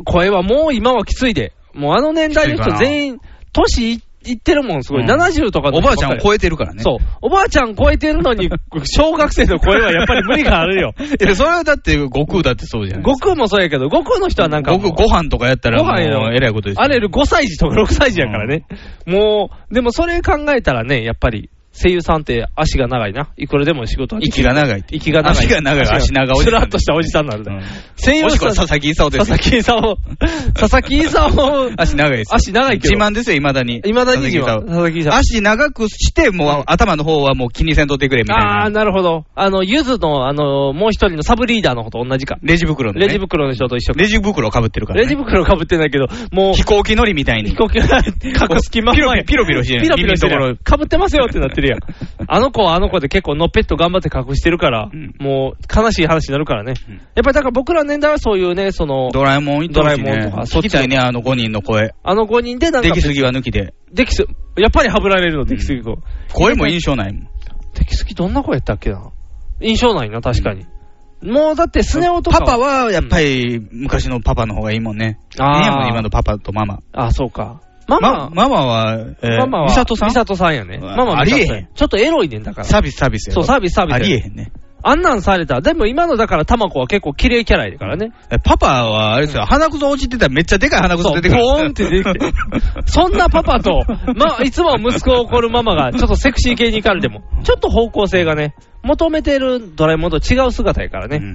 [SPEAKER 3] 声はもう今はきついで。もうあの年代の
[SPEAKER 2] きつい
[SPEAKER 3] 人
[SPEAKER 2] かな
[SPEAKER 3] 全員、年いいってるもん、すごい。
[SPEAKER 2] うん
[SPEAKER 3] 70とかの人
[SPEAKER 2] おばあちゃんを
[SPEAKER 3] ばっかり
[SPEAKER 2] 超えてるからね。
[SPEAKER 3] そう。おばあちゃん超えてるの に、小学生の声はやっぱり無理があるよ。
[SPEAKER 2] いや、それはだって、悟空だってそうじゃない
[SPEAKER 3] 悟空もそうやけど、悟空の人はなんかもう、
[SPEAKER 2] 僕、ご飯とかやったら、
[SPEAKER 3] ご
[SPEAKER 2] も
[SPEAKER 3] 飯よ
[SPEAKER 2] う、えらいことですよ。
[SPEAKER 3] あれる5歳児とか6歳児やからね。もう、でもそれ考えたらね、やっぱり、声優さんって足が長いな。いくらでも仕事はできる
[SPEAKER 2] 息が長いって。
[SPEAKER 3] 息が長い。
[SPEAKER 2] 足が長い、足長おじ
[SPEAKER 3] ス
[SPEAKER 2] さん
[SPEAKER 3] ラッとしたおじさんなんだ。
[SPEAKER 2] うん
[SPEAKER 3] 声優
[SPEAKER 2] もしく
[SPEAKER 3] さ
[SPEAKER 2] は
[SPEAKER 3] ん、
[SPEAKER 2] 佐
[SPEAKER 3] 佐
[SPEAKER 2] 々木勲ですよ。
[SPEAKER 3] 々木勲を、 佐々木勲を、
[SPEAKER 2] 足長いですよ。
[SPEAKER 3] 足長いけど
[SPEAKER 2] 自慢ですよ、未だに。
[SPEAKER 3] いまだに今、
[SPEAKER 2] 佐々
[SPEAKER 3] 佐
[SPEAKER 2] 木
[SPEAKER 3] 々木
[SPEAKER 2] 勲
[SPEAKER 3] さん。
[SPEAKER 2] 足長くして、もう頭の方はもう気にせんとってくれ、みたい
[SPEAKER 3] あー、
[SPEAKER 2] な。
[SPEAKER 3] なるほど。あの、ゆずの、あの、もう一人のサブリーダーの方と同じか。
[SPEAKER 2] レジ袋のね。
[SPEAKER 3] レジ袋の人と一緒か。
[SPEAKER 2] レジ袋被ってるから
[SPEAKER 3] レジ
[SPEAKER 2] ね。
[SPEAKER 3] 袋かぶってないけど、もう、
[SPEAKER 2] 飛行機乗りみたいに
[SPEAKER 3] 飛。行機が隠す気まんまや
[SPEAKER 2] ピロピロしてる
[SPEAKER 3] ピロピロして
[SPEAKER 2] ビビ
[SPEAKER 3] る
[SPEAKER 2] る
[SPEAKER 3] かぶってますよってなっ てるやん。あの子はあの子で結構のっぺっと頑張って隠してるから、
[SPEAKER 2] うん
[SPEAKER 3] もう悲しい話になるからね。
[SPEAKER 2] うん
[SPEAKER 3] やっぱりだから僕ら年代はそういうね、その、
[SPEAKER 2] ドラえもんいってほしい
[SPEAKER 3] ドラえもん
[SPEAKER 2] ね
[SPEAKER 3] とか。そ
[SPEAKER 2] 聞
[SPEAKER 3] っちの
[SPEAKER 2] きたいね、あの5人の声。
[SPEAKER 3] あの5人でなんか
[SPEAKER 2] 出来
[SPEAKER 3] 別
[SPEAKER 2] す
[SPEAKER 3] に、
[SPEAKER 2] ぎは抜きで。
[SPEAKER 3] できす、やっぱりはぶられるの、できすぎ子。
[SPEAKER 2] 声も印象ないもん。
[SPEAKER 3] できすぎどんな子やったっけな印象ないな、確かに。もうだってスネ夫とか。
[SPEAKER 2] パパはやっぱり昔のパパの方がいいもんね。
[SPEAKER 3] うん、あ
[SPEAKER 2] ねえ
[SPEAKER 3] ー
[SPEAKER 2] もん今のパパとママ。
[SPEAKER 3] あ、そうか。マ
[SPEAKER 2] ま
[SPEAKER 3] マ、
[SPEAKER 2] ママは、えー
[SPEAKER 3] ママは、
[SPEAKER 2] 美里さん
[SPEAKER 3] 美里さんやね。
[SPEAKER 2] うわ
[SPEAKER 3] ママは美里さ
[SPEAKER 2] ありえへん
[SPEAKER 3] ちょっとエロいねんだから。
[SPEAKER 2] サービスサービスや
[SPEAKER 3] そ
[SPEAKER 2] ろ
[SPEAKER 3] う、サービスサービス。
[SPEAKER 2] ありえへんね。
[SPEAKER 3] あんなんされたら。でも今のだから、タマコは結構綺麗キャラやからね。
[SPEAKER 2] パパは、あれですよ、鼻くそ落ちてたらめっちゃでかい鼻くそ
[SPEAKER 3] そう、
[SPEAKER 2] 出
[SPEAKER 3] ボ
[SPEAKER 2] てくる。
[SPEAKER 3] ーンって出てき て。そんなパパと、まあ、いつも息子を怒るママが、ちょっとセクシー系に行かれても、ちょっと方向性がね、求めてるドラえもんと違う姿やからね。
[SPEAKER 2] う
[SPEAKER 3] や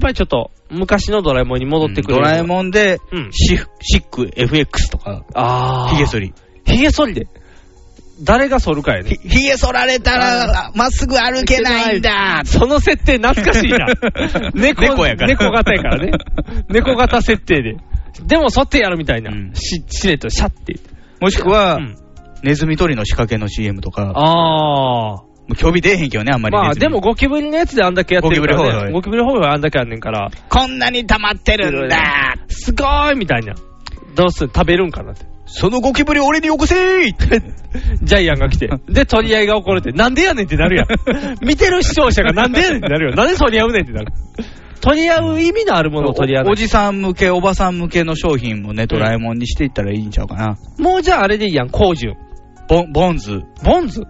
[SPEAKER 2] ん
[SPEAKER 3] っぱりちょっと、昔のドラえもんに戻ってくる。
[SPEAKER 2] ドラえもんで
[SPEAKER 3] うん、
[SPEAKER 2] シフシック FX とか、
[SPEAKER 3] あー。
[SPEAKER 2] ヒゲ剃。り。
[SPEAKER 3] ヒゲ剃りで。誰が剃るかやね。
[SPEAKER 2] ヒゲ剃られたら、まっすぐ歩けないんだ。
[SPEAKER 3] その設定懐かしい な猫、
[SPEAKER 2] 猫やから
[SPEAKER 3] 猫型や からね。猫型設定で。でも、剃ってやるみたいな。
[SPEAKER 2] うん
[SPEAKER 3] し、しれっとシャッて。
[SPEAKER 2] もしくは、
[SPEAKER 3] うん
[SPEAKER 2] ネズミ捕りの仕掛けの CM とか、
[SPEAKER 3] ああ。
[SPEAKER 2] もう興味出えへんけどね、あんまり。
[SPEAKER 3] まあ、でも、、ゴキブリのやつであんだけやってるか
[SPEAKER 2] ゴキブリホイ
[SPEAKER 3] ら
[SPEAKER 2] ホ
[SPEAKER 3] ね。
[SPEAKER 2] イ
[SPEAKER 3] ゴキブリホイホイあんだけあんねんから。
[SPEAKER 2] こんなに溜まってるんだ
[SPEAKER 3] すごーいみたいな。どうする食べるんかなって。
[SPEAKER 2] そのゴキブリ俺によこせーって。
[SPEAKER 3] ジャイアンが来 て。で、取り合いが起こるって。なんでやねんってなるや ん。見てる視聴者がなんでやねんってなるよ。なんで取り合うねんってなる。取り合う意味のあるものを取り合う
[SPEAKER 2] お。じさん向け、おばさん向けの商品もね、ドラえもんにしていったらいいんちゃうかな。
[SPEAKER 3] もうじゃああれでいいやん。コージュン。
[SPEAKER 2] ボン、ボンズ。
[SPEAKER 3] ボンズ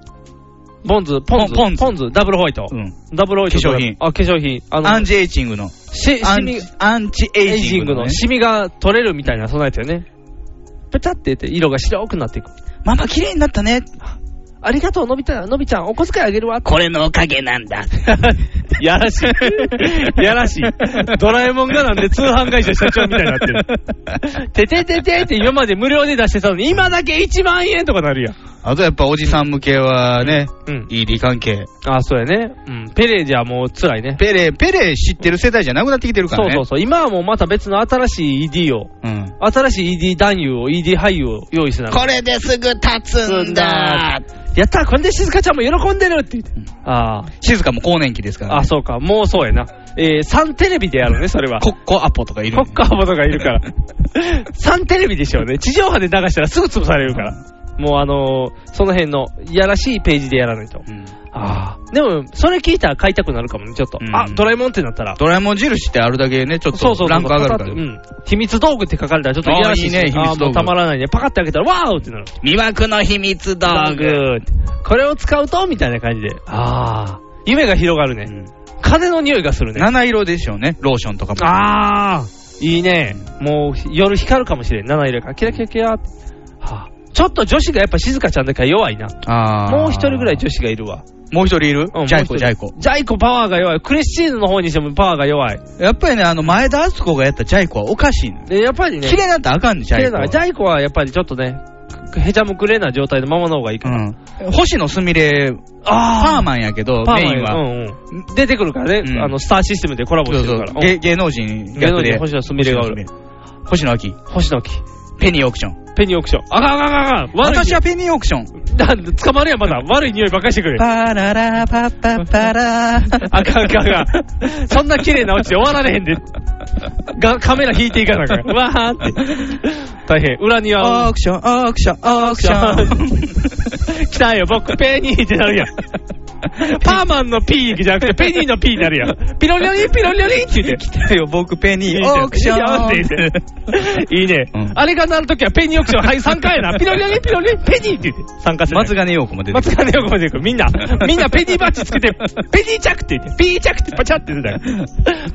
[SPEAKER 3] ボンズ、ポンズ、
[SPEAKER 2] ポンポンズ
[SPEAKER 3] ダブルホワイト。
[SPEAKER 2] うん。
[SPEAKER 3] ダブルホワイト。
[SPEAKER 2] 化粧品
[SPEAKER 3] あ、化粧品。あ
[SPEAKER 2] アン
[SPEAKER 3] の、
[SPEAKER 2] チエイジングの。
[SPEAKER 3] シ
[SPEAKER 2] ア
[SPEAKER 3] シ
[SPEAKER 2] ン
[SPEAKER 3] ミ、
[SPEAKER 2] アンチ
[SPEAKER 3] エ
[SPEAKER 2] エ
[SPEAKER 3] イ
[SPEAKER 2] イ
[SPEAKER 3] ジ
[SPEAKER 2] ジン
[SPEAKER 3] ング
[SPEAKER 2] グ
[SPEAKER 3] の
[SPEAKER 2] の、ね。
[SPEAKER 3] シミが取れるみたいな、そんなやつよね。ペタってって色が白くなっていく。
[SPEAKER 2] ママ綺麗になったね。
[SPEAKER 3] ありがとう、のび太、のびちゃん、お小遣いあげるわ。
[SPEAKER 2] これのおかげなんだ。
[SPEAKER 3] やらしい。 やらしい。ドラえもんがなんで通販会社社長みたいになってる。 ててててって今まで無料で出してたのに、今だけ1万円とかなるやん。
[SPEAKER 2] あとやっぱおじさん向けはね、
[SPEAKER 3] うん。
[SPEAKER 2] ED 関係。
[SPEAKER 3] あ、そうやね。うん。ペレじゃもう辛いね。
[SPEAKER 2] ペレ、ペレ知ってる世代じゃなくなってきてるか
[SPEAKER 3] そ
[SPEAKER 2] ら
[SPEAKER 3] う
[SPEAKER 2] ね。
[SPEAKER 3] そうそう。今はもうまた別の新しい ED を、
[SPEAKER 2] うん。
[SPEAKER 3] 新しい ED 男優を、ED 俳優を用意しながら。
[SPEAKER 2] これですぐ立つんだ
[SPEAKER 3] やったーこれで静香ちゃんも喜んでるって言って。あ
[SPEAKER 2] 静かも更年期ですから、
[SPEAKER 3] あ。あ、そうか。もうそうやな。えー、サンテレビでやるね、それは。
[SPEAKER 2] コッコアポとかいる
[SPEAKER 3] 国家アボとかいる から。サンテレビでしょうね。地上波で流したらすぐ潰されるから。もうあのーその辺の、いやらしいページでやらないと。
[SPEAKER 2] うん
[SPEAKER 3] ああ。でも、それ聞いたら買いたくなるかもね、ちょっと。あ、ドラえもんってなったら。
[SPEAKER 2] ドラえもん印ってあるだけね、ちょっと
[SPEAKER 3] そうそうそう
[SPEAKER 2] ランク上がるから。
[SPEAKER 3] うん。秘密道具って書かれたらちょっといやらしいです
[SPEAKER 2] あーいいね秘密道具
[SPEAKER 3] あーもうたまらないね。パカって開けたら、わーってなる。
[SPEAKER 2] 魅惑の秘密道具。
[SPEAKER 3] ってこれを使うとみたいな感じで。ああ。夢が広がるね。風の匂いがするね。
[SPEAKER 2] 七色でしょうね、ローションとかも。
[SPEAKER 3] ああ。いいね。もう夜光るかもしれん。七色がキラキラキラって。はあちょっと女子がやっぱ静香ちゃんだから弱いな。
[SPEAKER 2] あー
[SPEAKER 3] もう一人ぐらい女子がいるわ。
[SPEAKER 2] もう一人いる、
[SPEAKER 3] うん
[SPEAKER 2] ジャイコ、
[SPEAKER 3] もう一人
[SPEAKER 2] ジャイコ。
[SPEAKER 3] ジャイコパワーが弱い。クリスチーヌの方にしてもパワーが弱い。
[SPEAKER 2] やっぱりね、あの、前田敦子がやったジャイコはおかしいのよ。
[SPEAKER 3] でやっぱりね。
[SPEAKER 2] 綺麗なったらあかんね、ジ
[SPEAKER 3] 綺
[SPEAKER 2] ャ
[SPEAKER 3] 麗
[SPEAKER 2] イコ
[SPEAKER 3] な
[SPEAKER 2] は。
[SPEAKER 3] ジャイコはやっぱりちょっとね、へちゃむくれな状態のままの方がいいから。
[SPEAKER 2] うん。星野すみれ、パーマンやけど、
[SPEAKER 3] パーマ
[SPEAKER 2] メ
[SPEAKER 3] ン
[SPEAKER 2] インは。
[SPEAKER 3] うんうん、出てくるからね、
[SPEAKER 2] うん
[SPEAKER 3] あのスターシステムでコラボ
[SPEAKER 2] そう
[SPEAKER 3] して
[SPEAKER 2] そ
[SPEAKER 3] る
[SPEAKER 2] う
[SPEAKER 3] から。
[SPEAKER 2] 芸芸能人
[SPEAKER 3] 芸
[SPEAKER 2] 逆
[SPEAKER 3] 能人
[SPEAKER 2] で。
[SPEAKER 3] 星野すみれがおる
[SPEAKER 2] 星野すみれ。星野明。
[SPEAKER 3] 星野木、
[SPEAKER 2] ペニーオークション。
[SPEAKER 3] ペニーオークション。あかんあかんあかんあかん。悪い
[SPEAKER 2] 私はペニーオークション。
[SPEAKER 3] だ捕まるやん、まだ。悪い匂いばっかりしてくれ。
[SPEAKER 2] パララパパパラ
[SPEAKER 3] あかんあかんあかん。そんな綺麗なオチで終わられへんで。がカメラ引いていかなあか ん。わーって。大変。裏には
[SPEAKER 2] オークション、オークション、オークション。
[SPEAKER 3] 来たよ、僕、ペニーってなるやん。 パーマンの P じゃなくて、ペニーの P になるやん。ピロリョリン、ピロリョリンって言って。
[SPEAKER 2] 来たよ、僕ペニーオークショ
[SPEAKER 3] いいじゃんいい
[SPEAKER 2] ン。
[SPEAKER 3] いいね。あれがなるときはペニーオークション、はい、参加やな。ピロリョリン、ピロリョリン、ペニーって言って。参加する。
[SPEAKER 2] 松金陽子も出て
[SPEAKER 3] 松
[SPEAKER 2] くる。
[SPEAKER 3] 金横まで行く。みんな、みんなペニーバッジつけて、ペニーチャクって言って、ピーチャクってパチャって言うんだよ。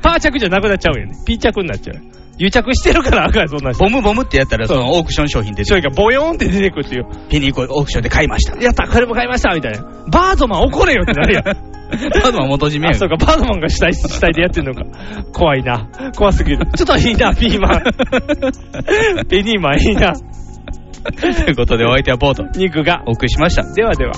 [SPEAKER 3] パーチャクじゃなくなっちゃうよね。ピーチャクになっちゃう。癒着してるからあかん、そんな人
[SPEAKER 2] ボ。ムボムってやったら、そのオークション商品出て
[SPEAKER 3] そ
[SPEAKER 2] く
[SPEAKER 3] れ
[SPEAKER 2] る。
[SPEAKER 3] がボヨーンって出てくるっていう。
[SPEAKER 2] ペニーオークションで買いました。
[SPEAKER 3] やった、これも買いましたみたいな。バードマン怒れよってなる やん。
[SPEAKER 2] パドマン元締め
[SPEAKER 3] あ、
[SPEAKER 2] や
[SPEAKER 3] そうか、バードマンが主体、主体でやってんのか。怖いな。怖すぎる。ちょっといい な、ピーマ ン。ペニーマンいいな。
[SPEAKER 2] ということで、お相手はボート。
[SPEAKER 3] 肉が。
[SPEAKER 2] お送りしました。
[SPEAKER 3] ではでは。